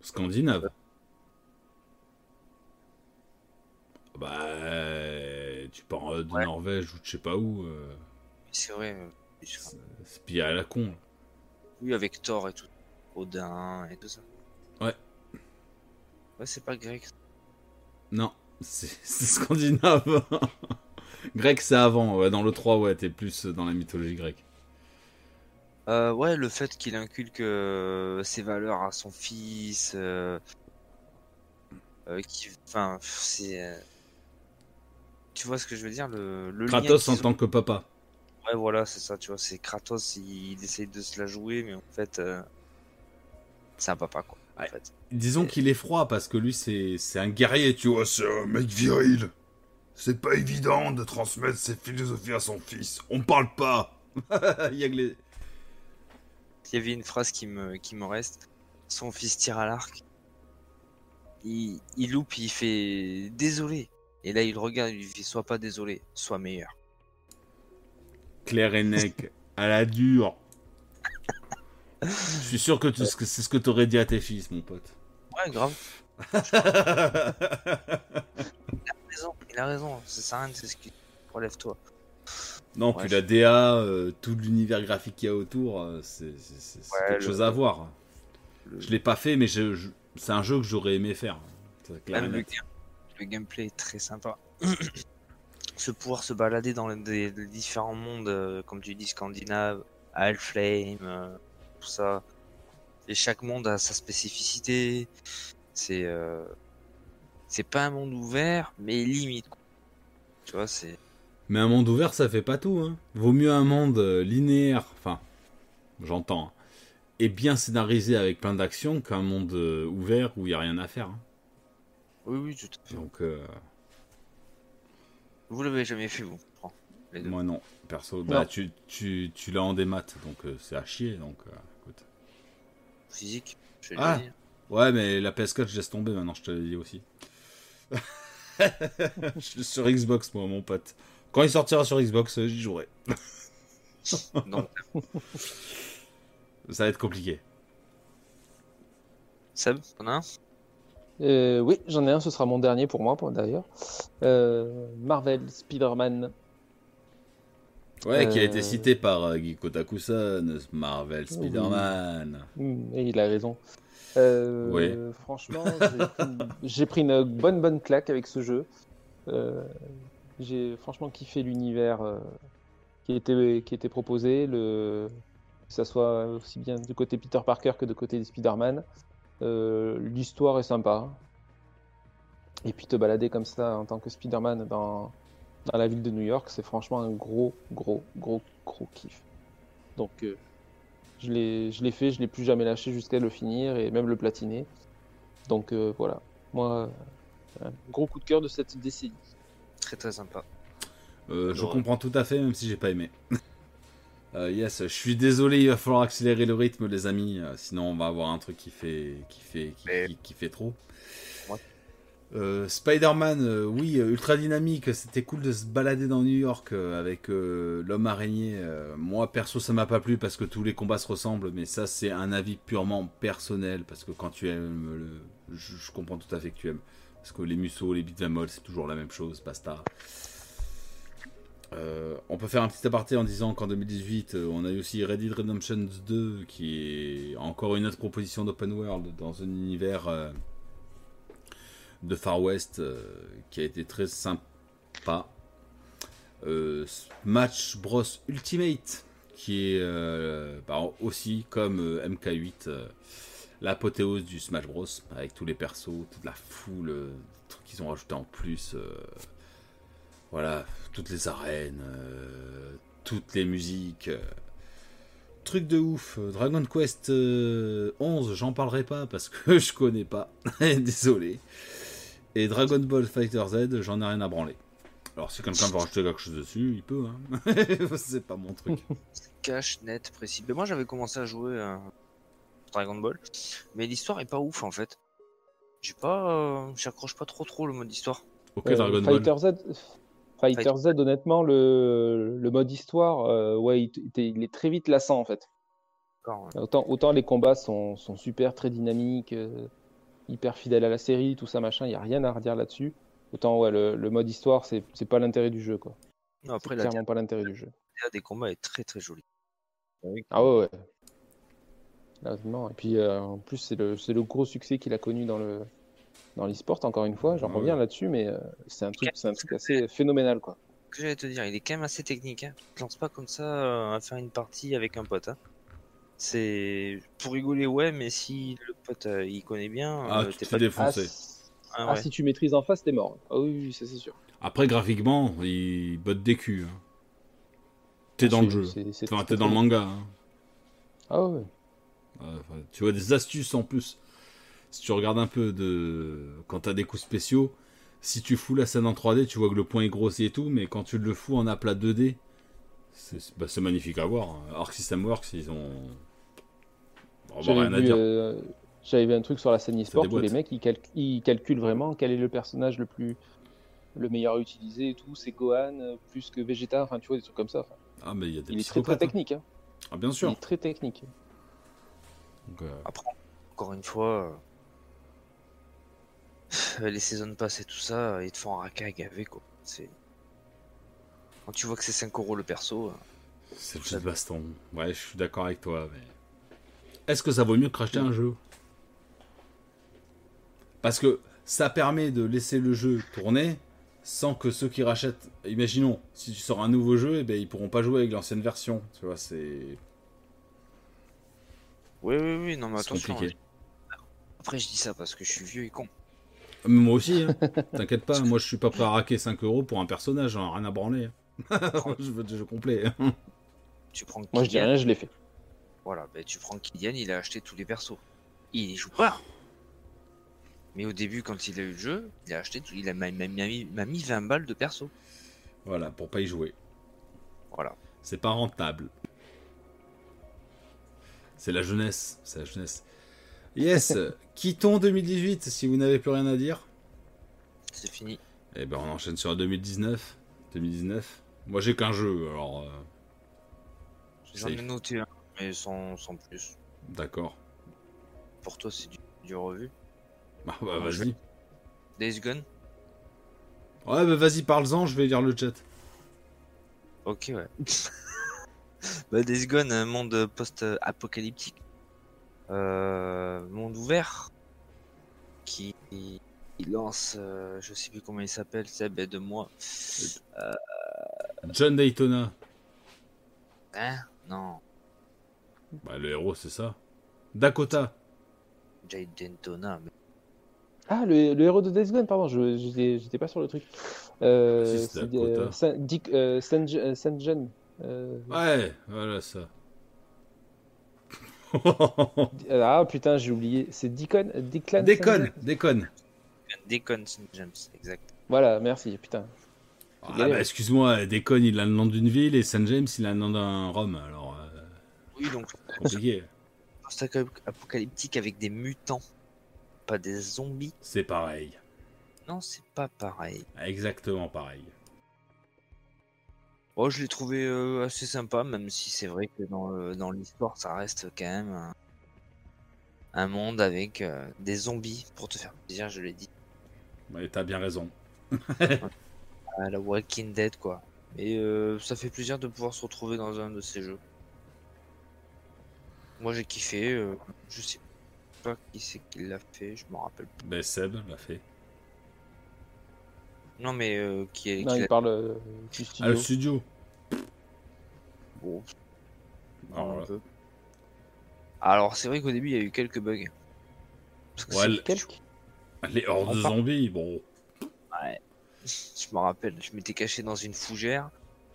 [SPEAKER 4] Scandinave. Bah, euh, tu pars euh, de
[SPEAKER 6] Ouais.
[SPEAKER 4] Norvège ou de je sais pas où. euh,
[SPEAKER 6] C'est vrai. euh, je-
[SPEAKER 4] c'est- c'est pillé à la con. là.
[SPEAKER 6] Oui, avec Thor et tout. Odin et tout ça.
[SPEAKER 4] Ouais.
[SPEAKER 6] Ouais, c'est pas grec.
[SPEAKER 4] Non, c'est (laughs) c'est Scandinave. (laughs) grec, c'est avant. ouais, dans le 3, ouais, t'es plus dans la mythologie grecque.
[SPEAKER 6] Euh, ouais, le fait qu'il inculque euh, ses valeurs à son fils. euh, euh, qui, enfin, pff, c'est. euh, Tu vois ce que je veux dire le, le lien
[SPEAKER 4] Kratos
[SPEAKER 6] qu'ils
[SPEAKER 4] en
[SPEAKER 6] ont-
[SPEAKER 4] tant que papa.
[SPEAKER 6] Ouais, voilà, c'est ça, tu vois. C'est Kratos, il, il essaye de se la jouer, mais en fait. euh, C'est un papa, quoi.
[SPEAKER 4] Ouais.
[SPEAKER 6] En fait.
[SPEAKER 4] Disons
[SPEAKER 6] Et-
[SPEAKER 4] qu'il est froid parce que lui c'est c'est un guerrier, tu vois, c'est un mec viril. C'est pas évident de transmettre ses philosophies à son fils. On parle pas. (laughs) Il y a que les-
[SPEAKER 6] Il y avait une phrase qui me, qui me reste. Son fils tire à l'arc. Il, il loupe, il fait désolé. Et là, il regarde, il fait sois pas désolé, sois meilleur.
[SPEAKER 4] Claire et Neck à la dure. Je suis sûr que tu- que c'est ce que t'aurais dit à tes fils, mon pote. (laughs)
[SPEAKER 6] Ouais, grave. Il a raison, il a raison. C'est ça, rien, c'est ce qui relève-toi.
[SPEAKER 4] non,
[SPEAKER 6] Ouais.
[SPEAKER 4] puis la DA, euh, tout l'univers graphique qu'il y a autour, euh, c'est c'est- c'est- c'est
[SPEAKER 6] Ouais,
[SPEAKER 4] quelque
[SPEAKER 6] le-
[SPEAKER 4] chose à voir.
[SPEAKER 6] Le,
[SPEAKER 4] Je l'ai pas fait, mais je- je- c'est un jeu que j'aurais aimé faire. Claire et
[SPEAKER 6] même le,
[SPEAKER 4] net.
[SPEAKER 6] game- le gameplay est très sympa. (clears throat) se pouvoir se balader dans les, des- des différents mondes, euh, comme tu dis, scandinave, Halflame, euh, tout ça. Et chaque monde a sa spécificité. C'est euh, c'est pas un monde ouvert, mais limite. quoi. Tu vois, c'est
[SPEAKER 4] Mais un monde ouvert, ça fait pas tout. Hein. Vaut mieux un monde euh, linéaire, enfin, j'entends, hein, et bien scénarisé avec plein d'actions qu'un monde euh, ouvert où il y a rien à faire. hein.
[SPEAKER 6] oui, oui, tout à fait.
[SPEAKER 4] Donc, euh,
[SPEAKER 6] Vous l'avez jamais fait, vous je comprends. Les deux.
[SPEAKER 4] moi non, perso. Bah,
[SPEAKER 5] Non.
[SPEAKER 4] tu, tu, tu l'as en démat, donc euh, c'est à chier. Donc, euh, écoute.
[SPEAKER 6] Physique, je l'ai
[SPEAKER 4] Ah.
[SPEAKER 6] dit.
[SPEAKER 4] Ouais, mais la PS4, je laisse tomber maintenant, je te l'ai dit aussi. je suis sur Xbox, moi, mon pote. Quand il sortira sur Xbox, euh, j'y jouerai.
[SPEAKER 6] Non.
[SPEAKER 4] Ça va être compliqué.
[SPEAKER 6] Seb, t'en as un
[SPEAKER 5] Euh, oui, j'en ai un, ce sera mon dernier pour moi pour- d'ailleurs. Euh, Marvel, Spider-Man.
[SPEAKER 4] Ouais, qui a été
[SPEAKER 5] Euh.
[SPEAKER 4] cité par euh, Guy Kotakusan, Marvel Spider-Man.
[SPEAKER 5] Hum, Et il a raison. Euh,
[SPEAKER 4] Oui.
[SPEAKER 5] Franchement, j'ai pris une- j'ai pris une bonne bonne claque avec ce jeu. Euh, j'ai franchement kiffé l'univers euh, qui, était, qui était proposé, le, que ça soit aussi bien du côté Peter Parker que du côté des Spider-Man. Euh, L'histoire est sympa. Et puis te balader comme ça en tant que Spider-Man dans, dans la ville de New York, c'est franchement un gros, gros, gros, gros kiff. Donc, euh, je l'ai je l'ai fait, je l'ai plus jamais lâché jusqu'à le finir et même le platiner. Donc euh, voilà, moi, euh, un gros coup de cœur de cette décennie.
[SPEAKER 6] Très très sympa.
[SPEAKER 4] Euh, je
[SPEAKER 6] Adorable.
[SPEAKER 4] comprends tout à fait, même si j'ai pas aimé. (laughs) Euh, yes, je suis désolé, il va falloir accélérer le rythme, les amis. euh, Sinon, on va avoir un truc qui fait, qui fait, qui,
[SPEAKER 6] Mais-
[SPEAKER 4] qui- qui fait trop.
[SPEAKER 6] Moi-
[SPEAKER 4] Euh, Spider-Man, euh, oui, euh, ultra dynamique, c'était cool de se balader dans New York euh, avec euh, l'homme araignée. Euh, moi, perso, ça m'a pas plu parce que tous les combats se ressemblent, mais ça, c'est un avis purement personnel parce que quand tu aimes le. Je, je comprends tout à fait que tu aimes. Parce que les musos, les beat'em all, c'est toujours la même chose, basta. Euh, on peut faire un petit aparté en disant qu'en 2018, euh, on a eu aussi Red Dead Redemption 2, qui est encore une autre proposition d'open world dans un univers euh, de Far West euh, qui a été très sympa. Euh, Smash Bros Ultimate, qui est euh, bah, aussi comme euh, MK8, euh, l'apothéose du Smash Bros, avec tous les persos, toute la foule, euh, des trucs qu'ils ont rajouté en plus. euh, voilà, toutes les arènes, euh, toutes les musiques. euh, truc de ouf. Euh, Dragon Quest euh, 11, j'en parlerai pas parce que (laughs) je connais pas. Désolé. Et Dragon Ball Fighter Z, j'en ai rien à branler. Alors si quelqu'un veut rajouter quelque chose dessus, il peut. Hein. (laughs) C'est pas mon truc.
[SPEAKER 6] Cash, net, précis. Mais moi j'avais commencé à jouer à Dragon Ball, mais l'histoire est pas ouf en fait. J'ai pas, euh, j'accroche pas trop trop le mode histoire.
[SPEAKER 4] Ok,
[SPEAKER 5] Euh,
[SPEAKER 4] Dragon Ball.
[SPEAKER 5] Fighter Z. Fighter Z, honnêtement, le, le mode histoire, euh, ouais, il, t- il t- il est très vite lassant en fait.
[SPEAKER 6] D'accord, ouais.
[SPEAKER 5] Autant, autant les combats sont, sont super, très dynamiques, euh, hyper fidèles à la série, tout ça machin, il n'y a rien à redire là-dessus. Autant ouais, le, le mode histoire, c'est c'est pas l'intérêt du jeu quoi.
[SPEAKER 6] Non,
[SPEAKER 5] C'est
[SPEAKER 6] après la
[SPEAKER 5] clairement pas l'intérêt du jeu.
[SPEAKER 6] DA des combats est très très jolie.
[SPEAKER 5] Ah ouais, ouais. Là, vraiment. Et puis euh, en plus, c'est le, c'est le gros succès qu'il a connu dans le dans l'e-sport, encore une fois. J'en
[SPEAKER 4] Ah
[SPEAKER 5] reviens
[SPEAKER 4] ouais.
[SPEAKER 5] là-dessus, mais euh, c'est un, truc- c'est un truc assez phénoménal quoi.
[SPEAKER 6] Ce que j'allais te dire, il est quand même assez technique. Hein. Tu te lances pas comme ça euh, à faire une partie avec un pote. Hein. C'est pour rigoler, ouais, mais si le pote euh, il connaît bien,
[SPEAKER 4] Ah,
[SPEAKER 6] euh,
[SPEAKER 4] tu te
[SPEAKER 6] t'es
[SPEAKER 4] fais
[SPEAKER 6] pas.
[SPEAKER 5] Ah,
[SPEAKER 4] défoncer.
[SPEAKER 5] c-
[SPEAKER 6] Ah,
[SPEAKER 5] ah,
[SPEAKER 6] ouais.
[SPEAKER 5] si tu maîtrises en face, t'es mort. Ah oui, oui, ça c'est sûr.
[SPEAKER 4] Après, graphiquement, il botte des culs. hein. T'es dans
[SPEAKER 5] C'est-
[SPEAKER 4] le jeu.
[SPEAKER 5] c'est- c'est
[SPEAKER 4] Enfin,
[SPEAKER 5] très,
[SPEAKER 4] t'es dans le
[SPEAKER 5] très-
[SPEAKER 4] manga. hein.
[SPEAKER 5] Ah ouais.
[SPEAKER 4] Euh, enfin, tu vois des astuces en plus. Si tu regardes un peu de quand t'as des coups spéciaux, si tu fous la scène en 3D, tu vois que le point est grossi et tout, mais quand tu le fous en aplat 2D, c'est c'est- bah, c'est magnifique à voir. hein. Arc System Works, ils ont Bon, bah,
[SPEAKER 5] J'avais
[SPEAKER 4] rien à
[SPEAKER 5] vu,
[SPEAKER 4] dire.
[SPEAKER 5] euh, j'avais vu un truc sur la scène e-sport où
[SPEAKER 4] déboîte.
[SPEAKER 5] les mecs ils, calc- ils calculent vraiment quel est le personnage le plus le meilleur à utiliser et tout. C'est Gohan euh, plus que Vegeta, enfin tu vois des trucs comme ça. Enfin,
[SPEAKER 4] Ah mais il y a des
[SPEAKER 5] il est très très
[SPEAKER 4] psychopathes. hein.
[SPEAKER 5] technique. hein.
[SPEAKER 4] Ah bien
[SPEAKER 5] Il
[SPEAKER 4] sûr.
[SPEAKER 5] est très technique.
[SPEAKER 4] Donc, euh,
[SPEAKER 6] Après, encore une fois, euh, (laughs) les saisons passent et tout ça, ils te font un raca gavé quoi. C'est quand tu vois que c'est 5 euros le perso. euh,
[SPEAKER 4] c'est le jeu de baston. Ouais, je suis d'accord avec toi. Mais est-ce que ça vaut mieux que racheter un jeu Parce que ça permet de laisser le jeu tourner sans que ceux qui rachètent, imaginons, si tu sors un nouveau jeu, eh ben, ils pourront pas jouer avec l'ancienne version. Tu vois, c'est
[SPEAKER 6] Oui, oui, oui, non, mais
[SPEAKER 4] c'est
[SPEAKER 6] attention.
[SPEAKER 4] compliqué.
[SPEAKER 6] hein. Après, je dis ça parce que je suis vieux et con.
[SPEAKER 4] Moi aussi, hein. t'inquiète pas, moi je suis pas prêt à raquer 5 euros pour un personnage, j'en ai rien à branler. hein. (laughs) je veux le jeu complet.
[SPEAKER 6] Tu prends Kylian,
[SPEAKER 5] Moi je dis rien, je l'ai fait.
[SPEAKER 6] voilà, ben, tu prends Kylian, il a acheté tous les persos. Il y joue pas. Mais au début, quand il a eu le jeu, il a acheté, tout- il a m'a- m'a- m'a mis, m'a mis 20 balles de perso.
[SPEAKER 4] Voilà, pour pas y jouer.
[SPEAKER 6] Voilà.
[SPEAKER 4] C'est pas rentable. C'est la jeunesse, c'est la jeunesse. (laughs) Yes, quittons 2018 si vous n'avez plus rien à dire.
[SPEAKER 6] C'est fini.
[SPEAKER 4] Eh ben on enchaîne sur 2019. 2019. Moi j'ai qu'un jeu, alors euh,
[SPEAKER 6] J'en
[SPEAKER 4] j'essaye.
[SPEAKER 6] ai noté un, mais sans, sans plus.
[SPEAKER 4] D'accord. (laughs)
[SPEAKER 6] Pour toi, c'est du, du revu.
[SPEAKER 4] Bah, bah, vas-y.
[SPEAKER 6] Days Gone
[SPEAKER 4] Ouais, bah vas-y, parle-en, je vais lire le chat.
[SPEAKER 6] Ok, ouais. (laughs) bah, Days Gone, un monde euh, post-apocalyptique. Euh, monde ouvert. Qui, qui lance, euh, je sais plus comment il s'appelle, Seb, de moi.
[SPEAKER 4] John Daytona.
[SPEAKER 6] Hein Non,
[SPEAKER 4] Bah, le héros, c'est ça. Dakota.
[SPEAKER 6] Jade Dentona. mais-
[SPEAKER 5] Ah le, le héros de Death Gone, pardon, je j'étais j'étais pas sur le truc. Euh,
[SPEAKER 4] Si, c'est
[SPEAKER 5] c'est,
[SPEAKER 4] Dakota.
[SPEAKER 5] euh, Saint- Dick euh, Saint- euh, Saint John. Euh,
[SPEAKER 4] Ouais, voilà ça. (laughs)
[SPEAKER 5] Ah putain, j'ai oublié. C'est Deacon, Declan.
[SPEAKER 4] déconne, déconne.
[SPEAKER 6] Deacon St. James, exact.
[SPEAKER 5] Voilà, merci. Putain.
[SPEAKER 4] Ah bah, excuse-moi, Déconne, il a le nom d'une ville et Saint James, il a le nom d'un Rome. Alors, euh,
[SPEAKER 6] Oui, donc,
[SPEAKER 4] compliqué.
[SPEAKER 6] post-apocalyptique avec des mutants, pas des zombies.
[SPEAKER 4] C'est pareil.
[SPEAKER 6] Non, c'est pas pareil.
[SPEAKER 4] Exactement pareil.
[SPEAKER 6] Oh, je l'ai trouvé euh, assez sympa, même si c'est vrai que dans, le- dans l'histoire, ça reste quand même un, un monde avec euh, des zombies, pour te faire plaisir, je l'ai dit.
[SPEAKER 4] Ouais, T'as bien raison.
[SPEAKER 6] à la Walking Dead, quoi. Et euh, ça fait plaisir de pouvoir se retrouver dans un de ces jeux. Moi, j'ai kiffé. euh, je sais pas qui c'est qui l'a fait, je m'en rappelle plus.
[SPEAKER 4] Ben Seb l'a fait.
[SPEAKER 6] Non, mais euh, qui est.
[SPEAKER 5] Non,
[SPEAKER 6] qui l'a-
[SPEAKER 5] il parle euh, du
[SPEAKER 4] Ah,
[SPEAKER 5] studio.
[SPEAKER 4] le studio
[SPEAKER 6] Bon,
[SPEAKER 4] Alors,
[SPEAKER 6] un peu. Alors, c'est vrai qu'au début, il y a eu quelques bugs. Parce que
[SPEAKER 4] Ouais,
[SPEAKER 6] c'est-
[SPEAKER 4] le-
[SPEAKER 5] Quelque-
[SPEAKER 4] Les hordes de
[SPEAKER 6] Enfin.
[SPEAKER 4] zombies, bon.
[SPEAKER 6] Je me rappelle, je m'étais caché dans une fougère.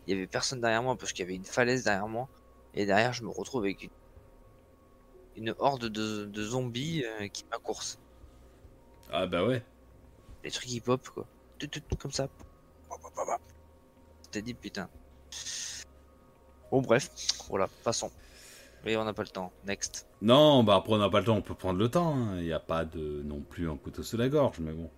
[SPEAKER 6] Il y avait personne derrière moi parce qu'il y avait une falaise derrière moi. Et derrière, je me retrouve avec une, une horde de, de zombies euh, qui m'accourse.
[SPEAKER 4] Ah bah ouais.
[SPEAKER 6] Les trucs hip-hop, quoi. Tout, tout, tout, comme ça. Pop, pop, pop, pop. T'as dit putain. Bon, bref, voilà, passons. Mais on n'a pas le temps. Next.
[SPEAKER 4] Non, bah après on n'a pas le temps, on peut prendre le temps. hein. Il n'y a pas de non plus un couteau sous la gorge, mais bon.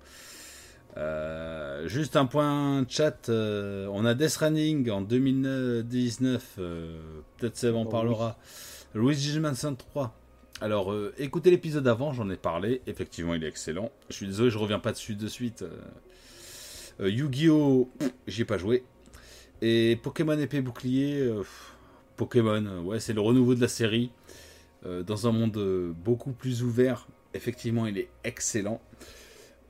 [SPEAKER 4] Euh, juste un point chat. euh, on a Death Running en 2019. euh, Peut-être Seb en
[SPEAKER 5] Oh,
[SPEAKER 4] parlera. Luigi Mansion 3. Alors, euh, écoutez l'épisode avant, j'en ai parlé. Effectivement, il est excellent. Je suis désolé, je reviens pas dessus de suite. Euh, euh, Yu-Gi-Oh, pff, j'y ai pas joué. Et Pokémon épée bouclier. euh, pff, Pokémon, euh, ouais, c'est le renouveau de la série. Euh, dans un monde euh, beaucoup plus ouvert, effectivement, il est excellent.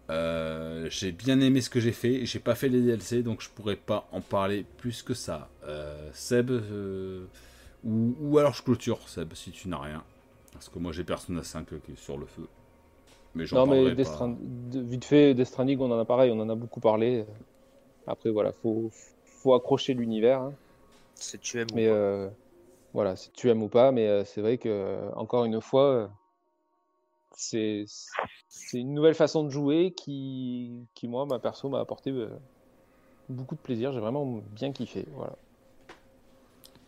[SPEAKER 4] Euh, j'ai bien aimé ce que j'ai fait. J'ai pas fait les DLC, donc je pourrais pas en parler plus que ça. Euh, Seb, euh, ou, ou alors je clôture, Seb, si tu n'as rien. Parce que moi j'ai Persona 5 qui est sur le feu. Mais j'en
[SPEAKER 5] Non, mais
[SPEAKER 4] parlerai
[SPEAKER 5] Death
[SPEAKER 4] pas.
[SPEAKER 5] Strand- de- vite fait, Death Stranding, on en a pareil, on en a beaucoup parlé. Après, voilà, faut, faut accrocher l'univers. hein.
[SPEAKER 6] C'est tu aimes ou
[SPEAKER 5] Mais
[SPEAKER 6] pas.
[SPEAKER 5] euh, voilà, si tu aimes ou pas, mais euh, c'est vrai que, euh, encore une fois, euh, c'est c'est une nouvelle façon de jouer qui, qui moi, ma perso, m'a apporté euh, beaucoup de plaisir. J'ai vraiment bien kiffé. Voilà.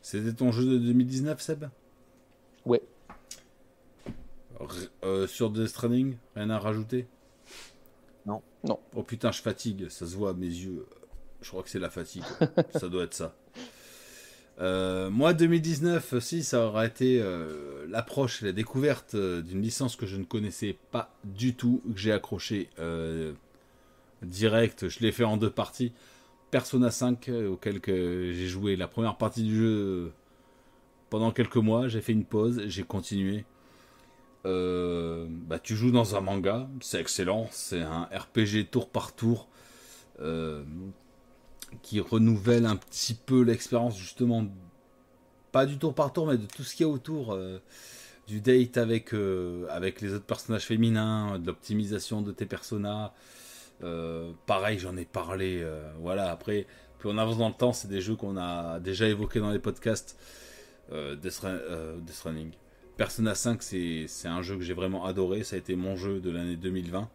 [SPEAKER 4] C'était ton jeu de 2019, Seb
[SPEAKER 5] Ouais.
[SPEAKER 4] R- euh, sur Death Stranding, rien à rajouter
[SPEAKER 6] Non.
[SPEAKER 5] Non.
[SPEAKER 4] Oh putain, je fatigue, ça se voit à mes yeux. Je crois que c'est la fatigue. ça doit être ça. Euh, moi, 2019, si, ça aura été euh, l'approche et la découverte euh, d'une licence que je ne connaissais pas du tout, que j'ai accroché euh, direct. Je l'ai fait en deux parties. Persona 5, euh, auquel que j'ai joué la première partie du jeu euh, pendant quelques mois. J'ai fait une pause, j'ai continué. Euh, bah, tu joues dans un manga, c'est excellent. C'est un RPG tour par tour euh, qui renouvelle un petit peu l'expérience, justement, pas du tour par tour, mais de tout ce qu'il y a autour. euh, du date avec, euh, avec les autres personnages féminins, de l'optimisation de tes personnages. Euh, pareil, j'en ai parlé. euh, voilà, après, plus on avance dans le temps, c'est des jeux qu'on a déjà évoqués dans les podcasts. Euh, Death, Ra- euh, Death Running. Persona 5, c'est c'est un jeu que j'ai vraiment adoré. Ça a été mon jeu de l'année 2020.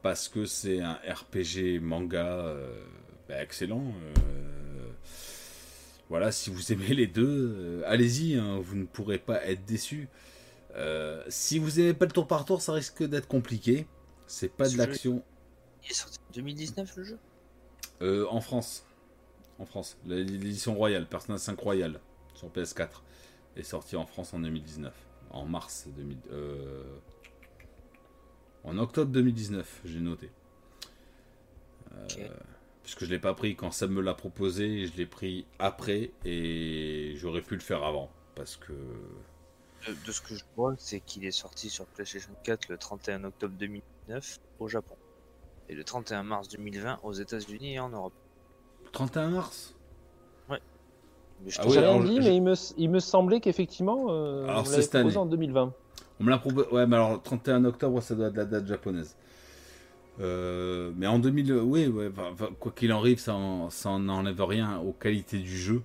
[SPEAKER 4] Parce que c'est un RPG manga euh, bah, excellent. Euh, voilà, si vous aimez les deux, euh, allez-y, hein, vous ne pourrez pas être déçus. Euh, si vous aimez pas le tour par tour, ça risque d'être compliqué. C'est pas
[SPEAKER 6] Ce
[SPEAKER 4] de
[SPEAKER 6] jeu est
[SPEAKER 4] l'action.
[SPEAKER 6] Il est sorti en 2019 le jeu
[SPEAKER 4] Euh, en France. En France. L- L'édition royale, Persona 5 Royal, sur PS4, est sortie en France en 2019. En mars 2000. euh, En octobre 2019, j'ai noté. Euh,
[SPEAKER 6] Ok.
[SPEAKER 4] Puisque je l'ai pas pris quand Sam me l'a proposé, je l'ai pris après et j'aurais pu le faire avant. Parce que.
[SPEAKER 6] de, Euh, de ce que je vois, c'est qu'il est sorti sur PlayStation 4 le 31 octobre 2009 au Japon et le 31 mars 2020 aux États-Unis et en Europe.
[SPEAKER 4] 31 mars
[SPEAKER 6] Mais je
[SPEAKER 4] Ah
[SPEAKER 6] trouve
[SPEAKER 4] oui,
[SPEAKER 5] J'ai
[SPEAKER 6] ça-
[SPEAKER 5] rien
[SPEAKER 4] alors,
[SPEAKER 5] dit,
[SPEAKER 4] je-
[SPEAKER 5] mais il me, s- il me semblait qu'effectivement, euh,
[SPEAKER 4] Alors,
[SPEAKER 5] on
[SPEAKER 4] c'est
[SPEAKER 5] l'avait
[SPEAKER 4] cette année.
[SPEAKER 5] proposé en 2020.
[SPEAKER 4] On me l'a proposé. Ouais, mais alors 31 octobre, ça doit être la date japonaise. Euh, mais en 2000, oui, ouais, enfin, enfin, quoi qu'il arrive, ça en- ça en enlève rien aux qualités du jeu.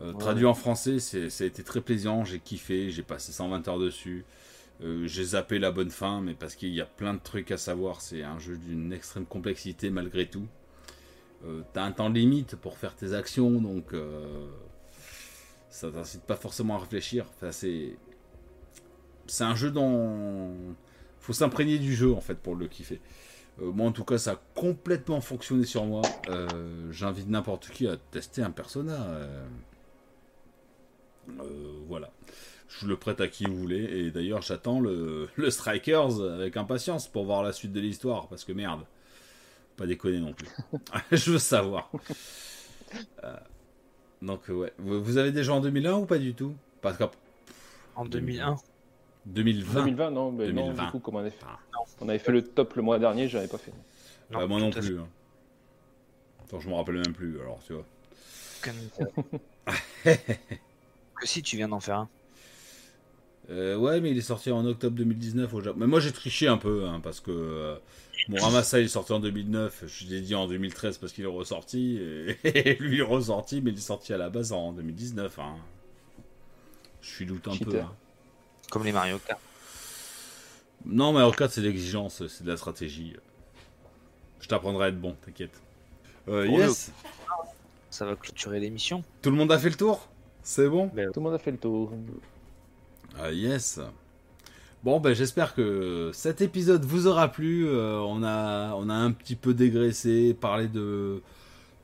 [SPEAKER 4] Euh,
[SPEAKER 6] Ouais.
[SPEAKER 4] Traduit en français, c'est- ça a été très plaisant, j'ai kiffé, j'ai passé 120 heures dessus. Euh, j'ai zappé la bonne fin, mais parce qu'il y a plein de trucs à savoir, c'est un jeu d'une extrême complexité malgré tout. Euh, T'as un temps limite pour faire tes actions, donc euh, ça t'incite pas forcément à réfléchir. Enfin, c'est c'est un jeu dont faut s'imprégner du jeu en fait pour le kiffer. Euh, moi, en tout cas, ça a complètement fonctionné sur moi. Euh, J'invite n'importe qui à tester un persona. euh. Euh, voilà. Je le prête à qui vous voulez. Et d'ailleurs, j'attends le, (laughs) le Strikers avec impatience pour voir la suite de l'histoire. Parce que merde, pas déconner non plus. (laughs) Je veux savoir. Euh, donc, ouais. Vous, vous avez déjà en 2001 ou pas du tout Parce que
[SPEAKER 6] En 2001
[SPEAKER 4] 2020.
[SPEAKER 5] 2020, non, mais non,
[SPEAKER 4] 2020.
[SPEAKER 5] du coup, comme on avait fait,
[SPEAKER 4] Ah.
[SPEAKER 5] on avait fait le top le mois dernier, j'avais pas fait.
[SPEAKER 4] Bah, moi non
[SPEAKER 6] tout à fait.
[SPEAKER 4] plus. hein. Attends, je me rappelle même plus. Alors, tu vois.
[SPEAKER 6] Aucun intérêt.
[SPEAKER 4] (laughs)
[SPEAKER 6] que si tu viens d'en faire un.
[SPEAKER 4] Euh, ouais, mais il est sorti en octobre 2019 au Japon. Mais moi j'ai triché un peu, hein, parce que euh, Muramasa il est sorti en 2009, je l'ai dit en 2013 parce qu'il est ressorti, et, (laughs) et lui il est ressorti, mais il est sorti à la base en 2019. hein. Je suis doute un peu.
[SPEAKER 5] Cheater.
[SPEAKER 4] hein.
[SPEAKER 6] Comme les Mario Kart.
[SPEAKER 4] Non, mais en cas c'est de l'exigence, c'est de la stratégie. Je t'apprendrai à être bon, t'inquiète. Euh,
[SPEAKER 6] Oh,
[SPEAKER 4] yes
[SPEAKER 6] Ça va clôturer l'émission.
[SPEAKER 4] Tout le monde a fait le tour C'est bon
[SPEAKER 5] Tout le monde a fait le tour.
[SPEAKER 4] Ah, yes. Bon, ben j'espère que cet épisode vous aura plu. Euh, on, a, on a un petit peu dégraissé, parlé de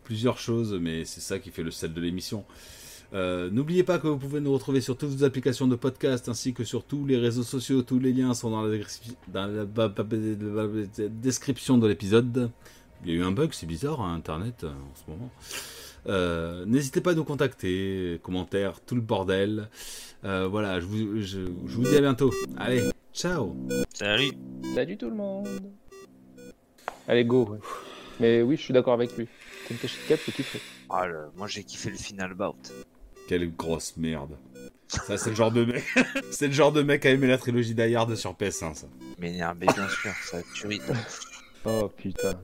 [SPEAKER 4] plusieurs choses, mais c'est ça qui fait le sel de l'émission. Euh, N'oubliez pas que vous pouvez nous retrouver sur toutes vos applications de podcast ainsi que sur tous les réseaux sociaux. Tous les liens sont dans la, description- dans la ba- ba- ba- ba- ba- description de l'épisode. Il y a eu un bug, c'est bizarre, à Internet euh, en ce moment. Euh, N'hésitez pas à nous contacter, commentaires, tout le bordel. Euh, voilà, je vous, je, je vous dis à bientôt. Allez, ciao
[SPEAKER 6] Salut
[SPEAKER 5] Salut tout le monde Allez, go ouais. Mais oui, je suis d'accord avec lui. Tenkashi 4, c'est kiffé.
[SPEAKER 6] Ah, le- Moi j'ai kiffé le final bout.
[SPEAKER 4] Quelle grosse merde. Ça, c'est le genre de mec. (laughs) c'est le genre de mec à aimer la trilogie Die Hard sur PS1, ça.
[SPEAKER 6] Mais bien sûr, ça tue.
[SPEAKER 5] Oh putain.